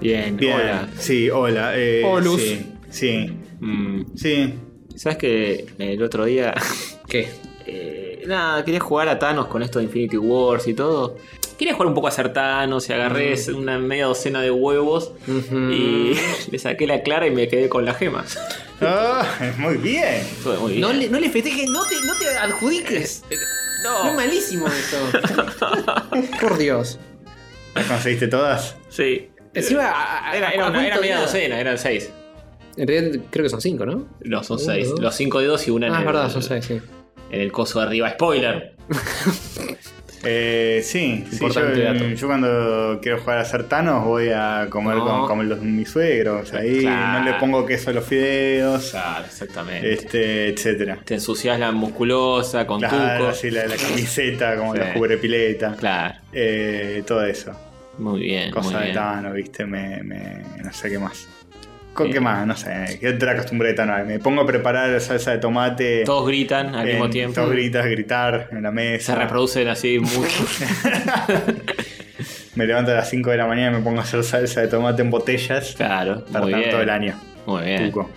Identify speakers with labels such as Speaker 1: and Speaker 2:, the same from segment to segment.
Speaker 1: Bien,
Speaker 2: Bien.
Speaker 1: hola.
Speaker 2: Sí, hola. eh,
Speaker 3: Olus.
Speaker 2: Sí, sí.
Speaker 1: Mm,
Speaker 2: sí.
Speaker 1: ¿Sabes que el otro día.
Speaker 3: ¿Qué?
Speaker 1: eh, nada, quería jugar a Thanos con esto de Infinity Wars y todo. Quería jugar un poco a ser Thanos y
Speaker 3: Mm.
Speaker 1: agarré una media docena de huevos y le saqué la clara y me quedé con la gema.
Speaker 2: Ah, muy bien.
Speaker 1: Estuvo muy bien. Eh,
Speaker 3: No le, no le festejes, no te, no te adjudiques.
Speaker 1: oh.
Speaker 3: No. Es malísimo eso. Por Dios.
Speaker 2: ¿Las conseguiste todas?
Speaker 1: Sí.
Speaker 3: Encima. a- a-
Speaker 1: Era,
Speaker 3: a-
Speaker 1: era
Speaker 3: a
Speaker 1: una- era
Speaker 3: cuento
Speaker 1: media
Speaker 3: nada.
Speaker 1: docena, eran seis.
Speaker 3: En realidad creo que son cinco, ¿no?
Speaker 1: Los son
Speaker 3: Uno,
Speaker 1: seis.
Speaker 3: dos.
Speaker 1: Los cinco dedos y una en,
Speaker 3: Uh, Ah, es
Speaker 1: el,
Speaker 3: verdad, son seis, sí.
Speaker 1: en el coso de arriba. Spoiler.
Speaker 2: Eh, sí, sí,
Speaker 3: Importante dato.
Speaker 2: yo, yo cuando quiero jugar a ser Thanos voy a comer
Speaker 1: No.
Speaker 2: con, con los, mis suegros. Ahí
Speaker 1: Claro.
Speaker 2: no le pongo queso a los fideos,
Speaker 1: Claro,
Speaker 3: Eh.
Speaker 1: exactamente.
Speaker 2: este, etcétera.
Speaker 1: Te ensucias la musculosa con
Speaker 2: Claro,
Speaker 1: tuco.
Speaker 2: así la, la camiseta, como
Speaker 1: Sí.
Speaker 2: la cubrepileta.
Speaker 1: Claro.
Speaker 2: Eh, todo eso.
Speaker 1: Muy bien.
Speaker 2: Cosa
Speaker 1: muy
Speaker 2: de
Speaker 1: bien.
Speaker 2: Tano, viste, me, me- no sé qué más. ¿Con
Speaker 1: Bien.
Speaker 2: qué más? No sé. ¿Qué otra costumbre de Tano hay? Me pongo a preparar salsa de tomate.
Speaker 1: Todos gritan al
Speaker 2: en-
Speaker 1: mismo tiempo.
Speaker 2: Todos gritas, gritar en la
Speaker 1: Se
Speaker 2: mesa.
Speaker 1: reproducen así mucho.
Speaker 2: Me levanto a las 5 de la mañana y me pongo a hacer salsa de tomate en botellas.
Speaker 1: claro.
Speaker 2: Para
Speaker 1: muy bien.
Speaker 2: todo el año.
Speaker 1: Muy bien.
Speaker 2: Tuco.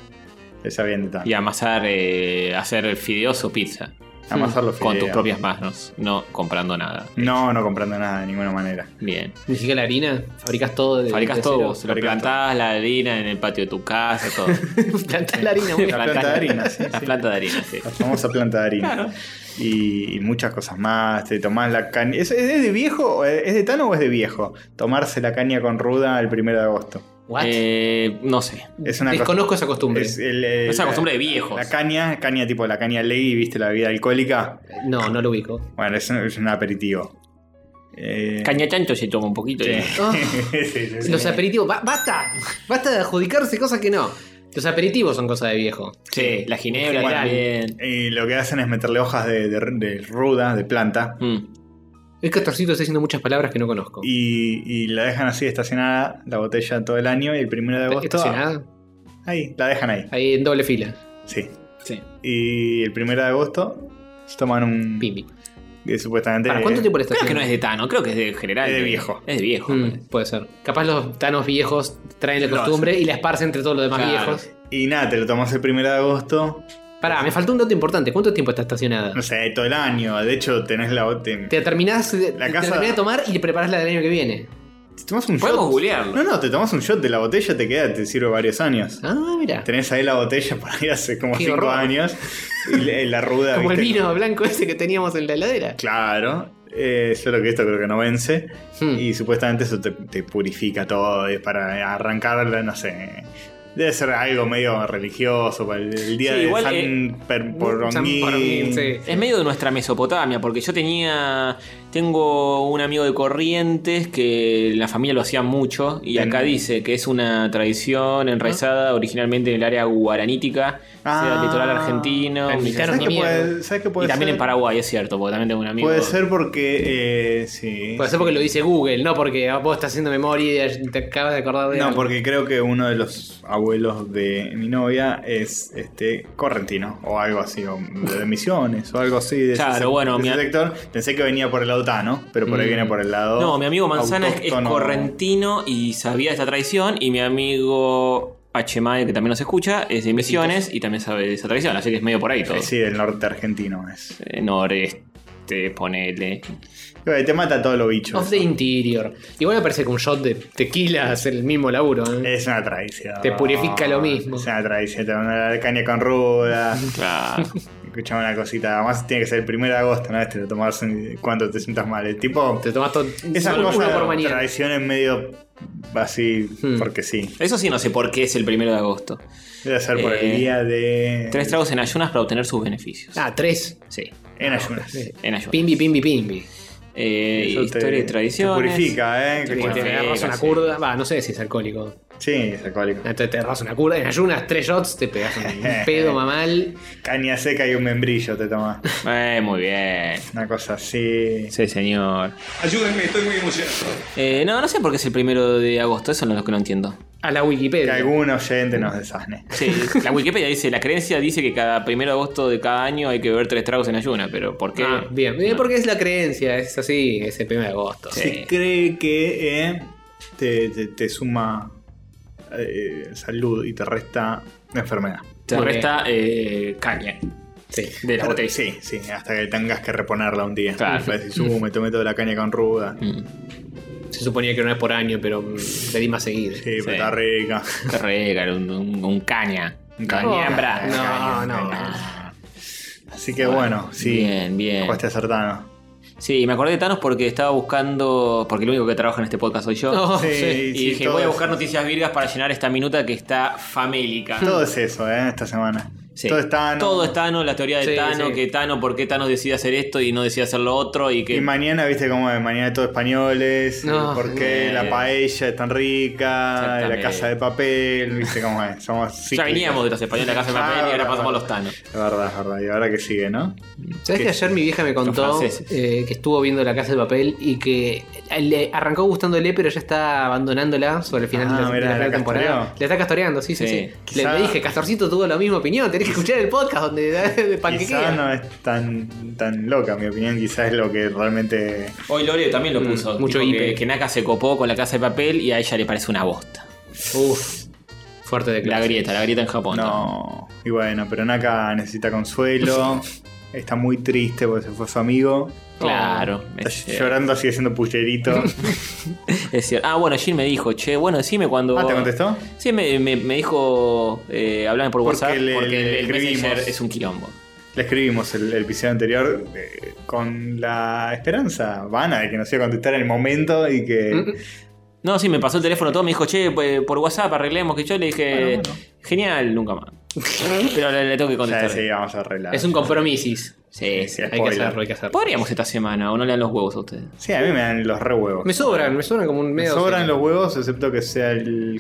Speaker 2: Esa bien de Tano.
Speaker 1: Y amasar, eh, hacer fideos o pizza.
Speaker 2: Amasar los
Speaker 1: Con tus
Speaker 2: fideos.
Speaker 1: propias manos. No comprando nada.
Speaker 2: No, no comprando nada de ninguna manera.
Speaker 1: Bien.
Speaker 3: Ni siquiera la harina. Fabricás todo. De,
Speaker 1: Fabricás
Speaker 3: de
Speaker 1: todo
Speaker 3: cero.
Speaker 1: vos. Lo
Speaker 2: Fabricás
Speaker 1: plantás la harina en el patio de tu casa, todo.
Speaker 3: Plantás la harina, güey.
Speaker 2: La planta de harina, sí,
Speaker 1: La
Speaker 2: sí.
Speaker 1: planta de harina, sí.
Speaker 2: La famosa planta de harina. Y, y muchas cosas más. Te tomás la caña. ¿Es, es de viejo? ¿Es de Tano o es de viejo? Tomarse la caña con ruda el primero de agosto.
Speaker 3: What?
Speaker 1: Eh, no sé.
Speaker 2: Es una
Speaker 3: Desconozco esa costumbre.
Speaker 2: Es el- el-
Speaker 1: Esa
Speaker 2: Eh, la-
Speaker 1: costumbre de viejos.
Speaker 2: La caña, caña tipo la caña ley, ¿viste? La bebida alcohólica.
Speaker 3: No, no lo ubico.
Speaker 2: Bueno, es un, es un aperitivo. Eh,
Speaker 1: Caña chancho se toma un poquito.
Speaker 2: sí.
Speaker 1: y-
Speaker 3: Ah.
Speaker 2: Sí, sí, sí.
Speaker 3: Los aperitivos, ba- basta, basta de adjudicarse cosas que no. Los aperitivos son cosas de viejo.
Speaker 1: Sí, la ginebra
Speaker 2: Bueno,
Speaker 1: también.
Speaker 2: Y lo que hacen es meterle hojas de, de- de ruda, de planta,
Speaker 1: Mm.
Speaker 3: El castorcito está diciendo muchas palabras que no conozco.
Speaker 2: y, y la dejan así estacionada, la botella todo el año, y el primero de agosto.
Speaker 3: Estacionada,
Speaker 2: Ahí, la dejan ahí.
Speaker 3: ahí en doble fila.
Speaker 2: Sí.
Speaker 1: Sí.
Speaker 2: Y el primero de agosto se toman un.
Speaker 3: Pimbi.
Speaker 2: que supuestamente.
Speaker 3: ¿Para cuánto tiempo le
Speaker 1: Creo que no
Speaker 3: estacionan?
Speaker 1: es de Tano, creo que es de general.
Speaker 2: Es de viejo.
Speaker 1: Es de viejo.
Speaker 3: Mm, puede ser. Capaz los tanos viejos traen la
Speaker 2: Lo
Speaker 3: costumbre y la esparcen entre todos los demás
Speaker 1: Claro.
Speaker 3: viejos.
Speaker 2: Y nada, te lo tomas el primero de agosto.
Speaker 3: Pará, me faltó un dato importante. ¿Cuánto tiempo está estacionada?
Speaker 2: No sé, todo el año. De hecho, tenés la. Te,
Speaker 3: Te la terminás, de-
Speaker 2: La
Speaker 3: te
Speaker 2: casa-
Speaker 3: terminás de tomar y preparás la del año que viene.
Speaker 2: te tomás un
Speaker 1: Podemos
Speaker 2: shot.
Speaker 1: googlearlo.
Speaker 2: No, no, te tomás un shot de la botella, te queda, te sirve varios años.
Speaker 3: Ah, mira.
Speaker 2: Tenés ahí la botella por ahí hace como
Speaker 3: Qué
Speaker 2: 5
Speaker 3: horror.
Speaker 2: años. Y la, la ruda.
Speaker 3: Como el
Speaker 2: ¿viste?
Speaker 3: vino blanco ese que teníamos en la heladera.
Speaker 2: Claro. Eh, solo que esto creo que no vence.
Speaker 3: Hmm.
Speaker 2: Y supuestamente eso te, te purifica todo. Es para arrancarla, no sé. Debe ser algo medio religioso. Para el, el día
Speaker 1: Sí,
Speaker 2: de
Speaker 1: igual,
Speaker 2: San
Speaker 1: eh,
Speaker 2: Per-
Speaker 3: San
Speaker 2: Porongín.
Speaker 3: Porongín, sí.
Speaker 1: Es medio de nuestra Mesopotamia, porque yo tenía. Tengo un amigo de Corrientes que la familia lo hacía mucho, y
Speaker 2: Ten-
Speaker 1: acá dice que es una tradición enraizada originalmente en el área guaranítica,
Speaker 2: Ah.
Speaker 1: sea del litoral argentino,
Speaker 3: En
Speaker 1: y
Speaker 3: Mexicano
Speaker 2: ¿Sabes
Speaker 3: ni
Speaker 2: qué
Speaker 3: mierda.
Speaker 2: puede, sabes qué puede
Speaker 1: también
Speaker 2: ser?
Speaker 1: en Paraguay, es cierto, porque también tengo un amigo.
Speaker 2: Puede ser porque. eh, sí.
Speaker 3: Puede ser porque lo dice Google, no porque vos estás haciendo memoria y te acabas de acordar de
Speaker 2: No,
Speaker 3: algo.
Speaker 2: porque creo que uno de los abuelos de mi novia es este correntino o algo así, o de misiones o algo así. De ese
Speaker 1: Claro,
Speaker 2: sec-
Speaker 1: bueno,
Speaker 2: de ese
Speaker 1: mi-
Speaker 2: sector. Pensé que venía por el lado Tano, pero por ahí
Speaker 3: Mm.
Speaker 2: viene por el lado.
Speaker 1: No, mi amigo Manzana es, es
Speaker 2: autóctono.
Speaker 1: correntino y sabía esta tradición. Y mi amigo Hmae, que también nos escucha, es de Misiones y también sabe de esa tradición. Así que es medio por ahí todo.
Speaker 2: Eh, Sí, del norte argentino es.
Speaker 1: Eh, noreste, ponele.
Speaker 2: Eh, Te mata todos los bichos.
Speaker 3: Of the Interior. Igual me parece que un shot de tequila es el mismo laburo. ¿eh?
Speaker 2: Es una tradición.
Speaker 3: Te purifica lo mismo.
Speaker 2: Es una tradición. Te van a la caña con ruda.
Speaker 1: Claro.
Speaker 2: Escuchame una cosita. Además, tiene que ser el 1 de agosto, ¿no? Este lo tomás en- cuando te sientas mal. El tipo.
Speaker 3: Te tomas todo
Speaker 2: Esas
Speaker 3: uno
Speaker 2: cosas,
Speaker 3: por mañana.
Speaker 2: tradiciones medio así,
Speaker 3: Hmm.
Speaker 2: porque sí.
Speaker 1: Eso sí, no sé por qué es el primero de agosto.
Speaker 2: Debe ser por
Speaker 1: Eh,
Speaker 2: el día de.
Speaker 1: Tres tragos en ayunas para obtener sus beneficios.
Speaker 3: Ah, tres.
Speaker 1: Sí,
Speaker 2: En ayunas.
Speaker 3: Sí.
Speaker 1: en ayunas.
Speaker 3: Pimbi, pimbi, pimbi.
Speaker 1: Eh,
Speaker 2: Eso te-
Speaker 1: historia y tradiciones.
Speaker 2: Te purifica, ¿eh?
Speaker 1: Te
Speaker 2: Que-
Speaker 3: Bueno,
Speaker 1: purifica.
Speaker 3: te agarras una
Speaker 1: sí.
Speaker 3: curda. Va, no sé si es alcohólico.
Speaker 2: Sí, es alcohólico.
Speaker 3: Entonces te agarras una curda. En ayunas, tres shots, te pegas un pedo mamal.
Speaker 2: Caña seca y un membrillo te tomas.
Speaker 1: Eh, muy bien.
Speaker 2: Una cosa así.
Speaker 1: Sí, señor.
Speaker 4: Ayúdenme, estoy muy emocionado.
Speaker 1: Eh, no, no sé por qué es el primero de agosto. Eso no es lo que no entiendo.
Speaker 3: A la
Speaker 2: Que
Speaker 3: Wikipedia.
Speaker 2: algún oyente nos desasne.
Speaker 1: Sí, la Wikipedia dice, la creencia dice que cada primero de agosto de cada año hay que beber tres tragos en ayuna, pero ¿por qué?
Speaker 3: Ah, bien. Eh, Porque es la creencia, es así, es el 1 de agosto.
Speaker 1: Sí.
Speaker 2: Se cree que eh, te, te- te suma eh, salud y te resta enfermedad.
Speaker 1: Te
Speaker 3: Muy
Speaker 1: resta eh, caña
Speaker 3: Sí.
Speaker 1: de la
Speaker 2: Pero-
Speaker 1: botella.
Speaker 2: Sí, sí, hasta que tengas que reponerla un día.
Speaker 1: Claro.
Speaker 2: Vas y subo, me tomé toda la caña con ruda.
Speaker 1: Mm,
Speaker 3: Se suponía que era una vez por año, pero mm, le di más seguido.
Speaker 2: Sí, pero
Speaker 1: Sí.
Speaker 2: está rica.
Speaker 1: Te regala un, un- un caña.
Speaker 2: Un
Speaker 1: Cañambra.
Speaker 3: No,
Speaker 1: Ah,
Speaker 2: Caña,
Speaker 3: no.
Speaker 2: caña. Así que bueno, sí.
Speaker 1: Bien, bien.
Speaker 2: Jugaste acertado.
Speaker 1: Sí, me acordé de Thanos porque estaba buscando. Porque el único que trabaja en este podcast soy yo.
Speaker 3: No,
Speaker 2: Sí,
Speaker 3: sí.
Speaker 1: y
Speaker 2: sí,
Speaker 1: dije,
Speaker 2: todo
Speaker 1: voy a
Speaker 2: es-
Speaker 1: buscar noticias virgas para llenar esta minuta que está famélica.
Speaker 2: Todo es eso, ¿eh? Esta semana.
Speaker 1: Sí.
Speaker 2: Todo está. ¿no?
Speaker 1: Todo es Thanos, la teoría de
Speaker 3: Sí,
Speaker 1: Thanos,
Speaker 3: sí.
Speaker 1: que Thanos, por qué Thanos decide hacer esto y no decide hacer lo otro y que...
Speaker 2: Y mañana, viste cómo es, mañana todo españoles,
Speaker 3: No,
Speaker 2: porque
Speaker 1: eh.
Speaker 2: la paella es tan rica, la
Speaker 1: Exactamente.
Speaker 2: casa de papel, viste cómo es, somos
Speaker 1: ya
Speaker 2: cíclicos.
Speaker 1: veníamos de los españoles a casa de
Speaker 2: Ah,
Speaker 1: papel y ahora
Speaker 2: verdad,
Speaker 1: pasamos a los
Speaker 2: verdad.
Speaker 1: Thanos.
Speaker 2: Es verdad, es verdad, y ahora que sigue, ¿no?
Speaker 3: ¿Sabes que ayer mi vieja me contó
Speaker 1: franceses.
Speaker 3: eh, que estuvo viendo La Casa de Papel y que le arrancó gustándole, pero ya está abandonándola sobre el final
Speaker 2: Ah,
Speaker 3: de, la, de
Speaker 2: mirá,
Speaker 3: la
Speaker 2: la
Speaker 3: primera temporada?
Speaker 2: castoreó.
Speaker 3: Le está castoreando, sí, sí,
Speaker 1: Sí.
Speaker 3: sí. Le-
Speaker 2: Quizá-
Speaker 3: Le, dije, Castorcito tuvo la misma opinión, tenés que escuchar el podcast donde de
Speaker 2: Quizás
Speaker 3: panquequea.
Speaker 2: no es tan, tan loca, mi opinión, quizás es lo que realmente.
Speaker 1: Hoy Lore también lo
Speaker 3: Mm,
Speaker 1: puso. tipo
Speaker 3: mucho hipe.
Speaker 1: que, que Naka se copó con la casa de papel y a ella le parece una bosta.
Speaker 3: Uf, fuerte
Speaker 1: La
Speaker 3: declaración.
Speaker 1: grieta, la grieta en Japón. ¿no?
Speaker 2: No. Y bueno, pero Naka necesita consuelo. Está muy triste porque se fue su amigo.
Speaker 1: Claro.
Speaker 2: Está
Speaker 1: es cierto.
Speaker 2: llorando, sigue siendo pucherito.
Speaker 1: Es cierto. Ah, bueno, Jim me dijo, che, bueno, decime cuando...
Speaker 2: ah, ¿te contestó?
Speaker 1: Sí, me, me- me dijo, eh, hablame por
Speaker 2: Porque
Speaker 1: WhatsApp,
Speaker 2: le-
Speaker 1: porque el,
Speaker 2: le
Speaker 1: el
Speaker 2: escribimos.
Speaker 1: Messenger es un quilombo.
Speaker 2: Le escribimos el, el episodio anterior eh, con la esperanza vana de que nos iba a contestar en el momento y que.
Speaker 3: Mm,
Speaker 1: No, sí, me pasó el teléfono todo, me dijo, che, pues, por WhatsApp arreglemos, que yo le dije,
Speaker 2: Bueno, bueno.
Speaker 1: genial, nunca más. Pero le, le tengo que
Speaker 2: ya
Speaker 1: contestar.
Speaker 2: sí, vamos a arreglar.
Speaker 3: Es un compromisis.
Speaker 1: Sí,
Speaker 2: Sí,
Speaker 1: sí.
Speaker 3: Hay que
Speaker 2: spoiler.
Speaker 3: hacerlo, hay que hacerlo.
Speaker 1: Podríamos esta semana, o no le dan los huevos a ustedes.
Speaker 2: Sí, a mí me dan los re huevos.
Speaker 3: Me
Speaker 2: Me,
Speaker 3: sobran, me sobran como un medio.
Speaker 2: sobran
Speaker 3: sí.
Speaker 2: los huevos, excepto que sea el.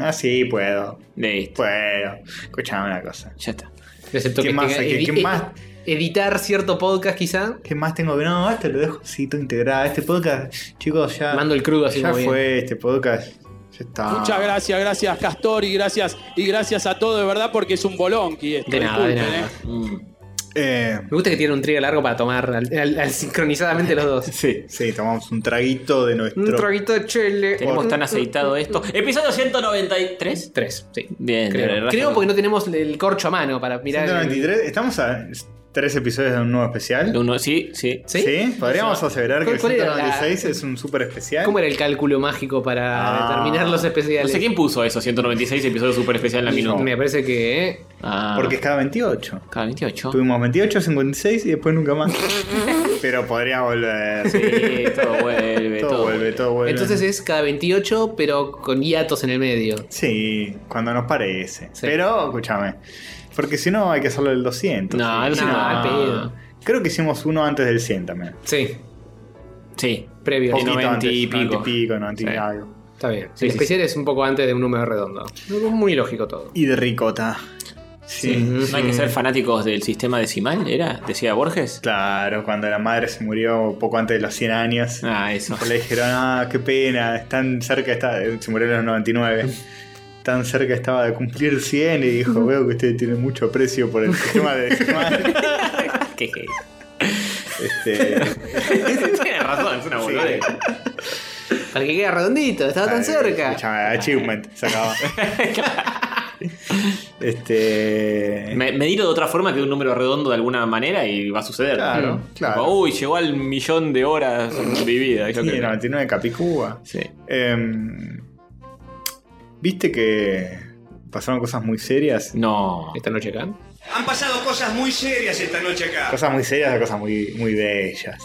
Speaker 2: Ah, sí, puedo.
Speaker 1: Listo,
Speaker 2: Puedo. Escuchame una cosa.
Speaker 1: ya está.
Speaker 3: Excepto
Speaker 2: ¿Qué
Speaker 3: que
Speaker 2: más?
Speaker 3: tenga-
Speaker 2: ¿Qué-
Speaker 3: edi-
Speaker 2: qué
Speaker 3: edi-
Speaker 2: más?
Speaker 3: Editar cierto podcast, quizá.
Speaker 2: ¿Qué más tengo que.? No, este lo dejo así todo integrado. Este podcast, chicos, ya.
Speaker 3: Mando el crudo así
Speaker 2: Ya
Speaker 3: como bien.
Speaker 2: fue este podcast. Ya está.
Speaker 3: Ah.
Speaker 5: Muchas gracias, gracias Castor y gracias y gracias a todo de verdad porque es un bolonqui esto.
Speaker 3: De nada, de
Speaker 5: disculpen,
Speaker 3: nada.
Speaker 5: ¿eh?
Speaker 1: Mm.
Speaker 2: Eh,
Speaker 3: Me gusta que tiene un trío largo para tomar al- al- al- sincronizadamente los dos.
Speaker 1: Sí.
Speaker 2: sí, tomamos un traguito de nuestro.
Speaker 3: Un traguito de chile.
Speaker 1: Tenemos
Speaker 3: Mm,
Speaker 1: tan
Speaker 3: mm,
Speaker 1: aceitado esto. Episodio 193.
Speaker 3: Tres, sí.
Speaker 1: Bien,
Speaker 3: Creo, Creo porque no tenemos el corcho a mano para mirar.
Speaker 2: 193. Estamos a tres episodios de un nuevo especial.
Speaker 1: Uno, sí, sí.
Speaker 3: ¿Sí?
Speaker 2: podríamos aseverar que
Speaker 3: ¿Cuál-
Speaker 2: el
Speaker 3: cuál era la-
Speaker 2: 196 es un super especial.
Speaker 3: ¿Cómo era el cálculo mágico para
Speaker 2: Ah.
Speaker 3: determinar los especiales?
Speaker 1: No sé quién puso eso, 196 episodio super especial en la minuta.
Speaker 3: Me parece que. ¿eh?
Speaker 1: Ah,
Speaker 2: Porque es cada 28.
Speaker 1: cada 28.
Speaker 2: Tuvimos 28, 56 y después nunca más. Pero podría volver.
Speaker 1: Sí, todo vuelve,
Speaker 2: todo, vuelve, todo vuelve.
Speaker 3: Entonces es cada 28, pero con hiatos en el medio.
Speaker 2: Sí, cuando nos parece.
Speaker 3: Sí.
Speaker 2: Pero, escúchame. Porque si no, hay que hacerlo del 200.
Speaker 1: No,
Speaker 2: Sí,
Speaker 1: no,
Speaker 3: al pedo.
Speaker 2: Creo que hicimos uno antes del 100 también.
Speaker 3: Sí,
Speaker 1: Sí.
Speaker 3: previo.
Speaker 1: Poquito. 90
Speaker 2: antes,
Speaker 1: y
Speaker 2: 90
Speaker 1: pico.
Speaker 2: y pico, 90 y
Speaker 1: Sí.
Speaker 2: algo.
Speaker 3: Está bien.
Speaker 1: Sí,
Speaker 3: el
Speaker 1: sí,
Speaker 3: especial es un poco antes de un número redondo. Muy lógico todo.
Speaker 2: Y de ricota. Sí.
Speaker 1: No hay que ser fanáticos del sistema decimal, ¿era? Decía Borges.
Speaker 2: Claro, cuando la madre se murió poco antes de los 100 años.
Speaker 1: Ah, eso.
Speaker 2: Le dijeron, ah, qué pena, están cerca, está, se murió en los 99. Tan cerca estaba de cumplir 100 y dijo, veo que ustedes tienen mucho aprecio por el sistema de decimal.
Speaker 1: Qué gay.
Speaker 2: Este,
Speaker 1: Tiene razón, es una
Speaker 2: sí.
Speaker 1: boludez.
Speaker 3: Para que quede redondito, estaba tan
Speaker 2: Ah,
Speaker 3: cerca.
Speaker 2: escuchame, achievement, se acaba. este...
Speaker 1: Me, medirlo de otra forma que de un número redondo de alguna manera y va a suceder.
Speaker 2: Claro,
Speaker 1: Mm.
Speaker 2: claro.
Speaker 1: Tipo, Uy, llegó al millón de horas vividas. Yo
Speaker 2: Sí,
Speaker 1: creo.
Speaker 2: 99 Capicúa.
Speaker 1: Sí.
Speaker 2: Em, Viste que pasaron cosas muy serias.
Speaker 1: No.
Speaker 3: Esta noche acá.
Speaker 6: Han pasado cosas muy serias esta noche acá.
Speaker 2: Cosas muy serias, cosas muy, muy bellas.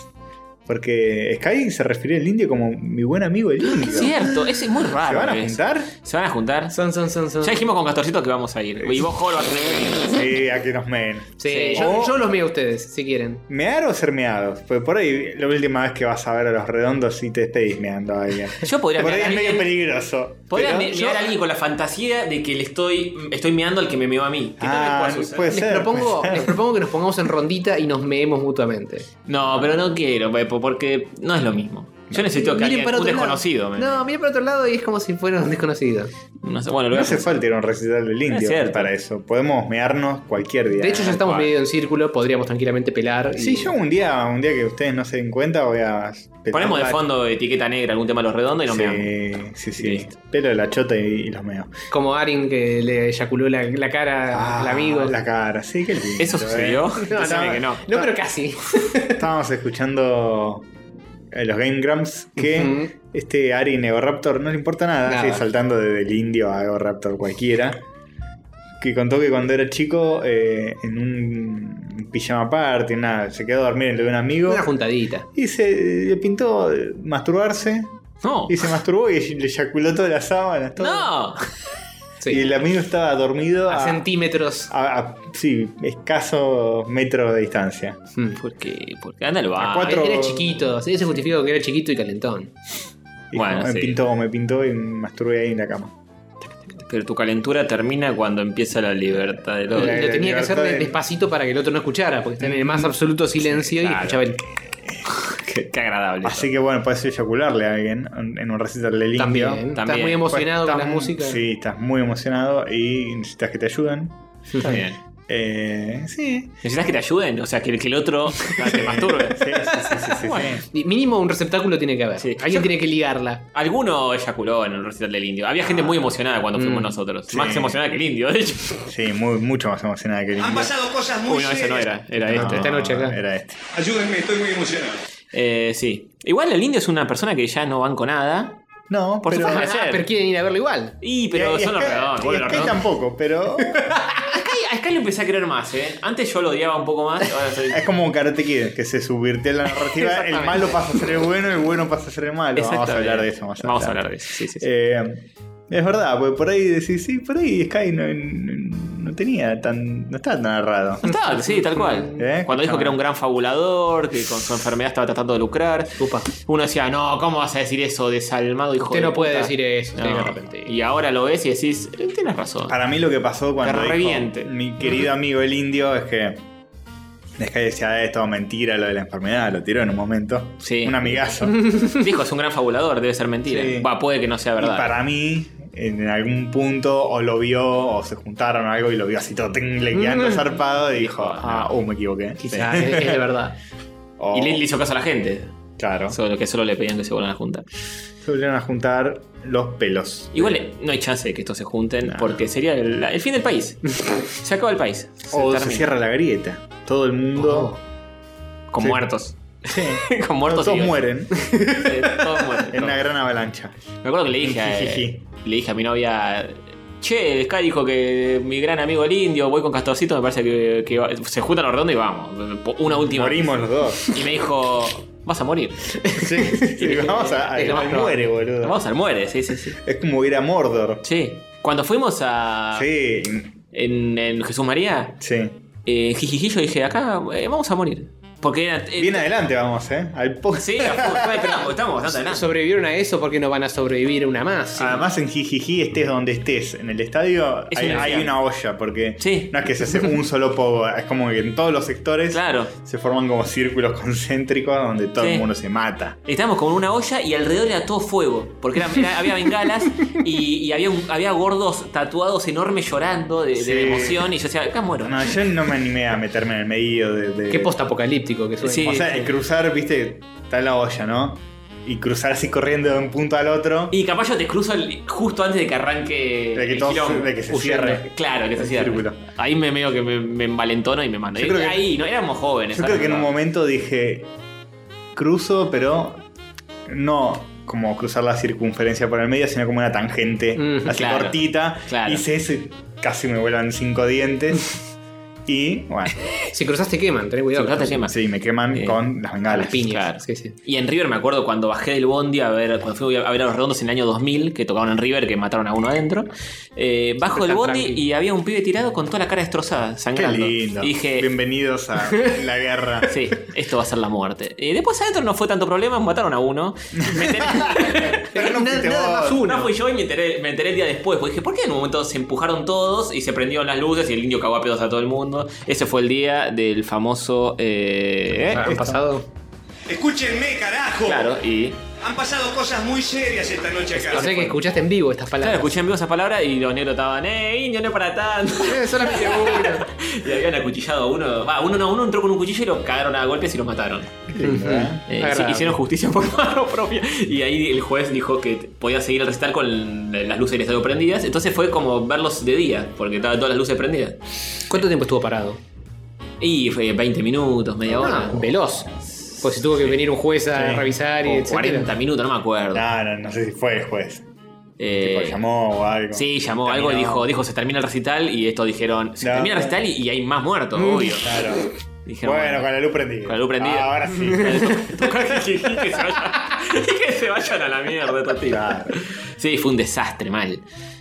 Speaker 2: Porque Sky se refirió al indio como mi buen amigo el indio.
Speaker 1: Es cierto, ese es muy
Speaker 2: ¿Se
Speaker 1: raro.
Speaker 2: van a
Speaker 1: eso.
Speaker 2: juntar?
Speaker 1: ¿Se van a juntar?
Speaker 3: Son, son, son, son.
Speaker 1: Ya dijimos con Castorcito que vamos a ir. Y vos, Joro, vas a tener
Speaker 2: Sí, a que nos meen.
Speaker 3: Sí,
Speaker 1: Sí.
Speaker 3: Yo,
Speaker 2: O-
Speaker 3: yo los miro a ustedes, si quieren.
Speaker 2: ¿Mear o ser meados? Pues por ahí, la última vez que vas a ver a los redondos y te estés meando a alguien.
Speaker 1: que- Yo podría
Speaker 2: por ahí
Speaker 1: mear a
Speaker 2: es medio
Speaker 1: alguien-
Speaker 2: peligroso.
Speaker 1: podría
Speaker 2: pero
Speaker 1: me-
Speaker 2: yo-
Speaker 1: mear a alguien con la fantasía de que le estoy, estoy meando al que me meó a mí. ¿Qué tal
Speaker 2: Ah,
Speaker 1: cual sucede?
Speaker 2: puede
Speaker 3: Les
Speaker 2: ser,
Speaker 3: propongo,
Speaker 2: puede ser.
Speaker 3: les propongo que nos pongamos en rondita y nos meemos mutuamente.
Speaker 1: No, pero no quiero, pe- porque no es lo mismo. Yo necesito que alguien, un desconocido. me-
Speaker 6: Lado. No, miren para otro lado y es como si fuera un desconocido.
Speaker 1: no sé, bueno, lo voy
Speaker 2: No
Speaker 1: a
Speaker 2: hace
Speaker 1: pensar.
Speaker 2: falta ir a un recital del indio
Speaker 1: cierto.
Speaker 2: para eso. Podemos mearnos cualquier día.
Speaker 6: De hecho, ya estamos
Speaker 1: cual.
Speaker 6: medio en círculo, podríamos tranquilamente pelar. y-
Speaker 2: Sí, yo un día, un día que ustedes no se den cuenta, voy a.
Speaker 1: Ponemos de fondo etiqueta negra, algún tema de los redondos y nos meamos.
Speaker 2: Sí, sí, sí.
Speaker 1: Listo.
Speaker 2: Pelo de la chota y, y los meo.
Speaker 6: Como Arin que le eyaculó la, la cara al
Speaker 2: Ah,
Speaker 6: amigo.
Speaker 2: La cara, sí, qué lindo.
Speaker 1: ¿Eso
Speaker 2: eh.
Speaker 1: sucedió?
Speaker 6: No,
Speaker 1: Decime
Speaker 6: no,
Speaker 1: que no.
Speaker 6: no, pero casi.
Speaker 2: Estábamos escuchando eh, los Game Grumps que
Speaker 6: Ujú.
Speaker 2: este Ari Negoraptor no le importa nada,
Speaker 6: Nada.
Speaker 2: sigue saltando desde el indio a Negoraptor cualquiera. Que contó que cuando era chico, eh, en un pijama party, nada, se quedó a dormir en lo de un amigo.
Speaker 6: Una juntadita.
Speaker 2: Y se le pintó eh, masturbarse.
Speaker 1: No.
Speaker 2: Y se masturbó y le eyaculó todas las sábanas. todo.
Speaker 1: No.
Speaker 6: Sí.
Speaker 2: Y el amigo estaba dormido
Speaker 6: a
Speaker 2: a,
Speaker 6: centímetros.
Speaker 2: a- a- sí, escasos metros de distancia.
Speaker 6: Mm.
Speaker 1: ¿Por qué? ¿Por qué? Anda al
Speaker 2: A
Speaker 1: bar.
Speaker 2: cuatro-
Speaker 6: Ah, Era chiquito, sí, se justificó que era chiquito y calentón.
Speaker 2: Y
Speaker 1: Bueno,
Speaker 2: me
Speaker 1: sí.
Speaker 2: pintó, me pintó y me masturbé ahí en la cama.
Speaker 1: Pero tu calentura termina cuando empieza la libertad del
Speaker 6: Lo,
Speaker 1: otro.
Speaker 2: la-
Speaker 6: lo
Speaker 2: la
Speaker 6: tenía que hacer
Speaker 2: libertad de-
Speaker 6: despacito para que el otro no escuchara, porque estaba en el más absoluto silencio y
Speaker 1: Claro.
Speaker 6: escuchaba el.
Speaker 1: Qué, qué agradable.
Speaker 2: Así que bueno, puedes eyacularle a alguien en en un recital del
Speaker 6: También,
Speaker 2: indio.
Speaker 6: Estás
Speaker 1: también.
Speaker 6: muy emocionado
Speaker 2: Pues,
Speaker 6: con la
Speaker 2: estás-
Speaker 6: música.
Speaker 2: Sí, estás muy emocionado y necesitas que te ayuden.
Speaker 1: Está bien.
Speaker 2: Eh, sí.
Speaker 1: ¿Necesitas que te ayuden? O sea, que, que el otro te masturbe.
Speaker 2: Sí, sí, sí, sí, sí, sí.
Speaker 6: Y Mínimo un receptáculo tiene que haber.
Speaker 1: Sí.
Speaker 6: Alguien tiene que ligarla.
Speaker 1: Alguno eyaculó en el recital del indio. Había gente muy emocionada cuando fuimos
Speaker 6: Mm.
Speaker 1: nosotros.
Speaker 2: Sí.
Speaker 1: Más emocionada que el indio, de hecho.
Speaker 2: Sí, muy, mucho más emocionada que el
Speaker 7: Han
Speaker 2: indio.
Speaker 7: pasado cosas muy
Speaker 1: Uy, no, ese
Speaker 7: serias.
Speaker 1: no era. Era
Speaker 2: No,
Speaker 1: este.
Speaker 6: Esta noche acá.
Speaker 2: Era este.
Speaker 7: Ayúdenme, estoy muy emocionado.
Speaker 1: Eh, sí. Igual el indio es una persona que ya no van con nada.
Speaker 2: No,
Speaker 1: Por
Speaker 2: pero.
Speaker 1: supuesto.
Speaker 6: Ah,
Speaker 1: Puede ser.
Speaker 6: pero quieren ir a verlo igual.
Speaker 1: Y, pero
Speaker 2: Y- y
Speaker 1: son los
Speaker 2: acá-
Speaker 1: redondos.
Speaker 2: y
Speaker 1: vuelve los
Speaker 2: acá
Speaker 1: redondos.
Speaker 2: tampoco, pero.
Speaker 1: Acá- Acá lo empecé a querer más, ¿eh? Antes yo lo odiaba un poco más. Ahora soy...
Speaker 2: Es como un Karate Kid, que se subvirtió la narrativa, el
Speaker 6: Exactamente.
Speaker 2: malo pasa a ser el bueno, el bueno pasa a ser el malo. Vamos a
Speaker 1: Exactamente.
Speaker 2: hablar de eso más
Speaker 1: Vamos a
Speaker 2: adelante.
Speaker 1: hablar de eso. Sí, sí, sí.
Speaker 2: Eh, es verdad, porque por ahí decís, sí, por ahí Sky no, no- no tenía tan. no estaba tan narrado.
Speaker 1: No estaba, sí, tal cual.
Speaker 2: ¿Eh?
Speaker 1: Cuando dijo que era un gran fabulador, que con su enfermedad estaba tratando de lucrar.
Speaker 6: Upa.
Speaker 1: Uno decía, no, ¿cómo vas a decir eso, desalmado hijo
Speaker 6: Usted
Speaker 1: de
Speaker 6: no puede
Speaker 1: puta?"
Speaker 6: decir eso.
Speaker 1: No.
Speaker 6: tiene que arrepentir.
Speaker 1: Y ahora lo ves y decís, "Eh, tienes razón.
Speaker 2: Para mí lo que pasó cuando
Speaker 1: Que
Speaker 2: dijo
Speaker 1: reviente.
Speaker 2: mi querido amigo el indio es que. Sky decía, esto mentira, lo de la enfermedad, lo tiró en un momento.
Speaker 1: Sí.
Speaker 2: Un amigazo.
Speaker 1: Dijo, es un gran fabulador, debe ser mentira.
Speaker 2: Sí.
Speaker 1: Va, puede que no sea verdad.
Speaker 2: Y para mí, en algún punto, o lo vio, o se juntaron o algo y lo vio así todo tinglingando, zarpado, y dijo, ah, uh, me equivoqué.
Speaker 6: Quizás es, es de verdad.
Speaker 2: O-
Speaker 1: Y le le hizo caso a la gente.
Speaker 2: Claro.
Speaker 1: Solo que solo le pedían que se vuelvan a juntar.
Speaker 2: Se volvieron a juntar los pelos.
Speaker 1: Igual eh, no hay chance de que estos se junten porque sería el, el fin del país. se acaba el país. Se
Speaker 2: o se
Speaker 1: termina.
Speaker 2: cierra la grieta. Todo el mundo.
Speaker 1: Con
Speaker 2: Sí.
Speaker 1: muertos.
Speaker 2: Sí.
Speaker 1: Con Oh. muertos
Speaker 2: Todos
Speaker 1: y-
Speaker 2: mueren
Speaker 1: Sí, todos mueren.
Speaker 2: en una gran avalancha.
Speaker 1: Me acuerdo que le dije, a,
Speaker 2: Jijiji.
Speaker 1: le dije a mi novia, che, el Sky dijo que mi gran amigo el indio, voy con Castorcito, me parece que, que va- se juntan los redondos y vamos. Una última.
Speaker 2: Morimos los dos.
Speaker 1: Y me dijo, vas a morir.
Speaker 2: Sí, sí, vamos a.
Speaker 1: Es lo más
Speaker 2: él
Speaker 1: probable.
Speaker 2: muere, boludo.
Speaker 1: Vamos al muere, sí, sí, sí.
Speaker 2: Es como ir a Mordor.
Speaker 1: Sí. Cuando fuimos a.
Speaker 2: Sí,
Speaker 1: En, en Jesús María,
Speaker 2: sí.
Speaker 1: eh, jijiji, yo dije, acá eh, vamos a morir. Porque era. eh,
Speaker 2: Bien adelante vamos, ¿eh? Al poco.
Speaker 1: Sí, a full. Bueno, pero estábamos bastante adelante.
Speaker 6: Sobrevivieron a eso porque no van a sobrevivir a una más.
Speaker 2: Además en Jijiji estés donde estés, en el estadio
Speaker 1: Es
Speaker 2: hay,
Speaker 1: una
Speaker 2: hay
Speaker 1: idea.
Speaker 2: una olla, porque
Speaker 1: Sí.
Speaker 2: no es que se hace un solo pogo, es como que en todos los sectores
Speaker 1: Claro.
Speaker 2: se forman como círculos concéntricos donde todo
Speaker 1: Sí.
Speaker 2: el mundo se mata.
Speaker 1: Estábamos con una olla y alrededor era todo fuego. Porque era- era- había bengalas y, y había, un- había gordos tatuados enormes llorando de, de
Speaker 2: Sí.
Speaker 1: emoción. Y yo decía, acá muero.
Speaker 2: No, yo no me animé a meterme en el medio de... de-
Speaker 6: Qué postapocalíptico que suena.
Speaker 1: Sí.
Speaker 2: o sea, el cruzar, viste, está la olla, ¿no? Y cruzar así corriendo de un punto al otro.
Speaker 1: Y capaz yo te cruzo el- justo antes de que arranque.
Speaker 2: De que
Speaker 1: el
Speaker 2: todo
Speaker 1: quilombo,
Speaker 2: se- de que se
Speaker 1: huyendo.
Speaker 2: cierre.
Speaker 1: Claro, que se
Speaker 2: El
Speaker 1: cierre.
Speaker 2: círculo.
Speaker 1: Ahí me medio que me, me envalentono y me mando.
Speaker 2: Yo
Speaker 1: Y
Speaker 2: creo que-
Speaker 1: ahí, no, éramos jóvenes.
Speaker 2: Yo creo que en un
Speaker 1: ¿sabes?
Speaker 2: momento dije, cruzo, pero no como cruzar la circunferencia por el medio, sino como una tangente
Speaker 6: Mm,
Speaker 2: así
Speaker 1: claro,
Speaker 2: cortita.
Speaker 1: claro.
Speaker 2: Hice eso y casi me vuelan cinco dientes. y bueno,
Speaker 6: Si cruzaste queman, tenés
Speaker 1: Sí,
Speaker 6: cuidado.
Speaker 1: acá te quemas.
Speaker 2: sí, me queman
Speaker 1: Eh,
Speaker 2: con las
Speaker 6: A
Speaker 2: bengalas.
Speaker 6: las piñas.
Speaker 1: Claro.
Speaker 6: Sí, sí.
Speaker 1: Y en River me acuerdo cuando bajé del bondi a ver, cuando fui a ver a los redondos en el año 2000, que tocaban en River, que mataron a uno adentro. eh, bajo
Speaker 6: Están
Speaker 1: del bondi
Speaker 6: tranqui.
Speaker 1: y había un pibe tirado con toda la cara destrozada,
Speaker 2: Qué
Speaker 1: sangrando.
Speaker 2: lindo.
Speaker 1: Y dije,
Speaker 2: Bienvenidos a la guerra.
Speaker 1: sí, esto va a ser la muerte. Y después adentro no fue tanto problema, mataron a uno. Me enteré-
Speaker 2: Pero no
Speaker 6: Nada-
Speaker 2: fuiste
Speaker 6: nada
Speaker 2: vos.
Speaker 6: más uno.
Speaker 1: No fui yo y me enteré, me enteré el día después. Porque dije, ¿por qué en un momento se empujaron todos y se prendieron las luces y el indio cagó a pedos a todo el mundo? Ese fue el día del famoso. eh,
Speaker 6: ¿Han pasado?
Speaker 7: Escúchenme, carajo.
Speaker 1: Claro, y
Speaker 7: Han pasado cosas muy serias esta noche acá.
Speaker 6: O sea que escuchaste en vivo estas
Speaker 1: Claro,
Speaker 6: palabras.
Speaker 1: escuché en vivo esa palabra y los negros estaban, ¡eh, indio, no es para tanto!
Speaker 6: Eh, solamente uno.
Speaker 1: y habían acuchillado a uno. Va, uno no, uno entró con un cuchillo y lo cagaron a golpes y lo mataron. Eh,
Speaker 6: Agradable.
Speaker 1: sí, hicieron justicia por mano propia. Y ahí el juez dijo que podía seguir el recital con las luces del estadio prendidas. Entonces fue como verlos de día, porque estaban todas las luces prendidas.
Speaker 6: ¿Cuánto tiempo estuvo parado?
Speaker 1: Y fue 20 minutos, media hora.
Speaker 6: Ah, veloz. Pues si tuvo que venir un juez a
Speaker 2: Sí.
Speaker 6: revisar y
Speaker 1: O
Speaker 6: etcétera.
Speaker 1: 40 minutos, no me acuerdo.
Speaker 2: No, no, no sé si fue el juez.
Speaker 1: Eh,
Speaker 2: Ah, Tipo, llamó o algo.
Speaker 1: Sí, llamó algo y
Speaker 2: Terminó.
Speaker 1: dijo, dijo, se termina el recital y esto dijeron, se
Speaker 2: No. Mm.
Speaker 1: termina el recital y, y hay más muertos, obvio.
Speaker 2: Claro.
Speaker 1: Dijeron,
Speaker 2: bueno, con la luz prendida.
Speaker 1: Con la luz prendida.
Speaker 2: Ah, ahora sí.
Speaker 1: que, se vayan, que se vayan a la mierda, estos tipos.
Speaker 2: Claro.
Speaker 1: Sí, fue un desastre mal.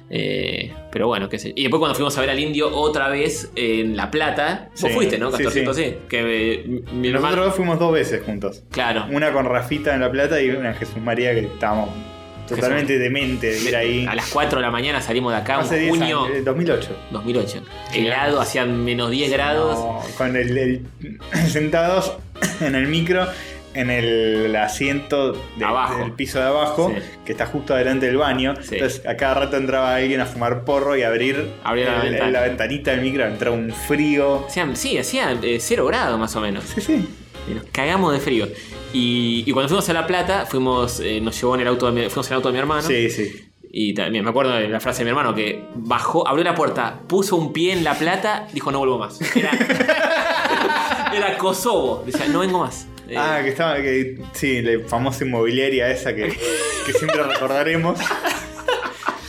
Speaker 1: Eh, pero bueno, qué sé. yo. Y después cuando fuimos a ver al indio otra vez en La Plata, vos
Speaker 2: Sí,
Speaker 1: fuiste, ¿no?
Speaker 2: sí,
Speaker 1: 14, sí.
Speaker 2: sí.
Speaker 1: Que eh, mi- mi hermano.
Speaker 2: Nosotros dos fuimos dos veces juntos.
Speaker 1: Claro.
Speaker 2: Una con Rafita en La Plata y una en Jesús María que estábamos totalmente demente de ir ahí.
Speaker 1: A las 4 de la mañana salimos de acá,
Speaker 2: Hace
Speaker 1: en
Speaker 2: 10
Speaker 1: junio
Speaker 2: años, eh, 2008.
Speaker 1: 2008. Helado, hacían menos 10 grados.
Speaker 2: No, con el, el- sentados en el micro, en el asiento de-
Speaker 1: Abajo.
Speaker 2: del piso de abajo,
Speaker 1: Sí.
Speaker 2: que está justo delante del baño.
Speaker 1: Sí.
Speaker 2: Entonces a cada rato entraba alguien a fumar porro y abrir
Speaker 1: Abría la
Speaker 2: el-
Speaker 1: ventana.
Speaker 2: ventanita del micro, entraba un frío.
Speaker 1: Hacían- sí, hacía 0 grados más o menos.
Speaker 2: Sí, sí.
Speaker 1: Y nos cagamos de frío. Y, y cuando fuimos a La Plata, fuimos, eh, nos llevó en el auto de mi, fuimos en el auto de mi hermano.
Speaker 2: Sí, sí.
Speaker 1: Y también me acuerdo de la frase de mi hermano que bajó, abrió la puerta, puso un pie en la plata, dijo no vuelvo más. Era, era Kosovo. Decía, no vengo más. Eh,
Speaker 2: Ah, que estaba. Que, sí, la famosa inmobiliaria esa que, que siempre recordaremos.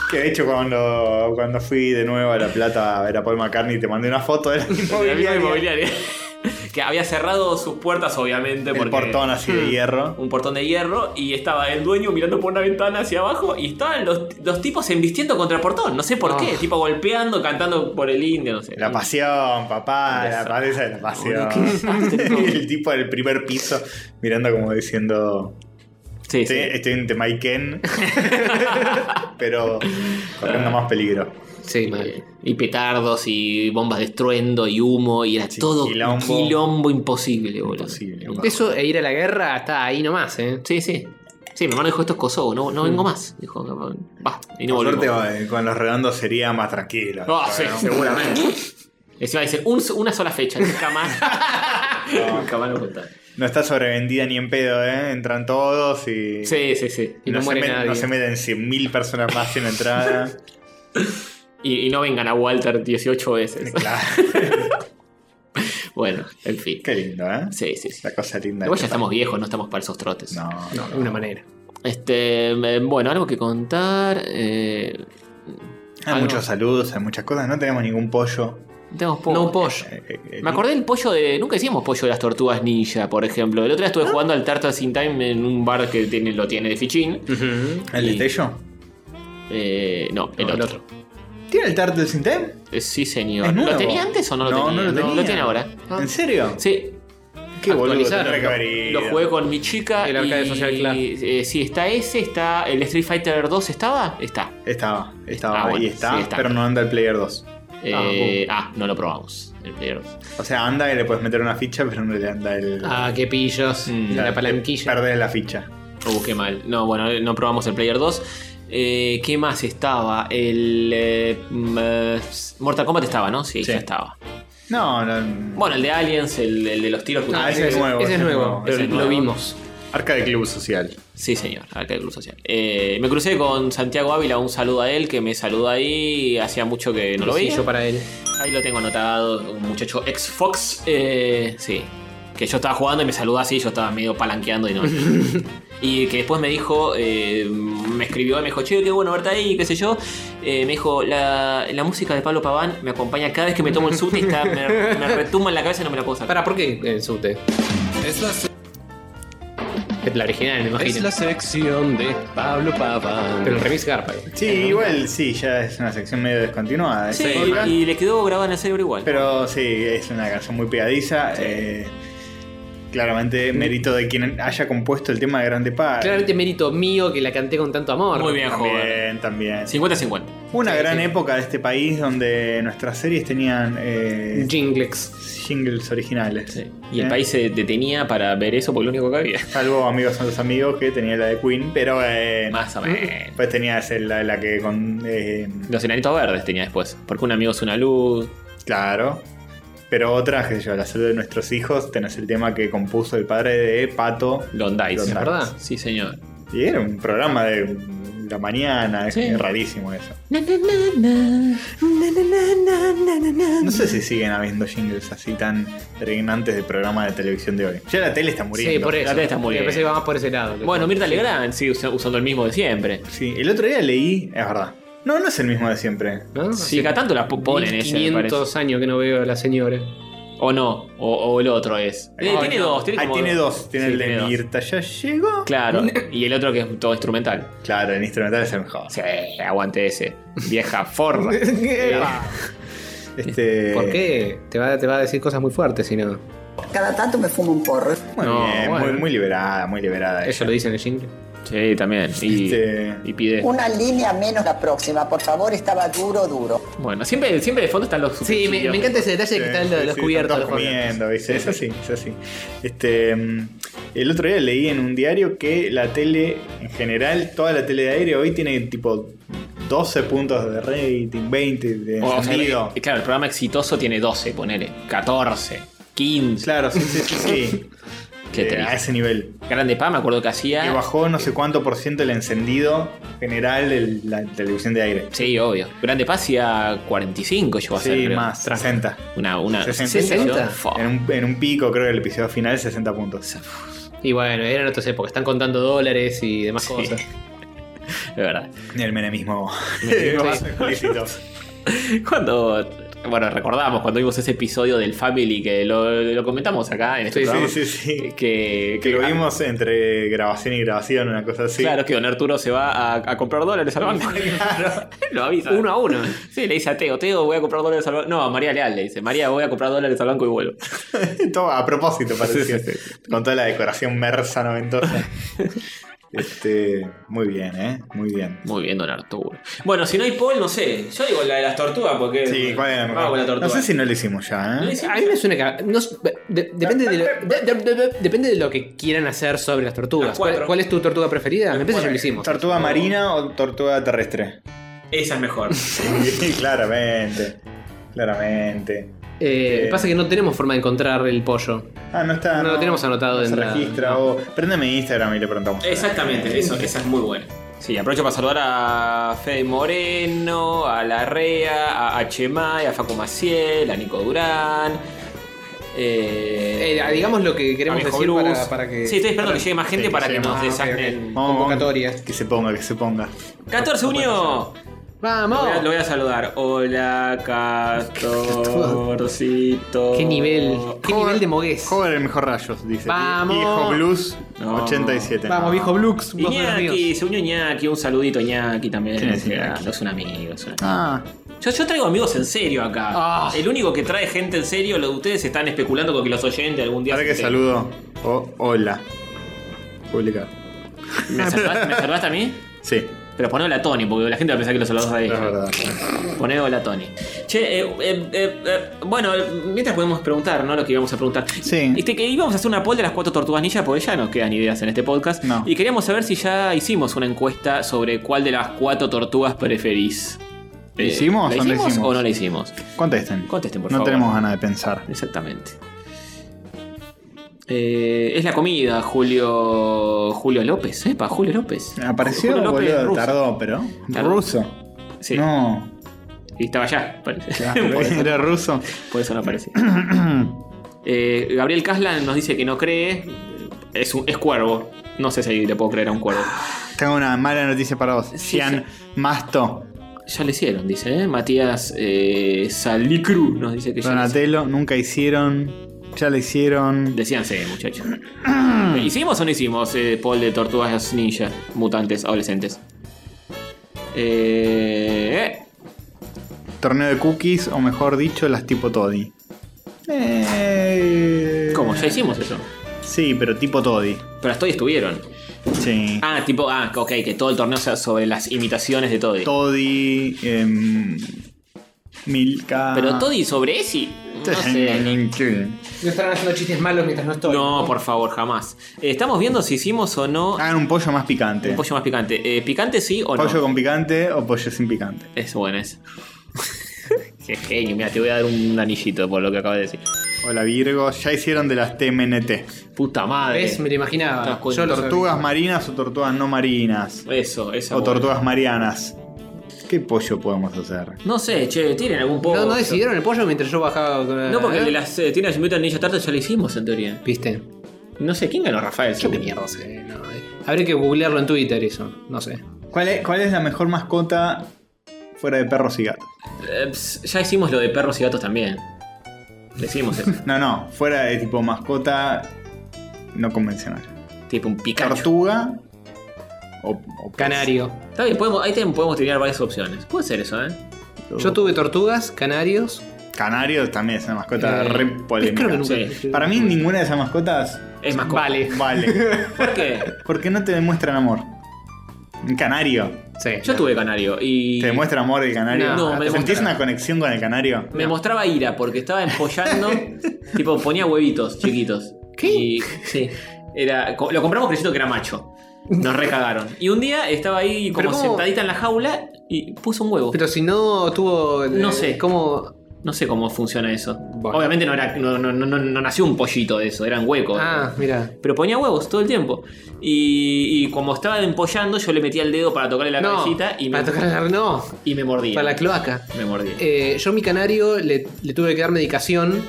Speaker 2: Que de hecho, cuando, cuando fui de nuevo a La Plata a ver a Paul McCartney, te mandé una foto de la
Speaker 1: de la misma
Speaker 2: inmobiliaria.
Speaker 1: inmobiliaria. que había cerrado sus puertas, obviamente,
Speaker 2: El
Speaker 1: porque.
Speaker 2: portón así de hierro.
Speaker 1: Un portón de hierro y estaba el dueño mirando por una ventana hacia abajo y estaban los, los tipos embistiendo contra el portón, no sé por
Speaker 6: Ah.
Speaker 1: qué, tipo golpeando, cantando por el indio, no sé.
Speaker 2: La pasión, papá, la
Speaker 1: Mm. Eso.
Speaker 2: pareja de la pasión. Y el tipo del primer piso mirando como diciendo,
Speaker 1: Sí, sí.
Speaker 2: "Sí, estoy en Temaiken, pero corriendo más peligro.
Speaker 6: Sí,
Speaker 1: Eh,
Speaker 6: mal.
Speaker 1: Y petardos y bombas de estruendo y humo y era
Speaker 2: Sí,
Speaker 1: todo un
Speaker 2: quilombo.
Speaker 1: quilombo imposible, boludo.
Speaker 2: Imposible,
Speaker 1: Imp-
Speaker 2: boludo.
Speaker 6: Eso e ir a la guerra está ahí nomás, ¿eh?
Speaker 1: Sí, sí. Sí, mi hermano dijo esto es Kosovo, no, no vengo más. Dijo, va, y no
Speaker 2: Por
Speaker 1: volvimos.
Speaker 2: suerte eh, con los redondos sería más tranquilo.
Speaker 1: Ah,
Speaker 2: Pero
Speaker 1: sí,
Speaker 2: no.
Speaker 1: seguramente. Encima dice, un- una sola fecha, nunca más. nunca más lo contaron.
Speaker 2: No está sobrevendida ni en pedo, ¿eh? Entran todos y...
Speaker 1: Sí, sí, sí.
Speaker 6: Y no
Speaker 2: se
Speaker 6: muere
Speaker 2: met-
Speaker 6: nadie.
Speaker 2: no se meten 100.000 personas más en la entrada.
Speaker 1: Y, y no vengan a Walter 18 veces.
Speaker 2: claro.
Speaker 1: bueno, en fin.
Speaker 2: Qué lindo, ¿eh?
Speaker 1: Sí, sí, sí.
Speaker 2: La cosa linda.
Speaker 1: Igual
Speaker 2: que
Speaker 1: ya
Speaker 2: pasa.
Speaker 1: estamos viejos, no estamos para esos trotes.
Speaker 2: No,
Speaker 6: No, de una manera.
Speaker 1: Este, eh, bueno, algo que contar. Eh,
Speaker 2: Hay
Speaker 1: Algo.
Speaker 2: muchos saludos, hay muchas cosas. No tenemos ningún pollo.
Speaker 1: tenemos po-
Speaker 6: No pollo.
Speaker 2: Eh, eh, eh,
Speaker 1: Me acordé del pollo de. Nunca decíamos pollo de las tortugas ninja, por ejemplo. El otro día estuve jugando al Tartas in Time en un bar que tiene, lo tiene de fichín.
Speaker 2: ¿El
Speaker 1: Y-
Speaker 2: destello?
Speaker 1: Eh, no, el
Speaker 6: No,
Speaker 1: otro.
Speaker 2: ¿Tiene el Turtle sin Time?
Speaker 1: Eh, Sí, señor.
Speaker 2: ¿Es nuevo?
Speaker 1: ¿Lo tenía antes o no lo
Speaker 2: No,
Speaker 1: tenía?
Speaker 2: no lo tenía.
Speaker 1: tiene ahora. Ah.
Speaker 2: ¿En serio?
Speaker 1: Sí.
Speaker 6: Qué boludo.
Speaker 2: eh, Tendrá que haber ido.
Speaker 1: Lo jugué con mi chica.
Speaker 6: El arcade
Speaker 1: y,
Speaker 6: social club.
Speaker 1: eh, sí, está ese, está. ¿El Street Fighter 2 estaba? Está.
Speaker 2: Estaba, estaba
Speaker 1: Ah, bueno,
Speaker 2: y está,
Speaker 1: sí, está.
Speaker 2: pero no anda el Player 2.
Speaker 1: Eh, ah, no lo probamos. El Player 2.
Speaker 2: O sea, anda y le puedes meter una ficha, pero no le anda el.
Speaker 6: Ah, qué pillos.
Speaker 1: Mm,
Speaker 6: la
Speaker 2: te-
Speaker 6: palanquilla.
Speaker 2: Perdés la ficha.
Speaker 1: Lo busqué Oh, mal. No, bueno, eh, no probamos el Player 2. Eh, ¿Qué más estaba? El. eh, mm, eh, Mortal Kombat estaba, ¿no? Sí,
Speaker 2: Sí.
Speaker 1: ya estaba.
Speaker 2: No, no.
Speaker 1: Bueno, el de Aliens, el, el de los tiros.
Speaker 2: Ah, ese es nuevo,
Speaker 6: Ese es nuevo.
Speaker 2: ese es
Speaker 6: lo-
Speaker 1: nuevo.
Speaker 6: Lo vimos.
Speaker 2: Arca de Club Social.
Speaker 1: Sí, señor, Arcade Club Social. Eh, me crucé con Santiago Ávila, un saludo a él, que me saluda ahí. Hacía mucho que no lo
Speaker 6: Sí,
Speaker 1: veía.
Speaker 6: yo para él.
Speaker 1: Ahí lo tengo anotado, un muchacho ex Fox. eh, sí. Que yo estaba jugando y me saludó así, yo estaba medio palanqueando y no. y que después me dijo, eh, me escribió y me dijo, che, qué bueno verte ahí, qué sé yo. Eh, me dijo, la, la música de Pablo Paván me acompaña cada vez que me tomo el subte y está- me, me retumba en la cabeza y no me la puedo sacar.
Speaker 6: Para, ¿por qué eh, el subte?
Speaker 8: Es la, se-
Speaker 6: Es la original, me
Speaker 8: es
Speaker 6: imagino.
Speaker 8: la sección de Pablo Paván.
Speaker 6: Pero el remix garpa.
Speaker 2: Sí, igual sí, ya es una sección medio descontinuada.
Speaker 1: Sí,
Speaker 2: ese podcast.
Speaker 1: y le quedó grabada en el cerebro igual.
Speaker 2: Pero sí, es una canción muy pegadiza. eh, claramente, mérito de quien haya compuesto el tema de Grande Paz.
Speaker 6: Claramente mérito mío que la canté con tanto amor.
Speaker 1: Muy bien, joven.
Speaker 2: También, también.
Speaker 1: 50-50.
Speaker 2: Fue una
Speaker 6: Sí,
Speaker 2: gran
Speaker 6: sí.
Speaker 2: época de este país donde nuestras series tenían eh,
Speaker 6: Jinglex.
Speaker 2: jingles originales.
Speaker 1: Sí. Y el
Speaker 2: Eh.
Speaker 1: país se detenía para ver eso porque lo único que había.
Speaker 2: Salvo Amigos son los amigos, que tenía la de Queen, pero eh,
Speaker 1: Más o menos.
Speaker 2: después tenías el- la, la que con. eh,
Speaker 1: Los enanitos verdes tenía después. Porque un amigo es una luz.
Speaker 2: claro. Pero otras, que yo, la salud de nuestros hijos, tenés el tema que compuso el padre de Pato.
Speaker 1: Londice.
Speaker 2: Londice.
Speaker 1: ¿Verdad? Sí, señor.
Speaker 2: Y era un programa de la mañana, es
Speaker 1: Sí.
Speaker 2: rarísimo eso. No sé si siguen habiendo jingles así tan regnantes de programa de televisión de hoy. Ya la tele está muriendo.
Speaker 6: Sí, por eso.
Speaker 1: tele está muy
Speaker 6: Me
Speaker 1: bien.
Speaker 6: parece que va más por ese lado. loco.
Speaker 1: Bueno, Mirta Legrand sigue usa- usando el mismo de siempre.
Speaker 2: Sí, el otro día leí, es verdad. No, no es el mismo de siempre.
Speaker 6: ¿No?
Speaker 1: Si cada tanto la po- ponen ella, me parece.
Speaker 6: 500 años que no veo a la señora.
Speaker 1: O no, o, o el otro es. Eh,
Speaker 2: Ay,
Speaker 1: tiene
Speaker 2: no.
Speaker 1: dos, tiene
Speaker 2: Ah,
Speaker 1: como
Speaker 2: tiene dos. Tiene
Speaker 1: Sí,
Speaker 2: el de
Speaker 1: tiene dos.
Speaker 2: Mirta, ya llegó.
Speaker 1: Claro, y el otro que es todo instrumental.
Speaker 2: Claro, el instrumental es el mejor.
Speaker 1: Sí, aguante ese. Vieja forra.
Speaker 2: Este,
Speaker 6: ¿Por qué? Te va, te va a decir cosas muy fuertes si no.
Speaker 9: Cada tanto me fumo un porro.
Speaker 2: Muy
Speaker 1: No,
Speaker 2: bien,
Speaker 1: bueno.
Speaker 2: muy, muy liberada, muy liberada.
Speaker 6: Ellos lo dicen en el jingle.
Speaker 1: Sí, también. Y,
Speaker 2: Este-
Speaker 1: y pide.
Speaker 9: Una línea menos la próxima, por favor, estaba duro, duro.
Speaker 1: Bueno, siempre, siempre de fondo están los.
Speaker 6: Sí, me,
Speaker 1: subsidios.
Speaker 6: me encanta ese detalle que está en lo de los cubiertos. los cubiertos.
Speaker 2: comiendo, ¿viste? Es así, es así. Este, mm, el otro día leí en un diario que la tele, en general, toda la tele de aire hoy tiene tipo 12 puntos de rating, 20 de
Speaker 1: O, o sea,
Speaker 2: encendido.
Speaker 1: eh, claro, el programa exitoso tiene 12, ponele. 14, 15.
Speaker 2: Claro, sí, sí, sí. sí.
Speaker 1: Qué
Speaker 2: Eh,
Speaker 1: triste.
Speaker 2: a ese nivel.
Speaker 1: Grande Pa, me acuerdo que hacía.
Speaker 2: Que bajó no sé cuánto por ciento el encendido general de la televisión de aire.
Speaker 1: Sí, obvio. Grande Pa hacía 45, llegó a ser.
Speaker 2: Sí,
Speaker 1: creo.
Speaker 2: más,
Speaker 1: Tra-
Speaker 2: 60.
Speaker 1: Una,
Speaker 6: Ah,
Speaker 1: una.
Speaker 2: 60.
Speaker 1: Fua.
Speaker 2: En un, en un pico, creo que el episodio final, 60 puntos.
Speaker 6: Y bueno, eran otras épocas. Están contando dólares y demás
Speaker 1: Sí.
Speaker 6: cosas.
Speaker 1: De verdad.
Speaker 2: El menemismo.
Speaker 1: Menemismo,
Speaker 2: más
Speaker 1: sí.
Speaker 2: explícito.
Speaker 1: Cuando. Bueno, recordamos cuando vimos ese episodio del Family que lo, lo comentamos acá en este
Speaker 6: Sí,
Speaker 1: programa.
Speaker 2: Sí, sí, sí.
Speaker 1: Que, ah,
Speaker 2: Que lo
Speaker 6: Ah.
Speaker 2: vimos entre grabación y grabación, una cosa así.
Speaker 1: Claro, que don Arturo se va a, a comprar dólares al banco.
Speaker 2: Claro.
Speaker 1: lo avisa.
Speaker 6: Uno a uno.
Speaker 1: Sí, le dice a Teo, Teo, voy a comprar dólares al banco. No, a María Leal le dice, María, voy a comprar dólares al banco y vuelvo.
Speaker 2: Todo a propósito, parecía. Con toda la decoración mersa noventosa. este, muy bien, ¿eh? Muy bien.
Speaker 1: Muy bien, don Arturo. Bueno, si no hay Paul, no sé. Yo digo la de las tortugas porque.
Speaker 2: Sí, ¿cuál era?
Speaker 6: Ah,
Speaker 1: Vamos con la tortuga.
Speaker 2: No sé si no lo hicimos ya,
Speaker 1: ¿Lo
Speaker 2: ¿eh?
Speaker 1: hicimos?
Speaker 6: A mí me suena que. no s- de- depende, de lo, de- de- de- de- depende de lo que quieran hacer sobre las tortugas.
Speaker 1: Las
Speaker 6: ¿Cuál,
Speaker 1: cuatro.
Speaker 6: cuál es tu tortuga preferida? Me parece que
Speaker 1: cuatro.
Speaker 6: lo hicimos.
Speaker 2: ¿Tortuga marina o tortuga terrestre?
Speaker 1: Esa es mejor.
Speaker 2: Sí, claramente. Claramente.
Speaker 6: Eh,
Speaker 2: Eh.
Speaker 6: Pasa que no tenemos forma de encontrar el pollo.
Speaker 2: Ah, no está.
Speaker 6: No lo tenemos anotado
Speaker 2: no
Speaker 6: en
Speaker 2: se
Speaker 6: la-
Speaker 2: registra
Speaker 6: no.
Speaker 2: o. Préndeme Instagram y le preguntamos.
Speaker 1: Exactamente, eso, esa es muy buena. Sí, aprovecho para saludar a Fede Moreno, a Larrea, a Chemay, a Facu Maciel, a Nico Durán. Eh,
Speaker 6: Eh, digamos lo que queremos
Speaker 1: a Viejo
Speaker 6: decir
Speaker 1: Blues.
Speaker 6: para, para que.
Speaker 1: Sí, estoy esperando que llegue más gente
Speaker 2: Sí, que
Speaker 1: para que
Speaker 2: llegue
Speaker 1: nos
Speaker 2: más.
Speaker 1: desagnen.
Speaker 6: Convocatoria.
Speaker 2: Que se ponga, que se ponga.
Speaker 1: 14 junio. Lo voy, a, lo
Speaker 6: ¡Vamos!
Speaker 1: voy a saludar. Hola, Castorcito.
Speaker 6: ¿Qué nivel? ¿Qué nivel de mogués?
Speaker 2: Joven el mejor rayos, dice.
Speaker 6: Vamos.
Speaker 2: Viejo Blues
Speaker 1: No.
Speaker 2: 87.
Speaker 6: Vamos, viejo Blux, vos de los míos.
Speaker 1: Iñaki, se unió Iñaki, un saludito Iñaki también.
Speaker 2: ¿Quién es
Speaker 1: Sí,
Speaker 2: Iñaki?
Speaker 1: no, Es un amigo, es un amigo.
Speaker 2: Ah,
Speaker 1: Yo, yo traigo amigos en serio acá.
Speaker 6: Ah.
Speaker 1: El único que trae gente en serio, lo de ustedes están especulando con que los oyentes algún día.
Speaker 2: ahora que
Speaker 1: se-
Speaker 2: saludo. O- hola. Publicar.
Speaker 1: ¿Me salvaste, ¿Me salvaste a mí?
Speaker 2: Sí,
Speaker 1: Pero poné hola Tony, porque la gente va a pensar que los saludos a
Speaker 2: es
Speaker 1: ella.
Speaker 2: verdad.
Speaker 1: Poné hola Tony. Che, eh, eh, eh, eh, bueno, mientras podemos preguntar, ¿no? Lo que íbamos a preguntar.
Speaker 2: Sí.
Speaker 1: Este, que íbamos a hacer una poll de las cuatro tortugas ninja, porque ya no quedan ideas en este podcast.
Speaker 2: No.
Speaker 1: Y queríamos saber si ya hicimos una encuesta sobre cuál de las cuatro tortugas preferís.
Speaker 2: ¿La hicimos
Speaker 1: ¿la
Speaker 2: o no la
Speaker 1: hicimos
Speaker 2: hicimos?
Speaker 1: o no la hicimos?
Speaker 2: Contesten.
Speaker 1: Contesten, por
Speaker 2: no
Speaker 1: favor.
Speaker 2: tenemos ganas de pensar.
Speaker 1: Exactamente. Eh, es la comida, Julio. Julio López, sepa, Julio López.
Speaker 2: Apareció,
Speaker 1: Julio López
Speaker 2: boludo,
Speaker 1: ruso.
Speaker 2: tardó, pero.
Speaker 1: Tardó.
Speaker 2: Ruso.
Speaker 1: Sí.
Speaker 2: No.
Speaker 1: Y estaba allá, parece.
Speaker 2: Claro,
Speaker 1: por, eso,
Speaker 2: era ruso.
Speaker 1: por eso no aparecía. Eh, Gabriel Caslan nos dice que no cree. Es un es cuervo. No sé si le puedo creer a un cuervo.
Speaker 2: Tengo una mala noticia para vos.
Speaker 1: Sí,
Speaker 2: Cian Masto,
Speaker 1: Ya lo hicieron, dice, ¿eh? Matías eh, Salicru nos dice que ya lo hicieron.
Speaker 2: Donatello, nunca hicieron. Ya la hicieron.
Speaker 1: Decían sí, muchachos. ¿Hicimos o no hicimos eh, Paul de Tortugas Ninja? Mutantes, adolescentes. Eh,
Speaker 2: Torneo de cookies, o mejor dicho, las tipo Toddy. Eh,
Speaker 1: ¿Cómo? ¿Ya hicimos eso?
Speaker 2: Sí, pero tipo Toddy.
Speaker 1: Pero hasta hoy estuvieron.
Speaker 2: Sí.
Speaker 1: Ah, tipo, ah, ok, que todo el torneo sea sobre las imitaciones de
Speaker 2: Ah.
Speaker 1: Toddy.
Speaker 2: Toddy. em, Milka.
Speaker 1: Pero Toddy sobre Esi. No sé.
Speaker 3: No estarán haciendo chistes malos mientras no estoy.
Speaker 1: No, por favor, jamás. Eh, estamos viendo si hicimos o no
Speaker 2: Hagan Ah, un pollo más picante.
Speaker 1: un pollo más picante. Eh, ¿Picante sí o
Speaker 2: pollo
Speaker 1: no?
Speaker 2: con picante o pollo sin picante.
Speaker 1: Es bueno, es. Qué genio, mira, te voy a dar un anillito por lo que acabas de decir.
Speaker 2: Hola Virgo, ya hicieron de las TMNT.
Speaker 1: Puta madre.
Speaker 3: ¿Ves? Me lo imaginaba.
Speaker 1: Con
Speaker 3: Yo lo
Speaker 2: Tortugas
Speaker 3: sabía.
Speaker 2: marinas o tortugas no marinas.
Speaker 1: Eso, esa.
Speaker 2: O
Speaker 1: buena.
Speaker 2: tortugas marianas. ¿Qué pollo podemos hacer?
Speaker 1: No sé, che, tienen algún pollo.
Speaker 3: No, no decidieron el pollo mientras yo bajaba con la-
Speaker 1: No, porque el de las eh, tiendas de Mutant Ninja Turtles ya lo hicimos en teoría.
Speaker 3: Viste.
Speaker 1: No sé, ¿quién ganó Rafael?
Speaker 3: Yo qué mierda sé. no, eh. Habría que googlearlo en Twitter eso. No sé.
Speaker 2: ¿Cuál es, cuál es la mejor mascota fuera de perros y gatos?
Speaker 1: Eh, ps, ya hicimos lo de perros y gatos también. Decimos eso.
Speaker 2: No, no, fuera de tipo mascota no convencional.
Speaker 1: tipo un Pikachu.
Speaker 2: Tortuga o, o pez.
Speaker 3: Canario.
Speaker 1: Está bien, podemos, ahí también podemos tirar varias opciones. Puede ser eso, ¿eh?
Speaker 3: Yo tuve tortugas, canarios.
Speaker 2: Canario también es una mascota
Speaker 3: Eh,
Speaker 2: re polémica.
Speaker 3: creo que nunca-
Speaker 1: Sí.
Speaker 2: Para mí ninguna de esas mascotas
Speaker 1: Es más cómodo.
Speaker 3: Vale.
Speaker 2: vale.
Speaker 1: ¿Por qué?
Speaker 2: Porque no te demuestran amor. Un canario.
Speaker 3: Sí.
Speaker 1: Yo tuve canario y.
Speaker 2: ¿Te demuestra amor el canario?
Speaker 1: No, me
Speaker 2: ¿Te sentís
Speaker 1: demuestra.
Speaker 2: una conexión con el canario?
Speaker 1: Me mostraba ira porque estaba empollando. tipo, ponía huevitos chiquitos. ¿Qué? sí. Era, co- lo compramos creyendo que era macho. Nos recagaron. Y un día estaba ahí
Speaker 3: Pero
Speaker 1: como
Speaker 3: ¿cómo?
Speaker 1: sentadita en la jaula y puso un huevo.
Speaker 3: Pero si no tuvo. eh,
Speaker 1: No sé.
Speaker 3: ¿Cómo.?
Speaker 1: No sé cómo funciona eso.
Speaker 3: Bueno.
Speaker 1: Obviamente no, era, no, no, no, no- no nació un pollito de eso, eran huecos.
Speaker 3: Ah, mira.
Speaker 1: Pero ponía huevos todo el tiempo. Y, y como estaba empollando, yo le metía el dedo para tocarle la
Speaker 3: no,
Speaker 1: cabecita y me,
Speaker 3: para tocar la. No,
Speaker 1: y me mordía.
Speaker 3: para la cloaca.
Speaker 1: me mordía.
Speaker 3: Eh, yo a mi canario le, le tuve que dar medicación,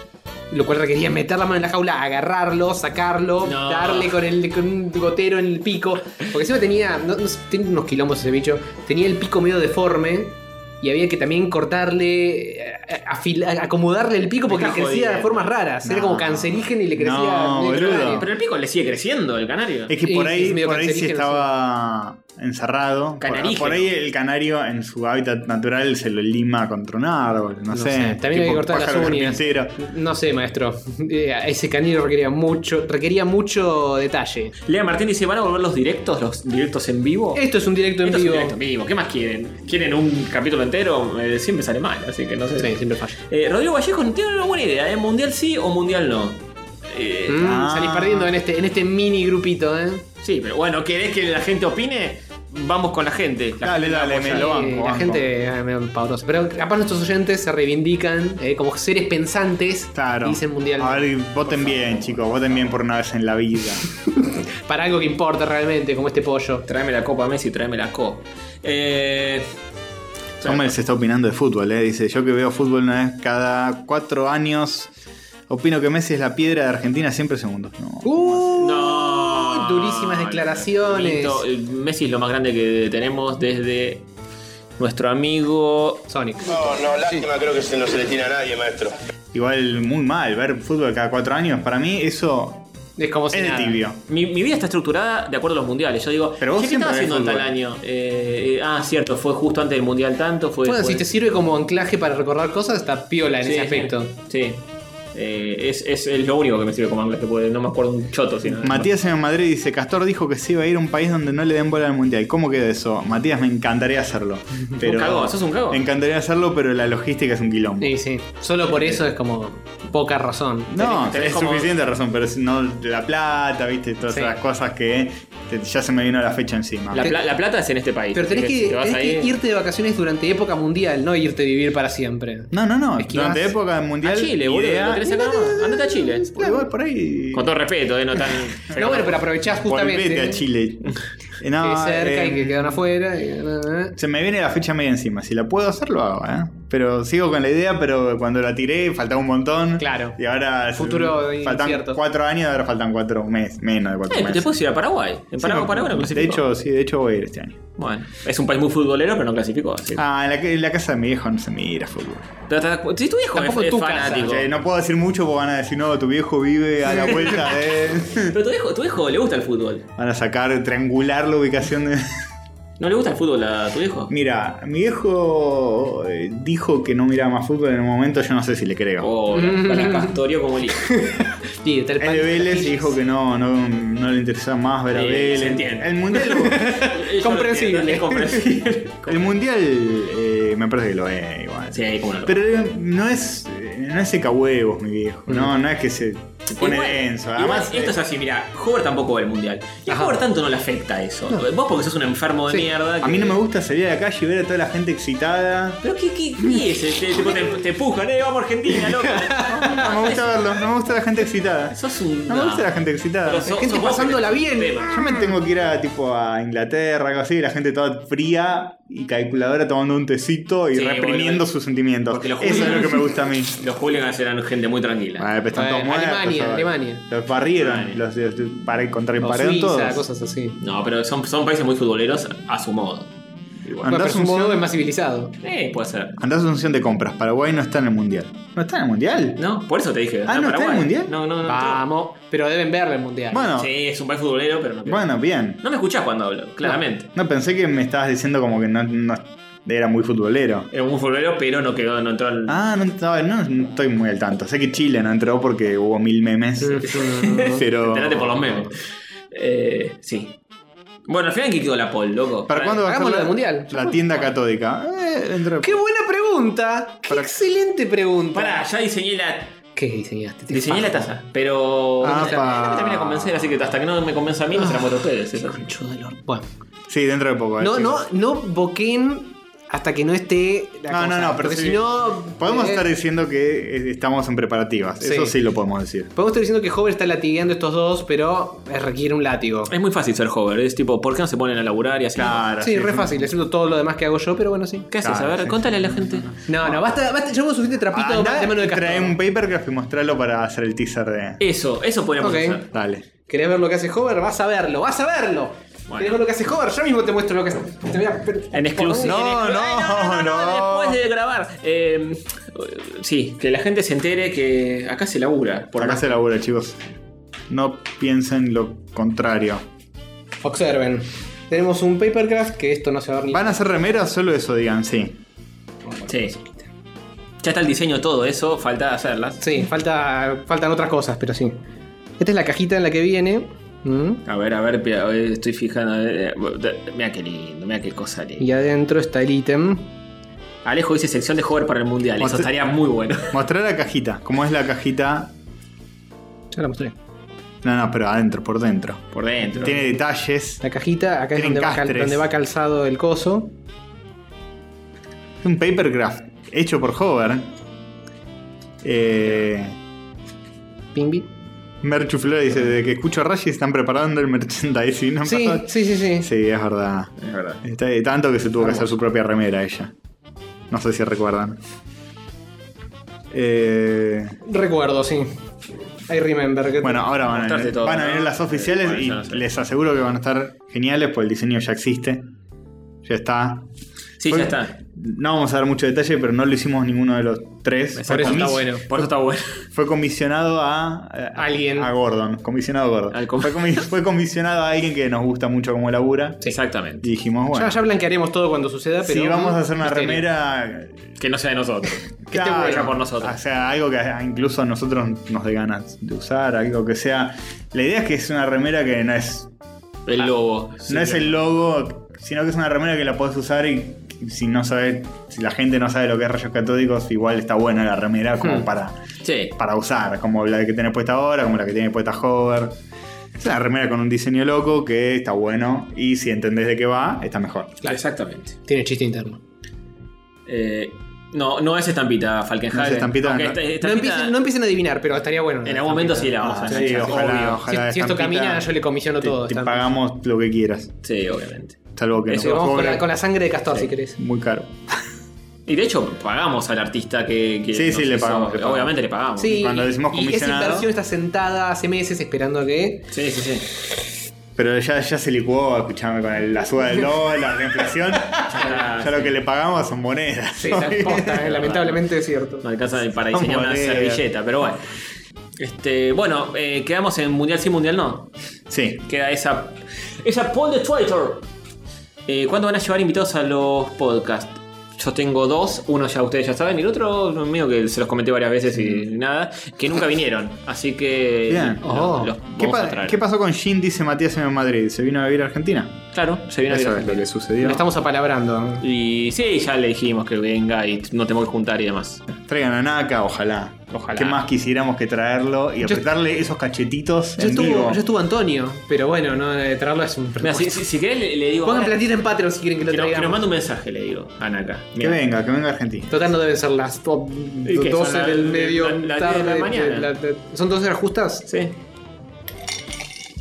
Speaker 3: lo cual requería meter la mano en la jaula, agarrarlo, sacarlo,
Speaker 1: No.
Speaker 3: darle con, el, con un gotero en el pico. Porque encima tenía, no- no sé, tenía unos quilombos ese bicho, tenía el pico medio deforme y había que también cortarle, eh, afila- acomodarle el pico porque
Speaker 1: Me
Speaker 3: le
Speaker 1: está
Speaker 3: crecía de
Speaker 1: jodiendo.
Speaker 3: formas raras. Era como
Speaker 2: No.
Speaker 3: cancerígeno y le crecía...
Speaker 2: No,
Speaker 3: medio
Speaker 2: boludo.
Speaker 3: canario.
Speaker 1: Pero el pico le sigue creciendo, el canario.
Speaker 2: Es que
Speaker 3: Y
Speaker 2: por
Speaker 3: es
Speaker 2: ahí,
Speaker 3: medio
Speaker 2: por ahí sí
Speaker 3: cancerígeno,
Speaker 2: estaba encerrado. Por-
Speaker 1: Canarígeno.
Speaker 2: Por ahí el canario en su hábitat natural se lo lima contra un árbol, no, sé.
Speaker 3: También hay que
Speaker 2: tipo
Speaker 3: cortar las
Speaker 2: pájaro
Speaker 3: uñas.
Speaker 2: carpintero.
Speaker 3: No sé, maestro. Eh, Ese canario requería mucho, requería mucho detalle.
Speaker 1: Lea Martín dice, ¿van a volver los directos? ¿Los directos en vivo?
Speaker 3: Esto es un directo en
Speaker 1: Esto es un
Speaker 3: vivo.
Speaker 1: directo en vivo. ¿Qué más quieren? ¿Quieren un capítulo entero? Eh, siempre sale mal, así que no sé.
Speaker 3: Sí, siempre falla.
Speaker 1: Eh, Rodrigo Vallejo no tiene una buena idea, ¿eh? ¿Mundial sí o mundial no? Eh,
Speaker 3: Mm,
Speaker 2: Ah.
Speaker 3: Salís perdiendo en este, en este mini grupito, ¿eh?
Speaker 1: Sí, pero bueno, ¿querés que la gente opine? Vamos con la gente. La
Speaker 2: Dale,
Speaker 1: gente la
Speaker 2: dale,
Speaker 1: apoya.
Speaker 2: me lo
Speaker 3: Eh,
Speaker 2: banco.
Speaker 3: la
Speaker 2: banco.
Speaker 3: gente eh, me pavorosa. Pero capaz nuestros oyentes se reivindican eh, como seres pensantes.
Speaker 2: Claro.
Speaker 3: Y dicen mundial.
Speaker 2: A ver, voten bien, chicos. Voten bien por una vez en la vida.
Speaker 3: Para algo que importa realmente, como este pollo.
Speaker 1: Tráeme la copa Messi, tráeme la copa. Eh,
Speaker 2: Sommer se está opinando de fútbol, ¿eh? Dice, yo que veo fútbol una vez cada cuatro años, opino que Messi es la piedra de Argentina siempre segundos. No.
Speaker 3: Uh,
Speaker 1: no.
Speaker 3: Durísimas declaraciones.
Speaker 1: Mito, eh, Messi es lo más grande que tenemos desde nuestro amigo.
Speaker 3: Sonic.
Speaker 10: No, no, lástima, creo que se- no se le tiene a nadie, maestro.
Speaker 2: Igual muy mal ver fútbol cada cuatro años. Para mí eso
Speaker 3: Es como si.
Speaker 2: es de
Speaker 3: nada.
Speaker 2: tibio.
Speaker 1: Mi, mi vida está estructurada de acuerdo a los mundiales. Yo digo,
Speaker 2: Pero vos
Speaker 1: "Che, ¿qué
Speaker 2: siempre
Speaker 1: estaba
Speaker 2: ves
Speaker 1: haciendo en tal
Speaker 2: fútbol".
Speaker 1: año? Eh, eh, ah, cierto, fue justo antes del mundial tanto. Fue
Speaker 3: Bueno,
Speaker 1: después.
Speaker 3: si te sirve como anclaje para recordar cosas, está piola en
Speaker 1: Sí,
Speaker 3: ese
Speaker 1: sí.
Speaker 3: aspecto.
Speaker 1: Sí. Eh, es, es- es lo único que me sirve como anclaje, porque no me acuerdo un choto. Sino
Speaker 2: Matías en Madrid dice, Castor dijo que se iba a ir a un país donde no le den bola al mundial. ¿Cómo queda eso? Matías, me encantaría hacerlo. Pero,
Speaker 1: Un cagón, sos un cagón.
Speaker 2: Me encantaría hacerlo, pero la logística es un quilombo.
Speaker 3: Sí, sí. Solo por eso es como poca razón.
Speaker 2: No,
Speaker 1: Tenés- tenés
Speaker 2: es
Speaker 1: como-
Speaker 2: suficiente razón, pero si no la plata, viste, todas
Speaker 3: Sí.
Speaker 2: esas cosas que te- ya se me vino la fecha encima.
Speaker 1: La, pla- la plata es en este país.
Speaker 3: Pero tenés
Speaker 1: Así
Speaker 3: que,
Speaker 1: si te vas
Speaker 3: tenés que
Speaker 1: ahí-
Speaker 3: irte de vacaciones durante época mundial, no irte a vivir para siempre.
Speaker 2: No, no, no.
Speaker 3: Esquivás.
Speaker 2: Durante época
Speaker 1: a
Speaker 2: mundial.
Speaker 1: Chile, boludo.
Speaker 2: idea-
Speaker 1: Lo tenés acá nomás. Andate a Chile.
Speaker 2: Porque igual por ahí.
Speaker 1: Con todo respeto, eh, no tan.
Speaker 3: No, bueno, pero aprovechás
Speaker 2: Volvete
Speaker 3: justamente.
Speaker 2: a Chile. Eh,
Speaker 3: Que
Speaker 2: no,
Speaker 3: es cerca
Speaker 2: eh,
Speaker 3: y que quedan afuera. y- eh,
Speaker 2: Se me viene la fecha media encima. Si la puedo hacer, lo hago, ¿eh? Pero sigo con la idea, pero cuando la tiré faltaba un montón.
Speaker 3: Claro.
Speaker 2: Y ahora.
Speaker 3: Futuro
Speaker 2: Faltan
Speaker 3: incierto.
Speaker 2: cuatro años, ahora faltan cuatro meses. Menos de cuatro
Speaker 1: Eh, te
Speaker 2: meses.
Speaker 1: puedes ir a Paraguay. En Paraguay,
Speaker 2: Sí,
Speaker 1: Paraguay no
Speaker 2: de
Speaker 1: clasificó.
Speaker 2: hecho, sí, de hecho voy a ir este año.
Speaker 1: Bueno, es un país muy futbolero, pero no clasificó. así.
Speaker 2: Ah, en la, en la casa de mi viejo no se mira fútbol.
Speaker 1: Pero te das cu- si tu viejo
Speaker 3: Tampoco
Speaker 1: es, es
Speaker 3: tu casa.
Speaker 1: fanático.
Speaker 2: Eh, no puedo decir mucho porque van a decir, no, tu viejo vive a la vuelta de.
Speaker 1: Pero tu viejo, tu viejo le gusta el fútbol.
Speaker 2: Van a sacar, triangular la ubicación de.
Speaker 1: ¿No le gusta el fútbol a tu viejo?
Speaker 2: Mira, mi viejo eh, dijo que no miraba más fútbol en un momento, yo no sé si le creo.
Speaker 3: Mm.
Speaker 1: Oh, la- la Castorio como el hijo.
Speaker 3: ¿eh? Sí, está el
Speaker 2: El de Vélez y dijo que no, no, no le interesaba más ver a
Speaker 1: Sí,
Speaker 2: Vélez.
Speaker 1: se entiende.
Speaker 2: El mundial,
Speaker 3: Comprensible.
Speaker 1: Es comprensible.
Speaker 2: el mundial eh, me parece que lo ve igual.
Speaker 1: Sí, como no.
Speaker 2: Pero eh, no es, eh, no es seca huevos, mi viejo. No, no es que se, se pone
Speaker 1: Mm. Igual-
Speaker 2: denso.
Speaker 1: igual
Speaker 2: Además,
Speaker 1: esto es
Speaker 2: eh,
Speaker 1: así, mira, Hover tampoco va al mundial. Y a Hover tanto no le afecta eso. Vos porque sos un enfermo de
Speaker 3: Sí.
Speaker 1: mierda.
Speaker 2: a mí
Speaker 1: que-
Speaker 2: no me gusta salir a la calle y ver a toda la gente excitada.
Speaker 1: Pero qué, qué,
Speaker 3: Mm.
Speaker 1: qué es, este, tipo, te, te empujan, eh, vamos a Argentina, loco.
Speaker 2: No me gusta verlo, no me gusta la gente excitada.
Speaker 1: Sos un.
Speaker 2: No me gusta la gente excitada.
Speaker 1: Pero sos-
Speaker 3: gente
Speaker 1: sos vos
Speaker 3: pasándola
Speaker 1: que-
Speaker 3: bien.
Speaker 1: tema.
Speaker 2: Yo me tengo que ir a tipo a Inglaterra, algo así, la gente toda fría y calculadora tomando un tecito y
Speaker 1: Sí,
Speaker 2: reprimiendo
Speaker 1: boludo.
Speaker 2: sus sentimientos.
Speaker 1: Porque los
Speaker 2: Eso es
Speaker 1: judíos-
Speaker 2: lo que me gusta a mí.
Speaker 1: Los hooligans eran gente muy tranquila.
Speaker 2: Bueno, pero están todos
Speaker 3: Bueno,
Speaker 2: muertos,
Speaker 3: Alemania,
Speaker 2: ahora.
Speaker 3: Alemania.
Speaker 2: Los barrieron,
Speaker 1: Alemania.
Speaker 2: los, los- los- para contra el
Speaker 3: O
Speaker 2: paredón
Speaker 3: Suiza,
Speaker 2: todos.
Speaker 3: cosas así.
Speaker 1: No, pero son, son países muy futboleros a su modo.
Speaker 2: Andás
Speaker 3: Bueno, pero
Speaker 2: un
Speaker 3: su modo
Speaker 2: sion-
Speaker 3: es más civilizado.
Speaker 1: Eh, puede ser.
Speaker 2: andás un sion de compras. Paraguay no está en el mundial. ¿No está en el mundial?
Speaker 1: No, por eso te dije.
Speaker 2: Ah, ¿no está en el
Speaker 1: Paraguay.
Speaker 2: Mundial?
Speaker 1: No, no, no.
Speaker 3: Vamos, pero deben verlo el mundial.
Speaker 2: Bueno,
Speaker 1: no. Sí, es un país futbolero, pero no. creo.
Speaker 2: bueno, bien.
Speaker 1: No me escuchás cuando hablo, claramente.
Speaker 2: No pensé que me estabas diciendo como que no, no era muy futbolero.
Speaker 1: Era un futbolero, pero no quedó, no entró al.
Speaker 2: Ah, no, estaba- no, no estoy muy al tanto. Sé que Chile no entró porque hubo mil memes. pero.
Speaker 1: Entérate por los memes. Eh, sí. Bueno, al final, ¿qué quedó la pol, loco?
Speaker 2: ¿Para cuándo va a
Speaker 3: Hagámoslo
Speaker 2: ser la,
Speaker 3: del Mundial.
Speaker 2: La tienda catódica. Eh, dentro de-
Speaker 3: ¡Qué buena pregunta! ¡Qué
Speaker 2: Para-
Speaker 3: excelente pregunta!
Speaker 1: Pará, ya diseñé la.
Speaker 3: ¿Qué diseñaste? Te
Speaker 1: Diseñé la
Speaker 3: fajo.
Speaker 1: taza, pero.
Speaker 2: Ah,
Speaker 1: no me-
Speaker 2: pa. Ah.
Speaker 1: no me termina de convencer, así que hasta que no me convenza a mí, no se la muestro a ustedes. eso.
Speaker 3: Conchudo del orto. Bueno.
Speaker 2: Sí, dentro de poco. eh,
Speaker 3: No,
Speaker 2: sí.
Speaker 3: no, no boquen hasta que no esté la
Speaker 2: No, no,
Speaker 3: cosa,
Speaker 2: no, pero
Speaker 3: porque
Speaker 2: sí.
Speaker 3: si no.
Speaker 2: Podemos
Speaker 3: eh,
Speaker 2: estar diciendo que eh, estamos en preparativas.
Speaker 3: Sí.
Speaker 2: Eso sí lo podemos decir.
Speaker 3: Podemos estar diciendo que Hover está latigueando estos dos, pero eh, requiere un látigo.
Speaker 1: Es muy fácil ser hover, es tipo, ¿por qué no se ponen a laburar y así?
Speaker 2: Claro.
Speaker 3: Sí, re
Speaker 2: es-
Speaker 3: fácil, excepto todo lo demás que hago yo, pero bueno, sí.
Speaker 1: ¿Qué haces?
Speaker 2: Claro,
Speaker 1: a ver,
Speaker 2: sí.
Speaker 1: contale a la gente.
Speaker 3: No, no, basta, basta, llevamos suficiente trapito
Speaker 2: Andá
Speaker 3: de mano de
Speaker 2: y Ah, trae un
Speaker 3: castor.
Speaker 2: papercraft y mostrarlo para hacer el teaser de.
Speaker 1: Eso, eso podríamos
Speaker 3: Ok.
Speaker 1: hacer.
Speaker 2: Dale.
Speaker 3: ¿Querés ver lo que hace Hover? Vas a verlo, vas a verlo. ¿Querés ver lo que hace Hover? Yo mismo te muestro lo que hace. Te voy a-
Speaker 1: En exclusiva.
Speaker 2: No,
Speaker 1: en exclu-
Speaker 2: no,
Speaker 1: Ay,
Speaker 2: no.
Speaker 1: Después de grabar. Eh, sí, que la gente se entere que acá se labura.
Speaker 2: Por acá se labura, chicos. No piensen lo contrario.
Speaker 3: Observen. Tenemos un papercraft que esto no se va a ver ni.
Speaker 2: ¿Van a hacer remeras? Solo eso digan, sí.
Speaker 1: Sí. Ya está el diseño todo eso, falta hacerlas.
Speaker 3: Sí, falta, faltan otras cosas, pero sí. Esta es la cajita en la que viene. ¿Mm?
Speaker 1: A ver, a ver, pia- a ver, estoy fijando. a ver, eh, Mira qué lindo, mira qué cosa linda.
Speaker 3: Y adentro está el ítem.
Speaker 1: Alejo dice sección de hover para el mundial. Eso
Speaker 2: Mostra-
Speaker 1: estaría muy bueno.
Speaker 2: Mostrar la cajita. ¿Cómo es la cajita?
Speaker 3: Ya la mostré.
Speaker 2: No, no, pero adentro, por dentro.
Speaker 1: Por dentro.
Speaker 2: Tiene detalles.
Speaker 3: La cajita, acá es
Speaker 2: Tienen
Speaker 3: donde va, cal-
Speaker 2: castres.
Speaker 3: donde va calzado el coso.
Speaker 2: Un papercraft hecho por Hover. Eh,
Speaker 3: Pimbi.
Speaker 2: Merchu Flora dice: Desde que escucho a Rashi están preparando el merchandising. ¿no?
Speaker 3: Sí, sí, sí, sí.
Speaker 2: Sí, es verdad.
Speaker 1: Es verdad.
Speaker 2: Está- tanto que se tuvo que hacer su propia remera ella. No sé si recuerdan. Eh,
Speaker 3: Recuerdo, sí. I remember. que-
Speaker 2: bueno, ahora van a,
Speaker 1: Mostrarte todo,
Speaker 2: van a
Speaker 1: ¿no?
Speaker 2: venir las oficiales
Speaker 1: Eh, bueno,
Speaker 2: y
Speaker 1: ya no sé.
Speaker 2: les aseguro que van a estar geniales porque el diseño ya existe. Ya está.
Speaker 1: Sí,
Speaker 2: Porque-
Speaker 1: ya está.
Speaker 2: No vamos a dar mucho detalle, pero no lo hicimos ninguno de los tres.
Speaker 1: Por eso
Speaker 2: Fue
Speaker 1: está
Speaker 2: comis-
Speaker 1: bueno. Por eso está bueno.
Speaker 2: Fue comisionado a, a-
Speaker 3: Alguien.
Speaker 2: A Gordon. Comisionado Gordon.
Speaker 1: Al com-
Speaker 2: fue, comi- fue comisionado a alguien que nos gusta mucho como labura.
Speaker 1: Exactamente.
Speaker 2: Y dijimos, bueno,
Speaker 3: Ya, ya blanquearemos todo cuando suceda, pero.
Speaker 2: si vamos a hacer una
Speaker 3: misterio.
Speaker 2: remera
Speaker 1: Que no sea de nosotros. Que esté
Speaker 2: Claro.
Speaker 1: buena por nosotros.
Speaker 2: O sea, algo que incluso a nosotros nos dé ganas de usar, algo que sea. La idea es que es una remera que no es.
Speaker 1: El lobo.
Speaker 2: Ah, no es el logo, sino que es una remera que la podés usar y si no sabe, si la gente no sabe lo que es rayos catódicos, igual está buena la remera como para,
Speaker 1: Sí.
Speaker 2: para usar, como la que tenés puesta ahora, como la que tiene puesta Hover. Es una remera con un diseño loco que está bueno y si entendés de qué va, está mejor.
Speaker 1: Exactamente.
Speaker 3: Tiene chiste interno.
Speaker 1: Eh, no, no es estampita, Falkenhayn.
Speaker 2: No es estampita,
Speaker 1: Aunque
Speaker 2: no.
Speaker 1: esta-
Speaker 3: No
Speaker 1: estampita-
Speaker 3: empiecen, no empiecen a adivinar, pero estaría bueno.
Speaker 1: En algún momento sí la vamos a
Speaker 2: Ah,
Speaker 1: hacer.
Speaker 2: sí, ojalá,
Speaker 3: obvio.
Speaker 2: ojalá.
Speaker 3: Si- si esto
Speaker 2: estampita,
Speaker 3: camina, yo le comisiono
Speaker 2: te-
Speaker 3: todo,
Speaker 2: Te
Speaker 3: estampa.
Speaker 2: pagamos lo que quieras.
Speaker 1: Sí, obviamente.
Speaker 2: Salvo que
Speaker 1: Eso,
Speaker 2: nos
Speaker 3: Vamos con
Speaker 2: cobre
Speaker 3: la, con la sangre de Castor,
Speaker 1: Sí.
Speaker 3: si querés.
Speaker 2: muy caro.
Speaker 1: Y de hecho, pagamos al artista que. que
Speaker 2: Sí, sí,
Speaker 1: nos
Speaker 2: le
Speaker 1: hizo-
Speaker 2: pagamos, le pagamos.
Speaker 1: Obviamente le pagamos.
Speaker 3: Sí,
Speaker 2: cuando decimos
Speaker 3: y- y esa
Speaker 2: comisionado-
Speaker 3: inversión está sentada hace meses esperando a que.
Speaker 1: Sí, sí, sí.
Speaker 2: Pero ya, ya se licuó, escuchame, con el- la suba del dólar, la inflación.
Speaker 1: Ah,
Speaker 2: ya lo que le pagamos son monedas.
Speaker 3: Sí, la posta, eh, lamentablemente es cierto.
Speaker 1: No alcanza ni para diseñar una
Speaker 2: Moneda.
Speaker 1: servilleta, pero bueno. Este, bueno, eh, quedamos en Mundial sí, Mundial no.
Speaker 2: Sí.
Speaker 1: Queda esa. Esa poll de Twitter. Eh, ¿Cuándo van a llevar invitados a los podcasts? Yo Yo tengo dos, uno ya ustedes ya saben, y el otro mío que se los comenté varias veces y nada, que nunca vinieron. Así que
Speaker 2: Bien.
Speaker 1: Eh, lo-
Speaker 3: Oh.
Speaker 1: los
Speaker 2: ¿Qué,
Speaker 1: vamos a
Speaker 2: pa-
Speaker 1: traer.
Speaker 2: qué pasó con Jin? Dice Matías en Madrid. ¿Se vino a vivir a Argentina?
Speaker 1: Claro, se viene a
Speaker 2: Eso
Speaker 1: ver.
Speaker 2: es lo que sucedió.
Speaker 3: Lo estamos apalabrando.
Speaker 1: Y sí, ya le dijimos que venga y no tengo que juntar y demás.
Speaker 2: Traigan a Naka, ojalá.
Speaker 1: Ojalá.
Speaker 2: ¿Qué más quisiéramos que traerlo y
Speaker 3: Yo-
Speaker 2: apretarle esos cachetitos
Speaker 3: Yo
Speaker 2: en vivo?
Speaker 3: estuvo, yo estuvo Antonio, pero bueno, no, eh, traerlo es un
Speaker 1: Mira, si,
Speaker 3: presupuesto.
Speaker 1: si, si querés le, le digo.
Speaker 3: Pongan
Speaker 1: ahora
Speaker 3: platita en Patreon si quieren que lo
Speaker 1: que, no- que nos
Speaker 3: traigamos.
Speaker 1: mande un mensaje, le digo, a Naka.
Speaker 2: Que
Speaker 1: Mirá.
Speaker 2: venga, que venga a Argentina.
Speaker 3: Total no deben ser las do-
Speaker 1: ¿Y qué, son
Speaker 3: 12
Speaker 1: la-
Speaker 3: del
Speaker 1: la-
Speaker 3: medio
Speaker 1: la- la 10
Speaker 3: tarde.
Speaker 1: de la mañana?
Speaker 3: ¿Son 12 horas justas?
Speaker 1: Sí.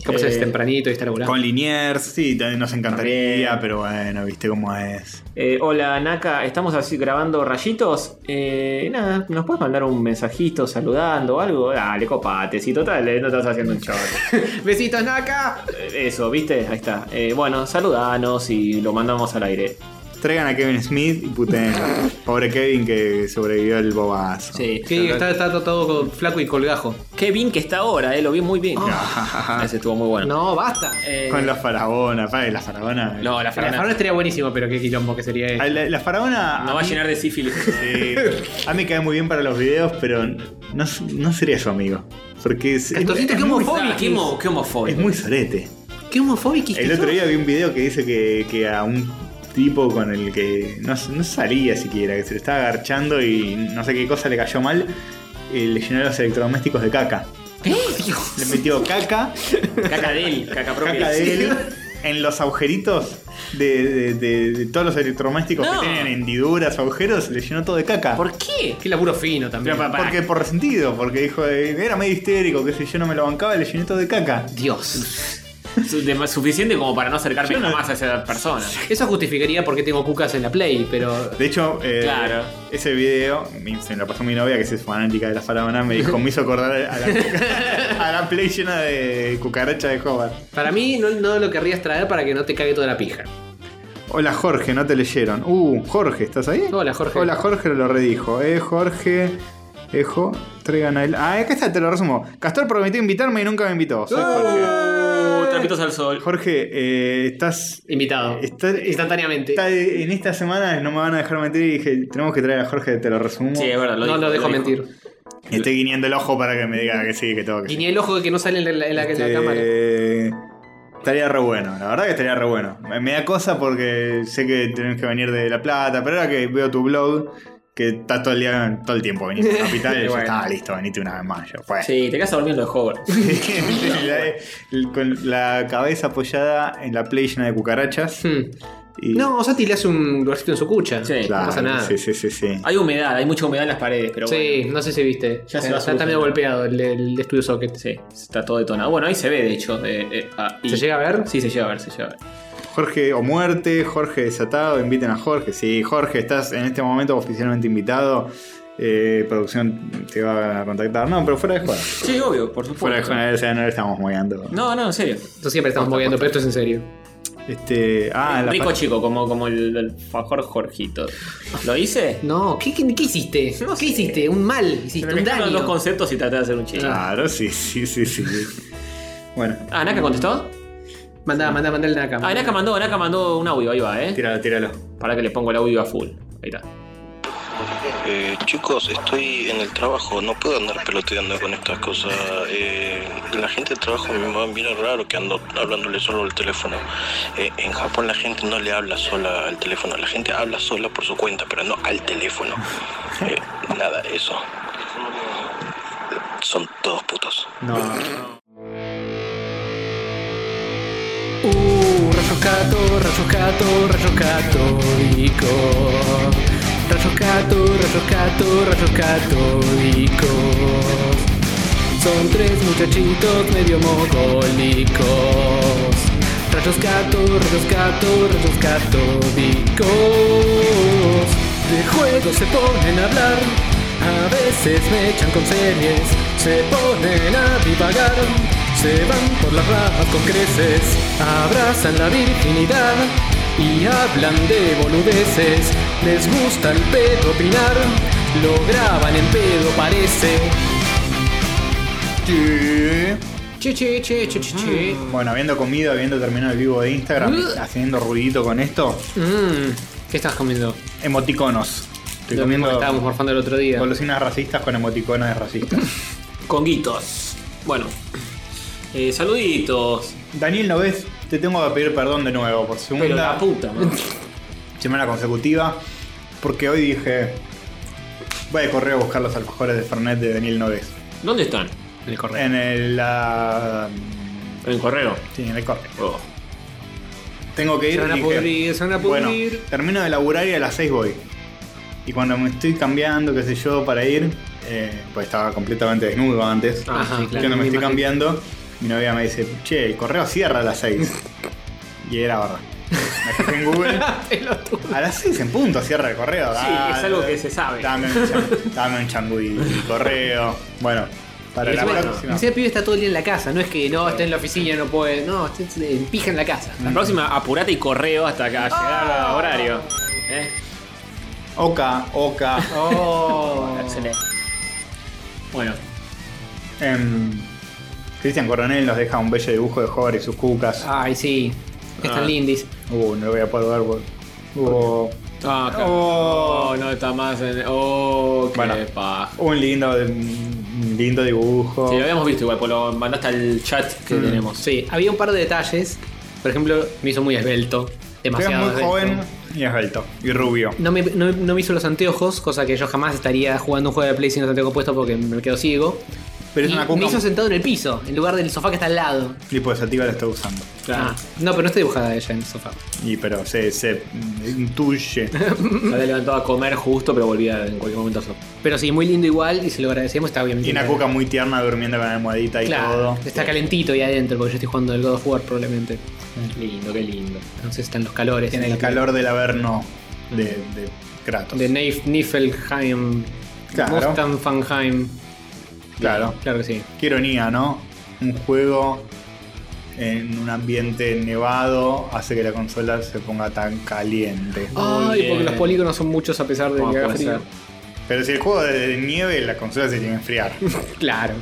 Speaker 3: Capaz
Speaker 1: Eh,
Speaker 3: es tempranito y está laburando.
Speaker 2: Con Liniers, sí, también nos encantaría,
Speaker 1: También.
Speaker 2: pero bueno, viste cómo es.
Speaker 1: Eh, hola Naka, estamos así grabando rayitos. Eh, nada, ¿nos puedes mandar un mensajito saludando o algo? Dale, copate, si total, eh, no estás haciendo un chorro.
Speaker 3: ¡Besitos, Naka!
Speaker 1: Eh, Eso, ¿viste? Ahí está. Eh, bueno, saludanos y lo mandamos al aire.
Speaker 2: Traigan a Kevin Smith y puten. Pobre Kevin que sobrevivió el bobazo.
Speaker 1: Sí.
Speaker 3: Sí, está, está todo con- flaco y colgajo.
Speaker 1: Qué bien que está ahora, eh, lo vi muy bien.
Speaker 2: Ah,
Speaker 1: Ese estuvo muy bueno.
Speaker 3: No, basta.
Speaker 1: Eh,
Speaker 2: Con la faraona, padre, la faraona.
Speaker 1: no, la
Speaker 3: Ahora
Speaker 1: Fernanda.
Speaker 3: estaría buenísimo, pero qué quilombo que sería
Speaker 2: Ah,
Speaker 3: esto.
Speaker 2: La, la faraona.
Speaker 1: Nos va a
Speaker 2: mí-
Speaker 1: llenar de sífilis.
Speaker 2: Sí. Eh, a mí me cae muy bien para los videos, pero no, no sería su amigo. Porque es, es,
Speaker 3: Castorcito, qué
Speaker 2: muy,
Speaker 3: homofóbico.
Speaker 1: Ah, qué homo- qué homofóbico.
Speaker 2: es muy sorete.
Speaker 3: ¡Qué homofóbico!
Speaker 2: El otro día vi un video que dice que, que a un tipo con el que no, no salía siquiera, que se le estaba agarchando y no sé qué cosa le cayó mal, eh, le llenó los electrodomésticos de caca.
Speaker 3: ¿Eh?
Speaker 2: Le metió caca,
Speaker 1: Caca de él, caca propia.
Speaker 2: caca de él, en los agujeritos de, de- de- de todos los electrodomésticos
Speaker 1: No.
Speaker 2: que tienen hendiduras, agujeros, le llenó todo de caca.
Speaker 1: ¿Por qué?
Speaker 3: Qué laburo fino también.
Speaker 1: Pero, papá.
Speaker 2: Este, Porque por resentido, porque dijo, eh, era medio histérico, que si yo no me lo bancaba, le llené todo de caca.
Speaker 3: Dios.
Speaker 1: Su- de- suficiente como para no acercarme jamás a esa persona.
Speaker 3: Eso justificaría por qué tengo cucas en la Play, pero...
Speaker 2: De hecho, eh,
Speaker 1: Claro.
Speaker 2: ese video mi- se me lo pasó mi novia, que es fanática de la faraona, me dijo, me hizo acordar a la, a la play llena de cucaracha de Hobart.
Speaker 3: Para mí no, no lo querrías traer para que no te cague toda la pija.
Speaker 2: Hola Jorge, no te leyeron. Uh, Jorge, ¿estás ahí?
Speaker 3: Hola, Jorge.
Speaker 2: Hola Jorge, lo redijo. Eh, Jorge. Ejo, traigan a él. Ah, acá está, te lo resumo. Castor prometió invitarme y nunca me invitó. Soy Jorge.
Speaker 1: Uh, trapitos al sol.
Speaker 2: Jorge, eh, estás
Speaker 3: Invitado.
Speaker 2: Está-
Speaker 3: Instantáneamente.
Speaker 2: Está- en esta semana no me van a dejar mentir y dije, tenemos que traer a Jorge, te lo resumo.
Speaker 1: Sí, es verdad, lo
Speaker 3: no
Speaker 1: dijo,
Speaker 3: lo dejo
Speaker 1: dijo.
Speaker 3: mentir.
Speaker 2: Pues Estoy guiñando el ojo para que me diga que sí, que tengo que sí.
Speaker 3: Guiñé el ojo que no sale en la, en la- en la
Speaker 2: Este,
Speaker 3: cámara.
Speaker 2: Estaría re bueno, la verdad que estaría re bueno. Me, me da cosa porque sé que tenés que venir de La Plata, pero ahora que veo tu blog, que estás todo el día, todo el tiempo viniendo a la capital, y ya
Speaker 1: Bueno.
Speaker 2: está, listo, venite una vez más. ya fue.
Speaker 1: Sí, te quedas durmiendo de Howard.
Speaker 2: La- con la cabeza apoyada en la play llena de cucarachas.
Speaker 3: Hmm.
Speaker 2: y-
Speaker 3: No, Sati le hace un lugarcito en su cucha.
Speaker 1: Sí.
Speaker 3: no pasa nada.
Speaker 2: Sí,
Speaker 3: Sí,
Speaker 2: sí, sí, sí.
Speaker 1: Hay humedad, hay mucha humedad en las paredes, pero bueno.
Speaker 3: no sé si viste.
Speaker 1: Ya se
Speaker 3: Eh,
Speaker 1: va
Speaker 3: está, está
Speaker 1: solucionando.
Speaker 3: medio golpeado el, el estudio Socket.
Speaker 1: Sí, está todo detonado. Bueno, ahí se ve, de hecho. eh, eh, ah, y-
Speaker 3: ¿Se llega a ver?
Speaker 1: Sí, se llega a ver, se llega a ver.
Speaker 2: Jorge o muerte, Jorge desatado, inviten a Jorge. Sí, Jorge, estás en este momento oficialmente invitado. Eh, producción te va a contactar. No, pero fuera de juego.
Speaker 1: Sí, obvio, por supuesto.
Speaker 2: Fuera de juego, o sea, no le estamos moviando.
Speaker 1: No, no, en serio.
Speaker 3: Esto siempre estamos moviendo, pero esto es en serio.
Speaker 2: Este, ah, la
Speaker 1: Rico
Speaker 2: pa-
Speaker 1: chico, como, como el, el Fajor Jorgito. ¿Lo hice?
Speaker 3: No, ¿qué, qué- qué hiciste?
Speaker 1: No
Speaker 3: ¿Qué
Speaker 1: sé.
Speaker 3: hiciste? Un mal, hiciste un
Speaker 1: Mezclaron
Speaker 3: daño. Ah.
Speaker 1: dos conceptos y traté de hacer un chiste.
Speaker 2: Claro, sí, sí, sí, sí. bueno,
Speaker 1: Ah, ¿Naka contestó?
Speaker 3: Mandá, mandá, mandá el Naka.
Speaker 1: Ah, Naka mandó, Naka mandó un audio, ahí va, eh.
Speaker 2: tíralo, tíralo.
Speaker 1: Para que le pongo el audio a full. Ahí está.
Speaker 7: Eh, chicos, estoy en el trabajo, no puedo andar peloteando con estas cosas. Eh, la gente del trabajo me va a mirar raro que ando hablándole solo al teléfono. Eh, en Japón la gente no le habla sola al teléfono, la gente habla sola por su cuenta, pero no al teléfono. Eh, nada, eso. Son todos putos.
Speaker 2: No.
Speaker 3: Uh, rayos gato, rayos gato, rayos católico. Rayos gato, rayos gato, rayos católicos. Son tres muchachitos medio mogólicos. Rayos gato, rayos gato, rayos católicos. De juego se ponen a hablar. A veces me echan con series, se ponen a divagar, se van por las ramas con creces, abrazan la virginidad y hablan de boludeces, les gusta el pedo opinar, lo graban en pedo parece.
Speaker 2: Sí.
Speaker 3: Che, che, che, che, che, che.
Speaker 2: Bueno, habiendo comido, habiendo terminado el vivo de Instagram,
Speaker 3: Uh.
Speaker 2: haciendo ruidito con esto,
Speaker 3: Mm.
Speaker 1: ¿Qué estás comiendo?
Speaker 2: Emoticonos. Estoy
Speaker 1: Lo mismo que
Speaker 2: comiendo
Speaker 1: estábamos morfando el otro día.
Speaker 2: golosinas racistas con emoticonos de racistas.
Speaker 1: Conguitos. Bueno. Eh, saluditos.
Speaker 2: Daniel Noves, te tengo que pedir perdón de nuevo por
Speaker 1: Pero
Speaker 2: segunda
Speaker 1: la puta, ¿no?
Speaker 2: semana consecutiva. Porque hoy dije. Voy a correr a buscar los alfajores de Fernet de Daniel Noves.
Speaker 1: ¿Dónde están? En el correo.
Speaker 2: En el. la-
Speaker 1: En el correo.
Speaker 2: sí, en el corte.
Speaker 1: Oh.
Speaker 2: Tengo que ir.
Speaker 1: Se van a
Speaker 2: dije,
Speaker 1: pudrir, se van a
Speaker 2: Bueno,
Speaker 1: pudrir.
Speaker 2: termino de laburar y a las 6 voy. Y cuando me estoy cambiando, qué sé yo, para ir, eh, pues estaba completamente desnudo antes.
Speaker 1: Ah, sí, claro,
Speaker 2: cuando
Speaker 1: me
Speaker 2: me estoy
Speaker 1: imagino.
Speaker 2: cambiando, mi novia me dice, che, el correo cierra a las 6. y era verdad. Me fijé en Google. a las 6 en punto cierra el correo.
Speaker 1: Sí,
Speaker 2: Ah,
Speaker 1: es algo que se sabe.
Speaker 2: Dame un, chan- dame un changui correo. Bueno, para
Speaker 1: Y
Speaker 2: la
Speaker 1: encima-
Speaker 2: próxima.
Speaker 3: Ese pibe está todo el día en la casa, no es que no, está en la oficina, no puede. No, está en pija en la casa.
Speaker 1: La próxima, apurate y correo hasta acá, llegar al horario. ¿Eh?
Speaker 2: Oca, oca.
Speaker 3: Oh,
Speaker 1: Excelente. Bueno,
Speaker 2: Em, Cristian Coronel nos deja un bello dibujo de Hover y sus cucas.
Speaker 3: Ay, sí. Están
Speaker 1: Ah.
Speaker 3: lindis.
Speaker 2: Uh, no lo voy a poder ver. porque- Uh,
Speaker 1: Ah, claro.
Speaker 2: Oh.
Speaker 1: Oh, no está más en. Oh, qué
Speaker 2: Bueno.
Speaker 1: paja.
Speaker 2: un lindo, un lindo dibujo.
Speaker 1: Sí, lo habíamos visto igual, pues lo mandaste al chat que
Speaker 2: Mm.
Speaker 1: tenemos.
Speaker 3: Sí, había un par de detalles. Por ejemplo, me hizo muy esbelto.
Speaker 2: Pero es
Speaker 3: Demasiado.
Speaker 2: muy
Speaker 3: esbelto.
Speaker 2: joven y esbelto. Y rubio.
Speaker 3: No me, no- no me hizo los anteojos, cosa que yo jamás estaría jugando un juego de Play sin los anteojos puestos porque me quedo ciego.
Speaker 2: Pero es
Speaker 3: Y
Speaker 2: una cuca.
Speaker 3: Me hizo sentado en el piso, en lugar del sofá que está al lado.
Speaker 2: Tipo de sativa la está usando.
Speaker 1: Claro.
Speaker 3: Ah, no, pero no está dibujada ella en el sofá.
Speaker 2: Y pero se, se intuye.
Speaker 1: Se había levantado a comer justo, pero volvía en cualquier momento. a so-
Speaker 3: Pero sí, muy lindo igual y se lo agradecemos, está bien.
Speaker 2: y una cuca muy tierna durmiendo con la almohadita y
Speaker 3: Claro,
Speaker 2: todo.
Speaker 3: está calentito ahí adentro porque yo estoy jugando el God of War probablemente.
Speaker 1: Lindo, qué lindo.
Speaker 3: Entonces están los calores.
Speaker 2: En
Speaker 3: la
Speaker 2: el
Speaker 3: piel.
Speaker 2: calor del averno de, de Kratos.
Speaker 3: De Neif, Niflheim,
Speaker 2: Claro.
Speaker 3: Mostanfanheim.
Speaker 2: claro.
Speaker 3: Claro que sí.
Speaker 2: Qué ironía, ¿no? Un juego en un ambiente nevado hace que la consola se ponga tan caliente.
Speaker 3: Ay,
Speaker 1: bien.
Speaker 3: porque los polígonos son muchos a pesar de
Speaker 1: ¿Cómo
Speaker 3: que haga
Speaker 1: puede
Speaker 3: frío.
Speaker 2: Pero si el juego es de nieve, la consola se tiene que enfriar.
Speaker 3: Claro.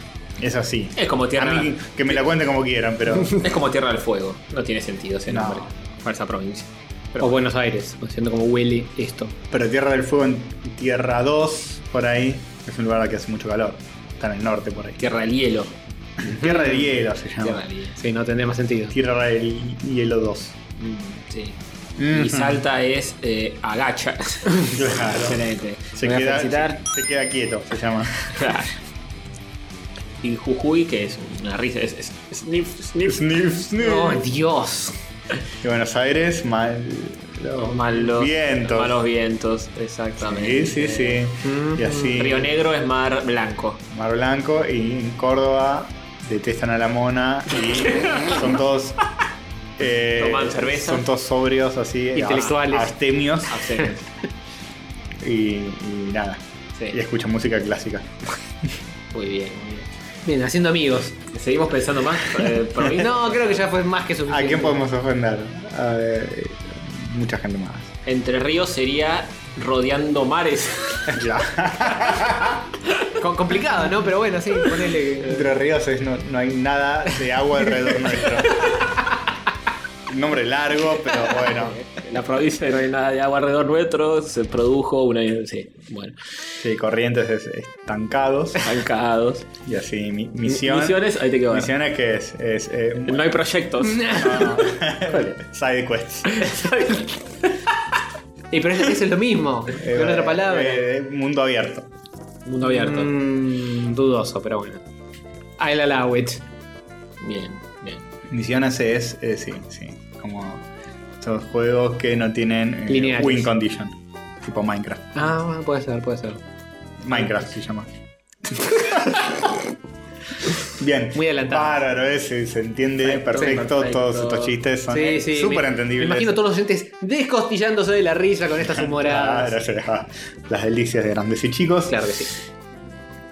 Speaker 2: Es así.
Speaker 1: Es como
Speaker 2: A
Speaker 1: tierra.
Speaker 2: mí que me la cuenten como quieran, pero.
Speaker 1: Es como tierra del fuego. No tiene sentido ese
Speaker 2: No.
Speaker 1: nombre para esa provincia.
Speaker 3: o Buenos Aires, siendo como huele esto.
Speaker 2: Pero Tierra del Fuego en Tierra 2, por ahí, es un lugar al que hace mucho calor. Está en el norte por ahí.
Speaker 1: Tierra del hielo.
Speaker 2: Tierra del Hielo se llama.
Speaker 1: Tierra del hielo.
Speaker 3: Sí, no tendría más sentido.
Speaker 2: Tierra del Hielo 2.
Speaker 1: Mm, sí.
Speaker 2: Ujú.
Speaker 1: Y Salta es eh, agacha.
Speaker 2: Claro.
Speaker 1: Excelente.
Speaker 2: Se
Speaker 1: Me voy a
Speaker 2: queda,
Speaker 1: felicitar.
Speaker 2: se, se queda quieto, se llama.
Speaker 1: Claro. Y Jujuy, que es una risa, es, es- es- sniff, sniff.
Speaker 2: Sniff, sniff.
Speaker 3: ¡Oh, Dios!
Speaker 2: Y Buenos Aires, mal.
Speaker 1: Los malos
Speaker 2: vientos.
Speaker 1: Malos vientos, exactamente. Eh,
Speaker 2: Sí, sí, sí. Y así.
Speaker 1: Río Negro es mar blanco.
Speaker 2: Mar Blanco y en Córdoba detestan a la mona y son todos. eh,
Speaker 1: Toman cerveza.
Speaker 2: Son todos sobrios, así.
Speaker 3: Intelectuales.
Speaker 2: a- Abstemios.
Speaker 1: Abstemio.
Speaker 2: Y, y nada.
Speaker 1: Sí.
Speaker 2: Y escuchan música clásica.
Speaker 1: Muy bien, muy bien.
Speaker 3: Bien, haciendo amigos.
Speaker 1: ¿Seguimos pensando más? Eh, por mí?
Speaker 3: No, creo que ya fue más que
Speaker 2: ¿A
Speaker 3: suficiente.
Speaker 2: quién podemos ofender? A ver, mucha gente más.
Speaker 1: Entre ríos sería rodeando mares.
Speaker 2: Ya.
Speaker 3: Com- complicado, ¿no? Pero bueno, sí, ponele.
Speaker 2: Entre ríos es no, no hay nada de agua alrededor nuestro. Un Nombre largo, pero bueno.
Speaker 1: En la provincia no hay nada de agua alrededor nuestro. Se produjo una. Sí, bueno.
Speaker 2: Sí, corrientes es- estancados.
Speaker 1: Bancados.
Speaker 2: Y así, mi- misión.
Speaker 1: Misiones, ahí te quedo.
Speaker 2: Misiones que es, es eh,
Speaker 1: No hay proyectos.
Speaker 2: side quest.
Speaker 3: Y pero eso es lo mismo,
Speaker 2: Eh,
Speaker 3: con otra palabra.
Speaker 2: eh, mundo abierto.
Speaker 1: Mundo abierto.
Speaker 3: Mm, dudoso, pero bueno. I'll allow it.
Speaker 1: Bien, bien.
Speaker 2: Misiones es, eh, sí, sí, como esos juegos que no tienen eh,
Speaker 3: Lineales.
Speaker 2: win condition, tipo Minecraft.
Speaker 3: Ah, puede ser, puede ser.
Speaker 2: Minecraft se llama. Bien.
Speaker 3: Muy adelantado.
Speaker 2: Bárbaro ese, se entiende perfecto,
Speaker 1: perfecto.
Speaker 2: Todos estos chistes son eh,
Speaker 3: Sí, sí.
Speaker 2: súper
Speaker 3: me-
Speaker 2: entendibles.
Speaker 3: Me imagino todos los oyentes descostillándose de la risa con estas
Speaker 2: Claro,
Speaker 3: humoradas.
Speaker 2: será las delicias de grandes y chicos.
Speaker 3: Claro que sí.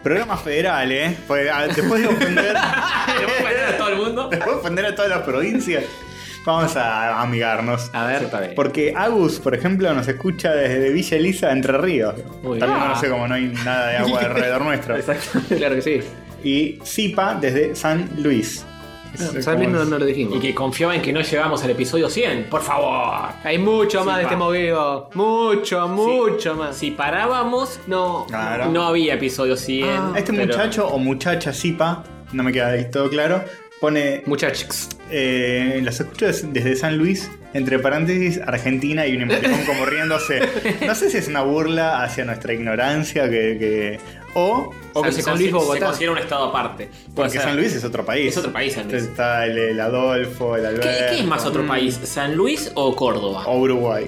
Speaker 2: Programa federal, ¿eh? Fue- ah, después de ofender,
Speaker 1: a todo el mundo?
Speaker 2: después de ofender a todas las provincias, vamos a amigarnos.
Speaker 3: A ver,
Speaker 2: Porque Agus, por ejemplo, nos escucha desde Villa Elisa, Entre Ríos.
Speaker 1: Muy
Speaker 2: También
Speaker 1: bien.
Speaker 2: no sé cómo no hay nada de agua alrededor nuestro.
Speaker 3: claro que sí.
Speaker 2: Y Zipa desde San Luis.
Speaker 3: También no, no lo dijimos.
Speaker 1: Y que confiaba en que no llegamos al episodio 100. Por favor.
Speaker 3: Hay mucho más de
Speaker 1: pa.
Speaker 3: este movido. Mucho, mucho más.
Speaker 1: Si parábamos,
Speaker 3: No.
Speaker 2: Claro.
Speaker 1: no había episodio 100.
Speaker 3: Ah.
Speaker 2: Este
Speaker 1: pero-
Speaker 2: muchacho o muchacha zipa, no me queda del todo claro, pone
Speaker 3: Muchachos.
Speaker 2: eh, las escucho des- desde San Luis, entre paréntesis, Argentina y un emoticón como riéndose. No sé si es una burla hacia nuestra ignorancia que, que- o
Speaker 3: O que
Speaker 1: San-
Speaker 3: se San Luis
Speaker 1: se- se
Speaker 3: Bogotá.
Speaker 1: considera un estado aparte. Puede
Speaker 2: porque
Speaker 1: ser.
Speaker 2: San Luis es otro país.
Speaker 1: Es otro país, San Luis.
Speaker 2: Entonces Está el, el Adolfo, el
Speaker 1: ¿Qué,
Speaker 2: Alberto.
Speaker 1: qué es más otro país? ¿San Luis o Córdoba?
Speaker 2: Mm. O Uruguay.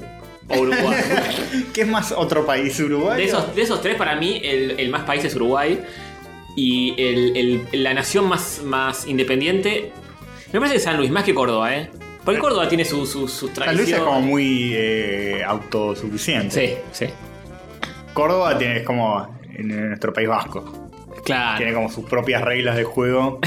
Speaker 1: O Uruguay.
Speaker 2: ¿Qué es más otro país? Uruguay.
Speaker 1: de,
Speaker 2: o-
Speaker 1: esos, de esos tres, para mí, el, el más país es Uruguay. Y el- el- la nación más, más independiente. Me parece que San Luis, más que Córdoba, ¿eh? Porque Córdoba tiene sus su, sus
Speaker 2: San Luis es como
Speaker 1: tradiciones.
Speaker 2: muy eh, autosuficiente.
Speaker 1: Sí, sí.
Speaker 2: Córdoba tiene, es como en nuestro país vasco.
Speaker 1: Claro.
Speaker 2: Tiene como sus propias reglas de juego.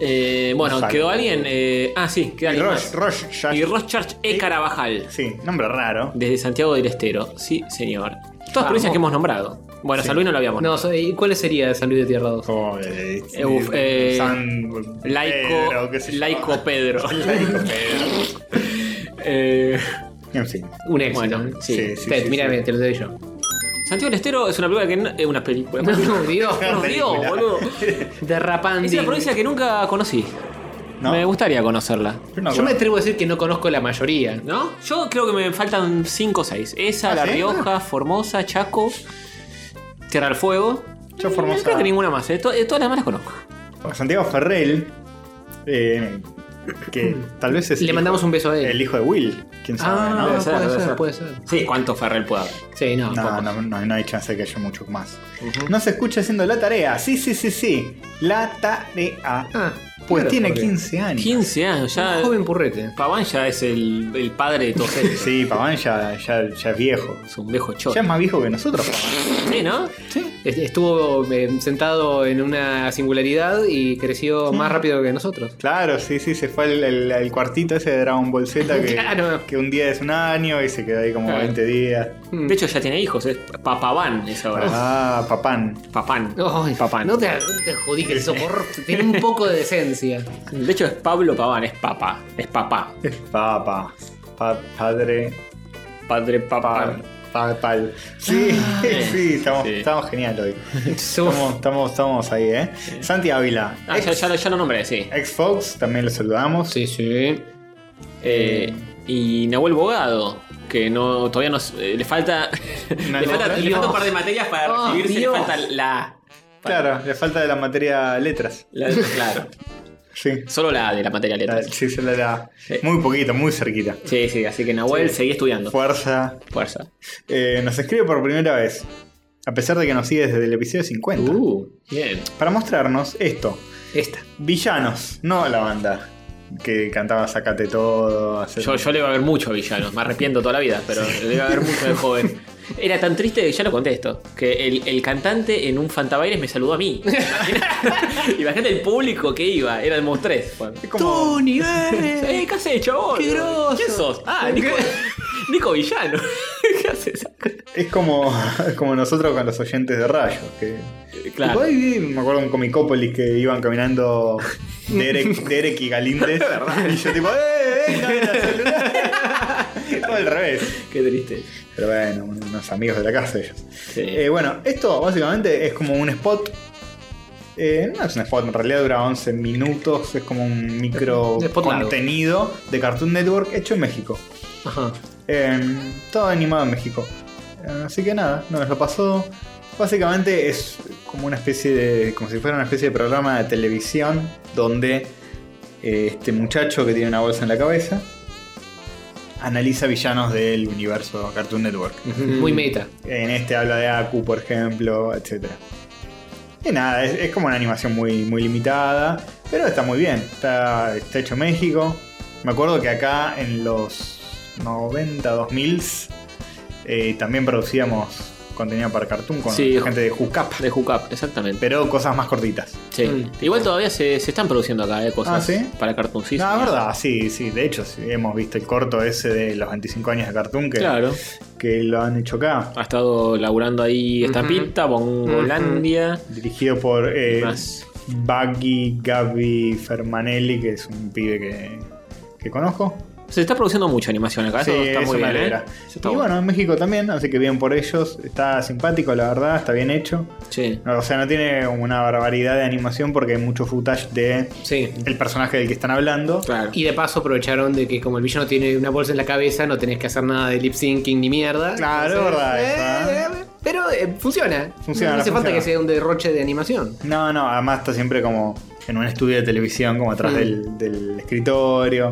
Speaker 1: Eh, bueno,
Speaker 2: Ojalá.
Speaker 1: quedó alguien. eh, ah, sí, queda
Speaker 2: Y
Speaker 1: alguien.
Speaker 2: Roche,
Speaker 1: más.
Speaker 2: Roche, ya-
Speaker 1: y Rochard E. Carabajal,
Speaker 2: Sí, nombre raro.
Speaker 1: desde Santiago del Estero. Sí, señor. Todas provincias que hemos nombrado. Bueno, San Luis no lo habíamos
Speaker 3: No, so- ¿y cuál sería San Luis de Tierra 2?
Speaker 2: Como, eh,
Speaker 1: Eh, uf, eh,
Speaker 2: San
Speaker 1: Laico,
Speaker 2: Pedro, qué sé yo.
Speaker 1: Laico Pedro.
Speaker 2: Laico Pedro.
Speaker 1: Eh,
Speaker 2: En fin.
Speaker 3: Un éxito.
Speaker 1: Bueno, sí,
Speaker 2: sí, sí,
Speaker 3: Ted,
Speaker 2: sí,
Speaker 3: mírame,
Speaker 2: sí.
Speaker 3: te lo doy yo.
Speaker 1: Santiago del Estero es una película que no, es una película.
Speaker 3: No, Dios.
Speaker 1: Por Dios,
Speaker 2: película.
Speaker 1: boludo.
Speaker 3: Derrapando.
Speaker 1: Es una provincia que nunca conocí.
Speaker 2: ¿No?
Speaker 1: Me gustaría conocerla.
Speaker 2: Yo no
Speaker 3: Yo me
Speaker 2: conozco.
Speaker 3: atrevo a decir que no conozco la mayoría.
Speaker 1: ¿No? Yo creo que me faltan 5 o 6. Esa,
Speaker 2: Ah,
Speaker 1: La
Speaker 2: ¿sí?
Speaker 1: Rioja, Formosa, Chaco, Tierra del Fuego.
Speaker 2: Yo
Speaker 1: No
Speaker 2: Formosa.
Speaker 1: creo que ninguna más. eh. To- eh, todas las demás las conozco.
Speaker 2: Santiago Ferrell. eh, que tal vez es.
Speaker 3: Le
Speaker 2: hijo-
Speaker 3: mandamos un beso a él.
Speaker 2: El hijo de Will. Quién sabe,
Speaker 3: Ah,
Speaker 2: ¿no?
Speaker 3: puede,
Speaker 1: ser,
Speaker 3: ser,
Speaker 1: debe ser.
Speaker 3: puede ser.
Speaker 1: Sí, ¿cuánto Ferrell puede haber?
Speaker 3: Sí, no,
Speaker 2: No,
Speaker 3: poco.
Speaker 2: no, no, no hay chance de que haya mucho más. No se escucha haciendo la tarea. Sí, sí, sí, sí. La tarea.
Speaker 3: Ah,
Speaker 2: pues
Speaker 3: claro,
Speaker 2: tiene
Speaker 3: porque-
Speaker 2: 15 años.
Speaker 1: 15 años, ya.
Speaker 3: Joven purrete.
Speaker 1: Paván ya es el, el padre de todos ellos.
Speaker 2: Sí, Paván ya, ya, ya es viejo.
Speaker 1: Es un viejo
Speaker 2: Ya
Speaker 1: choto.
Speaker 2: es más viejo que nosotros, Paván.
Speaker 1: Sí, ¿no?
Speaker 3: Est- Estuvo eh, sentado en una singularidad y creció más rápido que nosotros.
Speaker 2: Claro, sí, sí, se fue al, al- al cuartito ese de Dragon Ball Z que,
Speaker 3: Claro.
Speaker 2: que un día es un año y se quedó ahí como
Speaker 3: Claro.
Speaker 2: 20 días.
Speaker 1: De hecho, ya tiene hijos. Es Papaván es ahora.
Speaker 2: Ah, papán.
Speaker 1: Papán.
Speaker 3: Ay,
Speaker 1: Papán.
Speaker 3: No te, no te adjudiques eso, por... Tiene un poco de decencia.
Speaker 1: De hecho, es Pablo Paván, es papá. Es papá.
Speaker 2: Papa. Pa- padre.
Speaker 1: Padre papá.
Speaker 2: Pal. Pal. pal. Sí,
Speaker 3: Ah,
Speaker 2: sí, estamos,
Speaker 1: Sí.
Speaker 2: estamos genial hoy.
Speaker 3: Somos-
Speaker 2: Estamos, estamos, estamos ahí, ¿eh? Santi Ávila.
Speaker 1: Ah, ya, ya lo- ya lo nombré, sí.
Speaker 2: Ex Fox, también lo saludamos.
Speaker 3: Sí, sí.
Speaker 1: Eh, y Nahuel Bogado, que no todavía nos. eh, le falta.
Speaker 2: Una
Speaker 1: le, falta
Speaker 2: letra.
Speaker 1: le falta un par de materias para
Speaker 3: Oh,
Speaker 1: recibirse. Le
Speaker 3: Dios.
Speaker 1: falta la.
Speaker 2: Claro, le falta de la materia letras.
Speaker 1: la- claro.
Speaker 2: Sí.
Speaker 1: Solo la de la materia
Speaker 2: La-
Speaker 1: letras.
Speaker 2: sí, se la da.
Speaker 1: Sí.
Speaker 2: Muy poquito, muy cerquita.
Speaker 1: Sí, sí, así que Nahuel seguí estudiando.
Speaker 2: Fuerza.
Speaker 1: Fuerza.
Speaker 2: Eh, nos escribe por primera vez. A pesar de que nos sigue desde el episodio 50.
Speaker 1: Uh, bien.
Speaker 2: Para mostrarnos esto.
Speaker 3: Esta.
Speaker 2: Villanos, no la banda. Que cantaba Sacate todo. hacer-
Speaker 1: Yo, yo le iba a ver mucho a villanos, me arrepiento toda la vida, pero le iba a ver mucho de joven. Era tan triste que ya lo contesto. Que el, el cantante en un Fantabaires me saludó a mí. Imagínate- Imagínate el público que iba, era el Monstrés.
Speaker 2: Es como-
Speaker 1: Eh, ¿Qué haces, chabón?
Speaker 3: Qué groso.
Speaker 1: ¿Quién sos? Ah, Nico, Nico Villano. ¿Qué haces?
Speaker 2: Es como, como nosotros con los oyentes de rayos. Que,
Speaker 3: Eh,
Speaker 2: Tipo, ahí vi- me acuerdo en Comicópolis que iban caminando Derek, Derek y Galíndez. y yo tipo, ¡eh! ¡Venga, venga, saludá". Todo al revés.
Speaker 1: Qué triste.
Speaker 2: Pero bueno, unos amigos de la casa ellos.
Speaker 1: Sí.
Speaker 2: Eh, bueno, esto básicamente es como un spot. Eh, no es un spot, en realidad dura 11 minutos. Es como un micro
Speaker 3: Un spot largo.
Speaker 2: contenido de Cartoon Network hecho en México.
Speaker 3: Ajá.
Speaker 2: Eh, todo animado en México. Eh, Así que nada, nos lo pasó. Básicamente es como una especie de. como si fuera una especie de programa de televisión donde eh, este muchacho que tiene una bolsa en la cabeza analiza villanos del universo Cartoon Network.
Speaker 3: Muy meta.
Speaker 2: En este habla de Aku, por ejemplo, etc. Y nada, es, es como una animación muy, muy limitada, pero está muy bien. Está, está hecho en México. Me acuerdo que acá en los 90, 2000 eh, también producíamos contenido para Cartoon con
Speaker 1: Sí.
Speaker 2: gente de Jucap,
Speaker 1: De Hookup, exactamente.
Speaker 2: pero cosas más cortitas.
Speaker 1: Sí.
Speaker 3: Mm.
Speaker 1: Igual todavía se, se están produciendo acá eh, cosas
Speaker 2: Ah, ¿sí?
Speaker 1: para Cartoon Sí,
Speaker 2: no, es
Speaker 1: señor.
Speaker 2: verdad, sí, sí. De hecho, sí, hemos visto el corto ese de los 25 años de Cartoon que,
Speaker 1: Claro.
Speaker 2: que lo han hecho acá.
Speaker 1: Ha estado laburando ahí
Speaker 3: Ujú.
Speaker 1: Estampita, Bongolandia.
Speaker 2: Dirigido por eh,
Speaker 1: Más.
Speaker 2: Baggy Gaby Fermanelli, que es un pibe que, que conozco.
Speaker 1: Se está produciendo mucha animación acá,
Speaker 2: Sí,
Speaker 1: eso está
Speaker 2: eso
Speaker 1: muy
Speaker 2: me
Speaker 1: bien.
Speaker 2: alegra.
Speaker 1: ¿eh? Eso está
Speaker 2: y bueno, en México también, así que bien por ellos. Está simpático, la verdad, está bien hecho.
Speaker 1: Sí.
Speaker 2: No, O sea, no tiene una barbaridad de animación porque hay mucho footage de
Speaker 3: Sí.
Speaker 2: el personaje del que están hablando.
Speaker 1: Claro.
Speaker 3: Y de paso aprovecharon de que como el villano tiene una bolsa en la cabeza, no tenés que hacer nada de lip syncing ni mierda.
Speaker 2: Claro, es verdad eso,
Speaker 3: eh, pero eh, funciona.
Speaker 2: Funciona,
Speaker 3: No hace falta
Speaker 2: funciona.
Speaker 3: que sea un derroche de animación.
Speaker 2: No, no, además está siempre como en un estudio de televisión, como atrás
Speaker 3: Mm.
Speaker 2: del, del escritorio.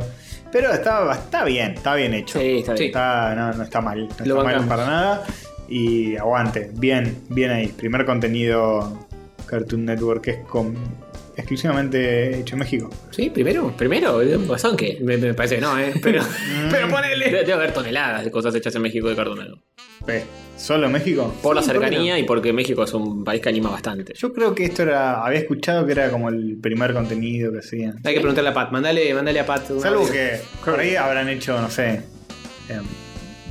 Speaker 2: Pero está, está bien, está bien hecho.
Speaker 1: Sí, está bien.
Speaker 2: Está- no, no está mal, no
Speaker 3: Lo
Speaker 2: está mal
Speaker 3: bancamos.
Speaker 2: para nada. Y aguante, bien, bien ahí. Primer contenido Cartoon Network que es con, exclusivamente hecho en México.
Speaker 3: ¿Sí? ¿Primero?
Speaker 1: Primero, ¿pasó en qué?
Speaker 3: Me, me parece que no, ¿eh? Pero, pero ponele.
Speaker 1: Debe debe haber toneladas de cosas hechas en México de cartón.
Speaker 2: Eh, ¿Solo en México?
Speaker 1: Por la
Speaker 2: Sí, qué no?
Speaker 1: cercanía y porque México es un país que anima bastante.
Speaker 2: Yo creo que esto era. Había escuchado que era como el primer contenido que hacían.
Speaker 3: Hay que preguntarle a Pat. Mandale, mandale a Pat. un
Speaker 2: Salvo
Speaker 3: audio.
Speaker 2: que por ahí habrán hecho, no sé. em,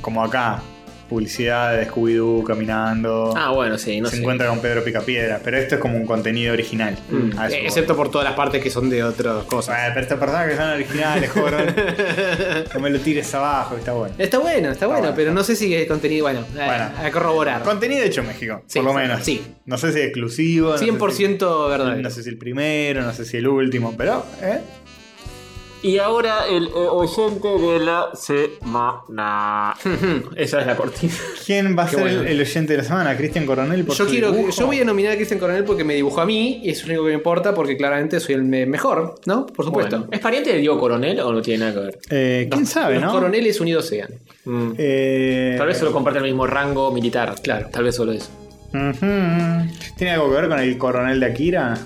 Speaker 2: como acá. Publicidad de Scooby-Doo caminando.
Speaker 1: Ah, bueno, sí, no
Speaker 2: se
Speaker 1: sé.
Speaker 2: encuentra con Pedro Picapiedra. Pero esto es como un contenido original.
Speaker 1: Mm.
Speaker 2: A eso
Speaker 3: Eh,
Speaker 2: voy.
Speaker 3: Excepto por todas las partes que son de otras
Speaker 2: Ah,
Speaker 3: cosas.
Speaker 2: pero estas personas que son originales, joder. no me lo tires abajo, está bueno.
Speaker 3: Está bueno, está bueno,
Speaker 2: bueno,
Speaker 3: pero no sé si es contenido. Bueno, eh, a,
Speaker 2: Bueno.
Speaker 3: a corroborar.
Speaker 2: Contenido hecho en México,
Speaker 3: Sí,
Speaker 2: por lo
Speaker 3: sí,
Speaker 2: menos.
Speaker 3: sí.
Speaker 2: No sé si exclusivo. no sé si-
Speaker 3: 100% verdad.
Speaker 2: No sé si el primero, no sé si el último, pero. ¿eh?
Speaker 1: Y ahora el eh, oyente de la semana. Esa es la cortina.
Speaker 2: ¿Quién va a
Speaker 1: Qué
Speaker 2: ser
Speaker 1: bueno.
Speaker 2: el, el oyente de la semana? ¿Cristian Coronel? por
Speaker 3: Yo
Speaker 2: su
Speaker 3: quiero,
Speaker 2: dibujo?
Speaker 3: yo voy a nominar a Cristian Coronel porque me dibujó a mí y es lo único que me importa porque claramente soy el me- mejor, ¿no? Por supuesto.
Speaker 1: Bueno, ¿Es pariente de Diego Coronel o no tiene nada que ver?
Speaker 2: Eh, ¿Quién sabe,
Speaker 3: Los
Speaker 2: no?
Speaker 3: coroneles unidos sean.
Speaker 1: Mm.
Speaker 2: Eh,
Speaker 1: Tal vez solo comparte el mismo rango militar. Claro. Tal vez solo eso.
Speaker 2: ujú. ¿Tiene algo que ver con el coronel de Akira?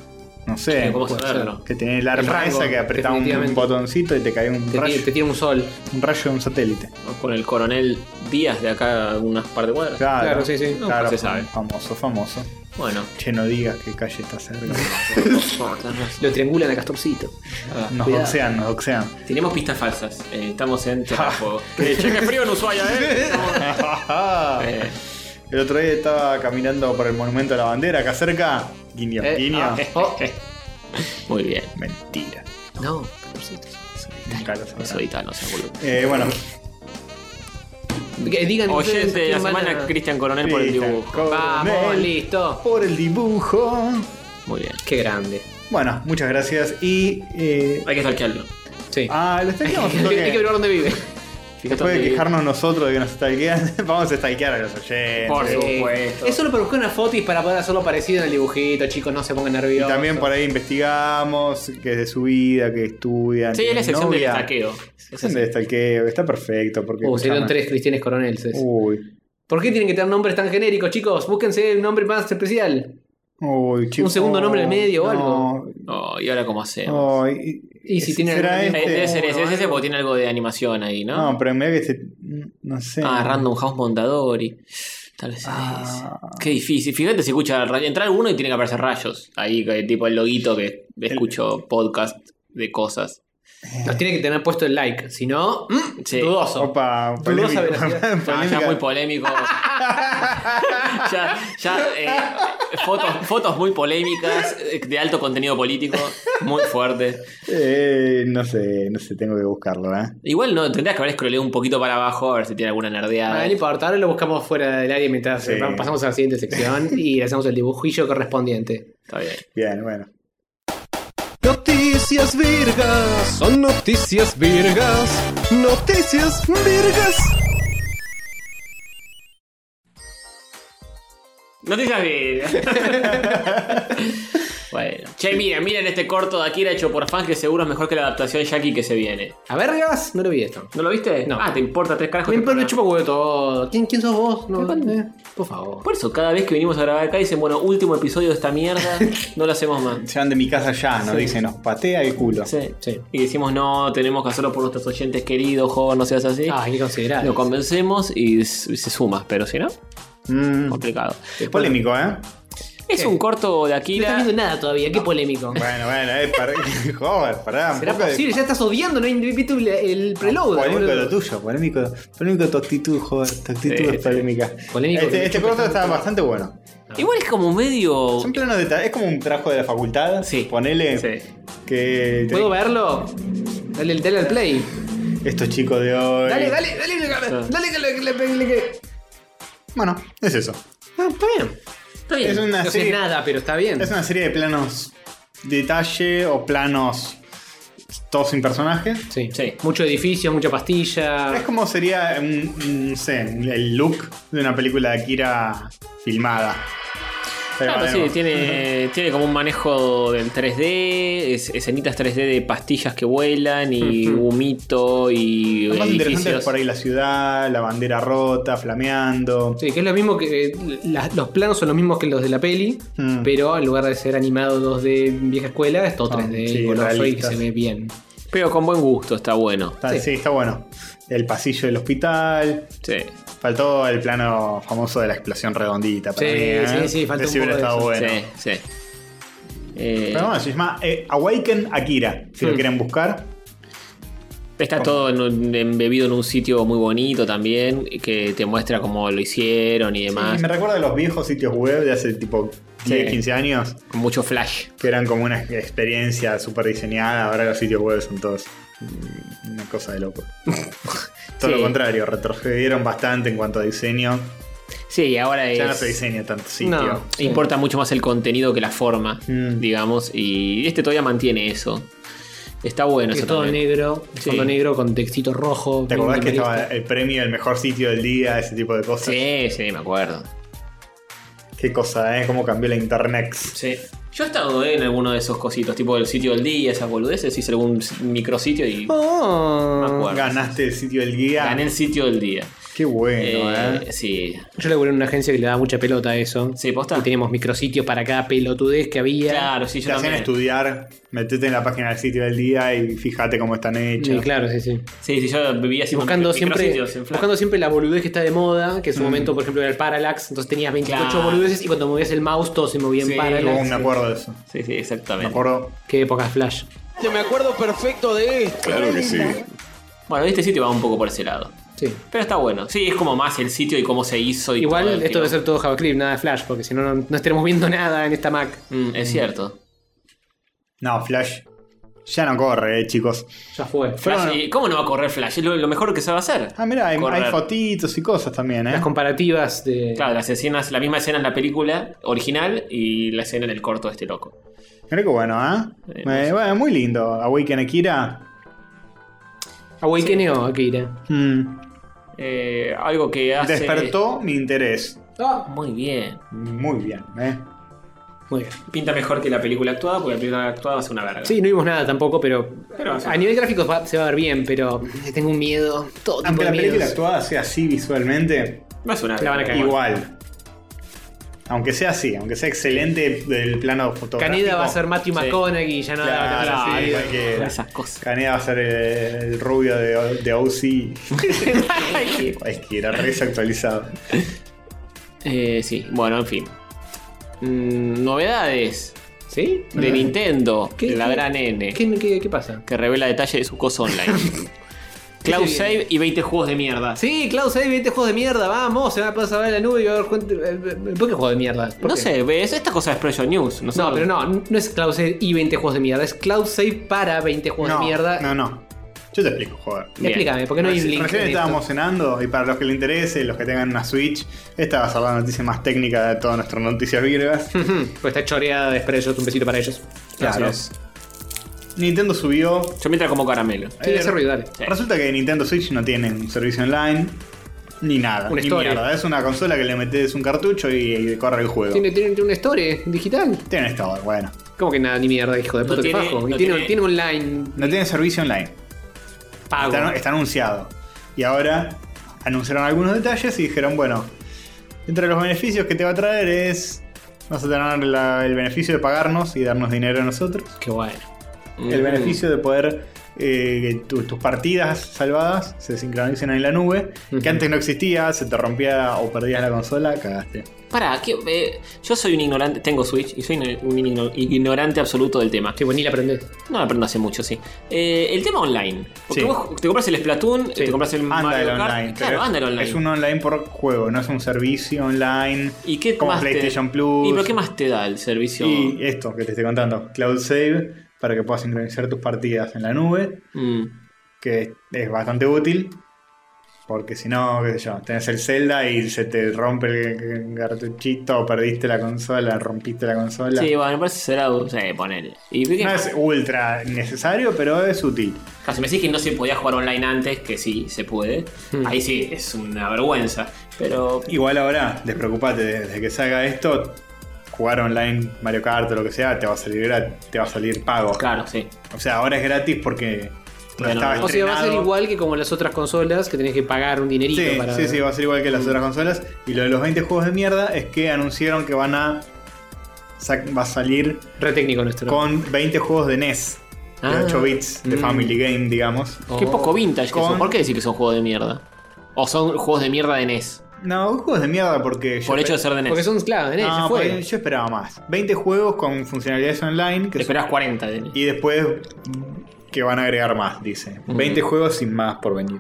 Speaker 2: No sé.
Speaker 1: ¿Cómo saberlo?
Speaker 2: Que tenía el arma
Speaker 3: rango,
Speaker 2: esa que apretaba un
Speaker 3: definitivamente.
Speaker 2: botoncito y te caía un
Speaker 3: Te,
Speaker 2: rayo,
Speaker 3: tira- te tira un sol.
Speaker 2: un rayo de un satélite.
Speaker 1: Con el coronel Díaz de acá, unas par de cuadras.
Speaker 2: Claro,
Speaker 3: Claro, sí, sí.
Speaker 1: No,
Speaker 2: Claro, pues,
Speaker 1: se sabe.
Speaker 2: Famoso, famoso.
Speaker 1: Bueno.
Speaker 2: Che, no digas que calle está cerca.
Speaker 3: Lo triangulan a Castorcito.
Speaker 2: Nos
Speaker 3: Cuidado.
Speaker 2: doxean, nos doxean.
Speaker 1: Tenemos pistas falsas. Eh, estamos en Terra Fuego. Eh, che, qué frío en Ushuaia, ¿eh? Estamos- eh,
Speaker 2: el otro día estaba caminando por el monumento a la bandera acá cerca. Guiño,
Speaker 3: Eh,
Speaker 2: guiño.
Speaker 3: ah, oh,
Speaker 1: muy bien.
Speaker 2: Mentira.
Speaker 3: no, Castorcito.
Speaker 2: Nunca lo
Speaker 1: No
Speaker 2: sabrán.
Speaker 1: soy tan, no sé, boludo.
Speaker 2: Eh, bueno,
Speaker 3: Que Eh, Digan ustedes
Speaker 1: Oyente de la
Speaker 3: quién van a-
Speaker 1: semana, Cristian Coronel por el
Speaker 2: Cristian
Speaker 1: dibujo.
Speaker 2: Coronel
Speaker 3: Vamos, listo.
Speaker 2: Por el dibujo.
Speaker 1: Muy bien.
Speaker 3: Qué grande.
Speaker 2: Bueno, muchas gracias y. eh,
Speaker 1: Hay que stalkearlo.
Speaker 3: Sí.
Speaker 2: ah, lo stalkeamos un
Speaker 3: hay, que,
Speaker 2: toque.
Speaker 3: hay que ver dónde vive.
Speaker 1: Fíjate
Speaker 2: Después de
Speaker 1: dónde-
Speaker 2: quejarnos nosotros de que nos stalkean, vamos a stalkear a los oyentes.
Speaker 1: Por
Speaker 2: Y
Speaker 1: supuesto.
Speaker 3: Es solo para buscar una foto y para poder hacerlo parecido en el dibujito, chicos, no se pongan nerviosos.
Speaker 2: también por ahí investigamos que es de su vida, que estudian.
Speaker 1: Sí, es la
Speaker 2: tienen
Speaker 1: sección del
Speaker 2: novia.
Speaker 1: saqueo.
Speaker 2: Sección del stalkeo, está perfecto. Porque,
Speaker 3: Uh,
Speaker 2: escúchame,
Speaker 3: salieron tres Cristianes Coronelses.
Speaker 2: Uy,
Speaker 3: ¿Por qué tienen que tener nombres tan genéricos, chicos? Búsquense un nombre más especial.
Speaker 2: uy, chicos,
Speaker 3: segundo nombre en el medio o algo.
Speaker 1: Oh, y ahora cómo hacemos.
Speaker 2: no, y-
Speaker 3: Y si tiene
Speaker 2: ¿Será
Speaker 3: algún-
Speaker 1: Eh,
Speaker 2: este?
Speaker 1: Debe ser ese, es ese porque tiene algo de animación ahí, ¿no?
Speaker 2: No, pero mira que este. No sé.
Speaker 1: Ah, Random House Mondadori. Tal vez es
Speaker 2: Ah.
Speaker 1: ese. Qué difícil. Fíjate si escucha ra- entrar uno y tiene que aparecer rayos. Ahí, que- tipo el loguito que escucho podcast de cosas.
Speaker 3: Nos tiene que tener puesto el like, si no, mm,
Speaker 1: Sí.
Speaker 3: dudoso.
Speaker 2: Opa,
Speaker 3: Dudosa
Speaker 2: polémico.
Speaker 3: veracidad.
Speaker 1: Ah, ya
Speaker 2: Polémica.
Speaker 1: muy polémico. ya, ya eh, fotos, fotos muy polémicas, eh, de alto contenido político, muy fuerte.
Speaker 2: Eh, no sé, no sé, tengo que buscarlo, ¿eh?
Speaker 1: Igual no, tendrías que haber scrolleado un poquito para abajo a ver si tiene alguna nerdeada.
Speaker 3: Ah, no importa, ahora lo buscamos fuera del área mientras
Speaker 2: Sí.
Speaker 3: eh, pasamos a la siguiente sección y hacemos el dibujillo correspondiente.
Speaker 1: Está bien.
Speaker 2: Bien, bueno.
Speaker 8: Noticias virgas, son noticias virgas, noticias virgas.
Speaker 1: Noticias virgas. bueno. Che, miren, miren este corto de Akira hecho por fans que seguro es mejor que la adaptación Jackie que se viene.
Speaker 3: A vergas, no lo vi esto.
Speaker 1: ¿No lo viste?
Speaker 3: No.
Speaker 1: Ah, te importa tres carajos.
Speaker 3: Me
Speaker 1: te importa.
Speaker 3: me chupa huevo todo. ¿Quién, quién sos vos? No,
Speaker 1: Capaz-
Speaker 3: eh, por favor.
Speaker 1: Por eso, cada vez que venimos a grabar acá dicen, bueno, último episodio de esta mierda, no lo hacemos más.
Speaker 2: Se van de mi casa ya, nos dicen, nos patea el culo.
Speaker 1: Sí.
Speaker 3: Sí.
Speaker 1: Y decimos, no, tenemos que hacerlo por nuestros oyentes queridos, joven, no seas así.
Speaker 3: Ah, hay que considerar.
Speaker 1: lo convencemos y s- se suma, pero si no,
Speaker 2: Mm,
Speaker 1: complicado.
Speaker 2: es polémico, ¿eh?
Speaker 1: Es un corto de
Speaker 3: No estás
Speaker 1: Akira.
Speaker 3: viendo nada todavía, qué polémico.
Speaker 2: Bueno, bueno, eh, para... joder, pará. un
Speaker 3: ¿Será
Speaker 2: poco de-
Speaker 3: posible? Ya estás odiando, no hay viste el- el preload.
Speaker 2: Polémico
Speaker 3: boludo.
Speaker 2: lo tuyo, polémico, polémico tu actitud, joder, tu actitud
Speaker 1: Sí,
Speaker 2: es
Speaker 1: sí.
Speaker 2: polémica.
Speaker 3: Polémico
Speaker 2: este
Speaker 3: que
Speaker 2: este
Speaker 3: me
Speaker 2: corto está bastante bueno.
Speaker 1: Igual es como medio.
Speaker 2: Son planos de tra- es como un trabajo de la facultad,
Speaker 1: Oh. Sí.
Speaker 2: ponele
Speaker 1: Sí.
Speaker 2: que te-
Speaker 3: ¿Puedo verlo? Dale, dale al play.
Speaker 2: estos chicos de hoy.
Speaker 3: Dale, dale, dale, dale, dale que le que le pegue. que-
Speaker 2: Bueno, es eso.
Speaker 3: Ah, está bien. Está bien.
Speaker 2: Es una
Speaker 3: no sé
Speaker 2: serie-
Speaker 3: nada, pero está bien.
Speaker 2: Es una serie de planos detalle o planos todos sin personaje.
Speaker 3: Sí.
Speaker 1: Sí.
Speaker 3: Mucho edificio, mucha
Speaker 1: Ah.
Speaker 3: pastilla.
Speaker 2: Es como sería un, un- no sé, el look de una película de Akira filmada. Pero
Speaker 1: Claro, Ah, pues sí,
Speaker 2: bueno,
Speaker 1: tiene, tiene como un manejo del 3D, es- escenitas 3D de pastillas que vuelan y humito y
Speaker 2: Lo más interesante es
Speaker 1: edificios.
Speaker 2: por ahí la ciudad, la bandera rota, flameando.
Speaker 3: Sí, que es lo mismo que. eh, la- los planos son los mismos que los de la peli,
Speaker 2: Mm.
Speaker 3: pero en lugar de ser animado 2D vieja escuela, es todo
Speaker 2: Son,
Speaker 3: 3D
Speaker 2: sí,
Speaker 3: goloso y que
Speaker 2: realistas.
Speaker 3: se ve bien.
Speaker 1: Pero con buen gusto, está bueno.
Speaker 2: Está-
Speaker 3: Sí.
Speaker 2: sí, está bueno. El pasillo del hospital.
Speaker 1: Sí.
Speaker 2: Faltó el plano famoso de la explosión redondita. Para
Speaker 3: Sí,
Speaker 2: mí, ¿eh?
Speaker 3: sí, sí, faltó
Speaker 2: Ese
Speaker 3: un
Speaker 2: hubiera
Speaker 3: poco de
Speaker 2: estado
Speaker 3: eso.
Speaker 2: bueno.
Speaker 1: Sí, sí. Eh,
Speaker 2: Pero bueno, se llama eh, Awaken Akira. Si lo
Speaker 3: Mm.
Speaker 2: quieren buscar,
Speaker 1: está todo en un- embebido en un sitio muy bonito también, que te muestra cómo lo hicieron y demás.
Speaker 2: Y me recuerda a los viejos sitios web de hace tipo 10,
Speaker 1: Sí.
Speaker 2: 15 años,
Speaker 1: Con mucho flash.
Speaker 2: que eran como una experiencia súper diseñada. Ahora los sitios web son todos mm, una cosa de loco. Todo
Speaker 1: Sí.
Speaker 2: lo contrario, retrocedieron bastante en cuanto a diseño.
Speaker 1: Sí, ahora es.
Speaker 2: Ya no se diseña tanto sitio.
Speaker 3: No. Sí.
Speaker 1: Importa mucho más el contenido que la forma,
Speaker 2: Mm.
Speaker 1: digamos, y este todavía mantiene eso. Está bueno
Speaker 3: Que
Speaker 1: eso
Speaker 3: es todo
Speaker 1: también.
Speaker 3: negro,
Speaker 1: Sí.
Speaker 3: fondo negro con textito rojo.
Speaker 2: ¿Te
Speaker 3: bien
Speaker 2: acordás que
Speaker 3: minimalista.
Speaker 2: estaba el premio del mejor sitio del día? Ese tipo de cosas.
Speaker 1: Sí, sí, me acuerdo.
Speaker 2: Qué cosa, ¿eh? Cómo cambió la internet.
Speaker 1: Sí. Yo he estado en alguno de esos cositos, tipo el sitio del día, esas boludeces, hice algún s- micrositio y
Speaker 3: Oh.
Speaker 1: me acuerdo.
Speaker 2: Ganaste el sitio del guía.
Speaker 1: Gané el sitio del día.
Speaker 2: Qué bueno,
Speaker 1: Eh,
Speaker 2: ¿eh?
Speaker 1: Sí.
Speaker 3: Yo laburé en una agencia que le daba mucha pelota a eso.
Speaker 1: Sí, posta.
Speaker 3: Y teníamos micrositios para cada pelotudez que había.
Speaker 1: Claro, sí,
Speaker 2: Te
Speaker 1: yo
Speaker 2: hacen
Speaker 1: también.
Speaker 2: estudiar, metete en la página del sitio del día y fíjate cómo están hechos.
Speaker 3: Sí, claro, sí, sí.
Speaker 1: Sí, sí, yo vivía así con
Speaker 3: Buscando
Speaker 1: micro-
Speaker 3: siempre,
Speaker 1: micrositios en Flash.
Speaker 3: buscando siempre la boludez que está de moda, que en su momento, por ejemplo, era el Parallax, entonces tenías 28
Speaker 1: Mm. Claro.
Speaker 3: boludeces y cuando movías el mouse todo se movía
Speaker 1: Sí,
Speaker 3: en Parallax.
Speaker 2: Oh, me acuerdo de eso.
Speaker 1: Sí, sí,
Speaker 2: Me
Speaker 1: exactamente.
Speaker 2: acuerdo.
Speaker 3: Qué época Flash.
Speaker 5: Yo me acuerdo perfecto de esto.
Speaker 7: Claro que sí.
Speaker 1: Bueno, este sitio va un poco por ese lado.
Speaker 3: Sí.
Speaker 1: Pero está bueno. Sí, es como más el sitio y cómo se hizo y todo
Speaker 3: Igual
Speaker 1: el
Speaker 3: esto debe
Speaker 1: quilombo.
Speaker 3: ser todo JavaScript, nada de Flash, porque si no, no, no estaremos viendo nada en esta Mac.
Speaker 1: Mm, es cierto.
Speaker 2: No, Flash. Ya no corre, eh, chicos.
Speaker 3: Ya fue.
Speaker 1: Flash,
Speaker 2: Pero-
Speaker 1: ¿y ¿Cómo no va a correr Flash? Es lo, lo mejor que se va a hacer.
Speaker 2: Ah, mira, hay,
Speaker 1: Correr.
Speaker 2: hay fotitos y cosas también, ¿eh?
Speaker 3: Las comparativas de.
Speaker 1: Claro, las escenas, la misma escena en la película original y la escena en el corto de este loco.
Speaker 2: Creo que bueno, ¿eh?
Speaker 1: Eh,
Speaker 2: Eh,
Speaker 1: no sé.
Speaker 2: bueno, muy lindo. Awaken Akira.
Speaker 3: Awakeneo, Akira.
Speaker 2: Mm.
Speaker 1: Eh, algo que hace.
Speaker 2: Despertó mi interés. Ah.
Speaker 1: Muy bien.
Speaker 2: Muy bien, ¿eh?
Speaker 3: Muy bien.
Speaker 1: Pinta mejor que la película actuada, porque la película actuada va a ser una verga.
Speaker 3: Sí, no vimos nada tampoco, pero.
Speaker 1: Pero sí.
Speaker 3: a nivel gráfico va- se va a ver bien, pero tengo un miedo. Todo tipo
Speaker 2: Aunque
Speaker 3: de
Speaker 2: la película
Speaker 3: miedos.
Speaker 2: actuada sea así visualmente,
Speaker 1: Va a ser una
Speaker 3: La van a
Speaker 1: verga.
Speaker 3: cagar.
Speaker 2: igual. Aunque sea así, aunque sea excelente del plano fotográfico.
Speaker 3: Caneda va a ser Matthew
Speaker 1: Sí.
Speaker 3: McConaughey y ya no
Speaker 2: Claro,
Speaker 3: va a
Speaker 2: sí,
Speaker 3: ser
Speaker 2: cualquiera.
Speaker 1: Esas cosas.
Speaker 2: Caneda va a ser el, el rubio de, de OC. Cualquiera, re desactualizado.
Speaker 1: Eh, sí, bueno, en fin. Mm, novedades
Speaker 3: ¿Sí?
Speaker 1: de Nintendo,
Speaker 3: ¿Qué-
Speaker 1: de la
Speaker 3: qué-
Speaker 1: gran N,
Speaker 3: ¿Qué, qué, qué pasa?
Speaker 1: que revela detalles de su cosa online. Cloud
Speaker 3: ¿Qué se viene?
Speaker 1: Save y 20 juegos de mierda.
Speaker 3: Sí, Klaus, hay 20 juegos de mierda, vamos, se va a pasar a la nube y va a haber gente- eh, eh, ¿Por qué juego de mierda? ¿Por
Speaker 1: No
Speaker 3: qué?
Speaker 1: sé, ves, esta cosa es Pressure News. No, sé.
Speaker 3: No, pero no, no es Cloud Save y 20 juegos de mierda, es Cloud Save para 20 juegos
Speaker 2: no,
Speaker 3: de mierda.
Speaker 2: No, no. Yo te explico, joder.
Speaker 1: Bien.
Speaker 3: Explícame, porque no hay
Speaker 2: Reci-
Speaker 3: link.
Speaker 2: Recién
Speaker 3: en esto?
Speaker 2: estábamos cenando y para los que le interese, los que tengan una Switch, esta va a ser la noticia más técnica de todas nuestras noticias virgas.
Speaker 3: Ujú, Pues está choreada de ellos, un besito para ellos.
Speaker 1: Gracias.
Speaker 2: Nintendo subió.
Speaker 1: Yo me entra como caramelo.
Speaker 3: Sí,
Speaker 2: Eh,
Speaker 3: ese ruido, dale.
Speaker 1: Sí.
Speaker 2: Resulta que Nintendo Switch no tiene un servicio online ni nada.
Speaker 3: Una
Speaker 2: ni
Speaker 3: historia.
Speaker 2: mierda. Es una consola que le metes un cartucho y, y corre el juego.
Speaker 3: Tiene, tiene, tiene una story digital.
Speaker 2: Tiene esto, bueno.
Speaker 3: ¿Cómo que nada, ni mierda, hijo de
Speaker 1: No
Speaker 3: puta, que
Speaker 1: tiene-
Speaker 3: fajo? Y
Speaker 1: no
Speaker 3: tiene,
Speaker 1: tiene-
Speaker 3: tiene online
Speaker 2: No tiene servicio online.
Speaker 3: pago.
Speaker 2: Está, está anunciado. Y ahora anunciaron algunos detalles y dijeron, bueno, entre los beneficios que te va a traer es... Vas a tener la- el beneficio de pagarnos y darnos dinero a nosotros.
Speaker 3: Qué bueno.
Speaker 1: Mm.
Speaker 2: El beneficio de poder eh, que tu- tus partidas salvadas se sincronicen en la nube, que antes no existía, se te rompía o perdías la consola, cagaste.
Speaker 1: Pará, ¿qué- eh, yo soy un ignorante, tengo Switch y soy un igno- ignorante absoluto del tema.
Speaker 3: Qué bueno, y la aprendés.
Speaker 1: No lo aprendo hace mucho, sí. Eh, el tema online. Porque
Speaker 2: Sí.
Speaker 1: vos te compras el Splatoon, te compras el
Speaker 2: Anda el
Speaker 1: Mario Kart.
Speaker 2: online.
Speaker 1: claro,
Speaker 2: pero
Speaker 1: anda el online.
Speaker 2: Es un online por juego, no es un servicio online.
Speaker 1: ¿Y qué
Speaker 2: como
Speaker 1: más te-
Speaker 2: PlayStation Plus.
Speaker 1: ¿Y pero qué más te da el servicio?
Speaker 2: Y esto que te estoy contando, Cloud Save, para que puedas sincronizar tus partidas en la nube,
Speaker 1: Mm.
Speaker 2: que es bastante útil. Porque si no, qué sé yo, tenés el Zelda y se te rompe el cartuchito, perdiste la consola, rompiste la consola.
Speaker 1: Sí, bueno, me parece que será. O sea, poner. ¿Y qué
Speaker 2: no
Speaker 1: más?
Speaker 2: es ultra necesario, pero es útil.
Speaker 1: Claro, si me decís que no se podía jugar online antes, que sí se puede.
Speaker 2: Hmm.
Speaker 1: Ahí sí, es una vergüenza. Pero.
Speaker 2: Igual ahora, despreocupate, desde que salga esto, jugar online Mario Kart o lo que sea, te va a salir gratis, te va a salir pago.
Speaker 1: Claro, sí.
Speaker 2: O sea, ahora es gratis porque no
Speaker 1: Bueno,
Speaker 2: estaba
Speaker 1: o
Speaker 3: O sea, va a ser
Speaker 2: estrenado.
Speaker 3: igual que como las otras consolas, que tenés que pagar un dinerito
Speaker 2: Sí,
Speaker 3: para.
Speaker 2: sí, sí, va a ser igual que las otras consolas. Y lo de los 20 juegos de mierda es que anunciaron que van a. sac- Va a salir
Speaker 3: Re técnico nuestro.
Speaker 2: con 20 juegos de NES, de
Speaker 1: Ah,
Speaker 2: 8 bits, de
Speaker 3: mm.
Speaker 2: Family Game, digamos.
Speaker 1: Qué poco vintage que
Speaker 2: Oh. Con-
Speaker 1: son. ¿Por qué decir que son juegos de mierda? O son juegos de mierda de E NES.
Speaker 2: No, juegos de mierda porque. yo
Speaker 1: Por el hecho de
Speaker 2: esper-
Speaker 1: ser de E NES.
Speaker 3: Porque son, claro, en
Speaker 2: No, pues,
Speaker 3: ese fue.
Speaker 2: porque Ah, yo esperaba más. 20 juegos con funcionalidades online.
Speaker 1: Te
Speaker 2: Que son-
Speaker 1: esperás 40 de E NES.
Speaker 2: y después que van a agregar más, dice. 20 juegos sin más por venir.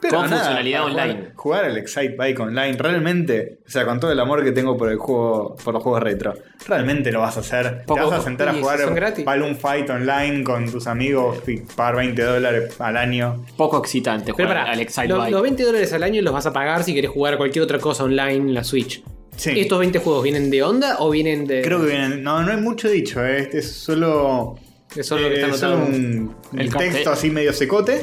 Speaker 1: Con funcionalidad
Speaker 2: para jugar-
Speaker 1: online.
Speaker 2: Jugar, al Excite Bike online, realmente, o sea, con todo el amor que tengo por el juego, por los juegos retro, realmente lo vas a hacer.
Speaker 1: Poco-
Speaker 2: Te vas a sentar a
Speaker 3: y
Speaker 2: jugar
Speaker 3: son gratis.
Speaker 2: Balloon Fight online con tus amigos y pagar 20 dólares al año.
Speaker 1: Poco excitante
Speaker 3: Pero
Speaker 1: jugar
Speaker 3: pará,
Speaker 1: al Excite
Speaker 3: los,
Speaker 1: Bike.
Speaker 3: los 20 dólares al año los vas a pagar si querés jugar cualquier otra cosa online en la Switch.
Speaker 2: Sí.
Speaker 3: ¿Estos 20 juegos vienen de onda o vienen de.?
Speaker 2: Creo que vienen. No, no hay mucho dicho, eh, este es solo.
Speaker 3: Que solo lo que
Speaker 2: eh,
Speaker 3: está
Speaker 2: solo
Speaker 3: anotado.
Speaker 2: un, un
Speaker 1: El cartel.
Speaker 2: texto así medio secote.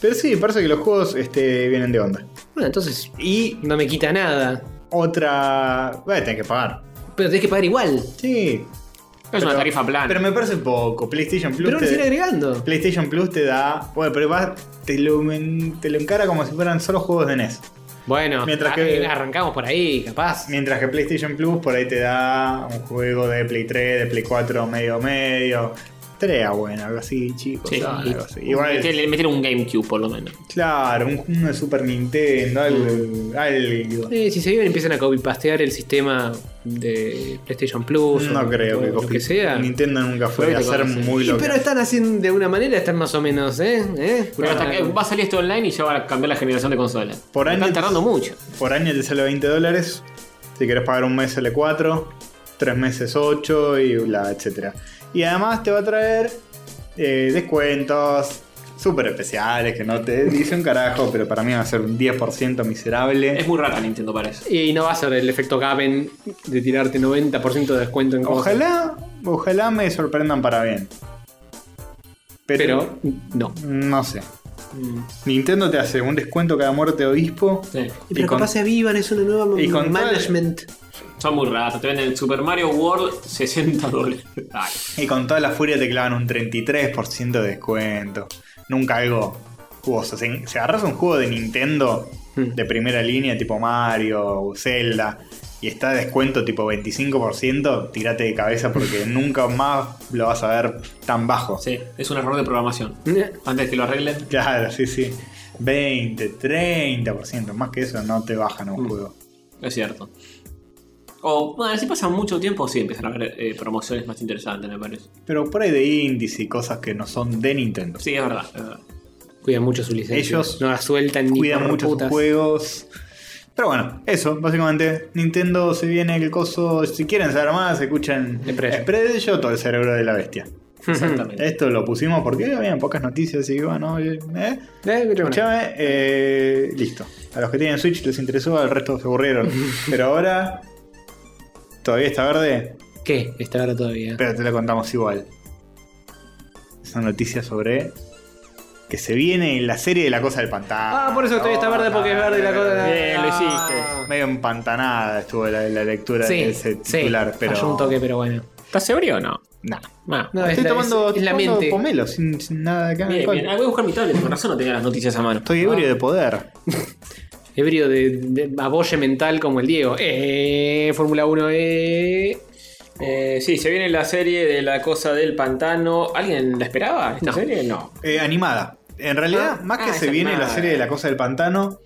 Speaker 2: Pero sí, parece que los juegos este, vienen de onda.
Speaker 3: Bueno, entonces
Speaker 2: Y
Speaker 3: no me quita nada.
Speaker 2: otra. Voy a tener que pagar.
Speaker 3: Pero tenés que pagar igual.
Speaker 2: Sí.
Speaker 1: es una
Speaker 2: Pero-
Speaker 1: tarifa plana.
Speaker 2: Pero me parece poco. PlayStation Plus.
Speaker 3: Ah, Pero van a seguir
Speaker 2: te,
Speaker 3: agregando.
Speaker 2: PlayStation Plus te da. Bueno, pero va- te, lo, men- te lo encara como si fueran solo juegos de E NES.
Speaker 3: Bueno,
Speaker 2: Mientras
Speaker 3: a-
Speaker 2: que-
Speaker 3: arrancamos por ahí, capaz.
Speaker 2: Mientras que PlayStation Plus por ahí te da un juego de Play 3, de Play 4, medio medio. Trea bueno, algo así, chicos.
Speaker 1: Sí,
Speaker 2: dale, algo así.
Speaker 1: y-
Speaker 2: Igual.
Speaker 1: meter- meter un GameCube por lo menos.
Speaker 2: Claro, un, uno de Super Nintendo,
Speaker 1: Mm.
Speaker 2: algo. algo.
Speaker 3: Eh, si se viven empiezan a copypastear el sistema de PlayStation Plus.
Speaker 2: No
Speaker 3: o-
Speaker 2: creo
Speaker 3: o
Speaker 2: que,
Speaker 3: lo
Speaker 2: copie-
Speaker 3: que sea.
Speaker 2: Nintendo nunca fue
Speaker 1: Creo
Speaker 2: a
Speaker 1: que
Speaker 2: ser
Speaker 1: conoce.
Speaker 2: muy
Speaker 3: Y,
Speaker 2: loca.
Speaker 3: pero están haciendo de una manera, están más o menos, ¿eh? ¿Eh?
Speaker 1: Pero hasta que
Speaker 3: Ah,
Speaker 1: va a salir esto online y ya va a cambiar la generación de consolas.
Speaker 2: Por
Speaker 1: Están
Speaker 2: años-
Speaker 1: tardando mucho.
Speaker 2: Por año te sale 20 dólares. Si querés pagar un mes, sale 4. 3 meses, 8 y bla, etcétera. Y además te va a traer eh, descuentos súper especiales que no te dice un carajo, pero para mí va a ser un 10% miserable.
Speaker 1: Es muy rata Nintendo para eso.
Speaker 3: Y no va a ser el efecto Gaben de tirarte 90% de descuento en cosas.
Speaker 2: Ojalá, ojalá me sorprendan para bien.
Speaker 3: Pero no.
Speaker 2: no sé. Nintendo te hace un descuento cada muerte de obispo.
Speaker 1: Mm. Sí.
Speaker 2: Y con-
Speaker 3: se avivan, es una nueva
Speaker 2: y con
Speaker 1: Son muy ratas. Te venden el Super Mario World 60 dólares. Ah, Ay,
Speaker 2: Y con toda la furia te clavan un 33% de descuento. Nunca algo jugoso. Si, si agarras un juego de Nintendo
Speaker 1: Mm.
Speaker 2: de primera línea, tipo Mario o Zelda, y está a descuento tipo 25%, tirate de cabeza porque nunca más lo vas a ver tan bajo.
Speaker 1: sí, es un error de programación.
Speaker 3: Eh,
Speaker 1: Antes que lo arreglen.
Speaker 2: Claro, sí, sí. 20, 30%, más que eso no te bajan
Speaker 1: Mm.
Speaker 2: un juego.
Speaker 1: Es cierto. O, bueno, si pasa mucho tiempo, sí empiezan a haber eh, promociones más interesantes, me parece.
Speaker 2: Pero por ahí de índice y cosas que no son de Nintendo.
Speaker 1: Sí, es verdad. es verdad.
Speaker 3: Cuidan mucho su licencia.
Speaker 2: Ellos
Speaker 3: no la sueltan ni
Speaker 2: cuidan
Speaker 3: por
Speaker 2: mucho sus
Speaker 3: putas.
Speaker 2: juegos. Pero bueno, eso, básicamente. Nintendo se viene el coso. Si quieren saber más, escuchan
Speaker 3: Expresso.
Speaker 2: Expresso, todo el cerebro de la bestia.
Speaker 3: Eh.
Speaker 1: Exactamente.
Speaker 2: Esto lo pusimos porque había pocas noticias y bueno, eh, eh.
Speaker 3: Eh, pero bueno.
Speaker 2: escuchame, eh, listo. A los que tienen Switch les interesó, al resto se aburrieron. Pero ahora, todavía está verde,
Speaker 3: ¿Qué? Está ahora todavía.
Speaker 2: pero te lo contamos igual. Es una noticia sobre que se viene la serie de la cosa del pantano.
Speaker 3: Ah, por eso todavía está verde, porque es verde y la cosa-
Speaker 2: Ah, Bien, lo hiciste.
Speaker 3: Ah.
Speaker 2: Medio empantanada estuvo la, la lectura
Speaker 3: Sí,
Speaker 2: de ese
Speaker 3: sí.
Speaker 2: titular, pero.
Speaker 3: Falló un toque, pero bueno.
Speaker 1: ¿Estás ebrio o no?
Speaker 2: Nah.
Speaker 1: Bueno.
Speaker 3: No, es
Speaker 2: estoy
Speaker 3: la-
Speaker 2: tomando,
Speaker 3: es- es la
Speaker 2: estoy tomando
Speaker 3: mente.
Speaker 2: pomelo sin, sin nada acá.
Speaker 1: Bien, bien. Ah, voy a buscar mi tablet. Con razón no tenía las noticias a mano.
Speaker 2: Estoy ebrio de poder.
Speaker 3: Ebrio de, de aboye mental como el Diego. Eh, Fórmula 1, eh.
Speaker 1: Eh, sí, se viene la serie de La Cosa del Pantano. ¿Alguien la esperaba? ¿Esta
Speaker 3: No.
Speaker 1: serie? No.
Speaker 2: Eh, animada. En realidad,
Speaker 1: Ah,
Speaker 2: más que
Speaker 1: ah,
Speaker 2: se
Speaker 1: es
Speaker 2: viene la
Speaker 1: animada.
Speaker 2: serie de La Cosa del Pantano,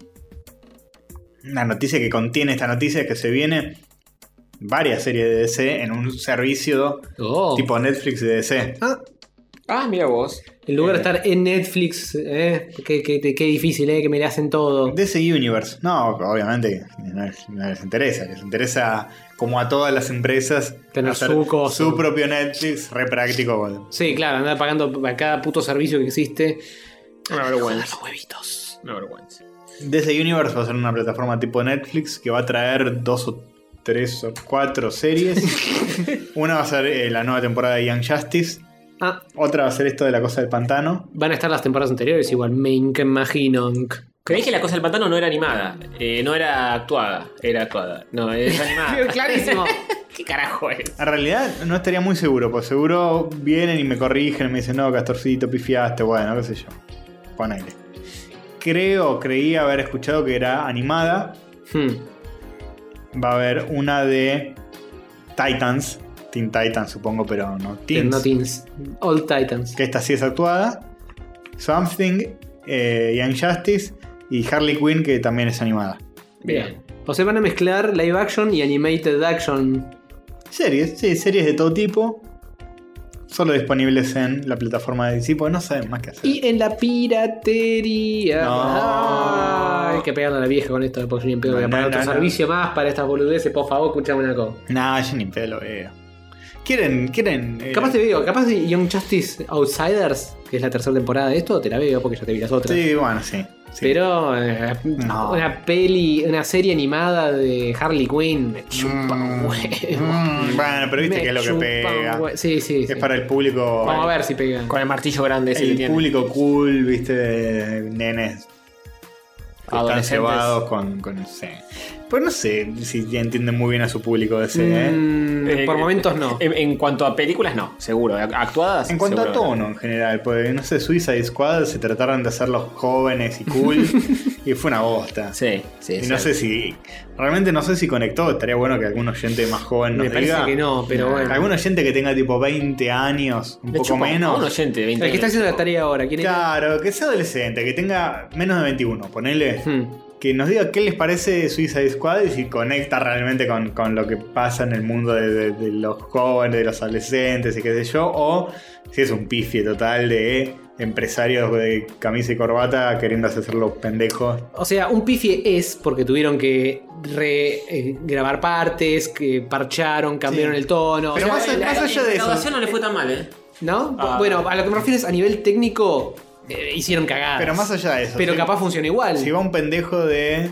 Speaker 2: una noticia que contiene esta noticia es que se viene varias series de DC en un servicio
Speaker 3: Oh.
Speaker 2: tipo Netflix de DC.
Speaker 3: Ah,
Speaker 1: Ah, mira vos.
Speaker 3: en lugar de
Speaker 2: Eh.
Speaker 3: estar en Netflix, eh, qué, qué- qué- qué difícil, eh, que me le hacen todo.
Speaker 2: DC Universe. No, obviamente no les, no les interesa. Les interesa, como a todas las empresas,
Speaker 3: Tener su cosa.
Speaker 2: su propio Netflix, re práctico. bueno.
Speaker 3: Sí, claro, andar pagando a cada puto servicio que existe.
Speaker 1: Una vergüenza.
Speaker 3: huevitos.
Speaker 1: Una vergüenza.
Speaker 2: DC Universe va a ser una plataforma tipo Netflix que va a traer dos o tres o cuatro series. una va a ser eh, la nueva temporada de Young Justice.
Speaker 3: Ah,
Speaker 2: Otra va a ser esto de la cosa del pantano.
Speaker 3: van a estar las temporadas anteriores igual, me imagino.
Speaker 1: Creí que La Cosa del Pantano no era animada. Eh, no era actuada. Era actuada. No, es animada.
Speaker 3: Clarísimo.
Speaker 1: ¿Qué carajo es?
Speaker 2: En realidad no estaría muy seguro, pues seguro vienen y me corrigen, me dicen, no, Castorcito, pifiaste, bueno, qué sé yo. Ponele. Creo, creí haber escuchado que era animada.
Speaker 3: Hmm.
Speaker 2: Va a haber una de Titans. Teen Titans, supongo, pero no Teens.
Speaker 3: No teens. All Titans.
Speaker 2: que esta sí es actuada. Something, eh, Young Justice y Harley Quinn, que también es animada.
Speaker 3: Bien. O sea, van a mezclar live action y animated action.
Speaker 2: Series, sí, series de todo tipo. Solo disponibles en la plataforma de DC, porque no saben más qué hacer.
Speaker 3: Y en la piratería.
Speaker 2: No.
Speaker 3: Ay, Hay que pegarle a la vieja con esto, porque yo ni en pedo voy a
Speaker 2: No,
Speaker 3: pagar
Speaker 2: no,
Speaker 3: otro
Speaker 2: no,
Speaker 3: servicio más para estas boludeces. Por favor, escuchame una cosa.
Speaker 2: Nah, yo ni pedo lo veo. Quieren, quieren. eh,
Speaker 3: Capaz te veo, capaz de Young Justice Outsiders, que es la tercera temporada de esto, te la veo porque ya te vi las otras.
Speaker 2: Sí, bueno, sí. sí.
Speaker 3: Pero eh,
Speaker 2: No.
Speaker 3: una peli, una serie animada de Harley Quinn. Me chupa un
Speaker 2: Mm,
Speaker 3: huevo.
Speaker 2: mm, bueno, pero viste
Speaker 3: Me
Speaker 2: que es lo que
Speaker 3: chupa
Speaker 2: pega.
Speaker 3: un hue- Sí, sí. sí.
Speaker 2: Es para el público.
Speaker 3: Vamos a ver si pega.
Speaker 1: Con el martillo grande ese que
Speaker 2: El
Speaker 1: tiene.
Speaker 2: público cool, viste, de nenes. que Están
Speaker 1: Adolescentes.
Speaker 2: cebados con, con sí. Pues no sé si entienden muy bien a su público ese, ¿eh?
Speaker 3: Mm,
Speaker 1: Eh,
Speaker 3: por
Speaker 1: eh,
Speaker 3: momentos no.
Speaker 1: En, en cuanto a películas, no, seguro. A- Actuadas.
Speaker 2: En cuanto a
Speaker 1: seguro.
Speaker 2: tono en general, pues no sé, Suicide Squad se trataron de hacerlos jóvenes y cool y fue una bosta.
Speaker 1: Sí, sí.
Speaker 2: Y
Speaker 1: sí.
Speaker 2: no sé si. Realmente no sé si conectó. Estaría bueno que algún oyente más joven nos
Speaker 3: Me parece
Speaker 2: diga.
Speaker 3: que no, pero bueno.
Speaker 2: Algún oyente que tenga tipo 20 años, un
Speaker 1: Me
Speaker 2: poco
Speaker 1: chupa
Speaker 2: menos.
Speaker 1: Un oyente, de 20
Speaker 3: El que está
Speaker 1: años.
Speaker 3: haciendo la tarea ahora, ¿quién es?
Speaker 2: Claro, que sea adolescente, que tenga menos de 21, ponele.
Speaker 3: Hmm.
Speaker 2: Que nos diga qué les parece Suicide Squad y si conecta realmente con, con lo que pasa en el mundo de, de- de los jóvenes, de los adolescentes y qué sé yo. O si es un pifie total de empresarios de camisa y corbata queriendo hacer los pendejos.
Speaker 3: O sea, un pifie es porque tuvieron que re- eh, grabar partes, que parcharon, cambiaron
Speaker 2: Sí.
Speaker 3: el tono.
Speaker 2: Pero
Speaker 3: o sea,
Speaker 2: más-
Speaker 3: la-
Speaker 2: más allá de eso.
Speaker 1: no le fue tan mal, ¿eh?
Speaker 3: ¿No?
Speaker 1: Ah.
Speaker 3: Bueno, a lo que me refieres a nivel técnico, eh, hicieron cagadas.
Speaker 2: Pero más allá de eso.
Speaker 3: Pero
Speaker 2: sí.
Speaker 3: capaz funciona igual.
Speaker 2: Si va un pendejo de.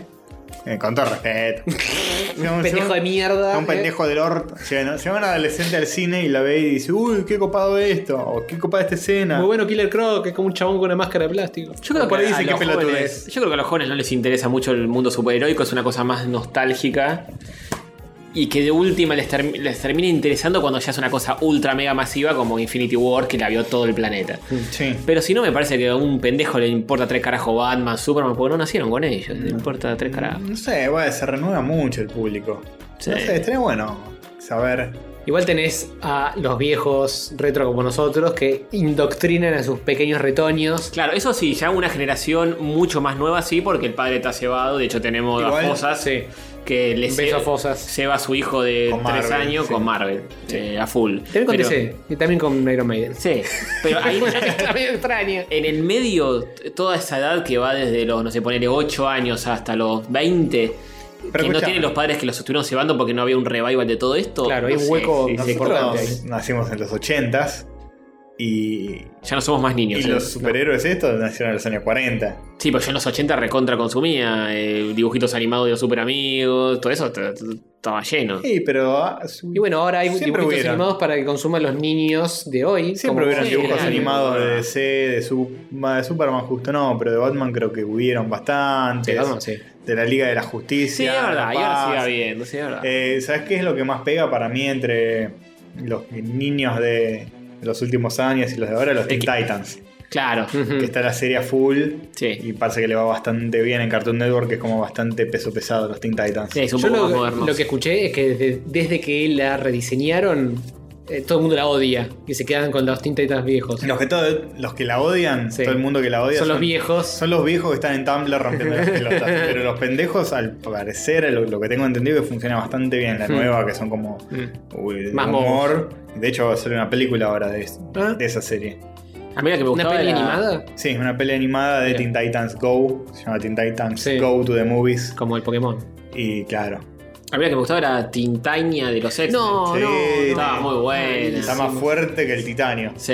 Speaker 2: eh, con todo respeto. Si va si
Speaker 3: un
Speaker 2: va
Speaker 3: pendejo de mierda.
Speaker 2: Un
Speaker 3: eh.
Speaker 2: pendejo del orto. Si va si va un adolescente al cine y la ve y dice, uy, qué copado esto. O qué copada esta escena.
Speaker 3: Muy bueno Killer Croc, que es como un chabón con una máscara de plástico.
Speaker 1: Yo creo,
Speaker 2: O por
Speaker 1: que
Speaker 2: ahí
Speaker 1: a
Speaker 2: dicen
Speaker 1: los
Speaker 2: que pelotudez.
Speaker 1: jóvenes, yo creo que a los jóvenes no les interesa mucho el mundo superheroico, es una cosa más nostálgica. Y que de última les, term- les termina interesando cuando ya es una cosa ultra mega masiva como Infinity War, que la vio todo el planeta.
Speaker 2: Sí.
Speaker 1: Pero si no, me parece que a un pendejo le importa tres carajos Batman, Superman, porque no nacieron con ellos. Le importa tres carajos.
Speaker 2: No sé, bueno, se renueva mucho el público.
Speaker 1: Sí.
Speaker 2: No sé, estaría bueno saber.
Speaker 3: Igual tenés a los viejos retro como nosotros que indoctrinan a sus pequeños retoños.
Speaker 1: Claro, eso sí, ya una generación mucho más nueva, sí, porque el padre está cebado. De hecho, tenemos
Speaker 2: Igual,
Speaker 1: a Fosas,
Speaker 3: sí.
Speaker 1: que le
Speaker 3: Un
Speaker 1: ce-
Speaker 3: beso a Fosas.
Speaker 1: ceba a su hijo de
Speaker 2: Con
Speaker 1: tres
Speaker 2: Marvel,
Speaker 1: años
Speaker 2: sí.
Speaker 1: con Marvel, eh, a full.
Speaker 3: También con
Speaker 1: Pero-
Speaker 3: DC y también con Iron Maiden.
Speaker 1: Sí, pero ahí
Speaker 3: Está medio extraño.
Speaker 1: en el medio, t- toda esa edad que va desde los, no sé, ponele 8 años hasta los 20, que no
Speaker 2: escuchame.
Speaker 1: tienen los padres que los estuvieron cebando porque no había un revival de todo esto.
Speaker 3: Claro, hay
Speaker 1: no
Speaker 3: un
Speaker 1: sé,
Speaker 3: hueco
Speaker 1: sí, sí,
Speaker 3: importante
Speaker 2: Nosotros nacimos en los 80s y.
Speaker 1: Ya no somos más niños.
Speaker 2: Y
Speaker 1: ¿eh?
Speaker 2: los superhéroes estos nacieron en los años 40.
Speaker 1: Sí, pero yo en los 80 recontra consumía eh, dibujitos animados de los super amigos, todo eso t- t- estaba lleno.
Speaker 2: Sí, pero. ah, su-
Speaker 3: Y bueno, ahora hay
Speaker 2: Siempre
Speaker 3: dibujitos
Speaker 2: hubieron.
Speaker 3: animados para que consuman los niños de hoy.
Speaker 2: Siempre hubieron
Speaker 1: sí,
Speaker 2: dibujos
Speaker 1: claro.
Speaker 2: animados de DC, de, Sup- de Superman justo no, pero de Batman creo que hubieron bastantes.
Speaker 3: Sí, Batman, sí.
Speaker 2: De la Liga de la
Speaker 1: Sí,
Speaker 2: Justicia.
Speaker 1: es verdad,
Speaker 2: La
Speaker 1: y ahora
Speaker 2: Paz.
Speaker 1: sigue habiendo, sí, es verdad.
Speaker 2: Eh, ¿Sabes qué es lo que más pega para mí entre los niños de los últimos años y los de ahora? Los Teen
Speaker 1: que-
Speaker 2: Titans.
Speaker 1: Claro.
Speaker 2: que está la serie a full.
Speaker 1: Sí.
Speaker 2: Y parece que le va bastante bien en Cartoon Network, que es como bastante peso pesado a los Teen Titans.
Speaker 1: Sí, es un
Speaker 3: Yo
Speaker 1: poco más
Speaker 3: lo,
Speaker 1: moderno.
Speaker 3: lo que escuché es que desde, desde que la rediseñaron, eh, todo el mundo la odia y se quedan con los Teen Titans viejos.
Speaker 2: Los que, todo- los que la odian,
Speaker 3: Sí.
Speaker 2: todo el mundo que la odia.
Speaker 3: son los viejos.
Speaker 2: Son los viejos que están en Tumblr rompiendo las pelotas. Pero los pendejos, al parecer, lo, lo que tengo entendido, que funciona bastante bien. La nueva, que son como uy, de
Speaker 3: Mm. Más
Speaker 2: humor. De hecho, va a ser una película ahora de, es-
Speaker 3: Ah.
Speaker 2: de esa serie.
Speaker 1: A mí la que me
Speaker 3: ¿Una
Speaker 1: gustaba
Speaker 3: peli
Speaker 1: era-
Speaker 3: animada?
Speaker 2: Sí, es una peli animada de
Speaker 3: Mira.
Speaker 2: Teen Titans Go. Se llama Teen Titans
Speaker 3: Sí.
Speaker 2: Go to the Movies.
Speaker 3: Como el Pokémon.
Speaker 2: Y claro.
Speaker 1: A mí la que me gustaba era Tintania de los X.
Speaker 2: Sí,
Speaker 3: No, Oh, no.
Speaker 2: sí.
Speaker 1: Estaba muy buena.
Speaker 2: Ah, Está más fuerte que el titanio.
Speaker 1: Sí,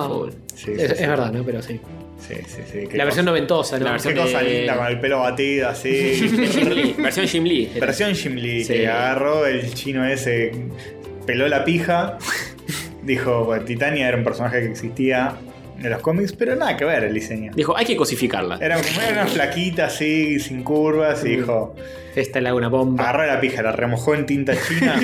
Speaker 1: era full.
Speaker 2: Sí, sí,
Speaker 3: Es,
Speaker 2: sí.
Speaker 3: es verdad, ¿no? Pero sí.
Speaker 2: Sí, sí, sí. Qué
Speaker 3: La versión
Speaker 2: cosa-
Speaker 3: noventosa, ¿no?
Speaker 1: La
Speaker 2: Qué
Speaker 1: versión
Speaker 2: cosa
Speaker 1: de-
Speaker 2: linda, con el pelo batido
Speaker 1: De
Speaker 2: así.
Speaker 1: Jim Lee, Versión Jim Lee. era.
Speaker 2: Versión Jim Lee,
Speaker 1: Eh, Sí.
Speaker 2: que agarró el chino ese, peló la pija, dijo, "Bueno, Titania era un personaje que existía en los cómics, pero nada que ver el diseño.
Speaker 1: Dijo, hay que cosificarla.
Speaker 2: Era como era una flaquita así, sin curvas,
Speaker 1: Mm.
Speaker 2: y dijo,
Speaker 3: Esta la hago una bomba.
Speaker 2: agarró la pija, la remojó en tinta china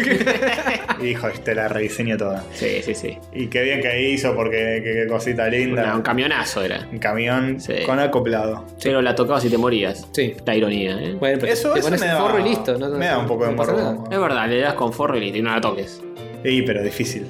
Speaker 2: y dijo, te la rediseño toda.
Speaker 1: Sí, sí, sí.
Speaker 2: Y qué bien que hizo, porque qué, qué cosita
Speaker 1: Una-
Speaker 2: linda.
Speaker 1: un camionazo era.
Speaker 2: un camión
Speaker 1: Sí.
Speaker 2: con acoplado.
Speaker 1: Pero la tocabas y te morías.
Speaker 3: Sí.
Speaker 1: La ironía, ¿eh?
Speaker 3: Bueno, pero
Speaker 2: Eso,
Speaker 3: te
Speaker 2: eso
Speaker 3: pones
Speaker 2: me
Speaker 3: el
Speaker 2: da,
Speaker 3: forro y listo. No, no-
Speaker 2: me da un poco de
Speaker 3: no pasa
Speaker 2: morbo.
Speaker 3: nada.
Speaker 1: Es verdad, le das con forro y listo, y no la toques.
Speaker 2: Sí, pero difícil.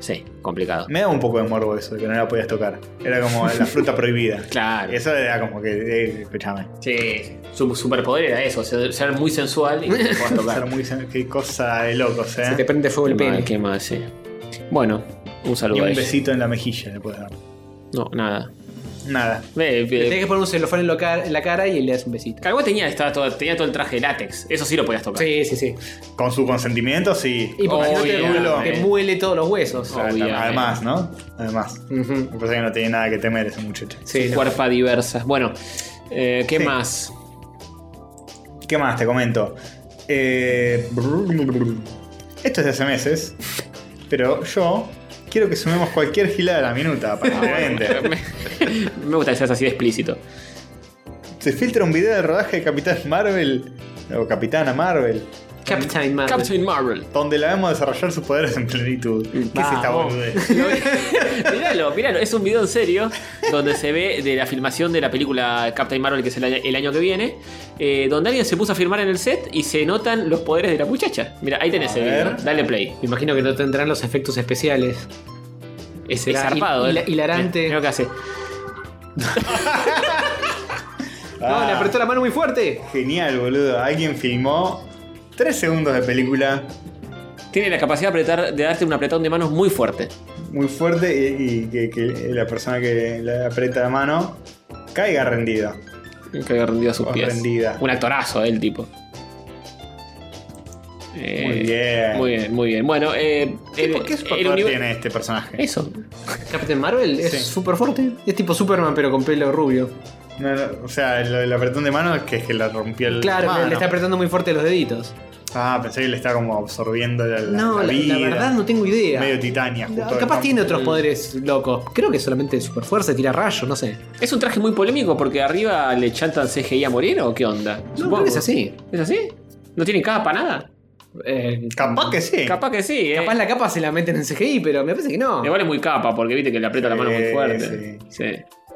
Speaker 1: Sí, complicado.
Speaker 2: Me daba un poco de morbo eso, de que no la podías tocar. Era como la fruta prohibida.
Speaker 1: Claro.
Speaker 2: Eso era como que, eh, escúchame.
Speaker 1: Sí, su superpoder era eso, ser, ser muy sensual y no te podías
Speaker 2: Ser
Speaker 1: tocar.
Speaker 2: muy sen- qué cosa de locos,
Speaker 3: Se te
Speaker 2: ¿eh?
Speaker 3: prende fuego el
Speaker 1: Qué mal,
Speaker 3: pene.
Speaker 1: qué mal, sí. Bueno, un
Speaker 2: Y
Speaker 1: saludo a
Speaker 2: un
Speaker 1: ella.
Speaker 2: besito en la mejilla le puedes dar.
Speaker 1: No, nada.
Speaker 2: Nada.
Speaker 1: Ve, ve,
Speaker 3: Le tenés que poner un celofán en, lo car- en la cara y le das un besito.
Speaker 1: Calvo tenía, estaba todo, tenía todo el traje de látex. Eso sí lo podías tocar.
Speaker 3: Sí, sí, sí.
Speaker 2: Con su consentimiento, sí.
Speaker 3: Y porque si no
Speaker 1: Obvio.
Speaker 3: te, te muele todos los huesos.
Speaker 1: Oh.
Speaker 2: Claro,
Speaker 1: obviamente.
Speaker 2: Además, ¿no? Además.
Speaker 3: Ujú.
Speaker 2: Me parece que no tiene nada que temer ese muchacho.
Speaker 3: Sí, no.
Speaker 1: Cuerpa diversa. Bueno, eh, ¿qué
Speaker 2: Sí.
Speaker 1: más?
Speaker 2: ¿Qué más te comento? Eh, esto es de hace meses, pero yo quiero que sumemos cualquier gila de la minuta,
Speaker 3: Ah,
Speaker 2: aparentemente.
Speaker 1: Me gusta que seas así de explícito.
Speaker 2: Se filtra un video de rodaje de Capitán Marvel, o Capitana Marvel,
Speaker 3: Captain
Speaker 2: Ah,
Speaker 3: Marvel.
Speaker 1: Captain Marvel.
Speaker 2: donde la vemos desarrollar sus poderes en plenitud. ¿Qué es esta
Speaker 3: Vamos.
Speaker 2: boludez?
Speaker 1: míralo, míralo. Es un video en serio donde se ve de la filmación de la película Captain Marvel, que es el año, el año que viene, eh, donde alguien se puso a filmar en el set y se notan los poderes de la muchacha. Mira, ahí tenés
Speaker 2: A
Speaker 1: el video.
Speaker 2: ver.
Speaker 1: Dale play.
Speaker 3: Me imagino que no tendrán los efectos especiales.
Speaker 1: Es, es
Speaker 3: Será
Speaker 1: zarpado.
Speaker 3: hil-
Speaker 1: eh.
Speaker 3: hila- hilarante.
Speaker 1: Mira, mira lo que hace.
Speaker 3: No, le
Speaker 2: Ah,
Speaker 3: apretó la mano muy fuerte.
Speaker 2: Genial, boludo. Alguien filmó 3 segundos de película
Speaker 1: Tiene la capacidad de, apretar, de darte un apretón de manos muy fuerte.
Speaker 2: muy fuerte y, y que, que la persona que le aprieta la mano caiga rendida.
Speaker 1: Que había rendido a sus
Speaker 2: O
Speaker 1: pies.
Speaker 2: rendida.
Speaker 1: Un actorazo, eh, el tipo.
Speaker 2: Muy
Speaker 1: Eh,
Speaker 2: bien.
Speaker 1: Muy bien, muy bien. Bueno, eh,
Speaker 2: ¿Qué,
Speaker 1: el-
Speaker 2: ¿Qué
Speaker 1: el
Speaker 2: superpoder
Speaker 1: univer-
Speaker 2: tiene este personaje?
Speaker 1: Eso.
Speaker 3: Captain Marvel
Speaker 2: Sí.
Speaker 3: es súper fuerte. Es tipo Superman, pero con pelo rubio.
Speaker 2: No, no, o sea, el, el apretón de mano que es que le rompió el.
Speaker 3: Claro,
Speaker 2: mano.
Speaker 3: le está apretando muy fuerte los deditos.
Speaker 2: Ah, pensé que le está como absorbiendo la, la-
Speaker 3: No,
Speaker 2: la
Speaker 3: la, la
Speaker 2: vida.
Speaker 3: verdad no tengo idea.
Speaker 2: Medio titania,
Speaker 3: No,
Speaker 2: justo.
Speaker 3: capaz
Speaker 2: ¿no?
Speaker 3: tiene otros poderes locos. Creo que solamente super fuerza, tira rayos, no sé.
Speaker 1: Es un traje muy polémico porque arriba le chantan CGI a Moreno o qué onda.
Speaker 3: No, creo que es así.
Speaker 1: ¿Es así? ¿No tienen capa para nada?
Speaker 3: Eh,
Speaker 2: Capaz que sí.
Speaker 1: Capaz que sí, ¿eh?
Speaker 3: capaz la capa se la meten en CGI, pero me parece que no.
Speaker 1: Le vale muy capa porque viste que le aprieta la mano muy
Speaker 2: Sí,
Speaker 1: fuerte. Sí.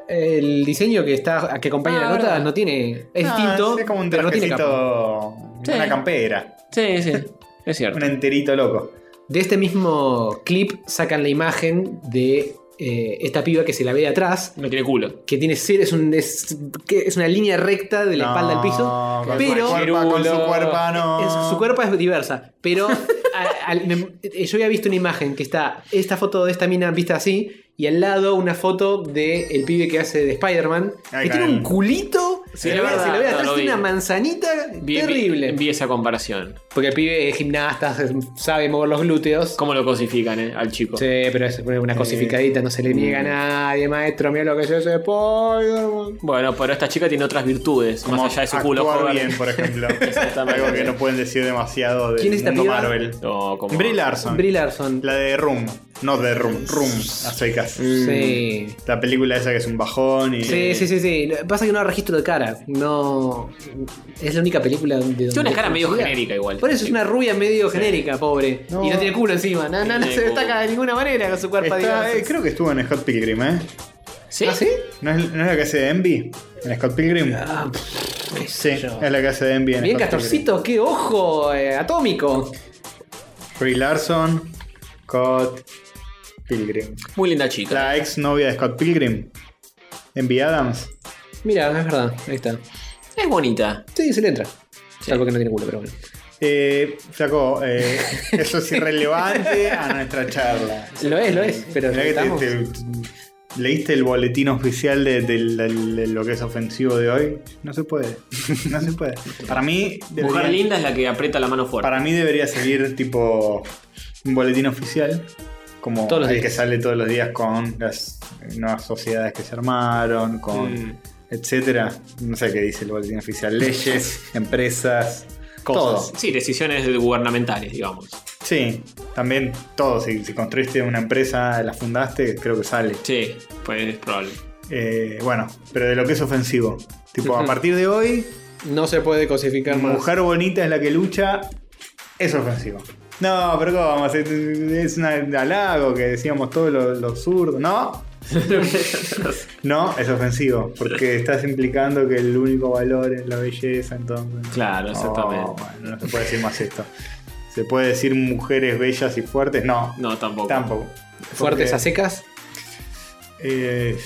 Speaker 3: El diseño que está que acompaña
Speaker 1: Ah,
Speaker 3: la nota
Speaker 1: verdad.
Speaker 3: no tiene. Es
Speaker 2: Ah,
Speaker 3: distinto.
Speaker 2: Es como un
Speaker 3: pero no tiene capa.
Speaker 2: trajecito.
Speaker 1: Sí.
Speaker 2: Una campera.
Speaker 1: Sí, sí. Es
Speaker 2: Un
Speaker 1: cierto.
Speaker 2: enterito loco.
Speaker 3: De este mismo clip sacan la imagen de eh, esta piba que se la ve de atrás.
Speaker 1: No tiene culo.
Speaker 3: Que tiene cero, es, un- es- que es una línea recta de la espalda al
Speaker 2: No,
Speaker 3: piso.
Speaker 2: con
Speaker 3: Pero
Speaker 2: su cuerpo, con su
Speaker 1: Pirulo.
Speaker 2: cuerpo ah, no.
Speaker 3: En su, su cuerpo es diversa, pero a- al- me- eh, yo había visto una imagen que está esta foto de esta mina vista así y al lado una foto de el pibe que hace de Spider-Man
Speaker 2: Ay,
Speaker 3: que tiene
Speaker 2: Karen.
Speaker 3: un culito,
Speaker 1: Sí,
Speaker 3: se le
Speaker 1: es
Speaker 3: ve
Speaker 1: verdad,
Speaker 3: se le ve
Speaker 1: no,
Speaker 3: atrás
Speaker 1: lo
Speaker 3: tiene
Speaker 1: vi.
Speaker 3: una manzanita
Speaker 1: Vi- vi-
Speaker 3: terrible.
Speaker 1: Vi, esa comparación.
Speaker 3: Porque el pibe es gimnasta, se- sabe mover los glúteos.
Speaker 1: ¿Cómo lo cosifican eh, al chico?
Speaker 3: Sí, pero es
Speaker 2: Eh,
Speaker 3: una cosificadita, no se le niega a nadie, maestro, mira lo que yo soy Spider-Man.
Speaker 1: Bueno, pero esta chica tiene otras virtudes,
Speaker 2: Como
Speaker 1: más allá de su culo
Speaker 2: actuar
Speaker 1: joven.
Speaker 2: bien, por ejemplo.
Speaker 1: Exactamente.
Speaker 2: Algo que no pueden decir demasiado de
Speaker 3: ¿Quién es esta piba?
Speaker 2: Marvel.
Speaker 1: No, como...
Speaker 2: Brie Larson.
Speaker 3: Brie Larson.
Speaker 2: La de Room. No de Room. Room, a secas.
Speaker 3: Sí.
Speaker 2: La película esa que es un bajón y.
Speaker 3: Sí, sí, sí, sí. Lo que Pasa es que no registro de cara. No. Es la única película de donde.
Speaker 1: Tiene una cara medio
Speaker 3: conocida.
Speaker 1: genérica igual.
Speaker 3: Por eso es una rubia medio genérica, pobre.
Speaker 2: No.
Speaker 3: Y no tiene culo encima. No, no, no
Speaker 1: Tiene
Speaker 3: se destaca
Speaker 1: culo.
Speaker 3: de ninguna manera con su cuerpo
Speaker 2: Está-
Speaker 3: digamos.
Speaker 2: eh, creo que estuvo en el Hot Pilgrim, ¿eh?
Speaker 1: ¿Sí?
Speaker 3: ¿Ah, sí?
Speaker 2: ¿No es, no es la que hace de Envy? En Scott Pilgrim.
Speaker 3: Ah, pff, qué
Speaker 2: sí,
Speaker 3: sé
Speaker 2: es
Speaker 3: yo.
Speaker 2: la que hace de Envy. En
Speaker 3: Bien,
Speaker 2: Scott
Speaker 3: Castorcito, qué ojo eh, atómico.
Speaker 2: Pilgrim. Brie Larson, Scott Pilgrim.
Speaker 1: Muy linda chica.
Speaker 2: La ex novia de Scott Pilgrim. Envy Adams.
Speaker 3: Mira, es verdad, ahí está.
Speaker 1: Es bonita.
Speaker 3: Sí, se le entra. Salvo que no tiene culo, pero bueno.
Speaker 2: Eh, flaco, eh, eso es irrelevante a nuestra charla.
Speaker 3: Lo es, lo es, pero
Speaker 2: Mirá que te-
Speaker 3: estamos-
Speaker 2: te- ¿Leíste el boletín oficial de, de- de- de lo que es ofensivo de hoy? No se puede. No se puede. Para mí,
Speaker 1: Mujer
Speaker 2: debería-
Speaker 1: linda es la que aprieta la mano fuerte.
Speaker 2: para mí debería seguir tipo un boletín oficial. Como
Speaker 3: Todos los
Speaker 2: el
Speaker 3: días.
Speaker 2: que sale todos los días con las nuevas sociedades que se armaron, con
Speaker 1: Mm.
Speaker 2: etcétera. No sé qué dice el boletín oficial. Leyes, empresas, todo.
Speaker 1: Sí, decisiones gubernamentales, digamos.
Speaker 2: Sí, también todo. Si, si construiste una empresa, la fundaste, creo que sale.
Speaker 1: Sí, pues es probable.
Speaker 2: Eh, bueno, pero de lo que es ofensivo. Tipo, a partir de hoy,
Speaker 3: No se puede cosificar más.
Speaker 2: mujer bonita es la que lucha, es ofensivo. No, pero ¿cómo? Es- Es un halago que decíamos todos los, los zurdos. No. No, es ofensivo, porque estás implicando que el único valor es la belleza, entonces.
Speaker 1: Claro, exactamente.
Speaker 2: Oh, bueno, no se puede decir más esto. ¿Se puede decir mujeres bellas y fuertes? No,
Speaker 1: No, tampoco.
Speaker 2: Tampoco.
Speaker 3: Fuertes
Speaker 2: Porque,
Speaker 3: a secas.
Speaker 2: eh,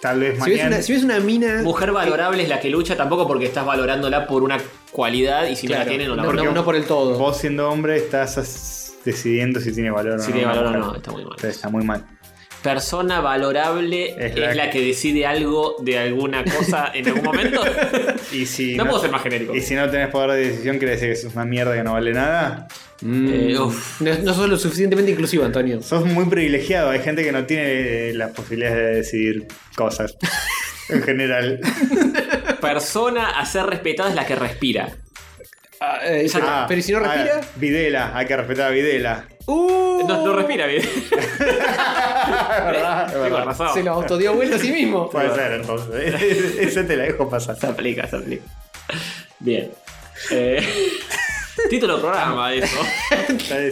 Speaker 2: tal vez
Speaker 3: Si ves,
Speaker 2: mañana.
Speaker 3: una, si ves una mina.
Speaker 1: Mujer valorable es la que lucha, tampoco porque estás valorándola por una cualidad y si no
Speaker 3: Claro,
Speaker 1: la tienen no la
Speaker 3: no,
Speaker 1: valoran.
Speaker 2: porque
Speaker 3: no, no por el todo.
Speaker 2: Vos siendo hombre estás as- decidiendo si tiene valor o no.
Speaker 1: Si tiene
Speaker 2: una
Speaker 1: valor o no,
Speaker 2: mujer.
Speaker 1: está muy mal.
Speaker 2: Entonces está muy mal.
Speaker 1: Persona valorable
Speaker 2: Es
Speaker 1: es
Speaker 2: la-
Speaker 1: la, que decide algo de alguna cosa en algún momento.
Speaker 2: Y si
Speaker 1: no, puedo ser más genérico.
Speaker 2: y si no tenés poder de decisión, quiere decir que sos una mierda que no vale nada.
Speaker 1: Eh,
Speaker 2: Mm.
Speaker 1: uf.
Speaker 3: No, no sos lo suficientemente inclusivo, Antonio.
Speaker 2: Sos muy privilegiado. Hay gente que no tiene eh, las posibilidades de decidir cosas. en general.
Speaker 1: Persona a ser respetada es la que respira.
Speaker 3: Eh, pero-
Speaker 2: Ah,
Speaker 3: pero ¿y si no
Speaker 2: ah,
Speaker 3: respira.
Speaker 2: Videla, hay que respetar a Videla.
Speaker 3: ¡Uh!
Speaker 1: No, no respira bien.
Speaker 2: Es verdad, es
Speaker 1: Tengo
Speaker 2: verdad.
Speaker 1: razón.
Speaker 3: Se lo autodió vuelta a sí mismo.
Speaker 2: Puede ser entonces. Esa te la dejo pasar.
Speaker 1: Se aplica, se aplica. Bien. Eh, título programa, eso.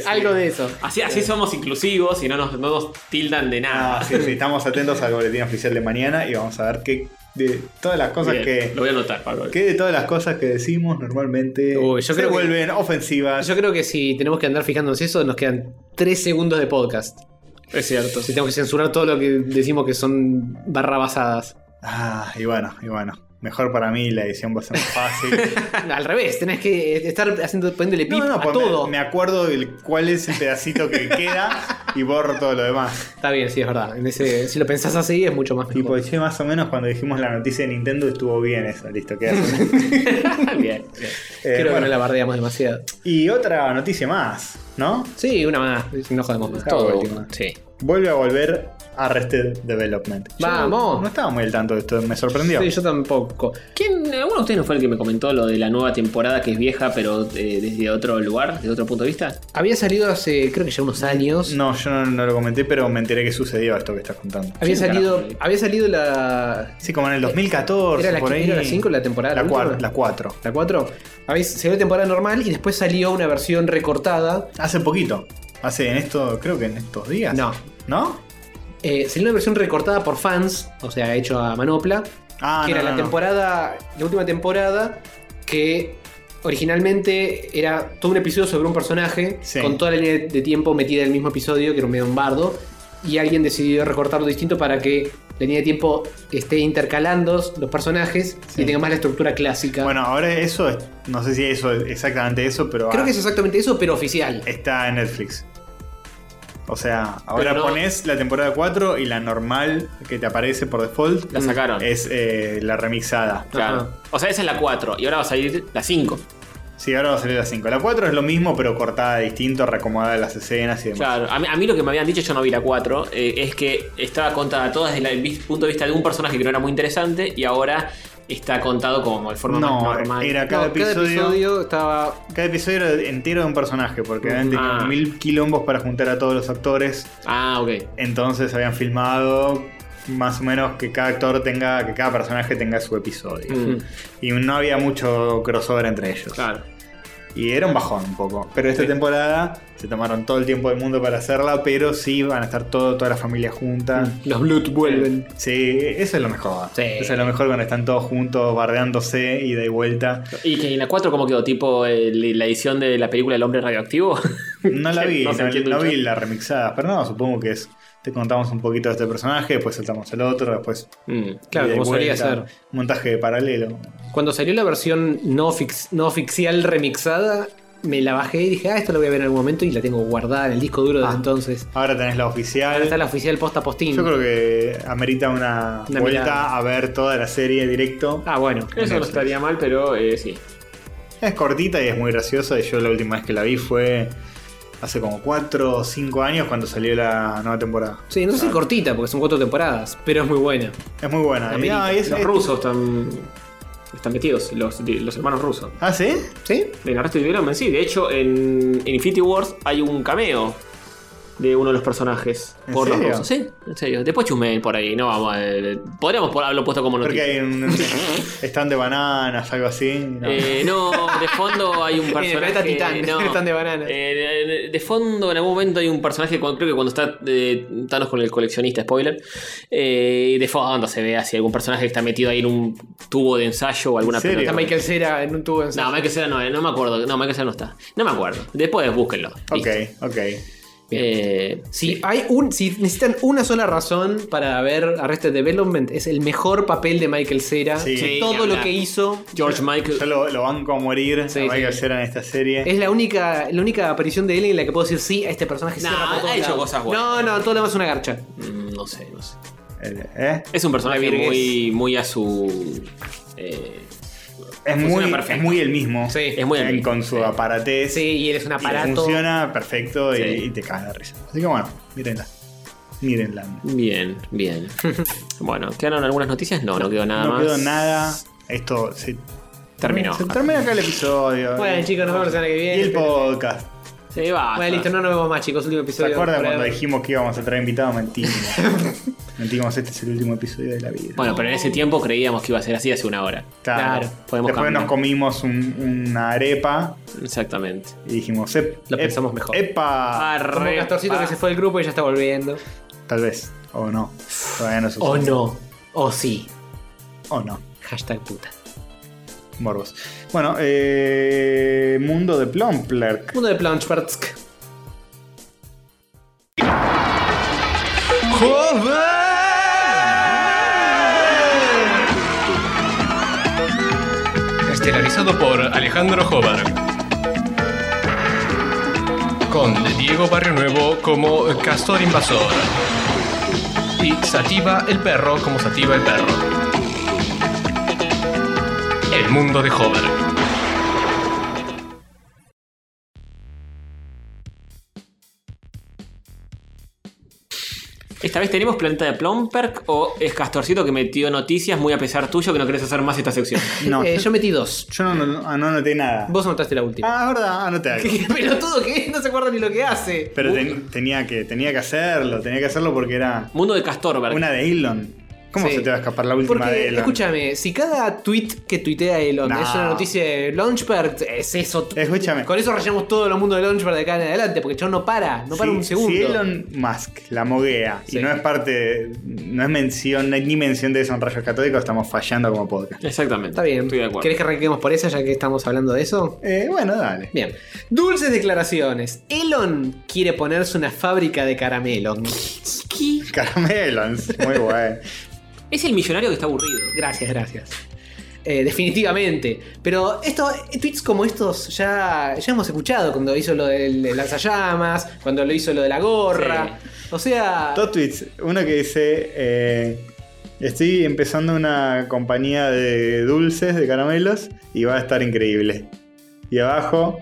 Speaker 3: Algo de eso.
Speaker 1: Así, así somos inclusivos y no nos, no nos tildan de nada.
Speaker 2: Eh. Ah, sí, sí, estamos atentos al boletín oficial de mañana y vamos a ver qué de todas las cosas
Speaker 1: Bien, Lo
Speaker 2: que.
Speaker 1: voy a anotar, Pablo.
Speaker 2: qué de todas las cosas que decimos normalmente
Speaker 3: Uy, yo
Speaker 2: se
Speaker 3: creo que-
Speaker 2: vuelven ofensivas.
Speaker 3: Yo creo que si tenemos que andar fijándonos eso, nos quedan 3 segundos de podcast.
Speaker 1: Es cierto.
Speaker 3: Si tengo que censurar todo lo que decimos que son barrabasadas.
Speaker 2: Ah, y bueno, y bueno. Mejor para mí la edición va a ser más fácil.
Speaker 3: Al revés, tenés que estar haciendo, poniéndole pip
Speaker 2: No, no,
Speaker 3: a
Speaker 2: pues me-
Speaker 3: todo.
Speaker 2: Me, acuerdo de cuál es el pedacito que queda y borro todo lo demás.
Speaker 3: Está bien, sí, es verdad. En ese, si lo pensás así, es mucho más
Speaker 2: Tipo,
Speaker 3: mejor.
Speaker 2: che, más o menos cuando dijimos la noticia de Nintendo estuvo bien eso, listo, queda.
Speaker 1: bien, bien.
Speaker 2: Eh,
Speaker 3: Creo que
Speaker 2: bueno,
Speaker 3: no la bardeamos demasiado.
Speaker 2: Y otra noticia más, ¿no?
Speaker 3: Sí, una más. No jodemos más.
Speaker 2: La
Speaker 3: Todo.
Speaker 2: última.
Speaker 3: Sí.
Speaker 2: Vuelve a volver Arrested Development. Yo
Speaker 3: ¡Vamos!
Speaker 2: No estaba muy al tanto de esto, me sorprendió.
Speaker 3: Sí, yo tampoco.
Speaker 1: ¿Quién, ¿Alguno de ustedes no fue el que me comentó lo de la nueva temporada que es vieja, pero eh, desde otro lugar, desde otro punto de vista?
Speaker 3: Había salido hace, creo que ya unos años.
Speaker 2: No, yo no, no lo comenté, pero me enteré que sucedió esto que estás contando.
Speaker 3: Había
Speaker 1: ¿Quién
Speaker 3: salido,
Speaker 1: carajo?
Speaker 3: había salido la.
Speaker 2: Sí, como en el 2014,
Speaker 3: ¿Era la,
Speaker 2: por ahí.
Speaker 3: era la 5 la temporada?
Speaker 2: La,
Speaker 3: última?
Speaker 2: cuar- la 4.
Speaker 3: ¿La 4? Había, salió la temporada normal y después salió una versión recortada.
Speaker 2: Hace poquito. Hace en esto, creo que en estos días.
Speaker 3: No.
Speaker 2: ¿No?
Speaker 3: Eh, salió una versión recortada por fans, o sea, hecho a manopla.
Speaker 2: Ah,
Speaker 3: que
Speaker 2: no,
Speaker 3: era
Speaker 2: no,
Speaker 3: la
Speaker 2: no.
Speaker 3: temporada, la última temporada, que originalmente era todo un episodio sobre un personaje,
Speaker 2: Sí.
Speaker 3: con toda la línea de tiempo metida en el mismo episodio, que era un medio bardo, y alguien decidió recortarlo distinto para que la línea de tiempo esté intercalando los personajes
Speaker 2: Sí.
Speaker 3: y tenga más la estructura clásica.
Speaker 2: Bueno, ahora eso, es- no sé si eso es exactamente eso, pero
Speaker 3: Creo
Speaker 2: ah,
Speaker 3: que es exactamente eso, pero oficial.
Speaker 2: está en Netflix. O sea, ahora
Speaker 1: no-
Speaker 2: pones la temporada 4 y la normal que te aparece por default
Speaker 1: La sacaron.
Speaker 2: es eh, la remixada.
Speaker 1: Claro.
Speaker 3: Ajá.
Speaker 1: O sea, esa es la 4 y ahora va a salir la 5.
Speaker 2: Sí, ahora va a salir la 5. La 4 es lo mismo, pero cortada distinto, reacomodada las escenas y demás.
Speaker 1: Claro, a mí, a mí lo que me habían dicho, yo no vi la 4, eh, es que estaba contada toda desde la- el vi- punto de vista de un personaje que no era muy interesante y ahora está contado como de forma
Speaker 2: No,
Speaker 1: más normal.
Speaker 2: era
Speaker 3: No,
Speaker 2: cada, episodio, cada episodio.
Speaker 3: estaba.
Speaker 2: era entero de un personaje, porque obviamente
Speaker 1: Ah.
Speaker 2: tenían mil quilombos para juntar a todos los actores.
Speaker 1: Ah, ok.
Speaker 2: Entonces habían filmado más o menos que cada actor tenga, que cada personaje tenga su episodio.
Speaker 1: Mm,
Speaker 2: Y no había mucho crossover entre ellos.
Speaker 1: claro.
Speaker 2: Y era un bajón un poco. Pero esta temporada se tomaron todo el tiempo del mundo para hacerla, pero sí van a estar todo, toda la familia junta.
Speaker 1: Los Blood vuelven.
Speaker 2: Sí, eso es lo mejor.
Speaker 1: Mm. Sí.
Speaker 2: Eso es lo mejor cuando están todos juntos, bardeándose, ida y vuelta.
Speaker 1: ¿Y que en la 4 cómo quedó? ¿Tipo el- la edición de la película El hombre radioactivo?
Speaker 2: No la vi,
Speaker 1: No
Speaker 2: no,
Speaker 1: se entiende
Speaker 2: no
Speaker 1: mucho.
Speaker 2: vi la remixada, pero no, supongo que es. Te contamos un poquito de este personaje, después saltamos al otro, después.
Speaker 1: Mm.
Speaker 3: Claro,
Speaker 2: ida y
Speaker 3: como solía
Speaker 2: vuelta,
Speaker 3: ser.
Speaker 2: Montaje paralelo.
Speaker 3: Cuando salió la versión no, fix- no oficial remixada, me la bajé y dije, ah, esto lo voy a ver en algún momento y la tengo guardada en el disco duro desde entonces.
Speaker 2: Ahora tenés la oficial.
Speaker 3: Ahora está la oficial posta postín.
Speaker 2: Yo creo que amerita una,
Speaker 3: Una
Speaker 2: vuelta
Speaker 3: mirada.
Speaker 2: a ver toda la serie directo.
Speaker 3: Ah, bueno.
Speaker 1: Eso no estaría mal, pero eh, sí.
Speaker 2: Es cortita y es muy graciosa. Y yo la última vez que la vi fue hace como 4 o 5 años cuando salió la nueva temporada.
Speaker 3: Sí, no sé si cortita, porque son cuatro temporadas, pero es muy buena.
Speaker 2: Es muy buena. Y,
Speaker 3: Amerita.
Speaker 2: ah, y es-
Speaker 1: Los
Speaker 2: es-
Speaker 1: rusos están, están metidos, los, los hermanos rusos.
Speaker 2: ¿Ah, sí?
Speaker 3: ¿Sí?
Speaker 1: En Arrested Development, sí. De hecho, en, en Infinity Wars hay un cameo de uno de los personajes
Speaker 2: ¿En
Speaker 1: por
Speaker 2: serio?
Speaker 1: los rusos. Sí, en serio. Después chumeen por ahí, no vamos a... Podríamos por- haberlo puesto como
Speaker 2: Porque
Speaker 1: noticia.
Speaker 2: hay un stand de bananas, algo así. No.
Speaker 1: Eh, no, de fondo hay un personaje.
Speaker 3: planeta Titán,
Speaker 1: no.
Speaker 3: están de banana.
Speaker 1: Eh, de fondo, en algún momento hay un personaje, cuando- creo que cuando está eh, Thanos con el coleccionista, spoiler. eh, de fondo se ve así algún personaje que está metido ahí en un tubo de ensayo o alguna
Speaker 2: ¿En serio?
Speaker 3: Está Michael Cera en un tubo en
Speaker 1: No, Michael Cera no, eh, no me acuerdo. No, Michael Cera no está. No me acuerdo. Después búsquenlo.
Speaker 2: ok,
Speaker 1: Listo.
Speaker 2: ok.
Speaker 1: Eh,
Speaker 3: Si hay un, si necesitan una sola razón para ver Arrested Development, es el mejor papel de Michael Cera.
Speaker 2: Sí.
Speaker 3: De
Speaker 1: Sí, ni
Speaker 3: todo lo
Speaker 1: hablar.
Speaker 3: que hizo.
Speaker 1: George
Speaker 2: Yo
Speaker 1: Michael.
Speaker 2: lo, lo banco a morir
Speaker 3: Sí,
Speaker 2: a Michael
Speaker 3: sí.
Speaker 2: Cera en esta serie.
Speaker 3: Es la única, la única aparición de él en la que puedo decir sí a este personaje.
Speaker 1: No,
Speaker 3: cierra por todos
Speaker 1: ha hecho
Speaker 3: lados".
Speaker 1: cosas buenas.
Speaker 3: No, no, todo lo demás es una garcha.
Speaker 1: Mm, No sé, no sé.
Speaker 2: Eh, ¿eh?
Speaker 1: Es un personaje
Speaker 3: La Virguez.
Speaker 1: muy, muy a su. eh,
Speaker 2: Es, muy,
Speaker 1: perfecto.
Speaker 2: es muy el mismo.
Speaker 3: Sí.
Speaker 1: es muy
Speaker 2: En-
Speaker 1: amigo.
Speaker 2: con su aparatez.
Speaker 3: Sí, y él es un
Speaker 2: Y
Speaker 3: aparato.
Speaker 2: funciona perfecto y,
Speaker 1: Sí.
Speaker 2: y te cae la risa. Así que bueno, mírenla. Mírenla.
Speaker 1: Bien, bien. bueno, ¿quedaron algunas noticias? No, no quedó nada
Speaker 2: no
Speaker 1: más.
Speaker 2: quedó nada. Esto se
Speaker 1: Terminó.
Speaker 2: Se termina acá el episodio.
Speaker 3: Bueno, chicos, nos vemos la semana que
Speaker 2: Y
Speaker 3: viene. Ah,
Speaker 2: el podcast.
Speaker 1: Se va.
Speaker 3: Bueno, listo, no nos vemos más, chicos. Último
Speaker 2: ¿Se
Speaker 3: episodio.
Speaker 2: acuerdan
Speaker 3: por
Speaker 2: cuando
Speaker 3: ahora.
Speaker 2: dijimos que íbamos a traer invitados? Mentimos. Mentimos, este es el último episodio de la vida.
Speaker 1: Bueno, pero en ese tiempo creíamos que iba a ser así hace una hora.
Speaker 2: claro.
Speaker 3: claro,
Speaker 1: podemos
Speaker 2: Después
Speaker 1: cambiar.
Speaker 2: nos comimos un- una arepa
Speaker 1: Exactamente.
Speaker 2: y dijimos, "Ep-
Speaker 3: Lo
Speaker 2: ep-
Speaker 3: pensamos mejor.
Speaker 2: ¡Epa!
Speaker 3: Como
Speaker 1: Arre,
Speaker 3: Castorcito
Speaker 1: pa.
Speaker 2: "Ah,
Speaker 3: que se fue del grupo y ya está volviendo.
Speaker 2: Tal vez. O no. Todavía no sucede.
Speaker 3: O no. O sí.
Speaker 2: O no.
Speaker 3: Hashtag puta.
Speaker 2: Morbos. Bueno, eh, mundo de Plomplerk.
Speaker 3: Mundo de Plunchbertsk.
Speaker 8: Estelarizado por Alejandro Jobar. Con Diego Barrio Nuevo como Castor Invasor. Y Sativa el Perro como Sativa el Perro. El mundo de Jobar.
Speaker 1: Esta vez tenemos planeta de Plomperk o es Castorcito que metió noticias muy a pesar tuyo que no querés hacer más esta sección.
Speaker 2: No,
Speaker 3: Eh,
Speaker 2: yo,
Speaker 3: yo metí dos.
Speaker 2: yo no, no, no anoté nada.
Speaker 3: Vos anotaste la última.
Speaker 2: Ah, es verdad, anoté algo.
Speaker 3: Pero todo que es, no se acuerda ni lo que hace.
Speaker 2: Pero ten- tenía, que, tenía que hacerlo, tenía que hacerlo porque era
Speaker 1: Mundo de Castorberg.
Speaker 2: una de Elon. ¿Cómo
Speaker 3: Sí.
Speaker 2: se te va a escapar la última
Speaker 3: Porque,
Speaker 2: de Elon?
Speaker 3: escúchame, si cada tweet que tuitea Elon
Speaker 2: No.
Speaker 3: es una noticia de Launchpad, es eso.
Speaker 2: Escúchame.
Speaker 3: Con eso rayamos todo el mundo de Launchpad de acá en adelante, porque el chabón no para, no para
Speaker 2: si,
Speaker 3: un segundo.
Speaker 2: si Elon Musk la moguea
Speaker 3: Sí.
Speaker 2: y no es parte, no es mención, no hay ni mención de eso en Rayos Catódicos, estamos fallando como podcast.
Speaker 1: Exactamente.
Speaker 3: Está bien.
Speaker 1: Estoy de acuerdo.
Speaker 3: ¿Querés que arranquemos por esa ya que estamos hablando de eso?
Speaker 2: Eh, bueno, dale.
Speaker 3: Bien. Dulces declaraciones. Elon quiere ponerse una fábrica de caramelos.
Speaker 1: ¿Qué?
Speaker 2: Caramelons, muy bueno.
Speaker 1: Es el millonario que está aburrido.
Speaker 3: Gracias, gracias. Eh, definitivamente. Pero estos tweets como estos ya, ya hemos escuchado cuando hizo lo del lanzallamas, cuando lo hizo lo de la gorra. O sea.
Speaker 2: Dos tweets. Uno que dice: eh, Estoy empezando una compañía de dulces, de caramelos, y va a estar increíble. Y abajo,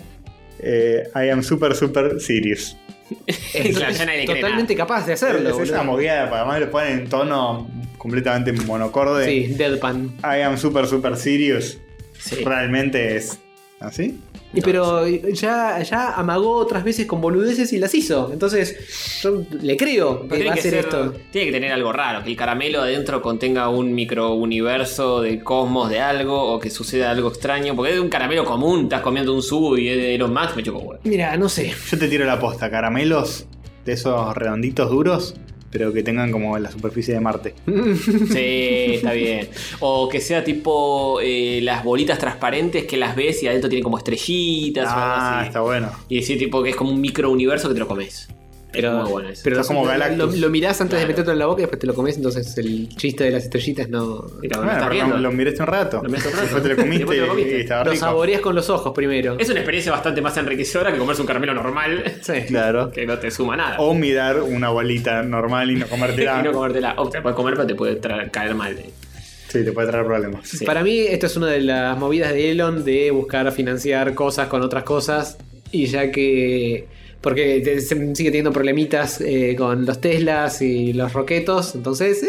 Speaker 2: eh, I am super, super serious.
Speaker 3: es,
Speaker 1: Claro,
Speaker 3: es
Speaker 1: ya nadie le cree
Speaker 3: totalmente capaz de hacerlo.
Speaker 2: es esa
Speaker 3: boludo.
Speaker 2: mogueada, para además lo ponen en tono completamente monocorde.
Speaker 3: Sí, Deadpan.
Speaker 2: I am super, super serious.
Speaker 1: Sí.
Speaker 2: Realmente es ¿Ah, sí?
Speaker 3: Y pero ya, ya amagó otras veces con boludeces y las hizo. Entonces, yo le creo que va
Speaker 1: tiene
Speaker 3: a
Speaker 1: que,
Speaker 3: hacer
Speaker 1: ser-
Speaker 3: esto.
Speaker 1: tiene que tener algo raro, que el caramelo adentro contenga un microuniverso del cosmos de algo o que suceda algo extraño. Porque es de un caramelo común, estás comiendo un subo y es de Elon Musk, me chocó huevo.
Speaker 3: Mira, no sé.
Speaker 2: Yo te tiro la posta, caramelos de esos redonditos duros, pero que tengan como la superficie de Marte.
Speaker 1: Sí, está bien. O que sea tipo eh, las bolitas transparentes que las ves y adentro tienen como estrellitas o algo
Speaker 2: Ah,
Speaker 1: así.
Speaker 2: está bueno.
Speaker 1: Y decir tipo que es como un microuniverso que te lo comes.
Speaker 3: Pero,
Speaker 1: es muy bueno eso.
Speaker 3: pero
Speaker 2: Está como
Speaker 3: lo- lo,
Speaker 2: Galactus.
Speaker 3: lo mirás antes
Speaker 1: Claro.
Speaker 3: de meterlo en la boca y después te lo comes, entonces el chiste de las estrellitas no...
Speaker 1: Mira,
Speaker 2: Bueno,
Speaker 1: lo estás
Speaker 2: pero
Speaker 1: viendo.
Speaker 2: Ah, lo, lo miraste un rato.
Speaker 1: Lo miraste un rato.
Speaker 2: Después te lo comiste,
Speaker 1: Después te lo comiste.
Speaker 2: y estaba
Speaker 3: Lo
Speaker 2: rico.
Speaker 3: saboreas con los ojos primero.
Speaker 1: Es una experiencia bastante más enriquecedora que comerse un caramelo normal
Speaker 3: Sí.
Speaker 2: Claro.
Speaker 1: que no te suma nada.
Speaker 2: O mirar una bolita normal y no comértela.
Speaker 1: Y no comértela. O te la puedes comer, pero te puede tra- caer mal. eh.
Speaker 2: Sí, te puede traer problemas.
Speaker 1: Sí.
Speaker 3: Para mí, esto es una de las movidas de Elon de buscar financiar cosas con otras cosas. Y ya que. Porque te- se- sigue teniendo problemitas eh, con los Teslas y los roquetos. Entonces, eh,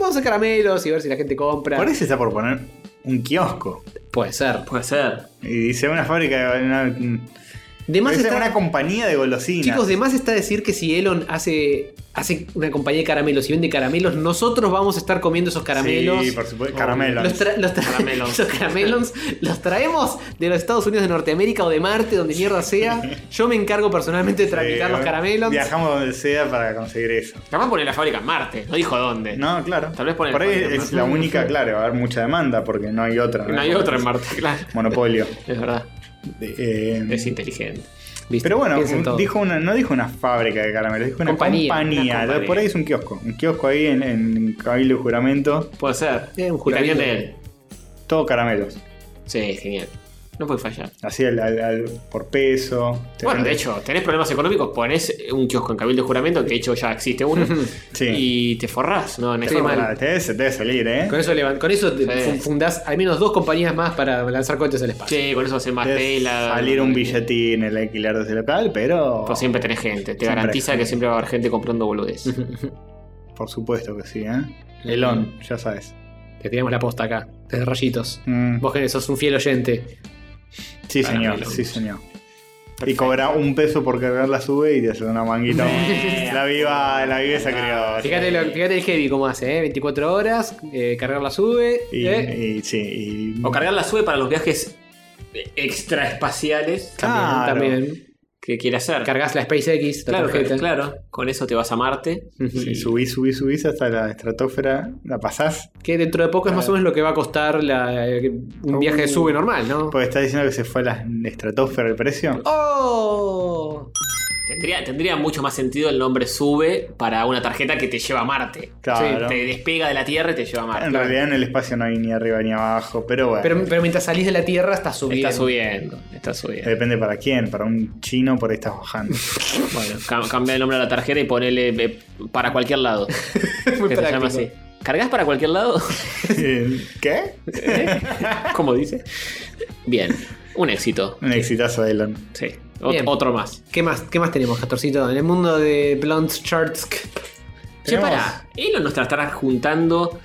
Speaker 3: vamos a caramelos y ver si la gente compra.
Speaker 2: Por eso está por poner un kiosco.
Speaker 3: Puede ser.
Speaker 1: Puede ser.
Speaker 2: Y dice una fábrica de. Una,
Speaker 3: De más
Speaker 2: es
Speaker 3: está-
Speaker 2: una compañía de golosinas.
Speaker 3: Chicos, de más está decir que si Elon hace, hace una compañía de caramelos y vende caramelos, nosotros vamos a estar comiendo esos caramelos.
Speaker 2: Sí, por supuesto. Caramelos.
Speaker 3: Los, tra- los tra-
Speaker 1: Caramelos.
Speaker 3: esos caramelos los traemos de los Estados Unidos de Norteamérica o de Marte, donde mierda sea. Yo me encargo personalmente de traficar
Speaker 2: Sí,
Speaker 3: los caramelos.
Speaker 2: Eh, Viajamos donde sea para conseguir eso.
Speaker 1: Capaz pone la fábrica en Marte, no dijo dónde.
Speaker 2: No, claro.
Speaker 1: Tal vez poner
Speaker 2: Por ahí
Speaker 1: el
Speaker 2: es
Speaker 1: Marte.
Speaker 2: la única, claro, va a haber mucha demanda porque no hay otra.
Speaker 1: No hay otra en Marte, claro.
Speaker 2: Monopolio.
Speaker 1: Es verdad.
Speaker 2: Eh,
Speaker 1: Es inteligente.
Speaker 3: ¿Viste?
Speaker 2: pero bueno,
Speaker 3: Piensen todo.
Speaker 2: dijo una, no dijo una fábrica de caramelos, dijo una
Speaker 3: Compañía,
Speaker 2: compañía.
Speaker 1: una compañía.
Speaker 2: Por ahí es un kiosco. Un kiosco ahí en, en Cabildo y Juramento.
Speaker 1: Puede ser.
Speaker 3: Eh, un
Speaker 1: Y también
Speaker 3: juramento.
Speaker 1: de él.
Speaker 2: Todo caramelos.
Speaker 1: Sí, genial. No puede fallar.
Speaker 2: Así al, al- al- por peso. Te
Speaker 1: Bueno,
Speaker 2: vende-
Speaker 1: de hecho, tenés problemas económicos, ponés un kiosco en Cabildo de Juramento, que de hecho ya existe uno,
Speaker 2: Sí.
Speaker 1: y te forrás, ¿no? No está
Speaker 3: Sí,
Speaker 1: mal.
Speaker 2: Ah, te debe, te debe salir, ¿eh?
Speaker 3: Con eso, levan- con eso te
Speaker 1: Sí.
Speaker 3: fun- fundás al menos dos compañías más para lanzar cohetes al espacio.
Speaker 1: Sí, con eso hace más
Speaker 2: Debe
Speaker 1: tela.
Speaker 2: salir un billetín el alquiler de ese local, pero.
Speaker 1: Pues siempre tenés gente. Te
Speaker 2: Siempre.
Speaker 1: garantiza que siempre va a haber gente comprando boludez.
Speaker 2: Por supuesto que sí, ¿eh?
Speaker 1: Mm.
Speaker 2: Elon, ya sabes.
Speaker 3: Te tiramos la posta acá, desde rayitos.
Speaker 2: Mm.
Speaker 3: Vos que sos un fiel oyente.
Speaker 2: Sí, señor,
Speaker 1: Caramelos.
Speaker 2: sí, señor. Y cobra un peso por cargar la sube y te hace una manguita. la viva, la viva esa criolla.
Speaker 3: Fíjate, lo- fíjate el heavy cómo hace, ¿eh? 24 horas, eh, cargar la sube.
Speaker 2: Y,
Speaker 3: eh.
Speaker 2: y sí, y-
Speaker 1: O cargar la sube para los viajes extraespaciales
Speaker 2: Claro.
Speaker 3: También, también.
Speaker 1: que quiere hacer.
Speaker 3: Cargas la SpaceX, la
Speaker 1: claro,
Speaker 3: tarjeta.
Speaker 1: claro. Con eso te vas a Marte.
Speaker 2: Sí, subís, subís, subís hasta la estratosfera, la pasás.
Speaker 3: Que dentro de poco es más o menos lo que va a costar la- eh, un viaje de
Speaker 1: Uh.
Speaker 3: sube normal, ¿no?
Speaker 2: Porque está diciendo que se fue a la estratosfera el precio.
Speaker 3: ¡Oh!
Speaker 1: Tendría, tendría mucho más sentido el nombre sube para una tarjeta que te lleva a Marte.
Speaker 2: Claro.
Speaker 1: Te despega de la Tierra y te lleva a Marte.
Speaker 2: en realidad en el espacio no hay ni arriba ni abajo, pero bueno.
Speaker 3: Pero, pero mientras salís de la Tierra estás subiendo.
Speaker 1: Está subiendo, está subiendo.
Speaker 2: Depende para quién, para un chino por ahí estás bajando.
Speaker 1: Bueno, cam- cambia el nombre a la tarjeta y ponele eh, para cualquier lado.
Speaker 3: Muy
Speaker 1: que se llama así.
Speaker 3: práctico.
Speaker 1: ¿Cargas para cualquier lado?
Speaker 2: Eh, ¿Qué?
Speaker 1: Como dice. Bien, un éxito.
Speaker 2: Un exitazo de Elon.
Speaker 1: Sí. Ot-
Speaker 3: Bien.
Speaker 1: otro más.
Speaker 3: ¿Qué más, ¿Qué más tenemos, Castorcito? En el mundo de Blondchartsk.
Speaker 1: Che,
Speaker 2: Tenemos-
Speaker 1: pará. Elon nos estará juntando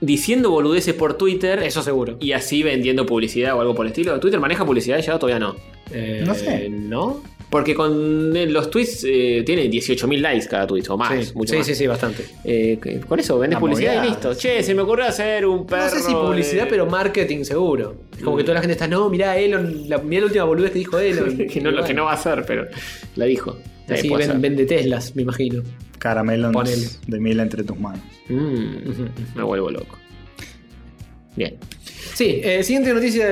Speaker 1: diciendo boludeces por Twitter
Speaker 3: Eso seguro.
Speaker 1: y así vendiendo publicidad o algo por el estilo. ¿Twitter maneja publicidad ya o todavía no?
Speaker 3: Eh,
Speaker 2: No sé.
Speaker 1: ¿No? Porque con eh, los tweets eh, tiene 18.000 likes cada tweet o más.
Speaker 3: sí,
Speaker 1: mucho
Speaker 3: sí,
Speaker 1: más.
Speaker 3: sí, sí, bastante.
Speaker 1: Eh, que- con eso vendes
Speaker 2: La
Speaker 1: publicidad y
Speaker 2: movida.
Speaker 1: listo. Che, se me ocurrió hacer un perro.
Speaker 3: No sé si publicidad,
Speaker 1: de-
Speaker 3: pero marketing seguro. Es como que
Speaker 1: Mm.
Speaker 3: toda la gente está, no, mirá Elon, la, mirá la última boludez que dijo Elon.
Speaker 1: que no, lo que no va a hacer, pero la dijo. Eh,
Speaker 3: Así
Speaker 1: puede
Speaker 3: ven-
Speaker 1: ser.
Speaker 3: vende Teslas, me imagino.
Speaker 2: Caramelos
Speaker 3: Ponele.
Speaker 2: de miel entre tus manos.
Speaker 1: Mm, ujú, me vuelvo loco. Bien.
Speaker 3: Sí, eh, siguiente noticia.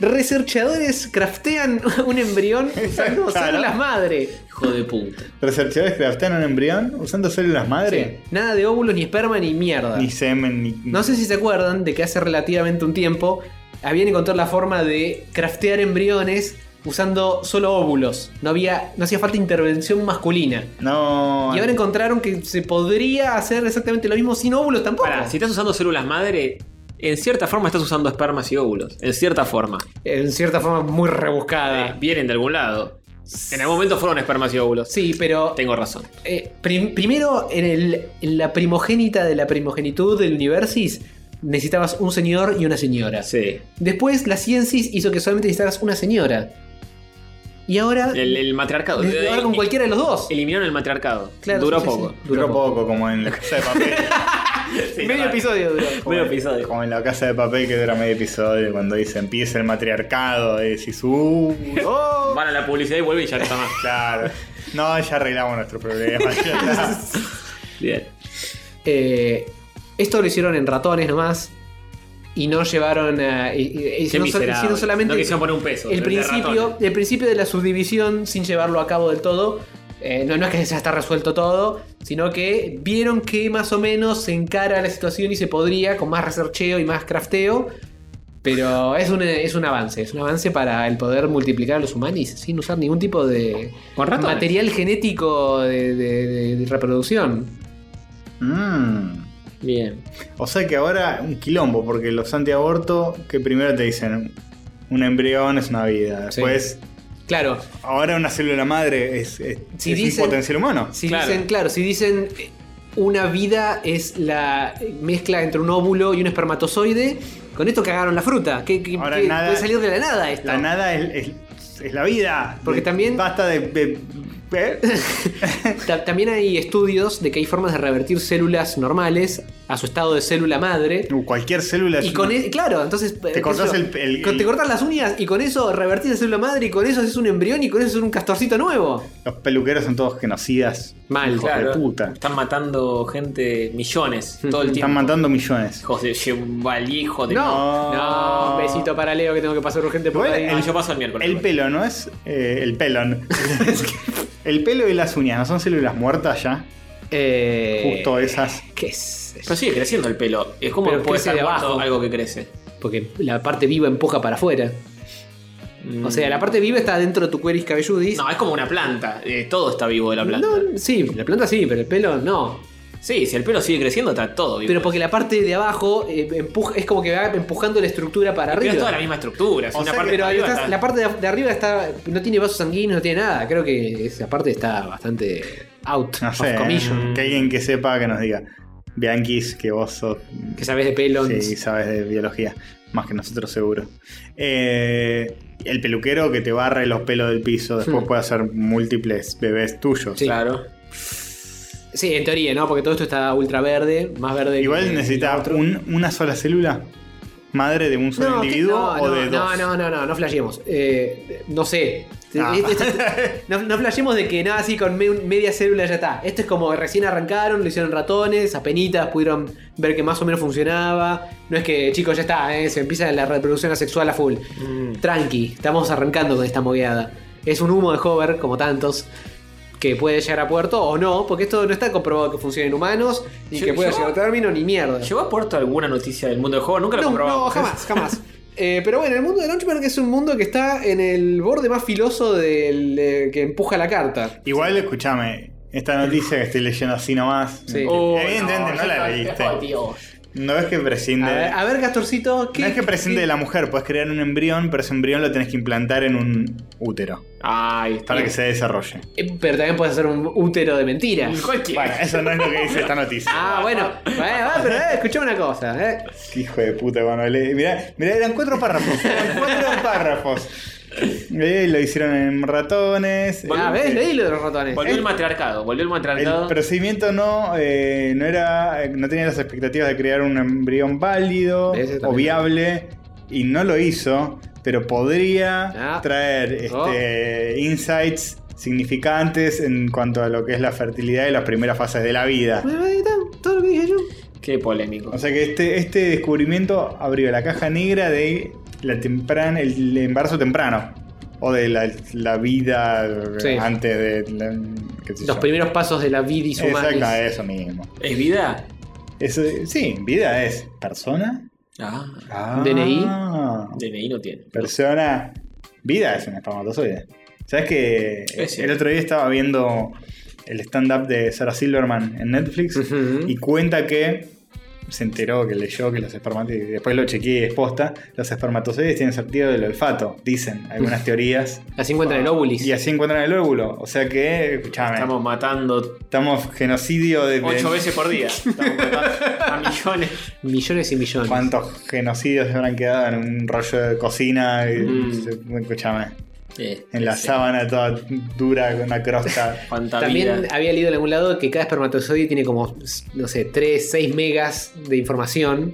Speaker 3: Researchadores craftean un embrión usando
Speaker 2: Claro.
Speaker 3: células madre.
Speaker 1: Hijo de puta.
Speaker 2: Receptores craftean un embrión usando células madre.
Speaker 3: Nada de óvulos, ni esperma, ni mierda.
Speaker 2: Ni semen, ni.
Speaker 3: No sé si se acuerdan de que hace relativamente un tiempo habían encontrado la forma de craftear embriones usando solo óvulos. No, había, no hacía falta intervención masculina.
Speaker 2: No.
Speaker 3: Y ahora encontraron que se podría hacer exactamente lo mismo sin óvulos tampoco.
Speaker 1: Pará, si estás usando células madre, en cierta forma estás usando espermas y óvulos. En cierta forma.
Speaker 3: En cierta forma muy
Speaker 1: Eh,
Speaker 3: rebuscada.
Speaker 1: vienen de algún lado. En algún momento fueron espermas y óvulos.
Speaker 3: Sí, pero
Speaker 1: Tengo razón.
Speaker 3: Eh, prim- primero, en, el- en la primogénita de la primogenitud del Universis, necesitabas un señor y una señora.
Speaker 1: Sí.
Speaker 3: Después la Ciencis hizo que solamente necesitaras una señora. Y ahora
Speaker 1: El, el matriarcado.
Speaker 3: les va a dar con cualquiera de los dos.
Speaker 1: Eliminaron el matriarcado.
Speaker 3: Claro,
Speaker 1: Duró
Speaker 3: sí, sí, sí.
Speaker 1: poco.
Speaker 2: Duró poco, como en la casa de papel.
Speaker 3: Medio episodio duró.
Speaker 2: Como-
Speaker 1: Medio episodio.
Speaker 2: Como en la casa de papel que dura medio episodio, cuando dice empieza el matriarcado, y decís, uh, oh,
Speaker 1: Van a la publicidad y vuelven y ya no está más.
Speaker 2: claro. No, ya arreglamos nuestro problema. ya está.
Speaker 1: Bien.
Speaker 3: Eh, esto lo hicieron en ratones nomás. Y no llevaron a. y- y-
Speaker 1: Qué
Speaker 3: no so-
Speaker 1: miserable.
Speaker 3: hicieron solamente
Speaker 1: No quisieron poner un peso.
Speaker 3: el,
Speaker 1: de
Speaker 3: principio,
Speaker 1: ratón.
Speaker 3: el principio de la subdivisión sin llevarlo a cabo del todo. Eh, no, no es que ya está resuelto todo, sino que vieron que más o menos se encara la situación y se podría con más researcheo y más crafteo. Pero es un, es un avance, es un avance para el poder multiplicar a los humanis sin usar ningún tipo de
Speaker 1: Con ratones.
Speaker 3: material genético de- de- de- de reproducción.
Speaker 2: Mm.
Speaker 1: Bien.
Speaker 2: O sea que ahora un quilombo, porque los antiaborto que primero te dicen un embrión es una vida,
Speaker 3: Sí.
Speaker 2: después
Speaker 3: Claro,
Speaker 2: ahora una célula madre es, es-
Speaker 3: Si
Speaker 2: es
Speaker 3: dicen-
Speaker 2: un potencial humano.
Speaker 3: Si
Speaker 1: Claro.
Speaker 3: dicen, claro, si dicen eh, una vida es la mezcla entre un óvulo y un espermatozoide, con esto cagaron la fruta. ¿Qué, qué-
Speaker 2: Ahora
Speaker 3: qué-
Speaker 2: nada-
Speaker 3: puede salir de la nada esto?
Speaker 2: La nada es, es- es la vida.
Speaker 3: Porque también-
Speaker 2: Basta de. de- ¿eh?
Speaker 3: Ta- También hay estudios de que hay formas de revertir células normales a su estado de célula madre.
Speaker 2: Uh, Cualquier célula es
Speaker 3: Y con
Speaker 2: una-
Speaker 3: e- claro, entonces. eh, qué
Speaker 2: cortás
Speaker 3: sé yo,
Speaker 2: el- el-
Speaker 3: con-
Speaker 2: el-
Speaker 3: Te cortas las uñas y con eso revertís la célula madre y con eso haces un embrión y con eso es un castorcito nuevo.
Speaker 2: Los peluqueros son todos genocidas.
Speaker 3: Mal.
Speaker 2: Hijos de puta.
Speaker 1: Están matando gente, millones,
Speaker 3: Ujú.
Speaker 1: todo el
Speaker 2: Están
Speaker 1: tiempo.
Speaker 2: matando millones.
Speaker 1: Hijos de Cheval, hijo de.
Speaker 3: No,
Speaker 2: No.
Speaker 3: no, un besito para Leo que tengo que pasar urgente por
Speaker 2: Igual
Speaker 3: ahí.
Speaker 1: Ah, yo paso el miércoles.
Speaker 2: El pelo, ¿no es? Eh, el pelón. el pelo y las uñas, ¿no son células muertas ya?
Speaker 3: Eh,
Speaker 2: Justo esas.
Speaker 3: ¿Qué es?
Speaker 1: Pero sigue creciendo el pelo. Es como
Speaker 3: Pero
Speaker 1: puede
Speaker 3: crece
Speaker 1: ser
Speaker 3: de
Speaker 1: muerto
Speaker 3: abajo.
Speaker 1: algo que crece.
Speaker 3: Porque la parte viva empuja para afuera. O sea, la parte viva está dentro de tu cueris cabelludis.
Speaker 1: No, es como una planta. eh, todo está vivo de la planta.
Speaker 3: No, sí, la planta sí, pero el pelo no.
Speaker 1: Sí, si el pelo sigue creciendo, está todo vivo.
Speaker 3: Pero porque la parte de abajo eh, empuja, es como que va empujando la estructura para
Speaker 1: Pero es toda
Speaker 3: arriba.
Speaker 1: la misma estructura. es
Speaker 2: O
Speaker 1: una
Speaker 2: sea
Speaker 1: parte
Speaker 3: Pero
Speaker 1: de
Speaker 3: ahí
Speaker 1: arriba
Speaker 3: estás-
Speaker 1: está-
Speaker 3: la parte de, de arriba está no tiene vasos sanguíneos, no tiene nada. Creo que esa parte está bastante out
Speaker 2: No
Speaker 3: of
Speaker 2: sé.
Speaker 3: commission.
Speaker 2: Que alguien que sepa que nos diga. Bianquis, que vos sos.
Speaker 1: Mm.
Speaker 3: Que sabes de pelo.
Speaker 2: Sí, sabes de biología. Más que nosotros, seguro. Eh, el peluquero que te barre los pelos del piso. Después
Speaker 3: Hmm.
Speaker 2: puede hacer múltiples bebés tuyos.
Speaker 3: Sí.
Speaker 1: Claro.
Speaker 3: Sí, en teoría, ¿no? Porque todo esto está ultra verde, más verde que-
Speaker 2: Igual necesita un- una sola célula. Madre de un solo
Speaker 3: No, que-
Speaker 2: individuo
Speaker 3: no,
Speaker 2: o
Speaker 3: no,
Speaker 2: de dos.
Speaker 3: No, no, no, no, no flasheemos. Eh, no sé.
Speaker 2: Ah.
Speaker 3: Esto- esto- no, no flasheemos de que nada así con me- media célula ya está. Esto es como recién arrancaron, lo hicieron ratones, apenitas, pudieron ver que más o menos funcionaba. No es que, chicos, ya está, eh, se empieza la reproducción asexual a full.
Speaker 2: Mm.
Speaker 3: Tranqui, estamos arrancando con esta moviada. Es un humo de hover, como tantos. Que puede llegar a puerto o no, porque esto no está comprobado que funcione en humanos, ni
Speaker 1: Yo-
Speaker 3: que pueda
Speaker 1: yo-
Speaker 3: llegar a término, ni mierda.
Speaker 1: ¿Llegó a Puerto alguna noticia del mundo del juego? Nunca lo
Speaker 3: No,
Speaker 1: comprobamos.
Speaker 3: no, jamás, jamás. Eh, pero bueno, el mundo de Launchpad es un mundo que está en el borde más filoso del eh, que empuja la carta.
Speaker 2: Igual, escúchame. Esta noticia que estoy leyendo así nomás.
Speaker 3: Sí.
Speaker 1: Oh,
Speaker 2: Evidentemente no, la leíste. No es que prescinde.
Speaker 3: A ver, a ver, Castorcito, ¿qué?
Speaker 2: no es que prescinde
Speaker 3: qué-
Speaker 2: de la mujer. Puedes crear un embrión, pero ese embrión lo tenés que implantar en un útero.
Speaker 1: Ay, está
Speaker 2: Para que se desarrolle.
Speaker 3: Eh, Pero también puedes hacer un útero de mentira.
Speaker 2: Bueno, eso no es lo que dice esta noticia.
Speaker 3: Ah, bueno, bueno, bueno, pero eh, escuchame una cosa. eh.
Speaker 2: Qué Hijo de puta, cuando leí. Mirá, mirá, eran cuatro párrafos. Eran cuatro párrafos. Eh, lo hicieron en ratones.
Speaker 3: Ah,
Speaker 2: Eh,
Speaker 3: ¿ves? Leí lo de los ratones. Eh,
Speaker 1: Volvió el matriarcado, volvió el
Speaker 2: El
Speaker 1: matriarcado.
Speaker 2: procedimiento no, eh, no era. No tenía las expectativas de crear un embrión válido
Speaker 3: Ese
Speaker 2: o
Speaker 3: también.
Speaker 2: viable. Y no lo hizo. Pero podría
Speaker 3: Ah.
Speaker 2: traer
Speaker 3: Oh.
Speaker 2: este, insights significantes en cuanto a lo que es la fertilidad y las primeras fases de la vida.
Speaker 3: Bueno, ahí está, Todo lo que dije yo.
Speaker 1: Qué polémico.
Speaker 2: O sea que este, este descubrimiento abrió la caja negra de la temprana, el embarazo temprano. O de la, la vida
Speaker 3: Sí.
Speaker 2: antes de la, qué sé
Speaker 3: Los
Speaker 2: yo.
Speaker 3: primeros pasos de la vidis
Speaker 2: Exacto, eh.
Speaker 3: humanis.
Speaker 2: eso mismo.
Speaker 1: ¿Es vida?
Speaker 2: Eso, sí, vida es persona. Ah,
Speaker 1: Ah,
Speaker 3: DNI.
Speaker 1: DNI no tiene.
Speaker 2: Persona. Vida es un espermatozoide. ¿Sabes que
Speaker 1: Es
Speaker 2: El
Speaker 1: cierto.
Speaker 2: otro día estaba viendo el stand-up de Sarah Silverman en Netflix
Speaker 3: Ujú.
Speaker 2: y cuenta que se enteró que leyó que los espermatozoides, después lo chequeé es posta, los espermatozoides tienen sentido del olfato, dicen algunas teorías.
Speaker 3: Así encuentran
Speaker 2: Ah,
Speaker 3: el óvulis.
Speaker 2: Y así encuentran el óvulo. O sea que, escuchame, estamos,
Speaker 1: Estamos matando
Speaker 2: genocidio de... de-
Speaker 1: ocho veces por día. Estamos matando a millones.
Speaker 3: Millones y millones.
Speaker 2: ¿Cuántos genocidios se habrán quedado en un rollo de cocina? Y-
Speaker 3: Mm.
Speaker 2: se- Escuchame.
Speaker 1: Eh,
Speaker 2: En la
Speaker 1: sí.
Speaker 2: sábana toda dura con una crosta.
Speaker 1: Cuánta
Speaker 3: También
Speaker 1: vida.
Speaker 3: había leído en algún lado que cada espermatozoide tiene como, no sé, 3, 6 megas de información.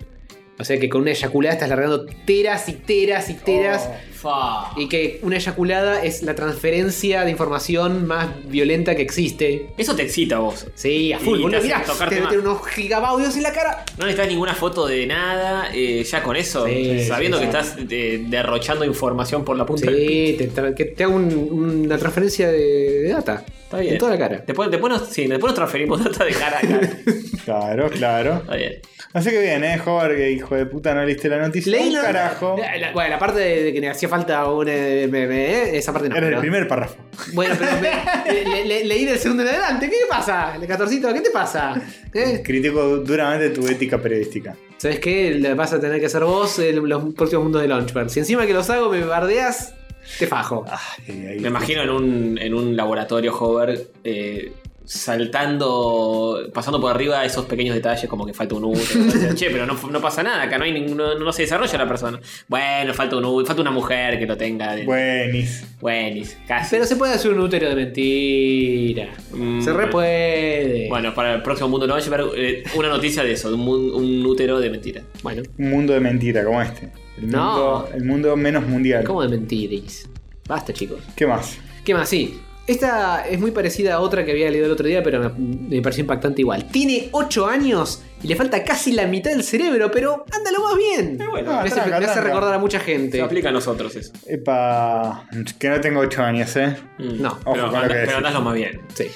Speaker 3: O sea que con una eyaculada estás largando teras y teras y teras.
Speaker 1: Oh. Fa.
Speaker 3: Y que una eyaculada es la transferencia de información más violenta que existe.
Speaker 1: Eso te excita a vos.
Speaker 3: Sí, a
Speaker 1: Y
Speaker 3: full,
Speaker 1: te
Speaker 3: boludo.
Speaker 1: hace
Speaker 3: Mirá,
Speaker 1: tocarte
Speaker 3: te
Speaker 1: más.
Speaker 3: meten unos gigabaudios en la cara.
Speaker 1: No necesitas ninguna foto de nada. eh, ya con eso,
Speaker 3: Sí,
Speaker 1: sabiendo
Speaker 3: sí,
Speaker 1: que estás eh, derrochando información por la punta del pito.
Speaker 3: Sí, te, tra- que te hago un- una transferencia de, de data.
Speaker 1: Está bien.
Speaker 3: En toda la cara.
Speaker 1: Después, después, nos, sí, después nos transferimos data de cara a cara. Está
Speaker 2: Claro, claro.
Speaker 1: bien.
Speaker 2: Así que bien, eh, Jorge, hijo de puta, no leíste la noticia.
Speaker 3: Leí
Speaker 2: un
Speaker 3: la-
Speaker 2: carajo.
Speaker 3: la- la- bueno, la parte de, de que me hacía falta una. me- me- eh, esa parte no.
Speaker 2: Era el
Speaker 3: ¿no?
Speaker 2: primer párrafo.
Speaker 3: Bueno, pero me- le- le- le- leí del segundo en adelante. ¿Qué pasa? El 14, ¿qué te pasa? ¿Eh?
Speaker 2: Critico duramente tu ética periodística.
Speaker 3: ¿Sabes qué? La Vas a tener que hacer vos en los próximos mundos de Launchpad. Si encima que los hago me bardeas, te fajo.
Speaker 2: Ay, ahí-
Speaker 1: Me imagino en un, en un laboratorio hover eh, saltando, pasando por arriba esos pequeños detalles como que falta un U. che, pero no, no pasa nada, acá no hay ninguno, no se desarrolla la persona. Bueno, falta un U, falta una mujer que lo tenga. De,
Speaker 2: Buenis.
Speaker 1: buenis, casi.
Speaker 3: Pero se puede hacer un útero de mentira.
Speaker 1: Mm,
Speaker 3: se re
Speaker 1: bueno.
Speaker 2: Eh,
Speaker 3: puede.
Speaker 1: Bueno, para el próximo mundo no va a llevar eh, una noticia de eso, de un, mun- un útero de mentira.
Speaker 3: Bueno,
Speaker 2: Un mundo de mentira como este. El
Speaker 3: No.
Speaker 2: mundo, el mundo menos mundial.
Speaker 3: ¿cómo de mentiris? Basta, chicos.
Speaker 2: ¿Qué más?
Speaker 3: ¿Qué más? Sí. Esta es muy parecida a otra que había leído el otro día, pero me, me pareció impactante igual. Tiene 8 años y le falta casi la mitad del cerebro, pero ándalo más bien.
Speaker 1: bueno,
Speaker 2: Ah,
Speaker 3: me hace,
Speaker 2: tranca,
Speaker 3: me hace
Speaker 2: tranca.
Speaker 3: recordar a mucha
Speaker 1: se
Speaker 3: gente.
Speaker 1: aplica a nosotros eso.
Speaker 2: Epa, que no tengo 8 años, ¿eh?
Speaker 1: Mm.
Speaker 3: No,
Speaker 1: pero,
Speaker 2: ojo con lo que
Speaker 1: anda-
Speaker 2: decís.
Speaker 1: pero andás lo más bien.
Speaker 3: Sí.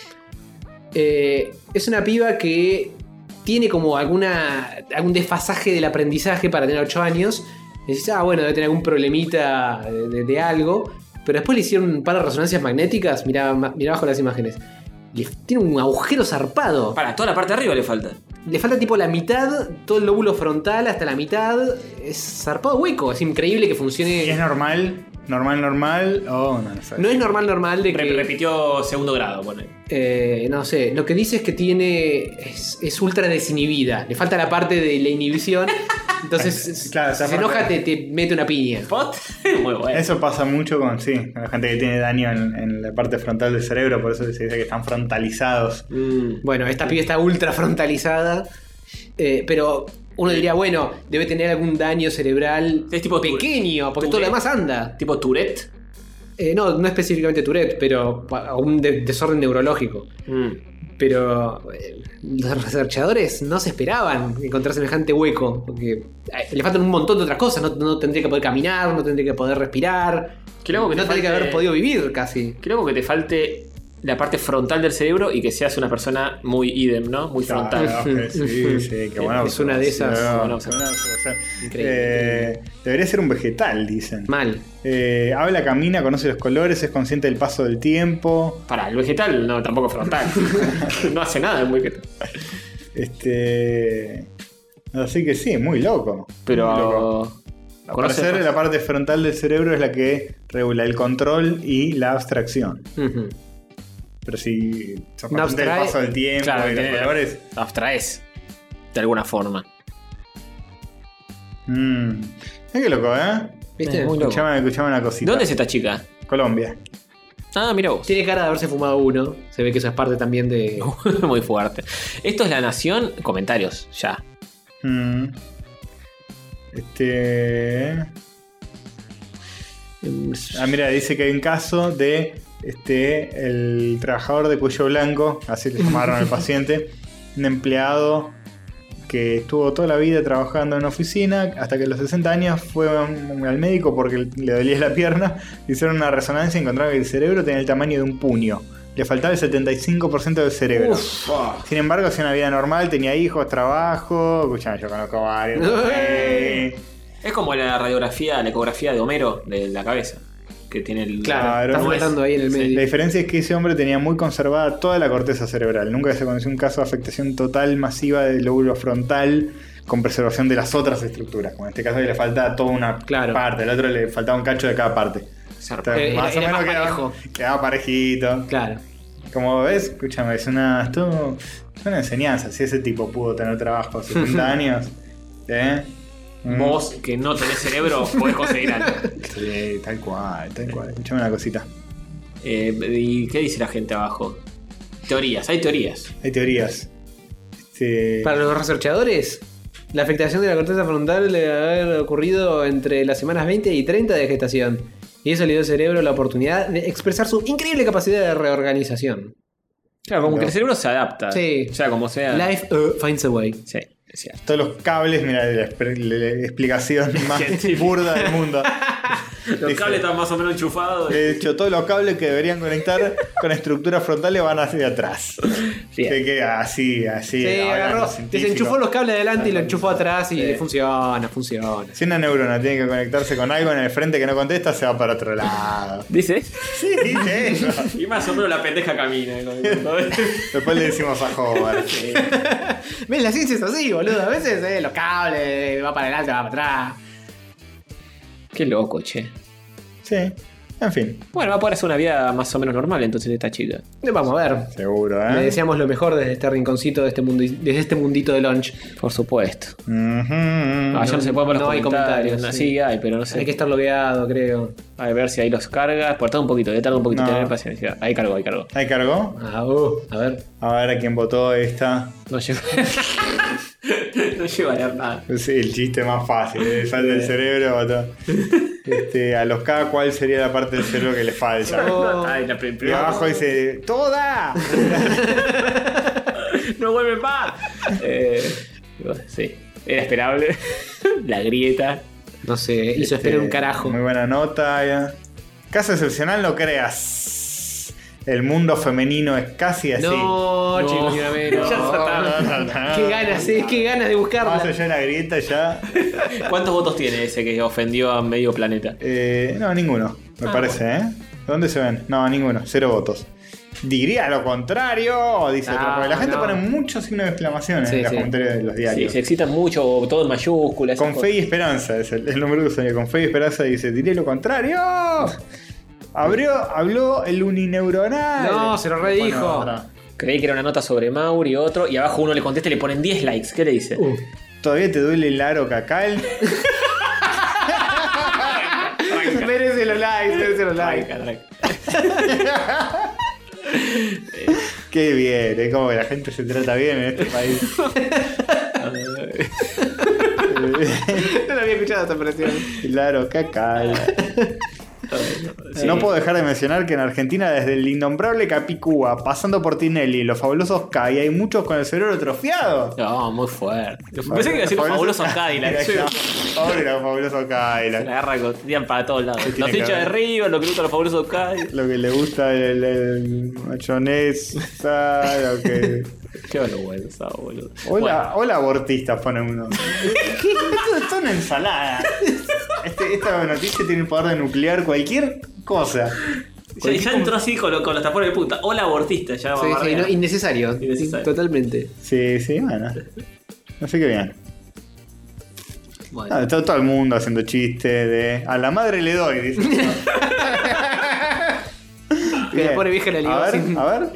Speaker 3: Eh, es una piba que tiene como alguna algún desfasaje del aprendizaje para tener 8 años. Y Decís, ah, bueno, debe tener algún problemita de, de- de algo. Pero después le hicieron un par de resonancias magnéticas. Mirá, ma- mirá abajo las imágenes. Le- tiene un agujero zarpado.
Speaker 1: Para, toda la parte de arriba le falta.
Speaker 3: Le falta tipo la mitad, todo el lóbulo frontal hasta la mitad. Es zarpado hueco. Es increíble
Speaker 2: ¿Y
Speaker 3: que
Speaker 2: ¿Es
Speaker 3: funcione.
Speaker 2: normal? ¿Normal, normal? Oh, no, no sé.
Speaker 3: No es normal, normal de
Speaker 1: Re-
Speaker 3: que.
Speaker 1: repitió segundo grado, bueno.
Speaker 3: Eh, no sé, lo que dice es que tiene. Es, es ultra desinhibida. Le falta la parte de la inhibición. Entonces,
Speaker 2: Claro,
Speaker 3: si
Speaker 2: esa parte-
Speaker 3: se enoja, te, te mete una piña.
Speaker 1: ¿Pot? Muy bueno.
Speaker 2: Eso pasa mucho con, sí, con la gente que tiene daño en, en la parte frontal del cerebro, por eso se dice que están frontalizados.
Speaker 1: Mm.
Speaker 3: Bueno, esta piba está ultra frontalizada. eh, pero uno diría, bueno, debe tener algún daño cerebral
Speaker 1: Es tipo tu-
Speaker 3: pequeño, porque todo lo
Speaker 1: Tourette.
Speaker 3: demás anda.
Speaker 1: Tipo Tourette.
Speaker 3: Eh, no, no específicamente Tourette, pero un desorden neurológico.
Speaker 2: Mm.
Speaker 3: Pero eh, los researchadores no se esperaban encontrar semejante hueco, porque eh, le faltan un montón de otras cosas, no, no tendría que poder caminar, no tendría que poder respirar,
Speaker 1: Qué loco que
Speaker 3: no
Speaker 1: te
Speaker 3: tendría que
Speaker 1: falte-
Speaker 3: haber podido vivir casi.
Speaker 1: Creo que te falte la parte frontal del cerebro y que seas una persona muy idem, ¿no? Muy frontal. Mm.
Speaker 2: Claro, ok, Ah, sí, sí, qué buena
Speaker 3: Es una de
Speaker 2: observación.
Speaker 3: esas.
Speaker 2: Buena observación.
Speaker 3: Increíble.
Speaker 2: Eh, debería ser un vegetal, dicen.
Speaker 3: Mal.
Speaker 2: Eh, habla, camina, conoce los colores, es consciente del paso del tiempo.
Speaker 1: Para, el vegetal no, tampoco frontal. no hace nada el vegetal.
Speaker 2: Este. Así que sí, muy loco. Muy loco.
Speaker 1: Pero.
Speaker 2: Al
Speaker 1: conoce-
Speaker 2: parecer, la parte frontal del cerebro es la que regula el control y la abstracción.
Speaker 3: Ujú.
Speaker 2: Pero si se
Speaker 3: No
Speaker 2: del
Speaker 3: abstrae-
Speaker 2: paso del tiempo
Speaker 1: Claro,
Speaker 2: y los
Speaker 1: tiene-
Speaker 2: colores.
Speaker 1: abstraes. De alguna forma.
Speaker 2: Mmm. Qué loco, ¿eh?
Speaker 3: ¿Viste?
Speaker 1: Es muy loco.
Speaker 2: Escuchame, escuchame una cosita.
Speaker 1: ¿Dónde es esta chica?
Speaker 2: Colombia.
Speaker 1: Ah, mira vos.
Speaker 3: Tiene cara de haberse fumado uno. Se ve que eso es parte también de.
Speaker 1: muy fuerte. Esto es La Nación. Comentarios, ya.
Speaker 2: Mm. Este. Ah, mira, dice que hay un caso de este el trabajador de cuello blanco, así le llamaron al paciente, un empleado que estuvo toda la vida trabajando en una oficina, hasta que a los 60 años fue a un- al médico porque le dolía la pierna, le hicieron una resonancia y encontraron que el cerebro tenía el tamaño de un puño. Le faltaba el 75% del cerebro. Sin embargo, hacía una vida normal, tenía hijos, trabajo. Escuchame, yo conozco varios. Eh,
Speaker 1: Es como la radiografía, la ecografía de Homero de la cabeza. Que tiene el.
Speaker 2: Claro.
Speaker 3: está
Speaker 2: no es-
Speaker 3: flotando ahí en el
Speaker 1: sí.
Speaker 3: medio.
Speaker 2: La diferencia es que ese hombre tenía muy conservada toda la corteza cerebral. Nunca se conoció un caso de afectación total masiva del lóbulo frontal con preservación de las otras estructuras. Como en este caso le falta toda una
Speaker 3: Claro.
Speaker 2: parte, al otro le faltaba un cacho de cada parte.
Speaker 3: Zarpado. Era- era más
Speaker 2: quedaba,
Speaker 3: parejo.
Speaker 2: quedaba parejito.
Speaker 3: Claro.
Speaker 2: Como ves, escúchame, es una, es todo- es una enseñanza. Si ese tipo pudo tener trabajo a 70 años, ¿eh? Mm.
Speaker 1: Vos que no tenés cerebro, podés conseguir algo.
Speaker 2: Sí, tal cual, tal cual. Escuchame una cosita.
Speaker 1: Eh, ¿Y qué dice la gente abajo? Teorías, hay teorías.
Speaker 2: Hay teorías. Este,
Speaker 3: Para los researchadores, la afectación de la corteza frontal le debe haber ocurrido entre las semanas 20 y 30 de gestación. Y eso le dio al cerebro la oportunidad de expresar su increíble capacidad de reorganización.
Speaker 1: Claro, como
Speaker 2: No.
Speaker 1: que el cerebro se adapta.
Speaker 3: Sí.
Speaker 1: O sea, como sea.
Speaker 3: Life uh, finds a way.
Speaker 1: Sí, es cierto.
Speaker 2: Todos los cables, mira, la, expre- la- la explicación más
Speaker 1: Científica.
Speaker 2: burda del mundo.
Speaker 1: Los
Speaker 2: Dice,
Speaker 1: cables están más o menos enchufados.
Speaker 2: De hecho, todos los cables que deberían conectar con estructuras frontales van hacia atrás.
Speaker 1: Bien.
Speaker 2: Que queda así, así.
Speaker 3: Sí,
Speaker 2: hablando
Speaker 3: agarró,
Speaker 2: científico.
Speaker 3: desenchufó los cables adelante y lo enchufó atrás y
Speaker 2: Sí.
Speaker 3: funciona, funciona.
Speaker 2: Si una neurona tiene que conectarse con algo en el frente que no contesta, se va para otro lado.
Speaker 1: Dice.
Speaker 2: Sí, dice eso.
Speaker 1: Y más o menos la pendeja camina.
Speaker 2: Después le decimos a Howard.
Speaker 3: ¿Ves? La ciencia es así, boludo. A veces eh, los cables, va para adelante, va para atrás.
Speaker 1: Qué loco, che.
Speaker 2: Sí, en fin,
Speaker 1: Bueno, va a poder hacer una vida más o menos normal entonces esta chica.
Speaker 3: Eh, Vamos a ver.
Speaker 2: seguro,
Speaker 3: Le
Speaker 2: ¿eh?
Speaker 3: deseamos lo mejor desde este rinconcito, de este mundo, desde este mundito de lunch.
Speaker 1: Por supuesto.
Speaker 2: Ujú.
Speaker 1: Ah, ya no, se puede poner
Speaker 3: no
Speaker 1: los
Speaker 3: hay
Speaker 1: comentarios.
Speaker 3: comentarios,
Speaker 1: no,
Speaker 3: sí.
Speaker 1: sí. hay, pero no sé.
Speaker 3: Hay que estar logueado, creo.
Speaker 1: A ver si ahí los cargas. Por tarda un poquito, de tarda un poquito
Speaker 2: No.
Speaker 1: tener paciencia. Ahí cargo, ahí cargo.
Speaker 2: Ahí cargó.
Speaker 3: Ah, uh, a ver.
Speaker 2: A ver a quién votó esta.
Speaker 1: No llego. no llego a leer nada.
Speaker 2: Es el chiste más fácil, le falta el cerebro. botó. Este, a los K, ¿cuál sería la parte del cerebro que le falta?
Speaker 3: Oh,
Speaker 1: Ay, la
Speaker 2: Y abajo dice, ¡Toda!
Speaker 1: ¡No vuelve más! Eh, bueno, sí. Era esperable. la grieta.
Speaker 3: no sé, hizo esperar un
Speaker 2: Este,
Speaker 3: carajo.
Speaker 2: Muy buena nota. ya. Caso excepcional, no creas. El mundo femenino es casi así.
Speaker 3: No,
Speaker 1: No.
Speaker 3: chicos, ni una menos.
Speaker 1: Ya
Speaker 3: Qué ganas, eh, qué ganas de
Speaker 2: Más
Speaker 3: buscarla.
Speaker 2: allá de la grieta ya.
Speaker 1: ¿Cuántos votos tiene ese que ofendió a medio planeta?
Speaker 2: Eh, no, ninguno,
Speaker 3: Ah.
Speaker 2: me parece, ¿eh? ¿Dónde se ven? No, ninguno, cero votos. Diría lo contrario, dice
Speaker 3: No,
Speaker 2: otro. Porque la gente
Speaker 3: Ah, no.
Speaker 2: pone muchos signos de exclamación
Speaker 3: Sí,
Speaker 2: en los
Speaker 3: sí.
Speaker 2: comentarios de los
Speaker 1: Sí,
Speaker 2: diarios.
Speaker 1: se excitan mucho, o todo en mayúsculas.
Speaker 2: Con
Speaker 1: esas
Speaker 2: fe y esperanza, es el, el número de usuario. Con fe y esperanza dice, diré lo contrario. Abrió, habló el unineuronal.
Speaker 3: No, se lo redijo.
Speaker 2: Bueno, otra.
Speaker 1: cosas. Creí que era una nota sobre Mauri, otro, y abajo uno le contesta y le ponen 10 likes. ¿Qué le dice?
Speaker 2: Uh.
Speaker 3: Uh,
Speaker 2: Todavía te duele el aro cacal.
Speaker 3: Merece los likes, merece los likes.
Speaker 1: Arranca, arranca.
Speaker 2: Qué bien, es como que la gente se trata bien en este país.
Speaker 3: No lo había escuchado esta presión.
Speaker 2: El aro cacal. No puedo dejar de mencionar que en Argentina, desde el innombrable Capicúa, pasando por Tinelli y los fabulosos K, y hay muchos con el cerebro atrofiado.
Speaker 1: No, muy fuerte. Pensé que iba a decir los fabulosos Cadillacs.
Speaker 2: Pobre los fabulosos
Speaker 1: La
Speaker 2: Cadillac.
Speaker 1: agarra con- tiran para todos lados.
Speaker 2: tiene
Speaker 1: Los
Speaker 2: que
Speaker 1: hinchas de
Speaker 2: ver.
Speaker 1: River, lo que gusta los fabulosos Cadillacs.
Speaker 2: Lo que le gusta el, el mayonesa, lo que...
Speaker 1: Qué vergüenza, boludo.
Speaker 2: Hola, hola abortistas, pone uno. Esto, esto es una ensalada. Este- esta noticia tiene el poder de nuclear cualquier cosa.
Speaker 1: Ya, ya entró así con, lo- con los tapones de punta. Hola, abortista. Ya
Speaker 3: Sí, sí,
Speaker 1: barrera.
Speaker 3: no, innecesario.
Speaker 1: Innecesario.
Speaker 3: Totalmente.
Speaker 2: Sí, sí, bueno. Así que bien.
Speaker 3: Bueno.
Speaker 2: Ah, está todo el mundo haciendo chistes de. A la madre le doy, dice.
Speaker 3: Que la pobre vieja la ligó
Speaker 2: A ver,
Speaker 3: sin-
Speaker 2: a ver.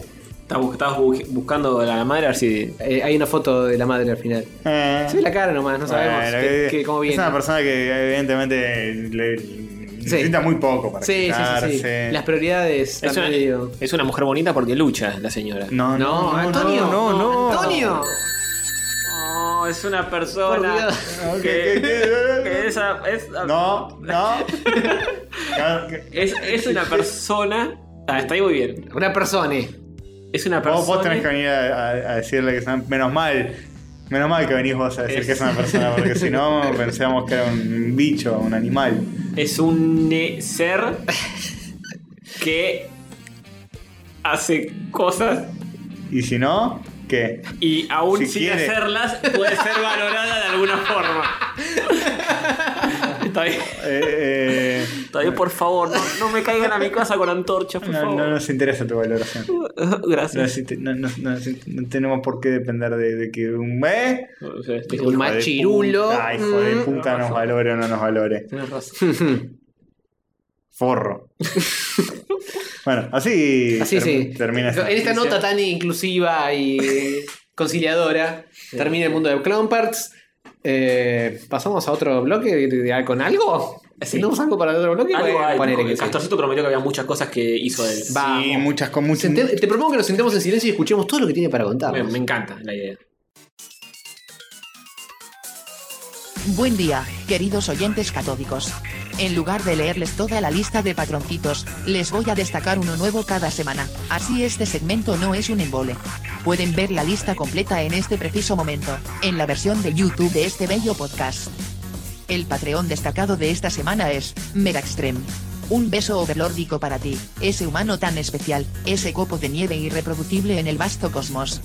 Speaker 1: Estás bu- estás bu- buscando a la madre a ver si.
Speaker 3: Eh, hay una foto de la madre al final.
Speaker 2: Eh,
Speaker 3: Se ve la cara nomás, no sabemos
Speaker 2: bueno,
Speaker 3: qué-
Speaker 2: que-
Speaker 3: qué- cómo
Speaker 2: Es
Speaker 3: viene.
Speaker 2: una persona que evidentemente le, necesita muy poco para
Speaker 3: Sí, sí, sí, sí.
Speaker 2: quitarse.
Speaker 3: Las prioridades
Speaker 1: Es
Speaker 3: están
Speaker 1: una,
Speaker 3: medio.
Speaker 1: es una mujer bonita porque lucha, la señora.
Speaker 2: No, no,
Speaker 3: No,
Speaker 2: no,
Speaker 3: Antonio.
Speaker 2: No, no,
Speaker 3: Antonio.
Speaker 1: No, es una
Speaker 3: Por
Speaker 1: persona.
Speaker 3: Dios.
Speaker 2: No, que-
Speaker 1: que-
Speaker 2: que- que-
Speaker 1: que esa- es,
Speaker 2: No, no. Claro que-
Speaker 1: Es, es una persona. Ah, está ahí muy bien.
Speaker 3: Una persona. eh.
Speaker 1: Es una
Speaker 2: Vos,
Speaker 1: persona.
Speaker 2: vos tenés que venir a, a- a decirle que es una- Menos mal. Menos mal que venís vos a decir
Speaker 1: Es-
Speaker 2: que es una persona, porque si no pensábamos que era un bicho, un animal.
Speaker 1: Es un eh, ser que hace cosas
Speaker 2: Y si no, ¿qué?
Speaker 1: y aún
Speaker 2: Si
Speaker 1: sin
Speaker 2: quiere.
Speaker 1: hacerlas puede ser valorada de alguna forma. Está bien.
Speaker 2: Eh, eh,
Speaker 1: Está bien, por favor, no, no me caigan a mi casa con antorchas, por
Speaker 2: no,
Speaker 1: favor.
Speaker 2: no nos interesa tu valoración. No,
Speaker 1: Gracias.
Speaker 2: si te- no- no- no- si- no tenemos por qué depender de, de que un mes.
Speaker 1: O sea, este-
Speaker 3: Un machirulo.
Speaker 2: Ay, hijo de
Speaker 3: Mm.
Speaker 2: puta, nos valore o no nos valore.
Speaker 1: Tenés razón.
Speaker 2: Forro. bueno, así,
Speaker 3: Así
Speaker 2: term-
Speaker 3: sí.
Speaker 2: termina esta
Speaker 3: En esta
Speaker 2: noticia.
Speaker 3: nota tan inclusiva y eh, conciliadora, termina el mundo de Clownparts. Eh, ¿Pasamos a otro bloque de- de- con algo?
Speaker 1: Sí.
Speaker 3: ¿Tenemos algo para el otro bloque?
Speaker 1: Algo
Speaker 3: Bueno,
Speaker 1: hay,
Speaker 3: ponele que sí.
Speaker 1: Castorcito prometió que había muchas cosas que hizo él.
Speaker 3: Va.
Speaker 2: Sí,
Speaker 3: Vamos.
Speaker 2: muchas con muchas.
Speaker 3: Sente- Te propongo que nos sentemos en silencio y escuchemos todo lo que tiene para contar.
Speaker 1: Me, me encanta la idea.
Speaker 11: Buen día, queridos oyentes catódicos. En lugar de leerles toda la lista de patroncitos, les voy a destacar uno nuevo cada semana, así este segmento no es un embole. Pueden ver la lista completa en este preciso momento, en la versión de YouTube de este bello podcast. El Patreon destacado de esta semana es, Mega Extreme. Un beso overlórdico para ti, ese humano tan especial, ese copo de nieve irreproducible en el vasto cosmos.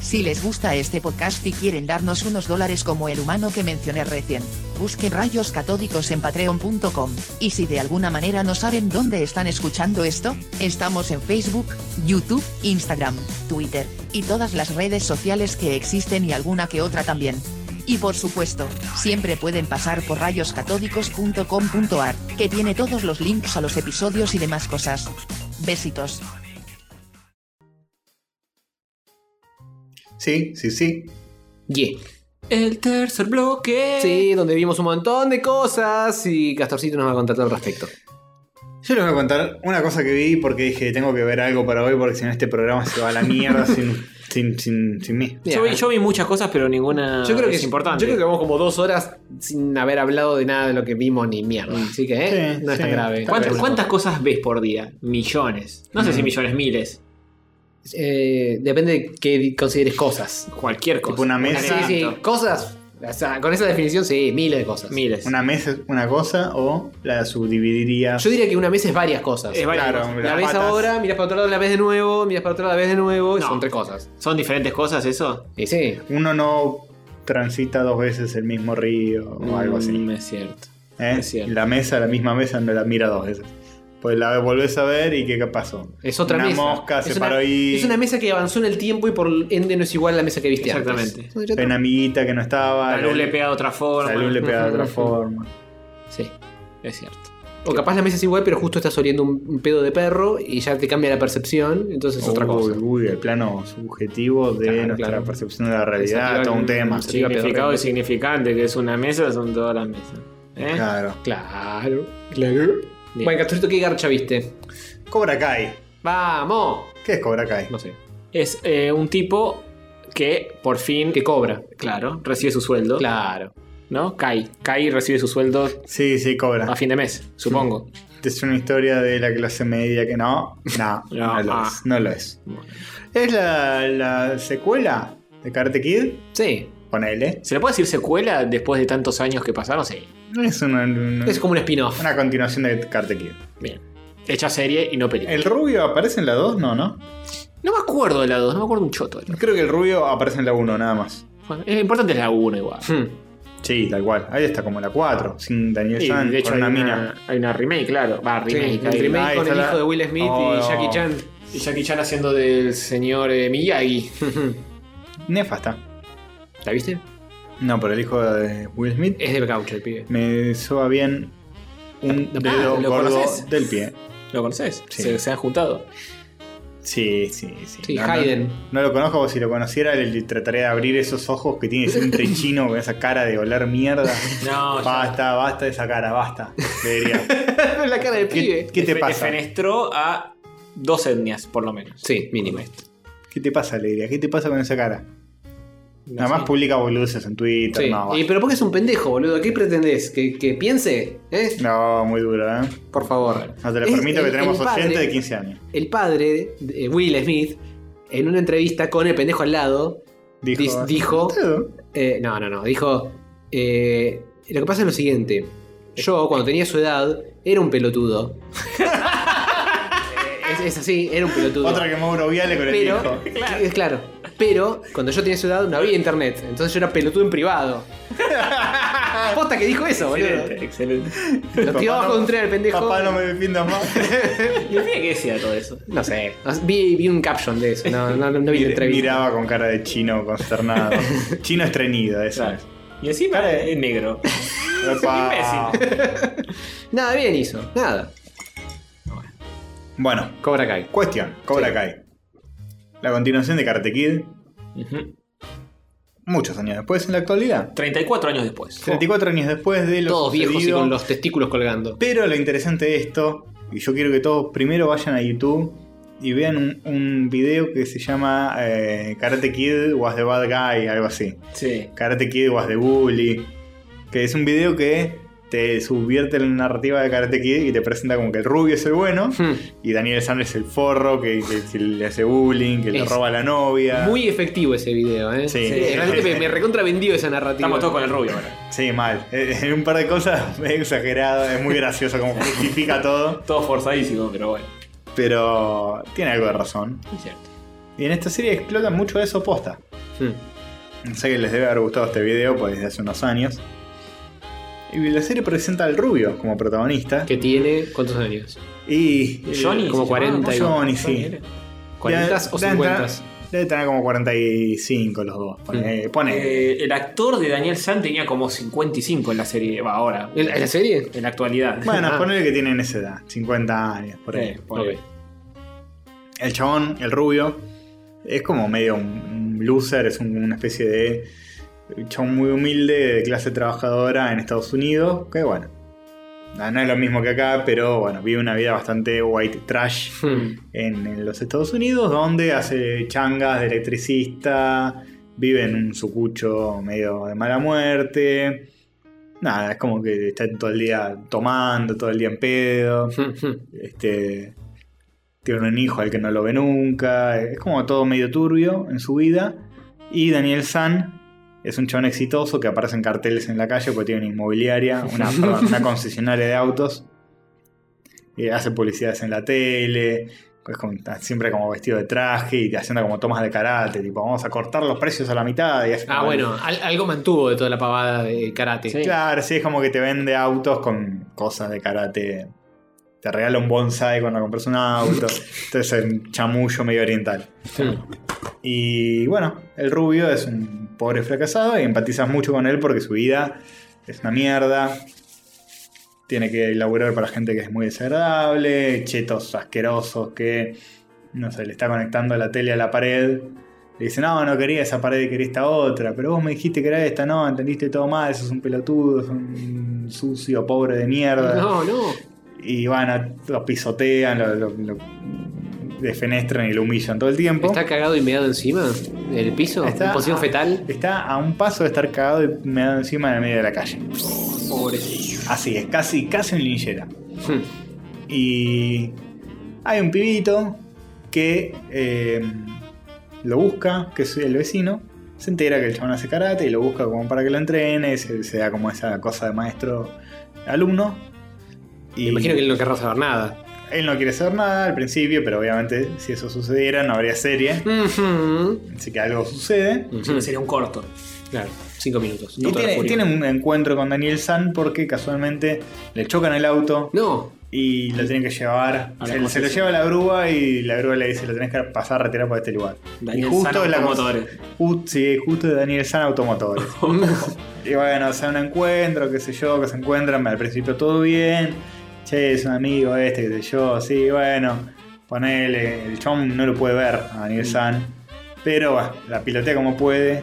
Speaker 11: Si les gusta este podcast y quieren darnos unos dólares como el humano que mencioné recién, busquen rayos catódicos en patreon.com, y si de alguna manera no saben dónde están escuchando esto, estamos en Facebook, YouTube, Instagram, Twitter, y todas las redes sociales que existen y alguna que otra también. Y por supuesto, siempre pueden pasar por rayoscatódicos.com.ar, que tiene todos los links a los episodios y demás cosas. Besitos.
Speaker 2: Sí, sí, sí.
Speaker 3: Yeah.
Speaker 1: El tercer bloque.
Speaker 3: Sí, donde vimos un montón de cosas y Castorcito nos va a contar todo al respecto.
Speaker 2: Yo les voy a contar una cosa que vi porque dije, tengo que ver algo para hoy porque si no este programa se va a la mierda sin, sin, sin, sin mí.
Speaker 1: Yo vi, yo vi muchas cosas, pero ninguna
Speaker 3: Yo creo que
Speaker 1: Ah, es importante.
Speaker 3: Yo creo que vamos como dos horas sin haber hablado de nada de lo que vimos ni
Speaker 1: Mm.
Speaker 3: mierda. Así que eh,
Speaker 2: Sí,
Speaker 3: no es tan
Speaker 2: sí.
Speaker 3: grave.
Speaker 1: ¿Cuántas,
Speaker 2: Tal vez.
Speaker 1: cuántas cosas ves por día? Millones. No sé si millones, miles.
Speaker 3: Eh, depende de qué di- consideres cosas.
Speaker 1: Cualquier cosa.
Speaker 2: Tipo una mesa.
Speaker 3: Sí, sí,
Speaker 1: Exacto.
Speaker 3: cosas. O sea, con esa definición, sí, miles de cosas.
Speaker 1: Miles.
Speaker 2: Una mesa es una cosa o la subdividiría.
Speaker 3: Yo diría que una mesa es varias cosas.
Speaker 1: Es varias
Speaker 2: Claro,
Speaker 1: cosas.
Speaker 3: la
Speaker 2: las
Speaker 3: ves
Speaker 2: patas.
Speaker 3: ahora, miras para otro lado, la ves de nuevo, miras para otro lado, la ves de nuevo, y
Speaker 1: No.
Speaker 3: son tres cosas.
Speaker 1: ¿Son diferentes cosas eso? Mm,
Speaker 3: Y sí.
Speaker 2: Uno no transita dos veces el mismo río o algo
Speaker 3: pues
Speaker 2: así.
Speaker 1: Mm, es cierto.
Speaker 2: ¿eh?
Speaker 1: es cierto.
Speaker 2: La mesa, la misma mesa, no la mira dos veces. Pues la volvés a ver y ¿qué qué pasó?
Speaker 3: Es otra
Speaker 2: una
Speaker 3: mesa.
Speaker 2: mosca se
Speaker 3: es, una,
Speaker 2: paró ahí.
Speaker 3: es una mesa que avanzó en el tiempo y por ende no es igual a la mesa que viste antes.
Speaker 1: Exactamente.
Speaker 3: Entonces, yo
Speaker 2: Una amiguita que no estaba.
Speaker 1: La luz le pega de otra
Speaker 2: la
Speaker 1: forma.
Speaker 2: luz le pega de otra
Speaker 3: Ujú.
Speaker 2: forma.
Speaker 1: Sí, es cierto.
Speaker 3: O capaz la mesa es igual, pero justo estás oliendo un un pedo de perro y ya te cambia la percepción, entonces es otra
Speaker 2: Uy,
Speaker 3: cosa.
Speaker 2: uy, el plano subjetivo de
Speaker 3: Claro,
Speaker 2: nuestra
Speaker 3: claro.
Speaker 2: percepción de la realidad,
Speaker 3: Exacto,
Speaker 2: todo un tema.
Speaker 3: claro. Sí, va a pegar
Speaker 1: Significado
Speaker 3: otra.
Speaker 1: y significante, que es una mesa, son todas las mesas. ¿Eh?
Speaker 2: Claro.
Speaker 3: Claro, claro.
Speaker 1: Bien.
Speaker 3: Bueno, Castorito, ¿qué garcha viste?
Speaker 2: Cobra Kai.
Speaker 3: ¡Vamos!
Speaker 2: ¿Qué es Cobra Kai?
Speaker 3: No sé.
Speaker 1: Es eh, un tipo que por fin,
Speaker 3: Que cobra.
Speaker 1: claro, recibe su sueldo.
Speaker 3: Claro.
Speaker 1: ¿No? Kai. Kai recibe su sueldo
Speaker 2: Sí, sí, Cobra.
Speaker 1: a fin de mes, supongo.
Speaker 2: Es una historia de la clase media que no. No, no,
Speaker 1: No,
Speaker 2: lo
Speaker 1: ah.
Speaker 2: es. No lo es.
Speaker 1: Bueno.
Speaker 2: Es la, la secuela de Karate Kid.
Speaker 3: Sí.
Speaker 2: Ponele.
Speaker 1: ¿Se le puede decir secuela después de tantos años que pasaron? Sí.
Speaker 2: Es una, una-
Speaker 3: Es como un spin-off.
Speaker 2: Mm. una continuación de Karate Kid.
Speaker 1: Bien. Hecha serie y no película.
Speaker 2: ¿El rubio aparece en la 2? No, ¿no?
Speaker 1: No me acuerdo de la 2, no me acuerdo un choto. de la dos.
Speaker 2: Creo que el rubio aparece en la 1 nada más.
Speaker 1: Bueno, lo importante es la 1 igual.
Speaker 3: Hmm.
Speaker 2: Sí, tal cual. Ahí está como la 4, sin Daniel
Speaker 1: Y,
Speaker 2: San,
Speaker 1: de hecho,
Speaker 2: con
Speaker 1: hay
Speaker 2: una
Speaker 1: una,
Speaker 2: mina.
Speaker 1: hay una remake, claro. Va,
Speaker 3: Sí,
Speaker 1: remake.
Speaker 3: el
Speaker 1: hay-
Speaker 3: remake
Speaker 2: ahí
Speaker 3: con
Speaker 2: está
Speaker 3: el
Speaker 2: la-
Speaker 3: hijo de Will Smith
Speaker 2: Oh,
Speaker 3: y
Speaker 2: no.
Speaker 3: Jackie Chan.
Speaker 1: Y Jackie Chan haciendo del señor eh, Miyagi.
Speaker 2: Nefasta.
Speaker 3: ¿La viste?
Speaker 2: No, pero el hijo de Will Smith
Speaker 3: Es de gaucho el pibe.
Speaker 2: me soba bien un
Speaker 1: Ah,
Speaker 2: dedo
Speaker 1: ¿lo
Speaker 2: gordo
Speaker 1: conoces?
Speaker 2: del pie.
Speaker 1: ¿Lo conoces?
Speaker 2: Sí.
Speaker 1: Se, se han juntado.
Speaker 2: Sí, sí, sí.
Speaker 3: Sí, Hayden.
Speaker 2: No, lo conozco, porque si lo conociera le trataría de abrir esos ojos que tiene siempre chino con esa cara de oler mierda.
Speaker 1: No,
Speaker 2: Basta, basta de esa cara, basta. Le diría.
Speaker 3: la cara del
Speaker 2: ¿Qué,
Speaker 3: pibe.
Speaker 2: qué te pasa?
Speaker 1: Defenestró a dos etnias, por lo menos.
Speaker 3: Sí, mínimo.
Speaker 2: ¿Qué te pasa, le diría? ¿Qué te pasa con esa cara?
Speaker 1: No
Speaker 2: Nada más
Speaker 1: sé.
Speaker 2: publica boludeces en Twitter,
Speaker 3: Sí.
Speaker 2: no,
Speaker 3: y,
Speaker 2: basta.
Speaker 3: pero porque es un pendejo, boludo. ¿Qué pretendés? ¿Que, que piense? ¿Eh?
Speaker 2: No, muy duro, ¿eh?
Speaker 3: Por favor.
Speaker 2: No te lo
Speaker 3: Es
Speaker 2: permito que
Speaker 3: el-
Speaker 2: tenemos
Speaker 3: el padre-
Speaker 2: oyente de 15 años.
Speaker 3: El padre, de Will Smith, en una entrevista con el pendejo al lado,
Speaker 2: Dijo.
Speaker 3: dis- dijo
Speaker 2: "Todo".
Speaker 3: eh, no, no, no. Dijo. eh, lo que pasa es lo siguiente. Yo, cuando tenía su edad, era un pelotudo. Eh, es, es así, era un pelotudo.
Speaker 2: Otra que Mauro Viale con el
Speaker 3: pero,
Speaker 2: hijo.
Speaker 3: claro. Pero, cuando yo tenía su edad, no había internet. Entonces yo era pelotudo en privado. Posta que dijo eso, boludo.
Speaker 1: Excelente, excelente.
Speaker 3: Lo tiró
Speaker 2: Papá
Speaker 3: abajo de
Speaker 2: no-
Speaker 3: un tren el pendejo.
Speaker 2: Papá, no me defiendas más.
Speaker 1: ¿Y qué tiene que decir todo eso?
Speaker 3: No sé. Vi, vi un caption de eso. No, no, no, no vi la
Speaker 2: Mir-
Speaker 3: entrevista.
Speaker 2: miraba con cara de chino consternado. chino estrenido, eso.
Speaker 1: Claro. Y encima es negro.
Speaker 2: es. Epa.
Speaker 3: Nada, bien hizo. Nada.
Speaker 2: Bueno,
Speaker 3: Cobra Kai.
Speaker 2: cuestión: Cobra Kai. La continuación de Karate Kid,
Speaker 1: Ujú.
Speaker 2: muchos años después, en la actualidad.
Speaker 1: 34 años después.
Speaker 2: 34 años después de lo
Speaker 3: Todos viejos y
Speaker 2: sucedido.
Speaker 3: con los testículos colgando.
Speaker 2: Pero lo interesante de esto, y yo quiero que todos primero vayan a YouTube y vean un, un video que se llama eh, Karate Kid was the bad guy, algo así.
Speaker 1: Sí.
Speaker 2: Karate Kid was the bully. Que es un video que te subvierte la narrativa de Karate Kid y te presenta como que el rubio es el bueno
Speaker 3: Hmm.
Speaker 2: y Daniel San es el forro que, que- que le hace bullying, que le
Speaker 3: Es
Speaker 2: roba a la novia.
Speaker 3: Muy efectivo ese video, ¿eh?
Speaker 2: Sí.
Speaker 3: Realmente me, me recontra vendió esa narrativa.
Speaker 1: Estamos todos con el rubio ahora.
Speaker 2: Sí, mal. En un par de cosas es exagerado, es muy gracioso como justifica todo.
Speaker 1: Todo forzadísimo, pero bueno.
Speaker 2: Pero tiene algo de razón.
Speaker 1: Es cierto.
Speaker 2: Y en esta serie explotan mucho eso posta.
Speaker 3: Hmm.
Speaker 2: Sé que les debe haber gustado este video, pues desde hace unos años. Y la serie presenta al rubio como protagonista.
Speaker 3: Que tiene. ¿Cuántos años?
Speaker 2: Y. eh,
Speaker 1: Johnny.
Speaker 3: Eh, como
Speaker 1: se llamaba?
Speaker 3: 40 y-
Speaker 2: Johnny, sí.
Speaker 1: era.
Speaker 3: ¿40 o
Speaker 2: Debe- debe tener-
Speaker 3: 50?
Speaker 2: Debe tener como 45 los dos. Pone. pone-
Speaker 1: Eh, el actor de Daniel San tenía como 55 en la serie. Va, ahora.
Speaker 3: ¿En, en la serie?
Speaker 1: En la actualidad.
Speaker 2: Bueno,
Speaker 3: ah.
Speaker 2: ponele que tienen esa edad, 50 años, por ahí.
Speaker 1: Eh, ponele.
Speaker 3: Ok.
Speaker 2: El chabón, el rubio, es como medio un, un loser, es un- una especie de chabón muy humilde, de clase trabajadora en Estados Unidos, que bueno, no, no es lo mismo que acá, pero bueno, vive una vida bastante white trash
Speaker 3: Hmm.
Speaker 2: en, en los Estados Unidos, donde hace changas de electricista, vive en un sucucho medio de mala muerte. Nada, es como que está todo el día tomando, todo el día en pedo.
Speaker 3: Hmm, hmm.
Speaker 2: Este, tiene un hijo al que no lo ve nunca. Es como todo medio turbio en su vida. Y Daniel San es un chabón exitoso que aparece en carteles en la calle porque tiene una inmobiliaria, una, perdón, una concesionaria de autos. Y hace publicidades en la tele. es como- está siempre como vestido de traje y haciendo como tomas de karate. Tipo, vamos a cortar los precios a la mitad. Y hace
Speaker 3: Ah,
Speaker 2: como-
Speaker 3: bueno, al- algo mantuvo de toda la pavada de karate.
Speaker 2: Claro, sí, es como que te vende autos con cosas de karate. Te regala un bonsai cuando compras un auto. Entonces es un chamullo medio oriental.
Speaker 3: Hmm.
Speaker 2: Y bueno, el rubio es un pobre fracasado y empatizas mucho con él porque su vida es una mierda. Tiene que laburar para gente que es muy desagradable, chetos asquerosos que, no sé, le está conectando la tele a la pared. Le dice, no, no quería esa pared, quería esta otra, pero vos me dijiste que era esta, no, entendiste todo mal, sos un pelotudo, sos un sucio, pobre de mierda.
Speaker 3: No, no.
Speaker 2: Y van, a, lo pisotean, lo, lo- lo defenestran y lo humillan todo el tiempo.
Speaker 3: Está cagado y meado encima del piso, en posición
Speaker 2: a-
Speaker 3: fetal.
Speaker 2: Está a un paso de estar cagado y meado encima en el medio de la calle. Así es, casi, casi en linchera.
Speaker 3: Hmm.
Speaker 2: Y hay un pibito que eh, lo busca, que es el vecino. Se entera que el chabón hace karate y lo busca como para que lo entrene. Se, se da como esa cosa de maestro-alumno. Y
Speaker 3: Me imagino que él no querrá saber nada.
Speaker 2: él no quiere saber nada al principio, pero obviamente si eso sucediera no habría serie.
Speaker 3: Hmm. Ujú.
Speaker 2: Así que algo sucede.
Speaker 3: Ujú.
Speaker 1: Sería un corto.
Speaker 3: Claro, cinco minutos.
Speaker 2: Y
Speaker 3: No toda la
Speaker 2: tiene,
Speaker 3: furia.
Speaker 2: tiene un encuentro con Daniel San porque casualmente le chocan el auto
Speaker 3: No,
Speaker 2: y lo tienen que llevar.
Speaker 1: A la
Speaker 2: Se, se lo
Speaker 1: concesión.
Speaker 2: lleva a la grúa y la grúa le dice: Lo tenés que pasar a retirar por este lugar.
Speaker 1: Daniel
Speaker 2: y
Speaker 1: San
Speaker 2: la
Speaker 1: Automotores. Oh,
Speaker 2: ju- sí, justo de Daniel San Automotores. y bueno, se da un encuentro, qué sé yo, que se encuentran. Al principio todo bien. Che, es un amigo este, qué sé yo. Sí, bueno, ponele. El chon no lo puede ver a Daniel
Speaker 1: Mm.
Speaker 2: San. Pero bueno, la pilotea como puede.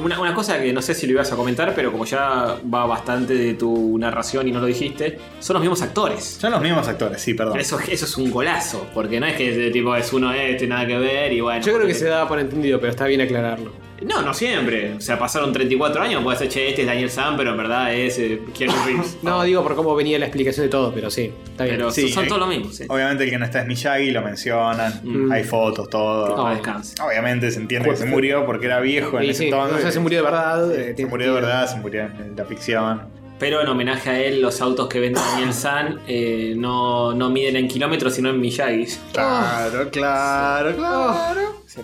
Speaker 1: Una, una cosa que no sé si lo ibas a comentar, pero como ya va bastante de tu narración y no lo dijiste, son los mismos actores.
Speaker 2: Son los mismos actores, sí, perdón.
Speaker 1: Eso, eso es un golazo, porque no es que eh, tipo es uno este, nada que ver y bueno.
Speaker 3: yo creo que se daba por entendido, pero está bien aclararlo.
Speaker 1: No, no siempre. O sea, pasaron 34 años, puede ser, che, este es Daniel Sam, pero en verdad es eh, Keanu Reeves.
Speaker 2: Ah.
Speaker 3: No, digo por cómo venía la explicación de todo, pero sí, está bien.
Speaker 1: Pero
Speaker 2: Sí,
Speaker 1: son, son
Speaker 2: eh.
Speaker 1: todos los mismos, sí.
Speaker 2: Obviamente el que no está es Miyagi, lo mencionan,
Speaker 3: Mm. Pues
Speaker 2: hay fotos, todo.
Speaker 1: Ah, descanse.
Speaker 2: Obviamente se entiende que se murió porque era viejo en
Speaker 3: Y
Speaker 2: ese
Speaker 3: sí,
Speaker 2: entonces.
Speaker 3: no sé, se murió de verdad. eh,
Speaker 2: Se
Speaker 3: tiene
Speaker 2: murió de verdad, se murió en la ficción.
Speaker 1: Pero en homenaje a él, los autos que vende Daniel San eh, no, no miden en kilómetros, sino en miyagis.
Speaker 3: Oh.
Speaker 2: Claro, claro, claro.
Speaker 3: Oh.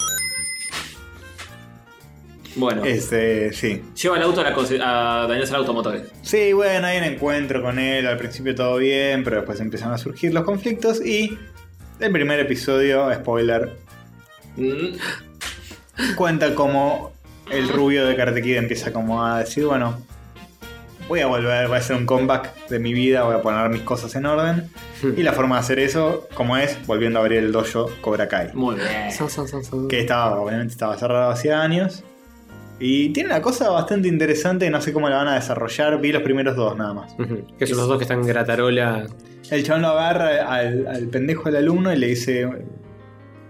Speaker 1: Bueno,
Speaker 2: Este, sí.
Speaker 1: lleva el auto a, la conce- a dañarse el automotores.
Speaker 2: Sí, bueno, hay un encuentro con él. Al principio todo bien, pero después empiezan a surgir los conflictos. Y el primer episodio, spoiler,
Speaker 1: Mm,
Speaker 2: cuenta como el rubio de Karate Kid empieza como a decir, bueno, voy a volver, voy a hacer un comeback de mi vida, voy a poner mis cosas en orden.
Speaker 1: Hmm.
Speaker 2: Y la forma de hacer eso, como es, volviendo a abrir el dojo Cobra Kai.
Speaker 1: Muy bien.
Speaker 3: Son, son, son, son.
Speaker 2: Que estaba, obviamente estaba cerrado hace años. Y tiene una cosa bastante interesante, no sé cómo la van a desarrollar, vi los primeros dos nada más.
Speaker 3: Ujú, Que son los dos que están en Gratarola.
Speaker 2: El chabón lo agarra al, al pendejo del alumno y le dice: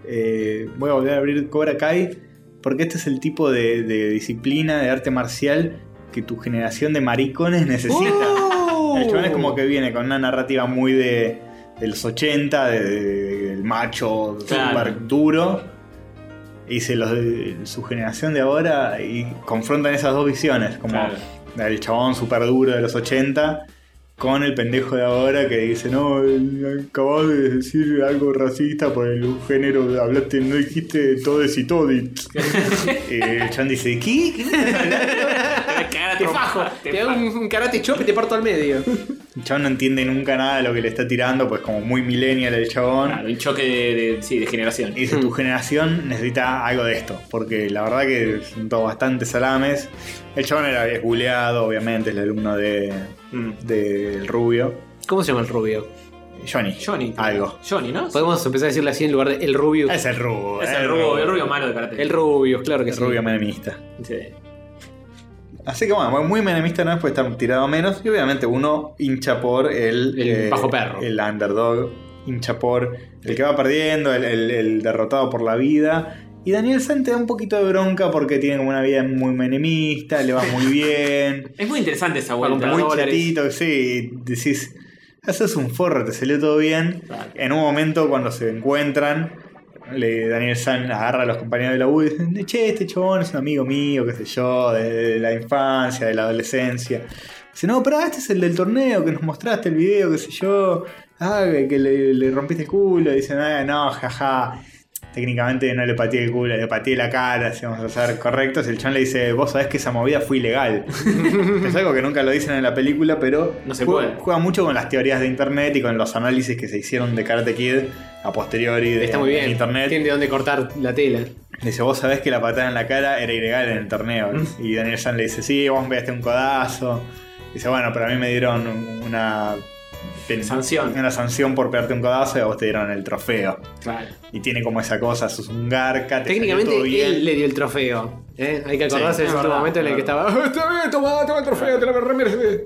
Speaker 2: eh, Voy a volver a abrir Cobra Kai porque este es el tipo de, de disciplina, de arte marcial que tu generación de maricones necesita. El chabón es como que viene con una narrativa muy de, de los 80, de- de- del macho
Speaker 1: Claro.
Speaker 2: super duro. Y dice: los de- Su generación de ahora y confrontan esas dos visiones. Como
Speaker 1: Claro.
Speaker 2: el chabón super duro de los 80 con el pendejo de ahora que dice, no, eh, acabas de decir algo racista por el género, hablaste, no dijiste todes y todits. Eh, el chan dice, ¿qué?
Speaker 1: Te caga, te fajo.
Speaker 3: Te
Speaker 1: Te
Speaker 3: da
Speaker 1: fajo.
Speaker 3: un, un karate chop y te parto al medio.
Speaker 2: El chabón no entiende nunca nada de lo que le está tirando, pues como muy millennial el chabón.
Speaker 1: Claro, un choque de, de- sí, de generación.
Speaker 2: Y dice, tu generación necesita algo de esto, porque la verdad que son todos bastantes salames. El chabón era es buleado, obviamente, es el alumno de,
Speaker 1: Mm.
Speaker 2: del rubio.
Speaker 3: ¿Cómo se llama el rubio?
Speaker 2: Johnny.
Speaker 1: Johnny.
Speaker 2: Algo.
Speaker 1: Johnny, ¿no?
Speaker 3: Podemos empezar a decirle así en lugar de el rubio.
Speaker 2: Es el rubio. eh,
Speaker 1: Es el rubio, el rubio malo de karate.
Speaker 3: El rubio, claro que
Speaker 2: Ah, El
Speaker 3: sí.
Speaker 2: rubio menemista.
Speaker 1: Sí.
Speaker 2: Así que bueno, muy menemista no es, pues están tirado menos. Y obviamente uno hincha por el. eh,
Speaker 3: El bajo perro.
Speaker 2: El underdog. Hincha por el que va perdiendo, el, el- el derrotado por la vida. Y Daniel San te da un poquito de bronca porque tiene como una vida muy menemista, le va muy bien.
Speaker 1: Es muy interesante esa vuelta.
Speaker 3: Para comprar
Speaker 2: muy
Speaker 3: dólares.
Speaker 2: chatito, sí. y Decís, haces un forro, te salió todo bien.
Speaker 1: Claro.
Speaker 2: En un momento, cuando se encuentran, le- Daniel San agarra a los compañeros de la U y dicen: Che, este chabón es un amigo mío, qué sé yo, de, de la infancia, de la adolescencia. Dice: No, pero este es el del torneo que nos mostraste el video, qué sé yo. Ah, que que le, le rompiste el culo. Dicen: Ah, no, jaja. Técnicamente no le pateé el culo, le pateé la cara, si vamos a ser correctos. El chabón le dice: Vos sabés que esa movida fue ilegal. es algo que nunca lo dicen en la película, pero
Speaker 1: No se
Speaker 2: juega,
Speaker 1: puede.
Speaker 2: juega mucho con las teorías de internet y con los análisis que se hicieron de Karate Kid a posteriori de,
Speaker 3: Está muy
Speaker 2: en
Speaker 3: bien.
Speaker 2: internet.
Speaker 3: Tiene de dónde cortar la tela.
Speaker 2: Dice, vos sabés que la patada en la cara era ilegal en el torneo.
Speaker 1: Mm.
Speaker 2: Y Daniel San le dice, sí, vos me pegaste un codazo. Dice, bueno, pero a mí me dieron un- una... pen-
Speaker 1: Sanción.
Speaker 2: Una sanción por pegarte un codazo y a vos te dieron el trofeo.
Speaker 1: Claro.
Speaker 2: Y tiene como esa cosa, sos un garca, te
Speaker 3: Técnicamente
Speaker 2: salió todo bien.
Speaker 3: él le dio el trofeo. ¿eh? Hay que acordarse
Speaker 2: Sí,
Speaker 3: de
Speaker 1: es
Speaker 3: ese último
Speaker 1: verdad,
Speaker 3: momento en el que estaba. "Ah, Está bien, toma, toma el trofeo, te lo re mereces".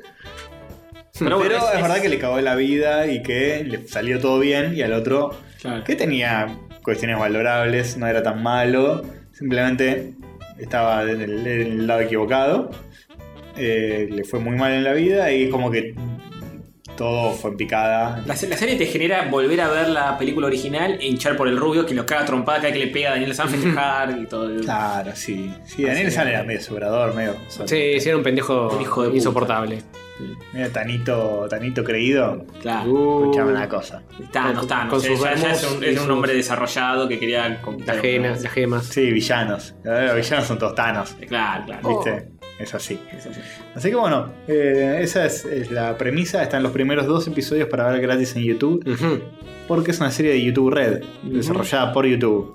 Speaker 1: Pero bueno,
Speaker 2: Pero
Speaker 1: es-
Speaker 2: es,
Speaker 1: es-
Speaker 2: verdad que le cagó la vida y que le salió todo bien y al otro
Speaker 1: Claro.
Speaker 2: que tenía cuestiones valorables, no era tan malo, simplemente estaba en el, en el lado equivocado, eh, le fue muy mal en la vida y es como que todo fue en picada.
Speaker 1: La, se- la serie te genera volver a ver la película original e hinchar por el rubio que lo caga trompada cada que le pega a Daniel San festejar y todo. el-
Speaker 2: Claro, sí. Ah, Sí, Daniel
Speaker 1: sí.
Speaker 2: San era medio sobrador, medio,
Speaker 3: Sí, sí, era un pendejo
Speaker 1: Un hijo de puta.
Speaker 3: insoportable.
Speaker 2: medio tanito, tanito creído.
Speaker 1: Claro.
Speaker 3: Uh,
Speaker 2: Escuchame una cosa.
Speaker 1: Está, no está. No,
Speaker 3: Con
Speaker 1: sé,
Speaker 3: sus
Speaker 1: ya, ya es
Speaker 3: hermosos-
Speaker 1: un, es un
Speaker 3: sus-
Speaker 1: hombre desarrollado que quería conquistar.
Speaker 3: las
Speaker 1: el
Speaker 3: gemas,
Speaker 1: mundo.
Speaker 3: las gemas.
Speaker 2: Sí, villanos. Eh, Los villanos son todos tanos,
Speaker 1: Claro, claro.
Speaker 3: Oh.
Speaker 2: ¿viste? Es así.
Speaker 1: Es así.
Speaker 2: Así que bueno, eh, esa es, es la premisa. Están los primeros dos episodios para ver gratis en YouTube.
Speaker 3: Ujú,
Speaker 2: Porque es una serie de YouTube Red,
Speaker 1: Ujú.
Speaker 2: desarrollada por YouTube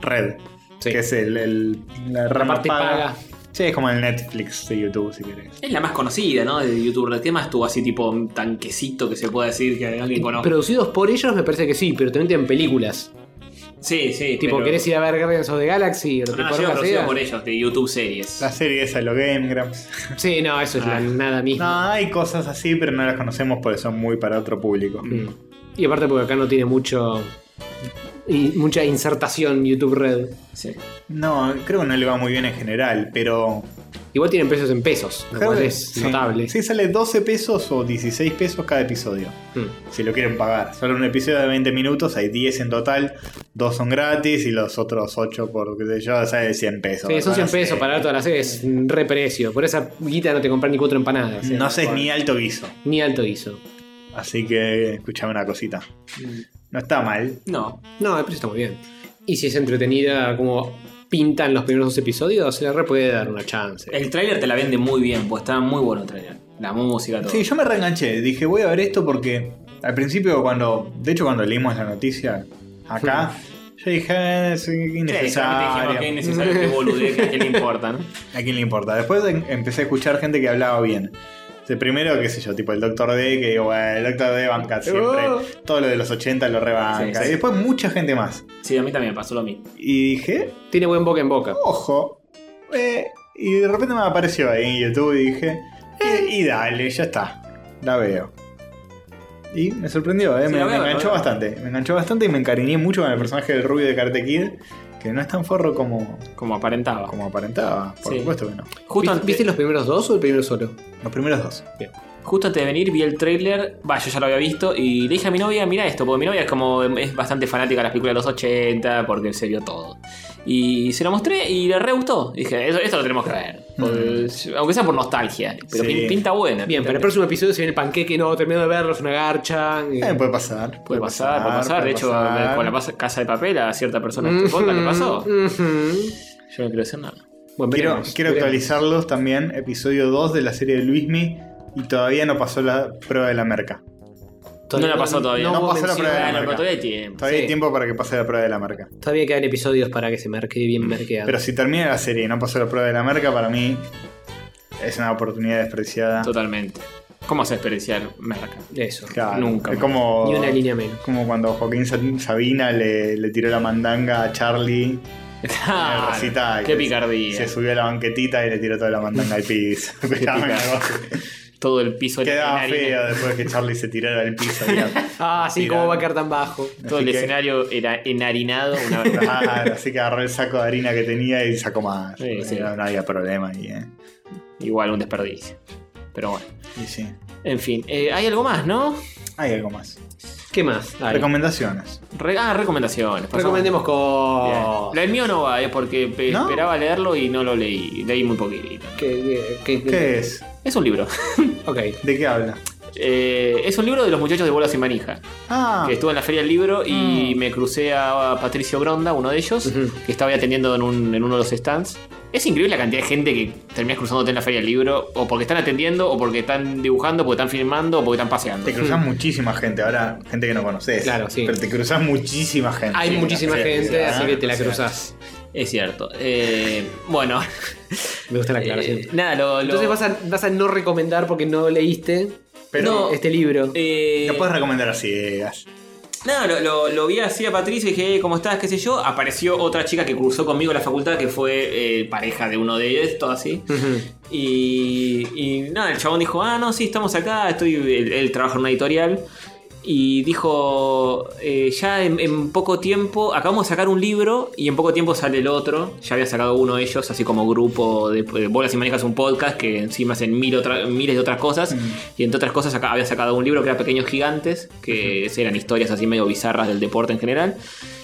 Speaker 2: Red,
Speaker 3: sí.
Speaker 2: que es el, el- la rama
Speaker 3: parte
Speaker 2: paga.
Speaker 3: paga.
Speaker 2: Sí, es como el Netflix de YouTube, si querés.
Speaker 1: Es la más conocida, ¿no? De YouTube. ¿Qué más tuvo así tipo un tanquecito que se pueda decir que alguien conoce?
Speaker 3: Producidos por ellos me parece que sí, pero también tienen películas.
Speaker 1: sí, sí.
Speaker 3: Tipo,
Speaker 1: pero-
Speaker 3: ¿querés ir a ver Guardians of the Galaxy? O lo
Speaker 1: No,
Speaker 3: que
Speaker 2: Ah,
Speaker 1: no, ha
Speaker 3: por
Speaker 1: sido
Speaker 3: acá
Speaker 1: producido
Speaker 3: sea?
Speaker 1: por ellos, de YouTube Series.
Speaker 2: La serie esa, los Game Grumps.
Speaker 3: Sí, no, eso es la
Speaker 1: Ah.
Speaker 3: nada
Speaker 2: No,
Speaker 3: misma.
Speaker 2: hay cosas así, pero no las conocemos porque son muy para otro público.
Speaker 3: Mm. Y aparte porque acá no tiene mucho y mucha insertación YouTube Red.
Speaker 1: Sí.
Speaker 2: No, creo que no le va muy bien en general, pero.
Speaker 3: Igual tienen precios en pesos, lo cual
Speaker 2: Creo que-
Speaker 3: es
Speaker 2: sí.
Speaker 3: notable.
Speaker 2: Sí, sale 12 pesos o 16 pesos cada episodio.
Speaker 3: Mm.
Speaker 2: si lo quieren pagar. Solo un episodio de 20 minutos, hay 10 en total, dos son gratis y los otros 8 por qué sé yo, sale de 100 pesos.
Speaker 3: Sí, son
Speaker 2: Bueno,
Speaker 3: 100 pesos
Speaker 2: eh,
Speaker 3: para ver toda la serie, es un reprecio. Por esa guita no te compras ni cuatro empanadas.
Speaker 2: No sé, es
Speaker 3: Bueno,
Speaker 2: ni alto guiso.
Speaker 3: ni alto hizo.
Speaker 2: Así que escuchame una cosita. No está mal.
Speaker 1: No.
Speaker 3: No, el precio está muy bien. Y si es entretenida, como pintan los primeros dos episodios, se le re puede dar una chance.
Speaker 2: Eh.
Speaker 1: El tráiler te la vende muy bien, pues está muy bueno el tráiler. La música, todo.
Speaker 2: Sí, yo me reenganché. Dije, voy a ver esto porque al principio, cuando. De hecho, cuando leímos la noticia acá, yo dije, "Eh, sí, innecesario.
Speaker 1: que es necesario que boludez, que a quién le importa, ¿no?
Speaker 2: ¿A quién le importa? Después em- empecé a escuchar gente que hablaba bien. O sea, primero, qué sé yo, tipo el Dr. D, que digo, "Bueno, el Dr. D banca siempre.
Speaker 3: Oh.
Speaker 2: Todo lo de los 80 lo rebanca.
Speaker 1: Sí, sí.
Speaker 2: Y después mucha gente más.
Speaker 1: Sí, a mí también me pasó lo mismo.
Speaker 2: Y dije,
Speaker 3: Tiene buen boca en boca.
Speaker 2: ojo. eh, y de repente me apareció ahí en YouTube y dije, eh, y dale, ya está. La veo. Y me sorprendió, eh,
Speaker 1: Sí,
Speaker 2: me,
Speaker 1: la
Speaker 2: me
Speaker 1: veo, la
Speaker 2: enganchó
Speaker 1: veo.
Speaker 2: bastante. Me enganchó bastante y me encariñé mucho con el personaje del rubio de Karate Kid, que no es tan forro como,
Speaker 1: Como aparentaba.
Speaker 2: como aparentaba. Por
Speaker 1: Sí.
Speaker 2: supuesto que no.
Speaker 1: Justo,
Speaker 3: ¿Viste,
Speaker 1: antes,
Speaker 3: viste los primeros dos o el primero solo?
Speaker 2: Los primeros dos.
Speaker 1: justo antes de venir vi el tráiler, va, yo ya lo había visto, y le dije a mi novia, mira esto, porque mi novia es como es bastante fanática de las películas de los 80, porque se vio todo. Y se lo mostré y le re gustó. Dije, eso, esto lo tenemos que ver. Porque- Aunque sea por nostalgia, pero
Speaker 2: Sí.
Speaker 1: pin- pinta buena.
Speaker 3: Bien,
Speaker 2: eh,
Speaker 1: pinta
Speaker 3: pero el próximo episodio se viene el panqueque, no, termino de verlo, es una garcha. eh.
Speaker 2: Eh, puede pasar.
Speaker 1: Puede pasar, puede pasar. De hecho, eh,
Speaker 2: pasar.
Speaker 1: con la pas- casa de papel a cierta persona
Speaker 3: Mm-hmm.
Speaker 1: en este podcast le pasó.
Speaker 3: Ujú.
Speaker 1: Yo no quiero decir nada.
Speaker 3: Bueno,
Speaker 2: Quiero,
Speaker 3: veremos,
Speaker 2: quiero
Speaker 3: veremos.
Speaker 2: actualizarlos también. Episodio 2 de la serie de Luismi. Y todavía no pasó la prueba de la merca.
Speaker 1: No la pasó todavía.
Speaker 2: No
Speaker 3: hubo
Speaker 2: pasó la
Speaker 3: mención.
Speaker 2: prueba de la
Speaker 1: Bueno,
Speaker 2: marca.
Speaker 1: pero todavía hay tiempo.
Speaker 2: Todavía
Speaker 3: Sí.
Speaker 2: hay tiempo para que pase la prueba de la merca.
Speaker 3: Todavía quedan episodios para que se marque bien merqueado.
Speaker 2: Pero si termina la serie y no pasó la prueba de la merca, para mí es una oportunidad despreciada.
Speaker 1: Totalmente. ¿Cómo se experienciar merca?
Speaker 3: Eso.
Speaker 2: Claro.
Speaker 1: Nunca
Speaker 2: Es
Speaker 1: más.
Speaker 2: como,
Speaker 3: Ni una línea menos.
Speaker 2: como cuando Joaquín Sa- Sabina le, le tiró la mandanga a Charlie.
Speaker 1: Claro,
Speaker 2: recita y
Speaker 1: Ah, qué
Speaker 2: se-
Speaker 1: picardía.
Speaker 2: Se subió a la banquetita y le tiró toda la mandanga al pis.
Speaker 1: Todo el piso el
Speaker 2: Quedaba
Speaker 1: escenario-
Speaker 2: feo después que Charlie se tirara al piso. digamos.
Speaker 3: Ah, sí,
Speaker 2: Mira.
Speaker 3: cómo va a quedar tan bajo.
Speaker 1: Todo
Speaker 2: Así
Speaker 1: el
Speaker 2: que-
Speaker 1: escenario era enharinado. Una verdad.
Speaker 2: Claro, así que agarró el saco de harina que tenía y sacó más.
Speaker 1: Sí, sí.
Speaker 2: No, no había problema ahí, ¿eh?
Speaker 1: Igual un desperdicio. Pero bueno.
Speaker 2: Y sí.
Speaker 1: En fin. eh, hay algo más, ¿no?
Speaker 2: Hay algo más.
Speaker 3: ¿Qué más? Ay.
Speaker 2: Recomendaciones.
Speaker 1: Re- ah, recomendaciones. pasamos.
Speaker 3: Recomendemos Oh.
Speaker 1: Bien.
Speaker 3: con.
Speaker 1: La- El mío no va, es porque pe-
Speaker 2: ¿No?
Speaker 1: esperaba leerlo y no lo leí. Leí muy poquitito.
Speaker 3: ¿Qué, qué- qué-
Speaker 2: ¿Qué es?
Speaker 1: Es un libro.
Speaker 3: Ok.
Speaker 2: ¿De qué habla?
Speaker 1: Eh, es un libro de los muchachos de bolas y manija.
Speaker 2: Ah,
Speaker 1: Que estuve en la feria del libro y me crucé a Patricio Gronda, uno de ellos,
Speaker 3: Mm. Ujú.
Speaker 1: que estaba ahí atendiendo en, un- en uno de los stands. Es increíble la cantidad de gente que terminas cruzándote en la feria del libro, o porque están atendiendo, o porque están dibujando, porque están filmando, o porque están paseando.
Speaker 2: te cruzás muchísima gente. Ahora, gente que no conoces.
Speaker 3: Claro, sí.
Speaker 2: Pero te cruzás muchísima gente.
Speaker 3: Hay
Speaker 2: Sí,
Speaker 3: muchísima
Speaker 2: sí,
Speaker 3: gente,
Speaker 2: sí,
Speaker 3: así
Speaker 2: ¿eh?
Speaker 3: que te la
Speaker 2: O sea,
Speaker 3: cruzas.
Speaker 1: Es cierto. Eh, bueno,
Speaker 3: Me gusta la aclaración.
Speaker 1: eh, nada, lo. lo-
Speaker 3: Entonces vas a, vas a no recomendar porque no leíste
Speaker 2: Pero-
Speaker 1: No,
Speaker 3: este libro.
Speaker 1: eh,
Speaker 2: Lo puedes recomendar a ciegas.
Speaker 1: Nada, lo, lo- lo vi así a Patricio y dije, "Eh, ¿cómo estás? ¿Qué sé yo? Apareció otra chica que cursó conmigo la facultad, que fue eh, pareja de uno de ellos, todo así.
Speaker 3: Ujú.
Speaker 1: Y, y nada, el chabón dijo, ah, no, sí, estamos acá, estoy, él, él trabaja en una editorial. Y dijo, "Eh, ya en, en poco tiempo, acabamos de sacar un libro y en poco tiempo sale el otro. Ya había sacado uno de ellos, así como grupo de, de Bolas y Manejas, un podcast que encima hacen mil otra- miles de otras cosas. Y entre otras cosas acá había sacado un libro que era Pequeños Gigantes, que eran historias así medio bizarras del deporte en general.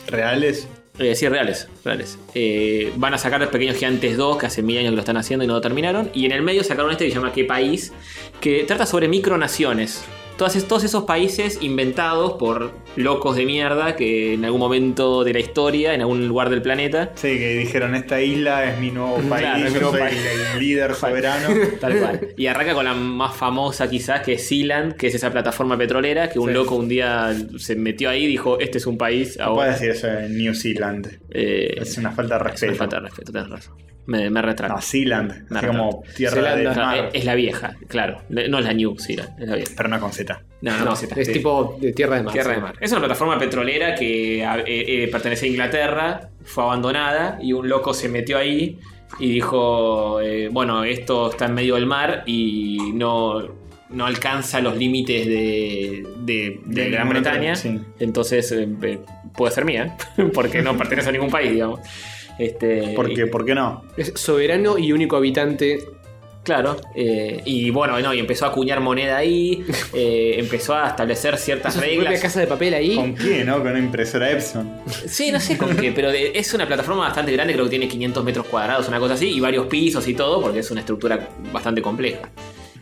Speaker 2: ¿Reales?
Speaker 1: Eh, sí, reales, reales. Eh, van a sacar Pequeños Gigantes 2, que hace mil años que lo están haciendo y no lo terminaron. Y en el medio sacaron este que se llama ¿Qué país? Que trata sobre micronaciones. Todas es- todos esos países inventados por locos de mierda que en algún momento de la historia, en algún lugar del planeta,
Speaker 2: Sí, que dijeron, esta isla es mi nuevo país,
Speaker 1: Claro, es mi
Speaker 2: yo
Speaker 1: nuevo
Speaker 2: soy
Speaker 1: país.
Speaker 2: el líder soberano.
Speaker 1: Tal cual. Y arranca con la más famosa quizás, que es Sealand, que es esa plataforma petrolera que un
Speaker 2: Sí.
Speaker 1: loco un día se metió ahí y dijo, este es un país
Speaker 2: No puedes
Speaker 1: ahora.
Speaker 2: decir eso en New Zealand.
Speaker 1: Eh,
Speaker 2: Es una falta de
Speaker 1: es una
Speaker 2: respeto.
Speaker 1: falta de respeto, tenés razón. Me, me retracto.
Speaker 2: No, Sealand.
Speaker 1: No,
Speaker 2: así
Speaker 1: no.
Speaker 2: como tierra
Speaker 3: Zelanda.
Speaker 2: de
Speaker 1: No,
Speaker 2: mar.
Speaker 1: es, es la vieja, claro. Le- No es la New Zealand, es la vieja.
Speaker 2: Pero no con Z.
Speaker 1: No, no,
Speaker 3: No,
Speaker 1: es esta.
Speaker 3: es tipo de Tierra de Mar.
Speaker 1: Tierra de Mar. Es una plataforma petrolera que a- eh, eh, pertenece a Inglaterra, fue abandonada y un loco se metió ahí y dijo, eh, bueno, esto está en medio del mar y no, no alcanza los límites de, de- de
Speaker 2: De
Speaker 1: Gran
Speaker 2: ningún otro,
Speaker 1: Bretaña,
Speaker 2: sí.
Speaker 1: entonces eh, eh, puede ser mía, porque no pertenece a ningún país, digamos. Este,
Speaker 2: Porque, ¿Por qué no?
Speaker 3: Es soberano y único habitante.
Speaker 1: Claro, eh, y bueno, no, y empezó a acuñar moneda ahí, eh, empezó a establecer ciertas
Speaker 3: Su propia
Speaker 1: reglas.
Speaker 3: casa de papel ahí.
Speaker 2: ¿Con qué, no? Con una impresora Epson.
Speaker 1: Sí, no sé con qué, pero de- es una plataforma bastante grande, creo que tiene 500 metros cuadrados, una cosa así, y varios pisos y todo, porque es una estructura bastante compleja.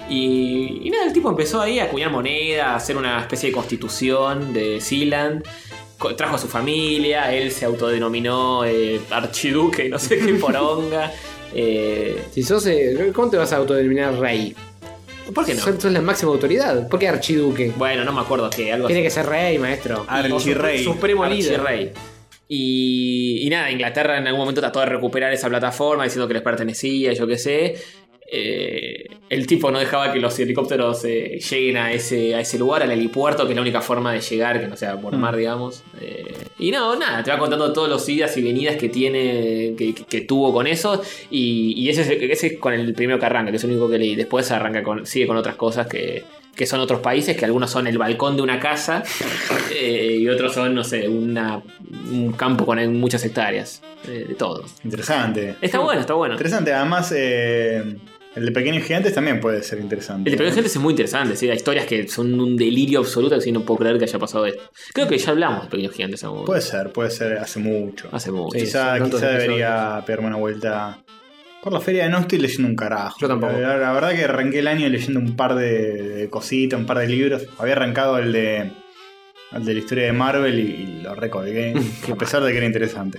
Speaker 1: Y, y nada, el tipo empezó ahí a acuñar moneda, a hacer una especie de constitución de Sealand. co- trajo a su familia, él se autodenominó eh, archiduque, no sé qué poronga. Eh,
Speaker 3: Si sos. eh, ¿Cómo te vas a autodenominar rey?
Speaker 1: ¿Por qué no?
Speaker 3: Sos, sos la máxima autoridad. ¿Por qué archiduque?
Speaker 1: Bueno, no me acuerdo que algo
Speaker 3: Tiene
Speaker 1: así.
Speaker 3: que ser rey, maestro.
Speaker 2: Archirrey.
Speaker 3: Supremo líder.
Speaker 1: Archirrey. Y, y nada, Inglaterra en algún momento trató de recuperar esa plataforma diciendo que les pertenecía, yo qué sé. Eh, el tipo no dejaba que los helicópteros eh, lleguen a ese, a ese lugar, al helipuerto, que es la única forma de llegar, que no sea
Speaker 3: Mm.
Speaker 1: por mar, digamos. Eh, y no, nada, te va contando todos los idas y venidas que tiene, que, que- que tuvo con eso. Y, y ese, es- ese es con el primero que arranca, que es el único que leí. Después arranca con, sigue con otras cosas que, que son otros países, que algunos son el balcón de una casa eh, y otros son, no sé, una, un campo con muchas hectáreas. eh, de todo.
Speaker 2: Interesante.
Speaker 1: Está bueno, está bueno.
Speaker 2: Interesante, además eh, el de Pequeños Gigantes también puede ser interesante.
Speaker 1: El de Pequeños Gigantes es muy interesante, ¿sí? hay historias que son un delirio absoluto, así no puedo creer que haya pasado esto. Creo que ya hablamos de Pequeños Gigantes en algún
Speaker 2: Puede ser, puede ser hace mucho.
Speaker 1: hace mucho.
Speaker 3: Sí,
Speaker 2: quizá
Speaker 3: son tantos
Speaker 2: quizá debería
Speaker 3: episodios.
Speaker 2: pegarme una vuelta. Por la feria de no estoy leyendo un carajo.
Speaker 3: Yo tampoco.
Speaker 2: La, la verdad que arranqué el año leyendo un par de, de cositas, un par de libros. Había arrancado el de, el de la historia de Marvel y, y lo recolgué, a pesar de que era interesante.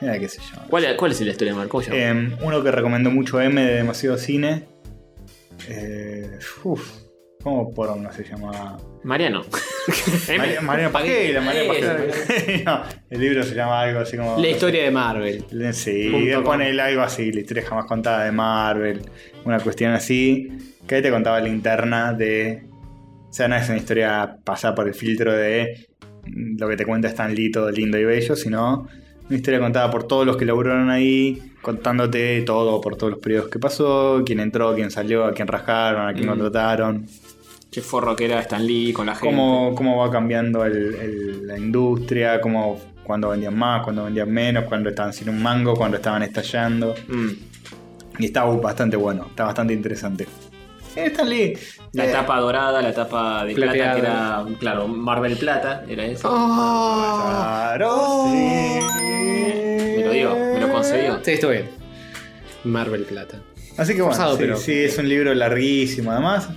Speaker 2: Era qué sé yo.
Speaker 1: ¿Cuál, ¿Cuál es la historia de Marco? ¿Cómo se llama?
Speaker 2: Eh, uno que recomendó mucho M de Demasiado Cine. Eh, uf, ¿Cómo poronga se llamaba?
Speaker 1: Mariano.
Speaker 2: María, Mariana Pajela, Mariana Pajela. No, el libro se llama algo así como.
Speaker 3: La historia de Marvel.
Speaker 2: Le- Sí,
Speaker 3: Punto
Speaker 2: y
Speaker 3: com.
Speaker 2: pone él algo así, la historia jamás contada de Marvel, una cuestión así. Que ahí te contaba la interna de. O sea, no es una historia pasada por el filtro de mm, lo que te cuenta Stan Lee, todo lindo y bello, sino una historia contada por todos los que laburaron ahí, contándote todo por todos los periodos que pasó, quién entró, quién salió, a quién rajaron, a quién
Speaker 1: Mm.
Speaker 2: contrataron,
Speaker 1: Qué forro que era Stan Lee con la gente.
Speaker 2: cómo, cómo va cambiando el- el- la industria, cómo cuando vendían más, cuando vendían menos, cuando estaban sin un mango, cuando estaban estallando.
Speaker 1: Mm.
Speaker 2: Y está bastante bueno, está bastante interesante. Eh, Stan Lee.
Speaker 1: La
Speaker 2: eh,
Speaker 1: tapa dorada, la tapa de plata, que
Speaker 3: Plateada.
Speaker 1: era, claro, Marvel Plata, era eso.
Speaker 3: ¡Oh!
Speaker 2: Claro, Ah, sí.
Speaker 1: Me lo dio, me lo concedió.
Speaker 3: Sí, estuvo bien. Marvel Plata.
Speaker 2: Así que bueno,
Speaker 3: Forzado,
Speaker 2: sí,
Speaker 3: pero-
Speaker 2: sí, es un libro larguísimo además.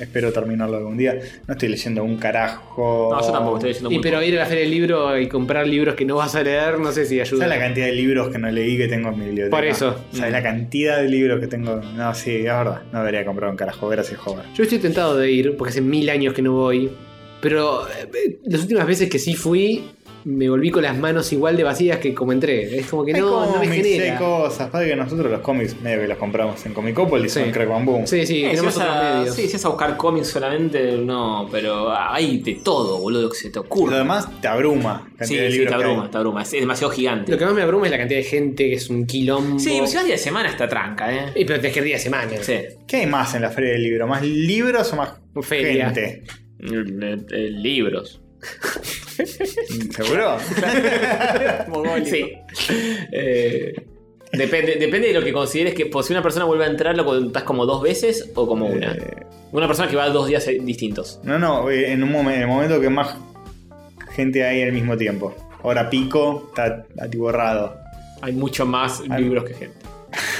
Speaker 2: Espero terminarlo algún día. No estoy leyendo un carajo.
Speaker 1: No, yo tampoco estoy leyendo
Speaker 3: Y
Speaker 1: muy
Speaker 3: pero
Speaker 1: poco.
Speaker 3: ir a la feria del libro y comprar libros que no vas a leer, no sé si ayuda.
Speaker 2: ¿Sabes la cantidad de libros que no leí que tengo en mi biblioteca?
Speaker 3: Por eso.
Speaker 2: ¿Sabes la cantidad de libros que tengo? No, sí, es verdad. No debería comprar un carajo. Gracias, Hover.
Speaker 3: Yo estoy tentado de ir, porque hace mil años que no voy. Pero eh, las últimas veces que sí fui, me volví con las manos igual de vacías que como entré. Es como que
Speaker 2: Hay
Speaker 3: no, no me
Speaker 2: cómics, hay
Speaker 3: genera.
Speaker 2: cosas. Pasa que nosotros los cómics medio que los compramos en Comicopolis
Speaker 3: Sí.
Speaker 2: o en Crack Bam Boom.
Speaker 3: Sí, sí,
Speaker 1: Eh, si
Speaker 3: tenemos
Speaker 1: vas
Speaker 3: otros
Speaker 1: a,
Speaker 3: medios.
Speaker 1: sí, si vas a buscar cómics solamente, no, pero hay de todo, boludo, que se te
Speaker 2: Lo
Speaker 1: ocurra.
Speaker 2: demás te abruma. cantidad
Speaker 1: Sí,
Speaker 2: de
Speaker 1: sí,
Speaker 2: libros
Speaker 1: te
Speaker 2: que hay.
Speaker 1: abruma, te abruma. Es, es demasiado gigante.
Speaker 3: Lo que más me abruma es la cantidad de gente que es un quilombo.
Speaker 1: Sí, si vas día de semana está tranca, ¿eh?
Speaker 3: Y pero te querría semana.
Speaker 1: Sí.
Speaker 2: ¿Qué hay más en la feria del libro? ¿Más libros o más
Speaker 3: Feria.
Speaker 2: gente?
Speaker 1: Mm, eh, eh, libros.
Speaker 2: ¿Seguro?
Speaker 1: Oh, Sí. Eh, depende, depende de lo que consideres que. pues, si una persona vuelve a entrar, lo contás como dos veces o
Speaker 2: Eh,
Speaker 1: como una. Una persona que va dos días eh, distintos.
Speaker 2: no, no, eh, en un momen- en el momento que más gente hay al mismo tiempo. Ahora pico, está atiborrado.
Speaker 1: Hay mucho más libros que gente.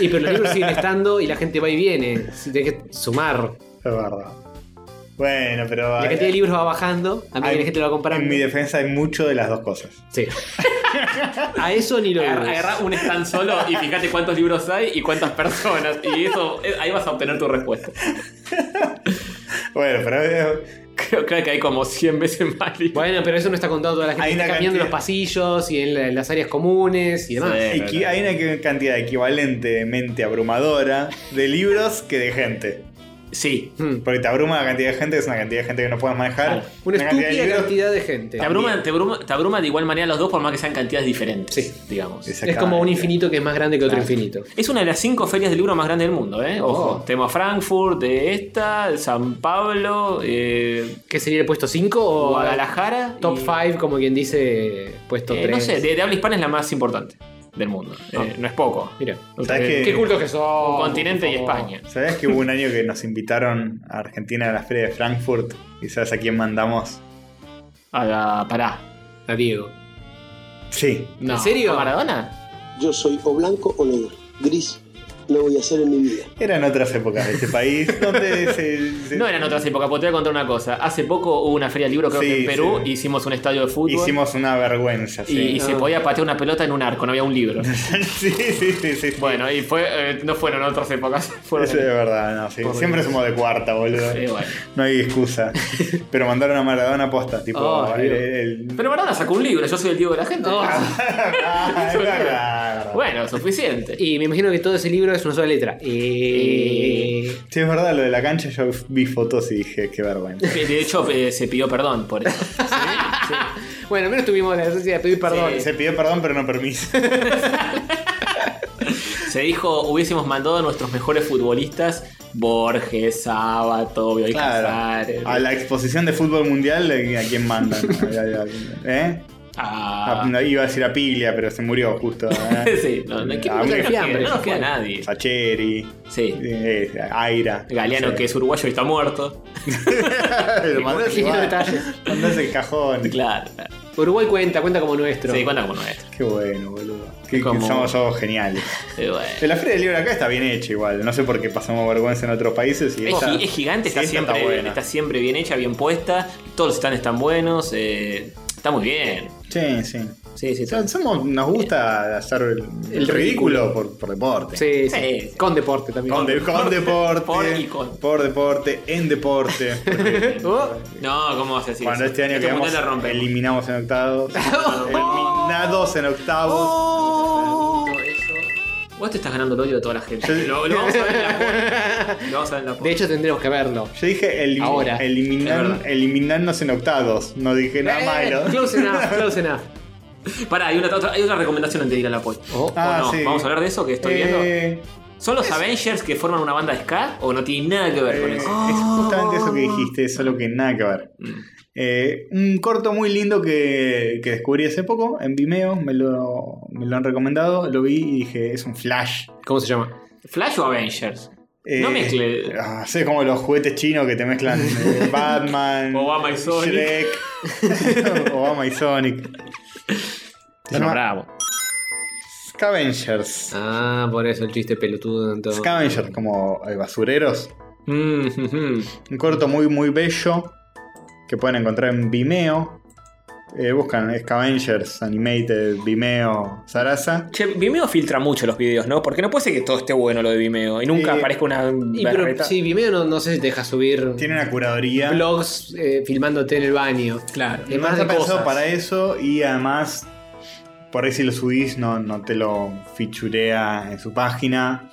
Speaker 3: Y pero los libros siguen estando y la gente va y viene. Si tenés que sumar.
Speaker 2: Es verdad. Bueno, pero.
Speaker 3: La
Speaker 2: hay-
Speaker 3: cantidad de libros va bajando, a mí
Speaker 2: hay-
Speaker 3: la gente lo va comprando.
Speaker 2: En mi defensa hay mucho de las dos cosas.
Speaker 3: Sí. A eso ni lo
Speaker 1: Agarra,
Speaker 3: dudes.
Speaker 1: agarra un stand solo y fíjate cuántos libros hay y cuántas personas. Y eso, eh, ahí vas a obtener tu respuesta.
Speaker 2: Bueno, pero. eh,
Speaker 1: Creo, creo que hay como 100 veces más libros.
Speaker 3: Bueno, pero eso no está contado toda la gente
Speaker 2: Hay
Speaker 3: que
Speaker 2: una
Speaker 3: está caminando en los
Speaker 2: cantidad-
Speaker 3: pasillos y en, la- en las áreas comunes y demás.
Speaker 1: Sí.
Speaker 2: equi- hay una cantidad equivalentemente abrumadora de libros que de gente.
Speaker 1: Sí.
Speaker 3: Mm.
Speaker 2: Porque te abruma la cantidad de gente, que es una cantidad de gente que no puedes manejar.
Speaker 3: Una
Speaker 2: cantidad de
Speaker 3: estúpida
Speaker 2: libros-
Speaker 3: cantidad de gente.
Speaker 1: Te abruma, te, abruma, te abruma de igual manera los dos, por más que sean cantidades diferentes.
Speaker 3: Sí.
Speaker 1: Digamos.
Speaker 3: Es como un infinito que es más grande que otro infinito.
Speaker 1: Es una de las cinco ferias de libro más grandes del mundo, ¿eh? Ojo.
Speaker 3: Oh.
Speaker 1: Tenemos Frankfurt, de esta, San Pablo, eh,
Speaker 3: ¿Qué sería el puesto 5 o
Speaker 1: Guadalajara.
Speaker 3: Top
Speaker 1: y-
Speaker 3: 5, como quien dice, puesto
Speaker 1: eh,
Speaker 3: 3.
Speaker 1: no sé, de, de habla hispana es la más importante del mundo.
Speaker 3: Ah.
Speaker 1: Eh, no es poco.
Speaker 3: Mira.
Speaker 2: ¿Sabes
Speaker 1: Eh,
Speaker 2: qué?
Speaker 3: Qué cultos que son.
Speaker 1: Continente y
Speaker 3: Oh, por favor.
Speaker 1: España.
Speaker 2: ¿Sabías que hubo un año que nos invitaron a Argentina a la Feria de Frankfurt? ¿Y sabes a quién mandamos?
Speaker 1: A Ah, la, pará.
Speaker 3: A Diego.
Speaker 2: Sí.
Speaker 1: No.
Speaker 3: ¿En serio?
Speaker 1: ¿A Maradona?
Speaker 7: Yo soy o blanco o negro, gris
Speaker 12: lo voy a hacer en mi vida.
Speaker 2: Eran otras épocas de este país donde se, se-
Speaker 1: No eran otras épocas, porque te voy a contar una cosa. Hace poco hubo una feria del libro, creo
Speaker 2: Sí,
Speaker 1: que en Perú,
Speaker 2: sí.
Speaker 1: hicimos un estadio de fútbol.
Speaker 2: hicimos una vergüenza.
Speaker 1: Y,
Speaker 2: sí.
Speaker 1: y se podía patear una pelota en un arco, no había un libro.
Speaker 2: sí, sí, sí, sí.
Speaker 1: Bueno, y fue, eh, no fueron otras épocas. Fueron
Speaker 2: Eso es verdad, no, sí.
Speaker 1: Por
Speaker 2: Siempre
Speaker 1: Dios.
Speaker 2: somos de cuarta, boludo.
Speaker 1: Sí, bueno.
Speaker 2: No hay excusa. Pero mandaron a Maradona posta, tipo.
Speaker 1: Oh,
Speaker 2: el-
Speaker 1: tío.
Speaker 2: el-
Speaker 1: Pero Maradona sacó un libro, yo soy el tío de la gente.
Speaker 2: Ah, es verdad, es verdad.
Speaker 1: bueno, suficiente.
Speaker 3: Y me imagino que todo ese libro es una sola letra. Eh,
Speaker 2: Sí, es verdad, lo de la cancha yo vi fotos y dije, qué vergüenza.
Speaker 1: Que De hecho, eh, se pidió perdón por eso.
Speaker 3: Bueno, al menos tuvimos la decencia de pedir perdón.
Speaker 2: Se pidió perdón, pero no permiso.
Speaker 1: Se dijo, hubiésemos mandado a nuestros mejores futbolistas, Borges, Sábato, Bioy Casares.
Speaker 2: A la exposición de fútbol mundial, ¿a quién mandan? ¿Eh?
Speaker 1: a-
Speaker 2: A- iba a decir a Piglia, pero se murió justo. ¿eh?
Speaker 1: Ah. Sí, no, no, ¿qué-
Speaker 2: A
Speaker 1: no nos
Speaker 2: América.
Speaker 1: queda-
Speaker 3: Fiambre,
Speaker 1: no nos queda
Speaker 3: bueno.
Speaker 1: nadie.
Speaker 2: Sacheri,
Speaker 1: Sí.
Speaker 2: eh, Aira.
Speaker 1: Galeano, que es uruguayo y está muerto.
Speaker 2: Lo mandás
Speaker 3: Pequeños
Speaker 2: igual.
Speaker 3: detalles.
Speaker 2: Mandás el cajón.
Speaker 1: Claro. claro.
Speaker 3: Uruguay cuenta, cuenta como nuestro.
Speaker 1: Se cuenta como nuestro.
Speaker 2: Qué bueno, boludo. Qué,
Speaker 1: como-
Speaker 2: que somos todos geniales.
Speaker 1: Eh, bueno.
Speaker 2: La feria del libro acá está bien hecha igual. No sé por qué pasamos vergüenza en otros países. Y
Speaker 1: Es,
Speaker 2: esta-
Speaker 1: gi- es gigante,
Speaker 2: sí,
Speaker 1: está,
Speaker 2: esta
Speaker 1: siempre,
Speaker 2: buena.
Speaker 1: está siempre bien hecha, bien puesta. Todos los stands están buenos. eh, está muy bien.
Speaker 2: Sí, sí.
Speaker 1: Sí, sí,
Speaker 2: O
Speaker 1: está-
Speaker 2: sea, somos, nos gusta hacer el, el ridículo por, por deporte.
Speaker 3: Sí, sí.
Speaker 1: Sí.
Speaker 3: Con deporte también.
Speaker 2: Con, de- con deporte.
Speaker 1: por y con.
Speaker 2: por deporte, en deporte. Porque
Speaker 3: Oh,
Speaker 1: No, ¿cómo vas a decir
Speaker 2: Cuando
Speaker 1: eso?
Speaker 2: este año
Speaker 1: mundial
Speaker 2: quedamos
Speaker 1: la rompe.
Speaker 2: eliminados en octavos. eliminados en octavos.
Speaker 1: Oh. Vos te estás ganando el odio de toda la gente.
Speaker 2: Sí.
Speaker 1: Lo, lo vamos a ver en la post. Lo vamos a ver en la post.
Speaker 3: De hecho, tendremos que verlo.
Speaker 2: Yo dije elimi-
Speaker 3: Ahora.
Speaker 2: eliminar-
Speaker 1: Es verdad.
Speaker 2: eliminarnos en octavos. No dije nada
Speaker 3: Eh,
Speaker 2: malo.
Speaker 3: Close enough, close enough.
Speaker 1: Pará, hay una, otra, hay otra recomendación antes de ir a la post.
Speaker 3: Oh.
Speaker 1: ¿O no? ¿Vamos a hablar de eso que estoy viendo?
Speaker 2: Ah, Eh,
Speaker 1: ¿Son los Avengers que forman una banda de ska o no tiene nada que ver con
Speaker 2: eh,
Speaker 1: eso? Oh. Mm.
Speaker 2: Es justamente eso que dijiste, solo que nada que ver. Eh, un corto muy lindo que, que descubrí hace poco en Vimeo, me lo, me lo han recomendado, lo vi y dije, es un flash.
Speaker 3: ¿Cómo se llama?
Speaker 1: ¿Flash o Avengers?
Speaker 2: Eh,
Speaker 1: No mezcle.
Speaker 2: ah, sé como los juguetes chinos que te mezclan eh, Batman,
Speaker 1: Obama y Sonic.
Speaker 2: Shrek, Obama y Sonic. Se
Speaker 3: Bueno,
Speaker 2: llama
Speaker 3: bravo.
Speaker 2: Scavengers.
Speaker 3: Ah, por eso el chiste pelotudo. en todo.
Speaker 2: Scavengers, como eh, basureros.
Speaker 1: Mm, mm, mm.
Speaker 2: Un corto muy, muy bello que pueden encontrar en Vimeo. Eh, buscan Scavengers, Animated, Vimeo, Sarasa.
Speaker 1: Che, Vimeo filtra mucho los videos, ¿no? Porque no puede ser que todo esté bueno lo de Vimeo y nunca
Speaker 2: Eh,
Speaker 1: aparezca una.
Speaker 3: Y pero
Speaker 1: berreta.
Speaker 3: sí, Vimeo no, no sé si te deja subir
Speaker 2: Tiene una curaduría.
Speaker 3: blogs eh, filmándote en el baño. Claro.
Speaker 2: No
Speaker 3: más
Speaker 2: está
Speaker 3: de
Speaker 2: pensado
Speaker 3: cosas.
Speaker 2: para eso y además, por ahí si lo subís, no, no te lo fichurea en su página.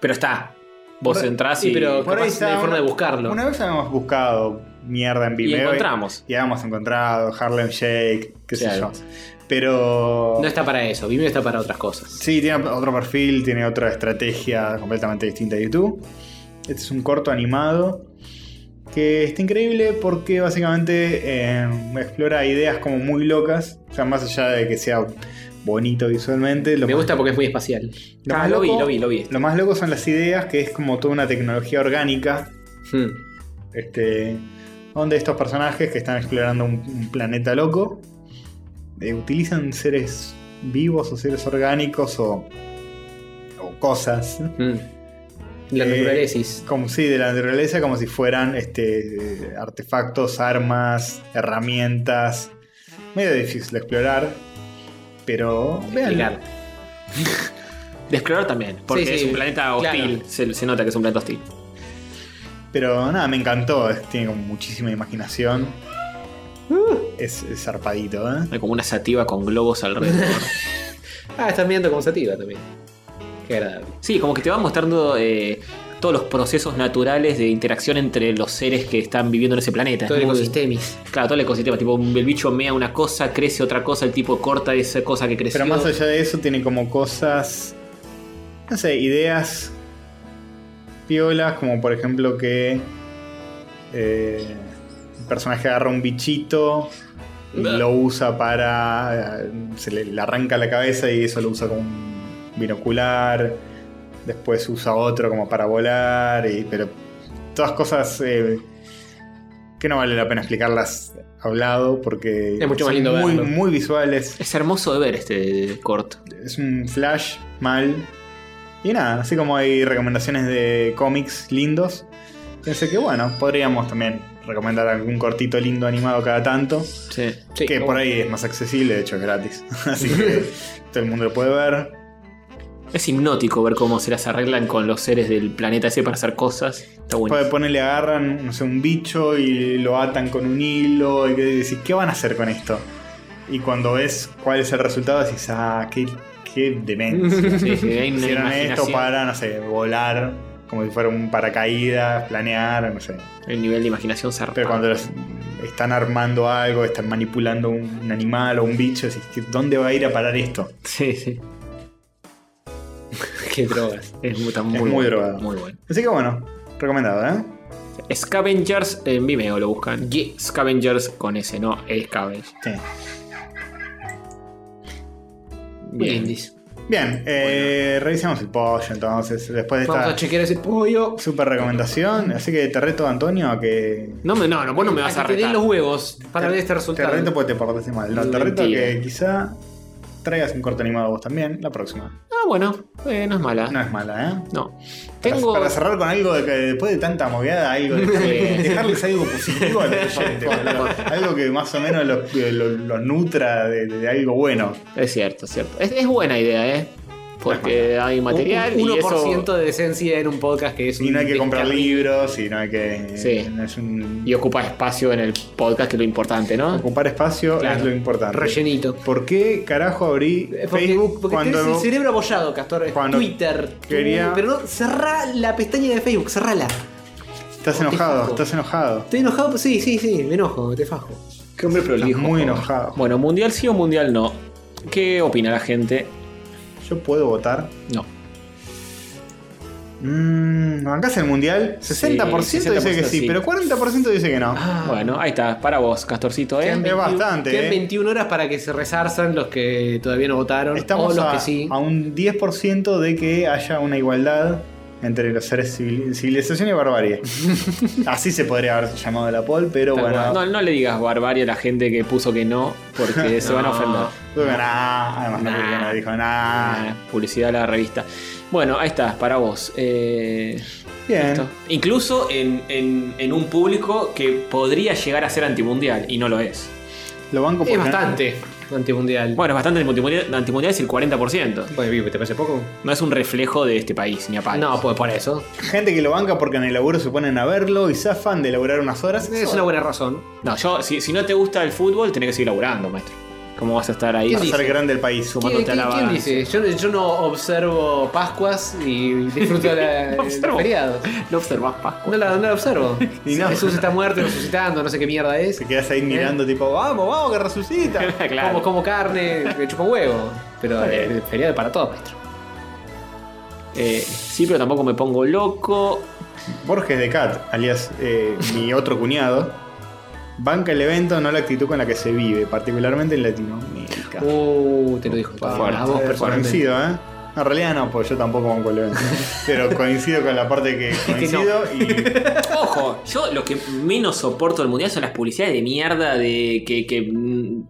Speaker 1: Pero está. Vos
Speaker 2: Por-
Speaker 1: entrás y.
Speaker 3: Sí, pero
Speaker 2: Por
Speaker 3: capaz
Speaker 2: ahí
Speaker 3: no
Speaker 2: está
Speaker 3: hay forma
Speaker 2: una-
Speaker 3: de buscarlo.
Speaker 2: Una vez habíamos buscado mierda en Vimeo.
Speaker 1: encontramos.
Speaker 2: Y habíamos encontrado Harlem Shake, qué sé
Speaker 1: Claro.
Speaker 2: yo. Pero.
Speaker 3: No está para eso. Vimeo está para otras cosas.
Speaker 2: Sí, tiene otro perfil, tiene otra estrategia completamente distinta de YouTube. Este es un corto animado que está increíble porque básicamente eh, explora ideas como muy locas. O sea, más allá de que sea bonito visualmente, lo
Speaker 3: Me
Speaker 2: más-
Speaker 3: gusta porque es muy espacial.
Speaker 2: lo
Speaker 1: Ah,
Speaker 2: más
Speaker 1: lo vi,
Speaker 2: loco-
Speaker 1: lo vi, lo vi.
Speaker 2: Lo más loco son las ideas, que es como toda una tecnología orgánica
Speaker 3: Hmm.
Speaker 2: este, donde estos personajes que están explorando un, un planeta loco eh, utilizan seres vivos o seres orgánicos o, o cosas
Speaker 1: Mm,
Speaker 3: Hmm. La
Speaker 2: Eh,
Speaker 3: naturalesis.
Speaker 2: como sí, de la naturaleza como si fueran este, eh, artefactos, armas, herramientas. Medio difícil de explorar, pero vean.
Speaker 3: Explicar.
Speaker 1: De explorar también, porque
Speaker 3: Sí, sí.
Speaker 1: es un planeta hostil.
Speaker 3: Claro.
Speaker 1: Se, se nota que es un planeta hostil.
Speaker 2: Pero nada, me encantó, es- tiene como muchísima imaginación. Es, es zarpadito, ¿eh?
Speaker 1: Hay como una sativa con globos alrededor.
Speaker 3: Ah, estás mirando como sativa también. Qué agradable.
Speaker 1: sí, como que te va mostrando eh, todos los procesos naturales de interacción entre los seres que están viviendo en ese planeta.
Speaker 3: Todo el
Speaker 1: Es muy-
Speaker 3: ecosistemis.
Speaker 1: Claro, todo el ecosistema. Tipo, el bicho mea una cosa, crece otra cosa, el tipo corta esa cosa que creció.
Speaker 2: Pero más allá de eso, tiene como cosas. No sé, ideas. Piolas, como por ejemplo que. eh, el personaje agarra un bichito. y
Speaker 1: Bah.
Speaker 2: lo usa para. eh, Se le, le arranca la cabeza y eso lo usa como un binocular. Después usa otro como para volar. y- pero todas cosas. eh, que no vale la pena explicarlas hablado porque
Speaker 3: Es mucho más
Speaker 2: son
Speaker 3: lindo
Speaker 2: muy,
Speaker 3: verlo.
Speaker 2: muy visuales
Speaker 1: Es hermoso de ver este corto.
Speaker 2: es un flash mal Y nada, así como hay recomendaciones de cómics lindos, pensé que bueno, podríamos también recomendar algún cortito lindo animado cada tanto.
Speaker 1: Sí.
Speaker 3: Sí,
Speaker 2: que
Speaker 3: como-
Speaker 2: por ahí es más accesible, de hecho es gratis. Así que todo el mundo lo puede ver.
Speaker 1: Es hipnótico ver cómo se las arreglan con los seres del planeta ese para hacer cosas. Está bueno.
Speaker 2: Puede ponerle, agarran, no sé, un bicho y lo atan con un hilo y que decís, ¿qué van a hacer con esto? Y cuando ves cuál es el resultado, decís, ah, qué, qué demencia.
Speaker 1: Sí, sí, hay una
Speaker 2: Hicieron esto
Speaker 1: imaginación.
Speaker 2: para, no sé, volar, como si fuera un paracaídas, planear, no sé.
Speaker 1: El nivel de imaginación zarpado.
Speaker 2: Pero cuando los- están armando algo, están manipulando un, un animal o un bicho, decís, "¿Qué- ¿dónde va a ir a parar esto?
Speaker 1: Sí, sí.
Speaker 3: Qué drogas.
Speaker 1: Es muy, está muy,
Speaker 2: muy
Speaker 1: bueno,
Speaker 2: drogado.
Speaker 1: Muy bueno.
Speaker 2: Así que bueno, recomendado, ¿eh?
Speaker 1: Scavengers en Vimeo lo buscan. Ye- Scavengers con ese, no Scavenge.
Speaker 2: Sí.
Speaker 1: Bien.
Speaker 2: Bien, eh, revisamos el pollo entonces, después de
Speaker 3: Vamos
Speaker 2: esta
Speaker 3: a chequear ese pollo.
Speaker 2: super recomendación. Así que te reto, Antonio, a que.
Speaker 1: No, me, no, no, vos no me vas a
Speaker 3: que te den
Speaker 1: retar.
Speaker 3: los huevos para
Speaker 2: te-
Speaker 3: ver este resultado.
Speaker 2: Te reto porque te portaste mal. No, te reto
Speaker 1: Mentira.
Speaker 2: que quizá traigas un corto animado vos también la próxima.
Speaker 1: Ah, bueno, eh, no es mala.
Speaker 2: No
Speaker 1: No.
Speaker 2: es mala, ¿eh? Para-
Speaker 1: Tengo.
Speaker 2: Para, cerrar con algo de que después de tanta moviada, algo de-
Speaker 1: Sí.
Speaker 2: dejarles algo positivo al oyente, boludo. algo que más o menos los, los- los nutra de, de algo bueno.
Speaker 1: Es cierto, es cierto. Es, es buena idea, ¿eh? Porque hay material
Speaker 3: Un- un
Speaker 1: y eso.
Speaker 3: 1% de decencia en un podcast que es
Speaker 2: Y
Speaker 3: un
Speaker 2: no hay que comprar
Speaker 3: descarri-
Speaker 2: libros, y no hay que.
Speaker 1: Sí.
Speaker 2: no es un-
Speaker 1: Y ocupa espacio en el podcast, que es lo importante, ¿no?
Speaker 2: Ocupar espacio
Speaker 3: Claro.
Speaker 2: es lo importante.
Speaker 3: rellenito.
Speaker 2: ¿Por qué carajo abrí
Speaker 3: Eh, Porque,
Speaker 2: Facebook
Speaker 3: porque
Speaker 2: cuando
Speaker 3: tenés el cerebro abollado, Castor. Es
Speaker 2: cuando
Speaker 3: Twitter.
Speaker 2: quería-
Speaker 3: Uy, Pero no, cerrá la pestaña de Facebook, cerrala.
Speaker 2: estás
Speaker 3: te
Speaker 2: enojado?
Speaker 3: fajo?
Speaker 2: Estás enojado.
Speaker 3: Estoy enojado, pues sí, sí, sí, me enojo, te fajo.
Speaker 1: Qué hombre
Speaker 2: Estás muy enojado.
Speaker 1: Bueno, mundial sí o mundial no. ¿Qué opina la gente?
Speaker 2: Yo puedo votar.
Speaker 1: No.
Speaker 2: Mmm, ¿bancás el mundial? 60% dice que
Speaker 1: 60%
Speaker 2: sí,
Speaker 1: sí. Ah,
Speaker 2: pero 40% dice que no.
Speaker 1: Bueno, ahí está, para vos, Castorcito, ¿eh?
Speaker 2: Es bastante,
Speaker 3: Quedan
Speaker 2: eh.
Speaker 3: 21 horas para que se resarzan los que todavía no votaron.
Speaker 2: Estamos
Speaker 3: o los
Speaker 2: a,
Speaker 3: que sí.
Speaker 2: a un 10% de que haya una igualdad entre los seres civil- civilización y barbarie. Así se podría haber llamado la poll, pero
Speaker 1: Tal
Speaker 2: bueno.
Speaker 1: cual. No, no le digas barbarie a la gente que puso que no, porque se van a ofender.
Speaker 2: Creo que nah, además
Speaker 1: Nah.
Speaker 2: no creo que nadie dijo
Speaker 1: Ah,
Speaker 2: nada.
Speaker 1: publicidad a la revista. Bueno, ahí está, para vos. Eh,
Speaker 2: Bien.
Speaker 1: listo. Incluso en, en- en un público que podría llegar a ser antimundial y no lo es.
Speaker 2: Lo banco
Speaker 3: Es
Speaker 2: porque-
Speaker 3: bastante antimundial.
Speaker 1: Bueno, es bastante antimundial, antimundial es el 40%.
Speaker 3: Bueno, Vivi, ¿te parece poco?
Speaker 1: No es un reflejo de este país, ni a palos.
Speaker 3: No, pues por eso.
Speaker 2: Gente que lo banca porque en el laburo se ponen a verlo y zafan de laburar unas horas.
Speaker 3: Es una buena razón.
Speaker 1: No, yo, si, si no te gusta el fútbol, tenés que seguir laburando, maestro. ¿Cómo vas a estar ahí?
Speaker 3: ¿Quién
Speaker 2: Para ser
Speaker 3: dice?
Speaker 2: grande el país.
Speaker 3: ¿Quién,
Speaker 1: Tomándote a la
Speaker 3: quién- quién
Speaker 1: balanza.
Speaker 3: dice? Yo, yo no observo Pascuas y disfruto la,
Speaker 1: No
Speaker 3: los
Speaker 1: observo.
Speaker 3: feriados.
Speaker 1: No observás Pascua.
Speaker 3: No la, no la observo.
Speaker 2: Y no.
Speaker 3: Jesús está muerto, resucitando, no sé qué mierda es.
Speaker 2: Te quedas ahí mirando, tipo, vamos, vamos, que resucita.
Speaker 1: claro.
Speaker 3: Como, como carne, me chupo huevo. Pero
Speaker 1: Está bien.
Speaker 3: eh, feriado para todo, maestro.
Speaker 1: Eh, sí, pero tampoco me pongo loco.
Speaker 2: Borges de Cat, alias eh, mi otro cuñado, banca el evento, no la actitud con la que se vive, particularmente en Latinoamérica.
Speaker 3: Uh, te lo dijo.
Speaker 1: Fuerte.
Speaker 3: A vos
Speaker 2: Eh,
Speaker 3: personalmente.
Speaker 2: coincido, ¿eh? No, En realidad no, pues yo tampoco banco el evento. Pero coincido con la parte que coincido y.
Speaker 1: Ojo, yo lo que menos soporto del mundial son las publicidades de mierda de que, que, mm,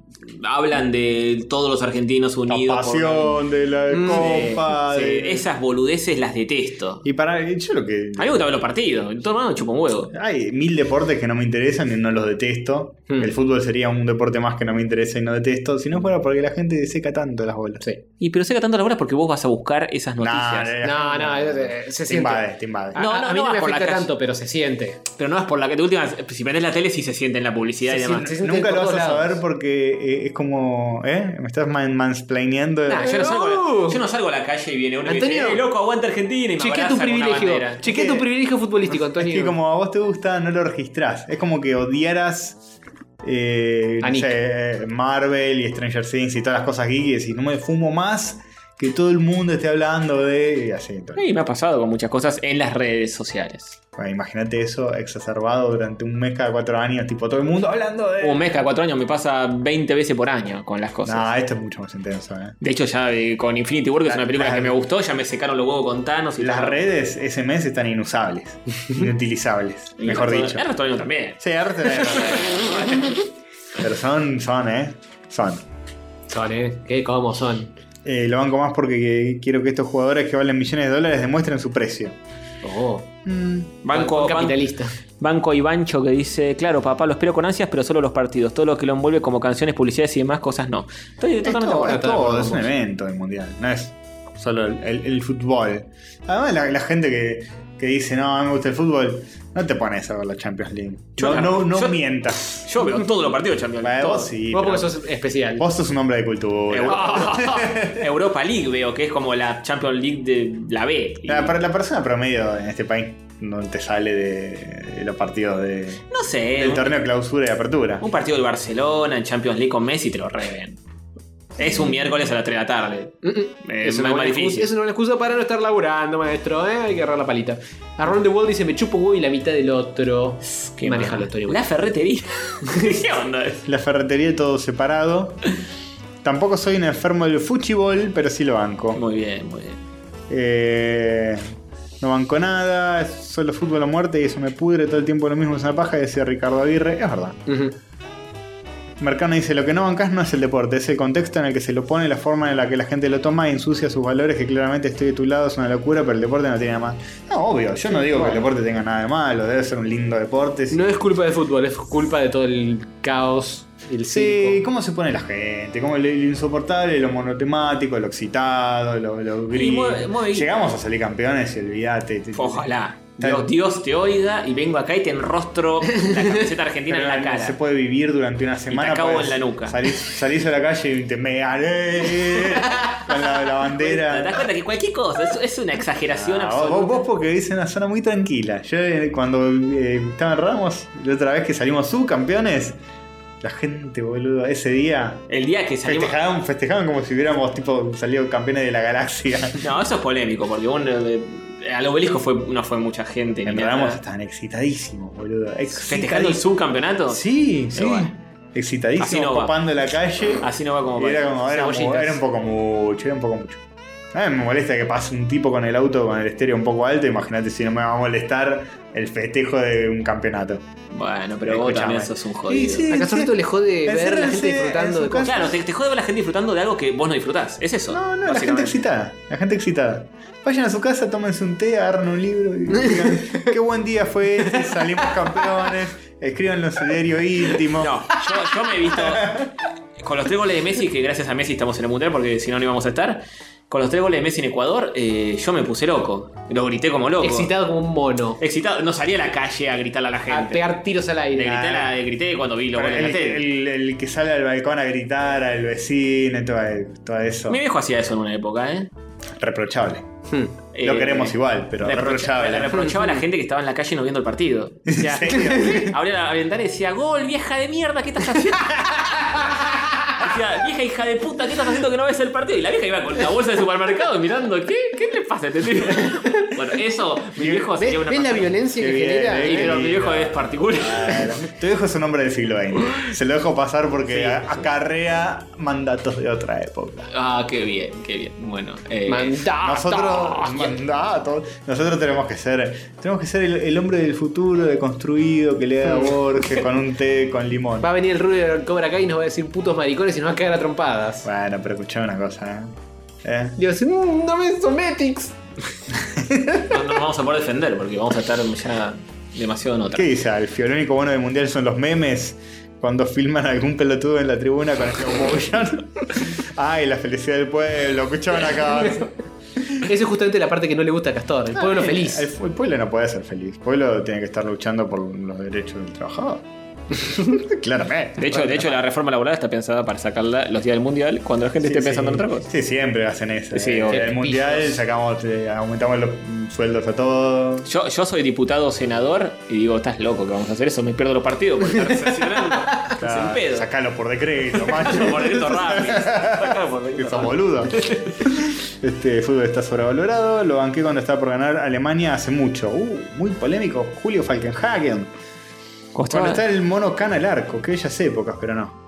Speaker 1: hablan de todos los argentinos
Speaker 2: La
Speaker 1: unidos. por-
Speaker 2: pasión de la
Speaker 1: Mm, de-
Speaker 2: copa.
Speaker 1: sí,
Speaker 2: de-
Speaker 1: Esas boludeces las detesto.
Speaker 2: Y para. Yo lo que.
Speaker 1: A mí me gusta ver los partidos. Todo el mundo chupa un huevo.
Speaker 2: Hay mil deportes que no me interesan y no los detesto.
Speaker 1: Hmm.
Speaker 2: El fútbol sería un deporte más que no me interesa y no detesto. Si no fuera porque la gente seca tanto las bolas.
Speaker 3: Sí.
Speaker 1: Y pero seca tanto la bola porque vos vas a buscar esas noticias.
Speaker 2: la
Speaker 3: No,
Speaker 2: gente-
Speaker 3: no, eh, se
Speaker 2: Te
Speaker 3: siente. Ah,
Speaker 2: invade, te invade.
Speaker 3: A,
Speaker 1: No,
Speaker 3: a-
Speaker 1: no,
Speaker 3: a mí
Speaker 1: no
Speaker 3: no, me
Speaker 1: vas por la
Speaker 3: afecta
Speaker 1: calle.
Speaker 3: tanto, pero se siente.
Speaker 1: Pero no es por la que te última. Si prendés la tele, sí se siente en la publicidad
Speaker 3: Se
Speaker 1: y demás.
Speaker 3: siente- se siente
Speaker 2: Nunca
Speaker 3: por
Speaker 2: lo vas
Speaker 3: todos
Speaker 2: a
Speaker 3: lados.
Speaker 2: saber porque eh, es como. ¿Eh? Me estás man mansplaineando.
Speaker 1: Nah, yo, no salgo a
Speaker 3: ¡Oh!
Speaker 1: la, yo no salgo a la calle y viene uno y
Speaker 3: Antonio,
Speaker 1: dice, "Eh, loco, aguanta Argentina y me
Speaker 3: Chequea
Speaker 1: abraza
Speaker 3: tu
Speaker 1: con una
Speaker 3: privilegio.
Speaker 1: bandera".
Speaker 3: Chequea tu privilegio futbolístico,
Speaker 2: Es
Speaker 3: Antonio.
Speaker 2: que como a vos te gusta, no lo registrás. Es como que odiaras. eh,
Speaker 3: A
Speaker 2: no
Speaker 3: Nick.
Speaker 2: sé, Marvel y Stranger Things y todas las cosas geek y decís, no me fumo más que todo el mundo esté hablando de. Y así, entonces.
Speaker 1: Sí, me ha pasado con muchas cosas en las redes sociales.
Speaker 2: Bueno, imagínate eso exacerbado durante un mes cada cuatro años, tipo todo el mundo hablando de.
Speaker 1: Un mes cada cuatro años me pasa 20 veces por año con las cosas.
Speaker 2: Nah, esto es mucho más intenso, eh.
Speaker 1: De hecho, ya eh, con Infinity War, que es
Speaker 2: La-
Speaker 1: una película
Speaker 2: la-
Speaker 1: que me gustó, ya me secaron los huevos con Thanos y
Speaker 2: Las
Speaker 1: todo.
Speaker 2: redes ese mes están inusables, inutilizables,
Speaker 1: Y
Speaker 2: mejor
Speaker 1: el resto-
Speaker 2: dicho.
Speaker 1: El resto del año también.
Speaker 2: Sí, ahora te la- Pero son, son, eh. Son.
Speaker 3: Son, ¿eh? ¿Qué? ¿Cómo son?
Speaker 2: Eh, lo banco más porque quiero que estos jugadores que valen millones de dólares demuestren su precio.
Speaker 3: Oh,
Speaker 1: Banco, ban-
Speaker 3: capitalista.
Speaker 1: Banco Ivancho que dice, claro, papá, lo espero con ansias, pero solo los partidos. Todo lo que lo envuelve como canciones, publicidades y demás cosas no. Estoy
Speaker 3: este
Speaker 1: totalmente de
Speaker 2: todo,
Speaker 1: acuerdo.
Speaker 2: es todo, es un evento el mundial, no es solo el, el- el fútbol. Además, la, la gente que, que dice, no, a mí me gusta el fútbol, no te pones a ver la Champions League.
Speaker 1: Yo
Speaker 2: no,
Speaker 1: no.
Speaker 2: no, no
Speaker 1: Yo-
Speaker 2: mientas.
Speaker 1: Yo veo todos los partidos, Champions
Speaker 2: Bueno,
Speaker 1: League,
Speaker 2: vos
Speaker 1: todos.
Speaker 2: sí.
Speaker 3: Vos
Speaker 2: pero
Speaker 3: porque sos Eh, especial.
Speaker 2: Vos sos un hombre de cultura.
Speaker 1: Europa, Ah. Europa League veo que es como la Champions League de la B. Y-
Speaker 2: La, para la persona promedio en este país no te sale de, de los partidos de,
Speaker 1: no sé,
Speaker 2: del
Speaker 1: un,
Speaker 2: torneo clausura y apertura.
Speaker 1: un partido del Barcelona en Champions League con Messi te lo reven. Es un miércoles a las 3 de la tarde.
Speaker 3: Mm, mm.
Speaker 1: Eh,
Speaker 3: es,
Speaker 1: no
Speaker 3: una
Speaker 1: es
Speaker 3: buena
Speaker 1: más
Speaker 3: excusa,
Speaker 1: difícil.
Speaker 3: es una buena excusa para no estar laburando, maestro. ¿eh? Hay que agarrar la palita. Around the World dice: Me chupo un huevo y la mitad del otro.
Speaker 1: Qué
Speaker 3: Maneja
Speaker 1: mal.
Speaker 3: la historia.
Speaker 1: La ferretería. ¿Qué onda?
Speaker 2: La ferretería todo separado. Tampoco soy un enfermo del fútbol, pero sí lo banco.
Speaker 1: Muy bien, muy bien.
Speaker 2: Eh, no banco nada, es solo fútbol a muerte y eso me pudre todo el tiempo lo mismo es una paja, decía Ricardo Aguirre. Es verdad.
Speaker 3: Ujú.
Speaker 2: Mercano dice, lo que no bancas no es el deporte, es el contexto en el que se lo pone, la forma en la que la gente lo toma y ensucia sus valores, que claramente estoy de tu lado, es una locura, pero el deporte no tiene nada más. No, obvio, yo no digo que el deporte tenga nada de malo, debe ser un lindo deporte. sí.
Speaker 3: No es culpa del fútbol, es culpa de todo el caos, el
Speaker 2: Sí,
Speaker 3: circo.
Speaker 2: ¿cómo se pone la gente? ¿Cómo lo, lo insoportable, lo monotemático, lo excitado, lo, lo gris?
Speaker 1: muy- muy-
Speaker 2: Llegamos a salir campeones y olvídate. te- te-
Speaker 1: Ojalá.
Speaker 2: Tal-
Speaker 1: Dios, Dios te oiga y vengo acá y te enrostro la camiseta argentina en
Speaker 2: Pero
Speaker 1: la
Speaker 2: no
Speaker 1: cara.
Speaker 2: Se puede vivir durante una semana.
Speaker 1: acabo
Speaker 2: podés
Speaker 1: en la nuca.
Speaker 2: Salís, salís a la calle y te me haré con la, la
Speaker 1: ¿Te das
Speaker 2: bandera.
Speaker 1: cuenta que cualquier cosa es, es una exageración
Speaker 2: Ah, vos,
Speaker 1: absoluta?
Speaker 2: vos- vos porque vivís en una zona muy tranquila. Yo eh, cuando eh, estaba en Ramos, la otra vez que salimos subcampeones, la gente, boludo, ese día
Speaker 1: El día que salimos.
Speaker 2: festejaban, festejaban como si hubiéramos tipo salido campeones de la galaxia.
Speaker 1: No, eso es polémico, porque bueno, eh, al obelisco fue, no fue mucha gente.
Speaker 2: en
Speaker 1: ni nada.
Speaker 2: Ramos estaban excitadísimos, boludo.
Speaker 1: ¿Festejando el
Speaker 2: Excitadísimos.
Speaker 1: subcampeonato?
Speaker 2: Sí, sí.
Speaker 1: Pero bueno. Así
Speaker 2: Excitadísimos,
Speaker 1: no va.
Speaker 2: copando la calle.
Speaker 1: Así no va como
Speaker 2: Y era
Speaker 1: para-
Speaker 2: como, era,
Speaker 1: cebollitas.
Speaker 2: mu- era un poco mucho, era un poco mucho. A mí me molesta que pase un tipo con el auto con el estéreo un poco alto. Imagínate si no me va a molestar el festejo de un campeonato.
Speaker 1: Bueno, pero vos
Speaker 2: Escuchame.
Speaker 1: también sos un jodido.
Speaker 2: Sí,
Speaker 3: Acá
Speaker 2: sí.
Speaker 3: solito le jode ver la
Speaker 2: Enciérrense
Speaker 3: gente disfrutando
Speaker 2: en
Speaker 3: de
Speaker 2: su
Speaker 3: cosas.
Speaker 1: Claro, te, te jode ver a la gente disfrutando de algo que vos no disfrutás. Es eso.
Speaker 2: No, no, la gente
Speaker 1: básicamente.
Speaker 2: excitada. La gente excitada. Vayan a su casa, tómense un té, agarren un libro y digan: Qué buen día fue este, salimos campeones. Escriban su diario íntimo.
Speaker 1: No, yo, yo me he visto. Con los tres goles de Messi, que gracias a Messi estamos en el mundial porque si no, no íbamos a estar. Con los tres goles de Messi en Ecuador, eh, yo me puse loco. Lo grité como loco.
Speaker 3: Excitado como un mono.
Speaker 1: Excitado. No salí a la calle a gritarle a la
Speaker 3: A
Speaker 1: gente.
Speaker 3: pegar tiros al
Speaker 1: Le
Speaker 3: aire.
Speaker 1: grité, a la- le grité cuando vi los
Speaker 2: Pero
Speaker 1: goles en la
Speaker 2: el,
Speaker 1: tele.
Speaker 2: el- el que sale al balcón a gritar al vecino, todo, todo eso.
Speaker 1: Mi viejo hacía eso en una época, ¿eh?
Speaker 2: Reprochable.
Speaker 3: Hmm.
Speaker 2: lo
Speaker 1: Eh,
Speaker 2: queremos igual, pero
Speaker 1: le reprochaba, le
Speaker 2: reprochable.
Speaker 1: reprochaba a la gente que estaba en la calle no viendo el partido. O sea,
Speaker 2: ¿En serio?
Speaker 1: abría la ventana y decía, gol, vieja de mierda, ¿qué estás haciendo? Decía, vieja hija de puta, ¿qué estás haciendo que no ves el partido? Y la vieja iba con la bolsa de supermercado mirando, ¿qué, qué le pasa a este tío? Bueno, eso, mi viejo
Speaker 3: ¿Ves,
Speaker 1: sería una
Speaker 3: ves la
Speaker 1: persona-
Speaker 3: violencia
Speaker 2: Qué
Speaker 3: que
Speaker 2: bien,
Speaker 3: genera?
Speaker 2: eh,
Speaker 1: Sí, pero mi viejo es particular.
Speaker 2: Claro. Tu viejo es un hombre del siglo XX. Se lo dejo pasar porque a- acarrea mandatos de otra época.
Speaker 1: Ah, qué bien, qué bien. Bueno, eh,
Speaker 3: Mandato.
Speaker 2: Nosotros, mandatos, nosotros tenemos que ser, tenemos que ser el, el hombre del futuro, deconstruido, que le da a Borges con un té con limón.
Speaker 3: Va a venir el rubio del Cobra Kai y nos va a decir putos maricones y nos va a cagar a trompadas.
Speaker 2: Bueno, pero escuchame una cosa, ¿eh? ¿Eh?
Speaker 3: Dios, "Mm, no me sometics.
Speaker 1: no nos vamos a poder defender porque vamos a estar ya demasiado en otra.
Speaker 2: ¿Qué dice Alfio? Lo único bueno del mundial son los memes cuando filman a algún pelotudo en la tribuna con el motion. Ay, la felicidad del pueblo, escuchaban acá.
Speaker 3: Esa es justamente la parte que no le gusta a Castor,
Speaker 2: Ah,
Speaker 3: el pueblo feliz.
Speaker 2: Eh, El, el pueblo no puede ser feliz. El pueblo tiene que estar luchando por los derechos del trabajador. Claramente.
Speaker 1: De hecho, de hecho, la reforma laboral está pensada para sacarla los días del mundial cuando la gente esté pensando en otra cosa.
Speaker 2: Sí, siempre hacen eso.
Speaker 1: Sí,
Speaker 2: eh.
Speaker 1: obvio.
Speaker 2: en el mundial
Speaker 3: Pijos.
Speaker 2: sacamos, eh, aumentamos los mm, sueldos a todos.
Speaker 1: Yo, yo soy diputado o senador y digo, estás loco que vamos a hacer eso, me pierdo los partidos por estar sancionando. Es un
Speaker 2: Claro,
Speaker 1: pedo.
Speaker 2: Sacalo por decreto, macho.
Speaker 1: Por decreto rápido. Sacalo por decreto
Speaker 2: Que sos
Speaker 1: rápido.
Speaker 2: boludo. Este fútbol está sobrevalorado. Lo banqué cuando estaba por ganar Alemania hace mucho. Uh, muy polémico. Julio Falkenhagen. Cuando está el mono Cana al arco. Que bellas épocas, pero no.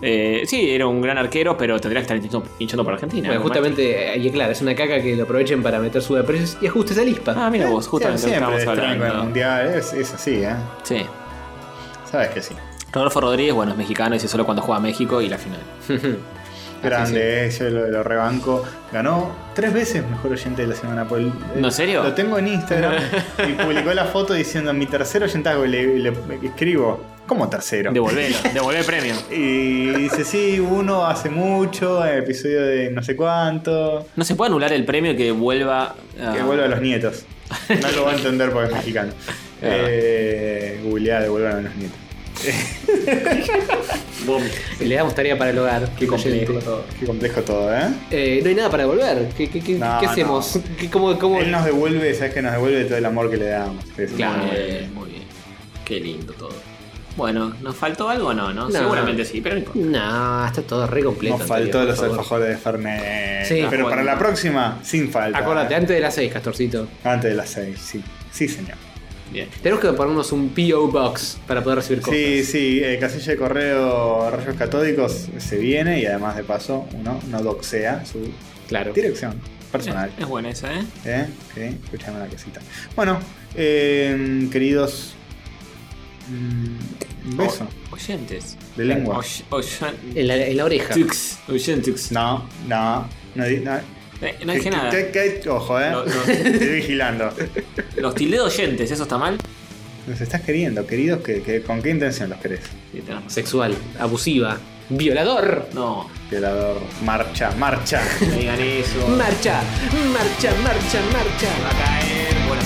Speaker 1: Eh, sí, era un gran arquero, pero tendría que estar hinchando, hinchando por Argentina.
Speaker 3: Bueno,
Speaker 1: ¿no?
Speaker 3: justamente, ahí claro, es una caca que lo aprovechen para meter su precios y ajuste esa lispa.
Speaker 1: Ah, mira vos, justamente lo que
Speaker 2: Eh, Siempre
Speaker 1: estábamos
Speaker 2: están con el
Speaker 1: hablando.
Speaker 2: mundial. Es, es así, ¿eh?
Speaker 1: Sí.
Speaker 2: Sabes que sí.
Speaker 1: Rodolfo Rodríguez, bueno, es mexicano, dice solo cuando juega a México y la final.
Speaker 2: Grande, eh, yo lo, lo rebanco. Ganó tres veces mejor oyente de la semana. por el-
Speaker 1: ¿No, en serio?
Speaker 2: Lo tengo en Instagram y publicó la foto diciendo mi tercer oyentazgo. Y le, le escribo, ¿cómo tercero?
Speaker 1: Devolvelo, devolvé el premio.
Speaker 2: Y dice, sí, uno hace mucho, episodio de no sé cuánto.
Speaker 1: No se puede anular el premio que vuelva. a-
Speaker 2: Que vuelva a los nietos. No lo va a entender porque es mexicano. Eh, googleá, devuelvan a los nietos.
Speaker 3: Le damos tarea para el hogar.
Speaker 2: Qué
Speaker 3: oyente.
Speaker 2: complejo todo. Qué complejo todo, ¿eh?
Speaker 3: Eh, no hay nada para devolver. ¿Qué, qué, qué-
Speaker 2: No,
Speaker 3: qué hacemos? ¿Qué- cómo, cómo-
Speaker 2: Él nos devuelve, sabes que nos devuelve todo el amor que le damos. Es
Speaker 3: Claro.
Speaker 2: muy-
Speaker 1: Muy bien, muy bien. Qué lindo todo. Bueno, ¿nos faltó algo o no, no?
Speaker 3: No.
Speaker 1: Seguramente sí, pero no importa.
Speaker 3: No, está todo re completo.
Speaker 2: Nos
Speaker 3: Antonio,
Speaker 2: faltó
Speaker 3: por
Speaker 2: los
Speaker 3: favor.
Speaker 2: alfajores de Fernet.
Speaker 3: Sí.
Speaker 2: Pero para la próxima, sin falta. ¿eh?
Speaker 3: Acuérdate, antes de las 6, Castorcito.
Speaker 2: Antes de las 6, sí. Sí, señor.
Speaker 1: Bien.
Speaker 3: Tenemos que ponernos un P.O. Box para poder recibir cosas.
Speaker 2: Sí, sí, eh, casilla de correo rayos catódicos se viene y además de paso uno no doxea su
Speaker 3: Claro.
Speaker 2: dirección personal.
Speaker 1: Es buena esa, ¿eh?
Speaker 2: ¿Eh? Ok, escuchame la casita. Bueno, eh, queridos. mm, Un beso
Speaker 3: Oh.
Speaker 1: Oyentes.
Speaker 2: de lengua.
Speaker 1: Oy- oyen-
Speaker 3: En la, en la oreja.
Speaker 1: Tux. Oyentux.
Speaker 2: No, no, no, di- no.
Speaker 1: Eh, No dije
Speaker 2: Que-
Speaker 1: nada.
Speaker 2: que- que- Ojo, eh.
Speaker 1: No, no.
Speaker 2: Estoy vigilando.
Speaker 1: Los tildé de oyentes, ¿eso está mal?
Speaker 2: Nos estás queriendo, queridos, que, que- ¿con qué intención los querés?
Speaker 1: Sí, tenés razón.
Speaker 3: Sexual, abusiva, violador.
Speaker 1: No,
Speaker 2: Violador, marcha, marcha.
Speaker 1: me digan eso.
Speaker 3: Marcha, marcha, marcha, marcha.
Speaker 1: Va a caer. eh, Bueno.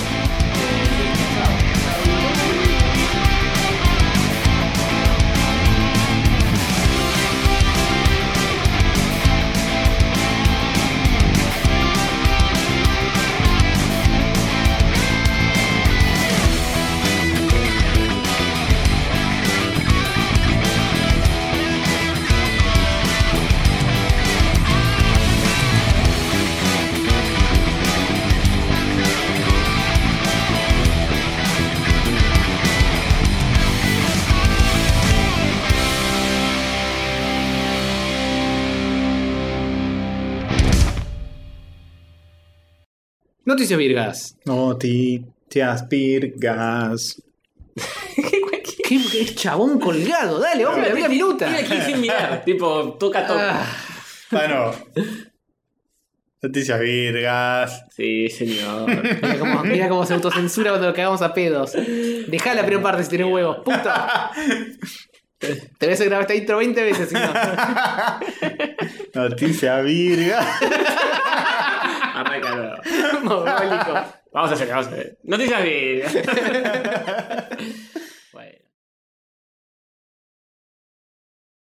Speaker 3: Noticias Virgas.
Speaker 2: Noticias pirgas.
Speaker 3: ¿Qué, qué chabón colgado? Dale, hombre, había minuta.
Speaker 1: Mira aquí sin mirar. tipo, toca, toca.
Speaker 3: Ah,
Speaker 2: Bueno. Noticias virgas.
Speaker 1: Sí, señor.
Speaker 3: mira, cómo, mira cómo se autocensura cuando lo cagamos a pedos. Dejá la primera parte si tenés huevos, puta. Te voy a hacer grabar esta intro 20 veces. si no.
Speaker 2: Noticias virgas.
Speaker 1: Arranca luego.
Speaker 3: Mogólico.
Speaker 1: Vamos a hacer, vamos a hacer. Noticias bien.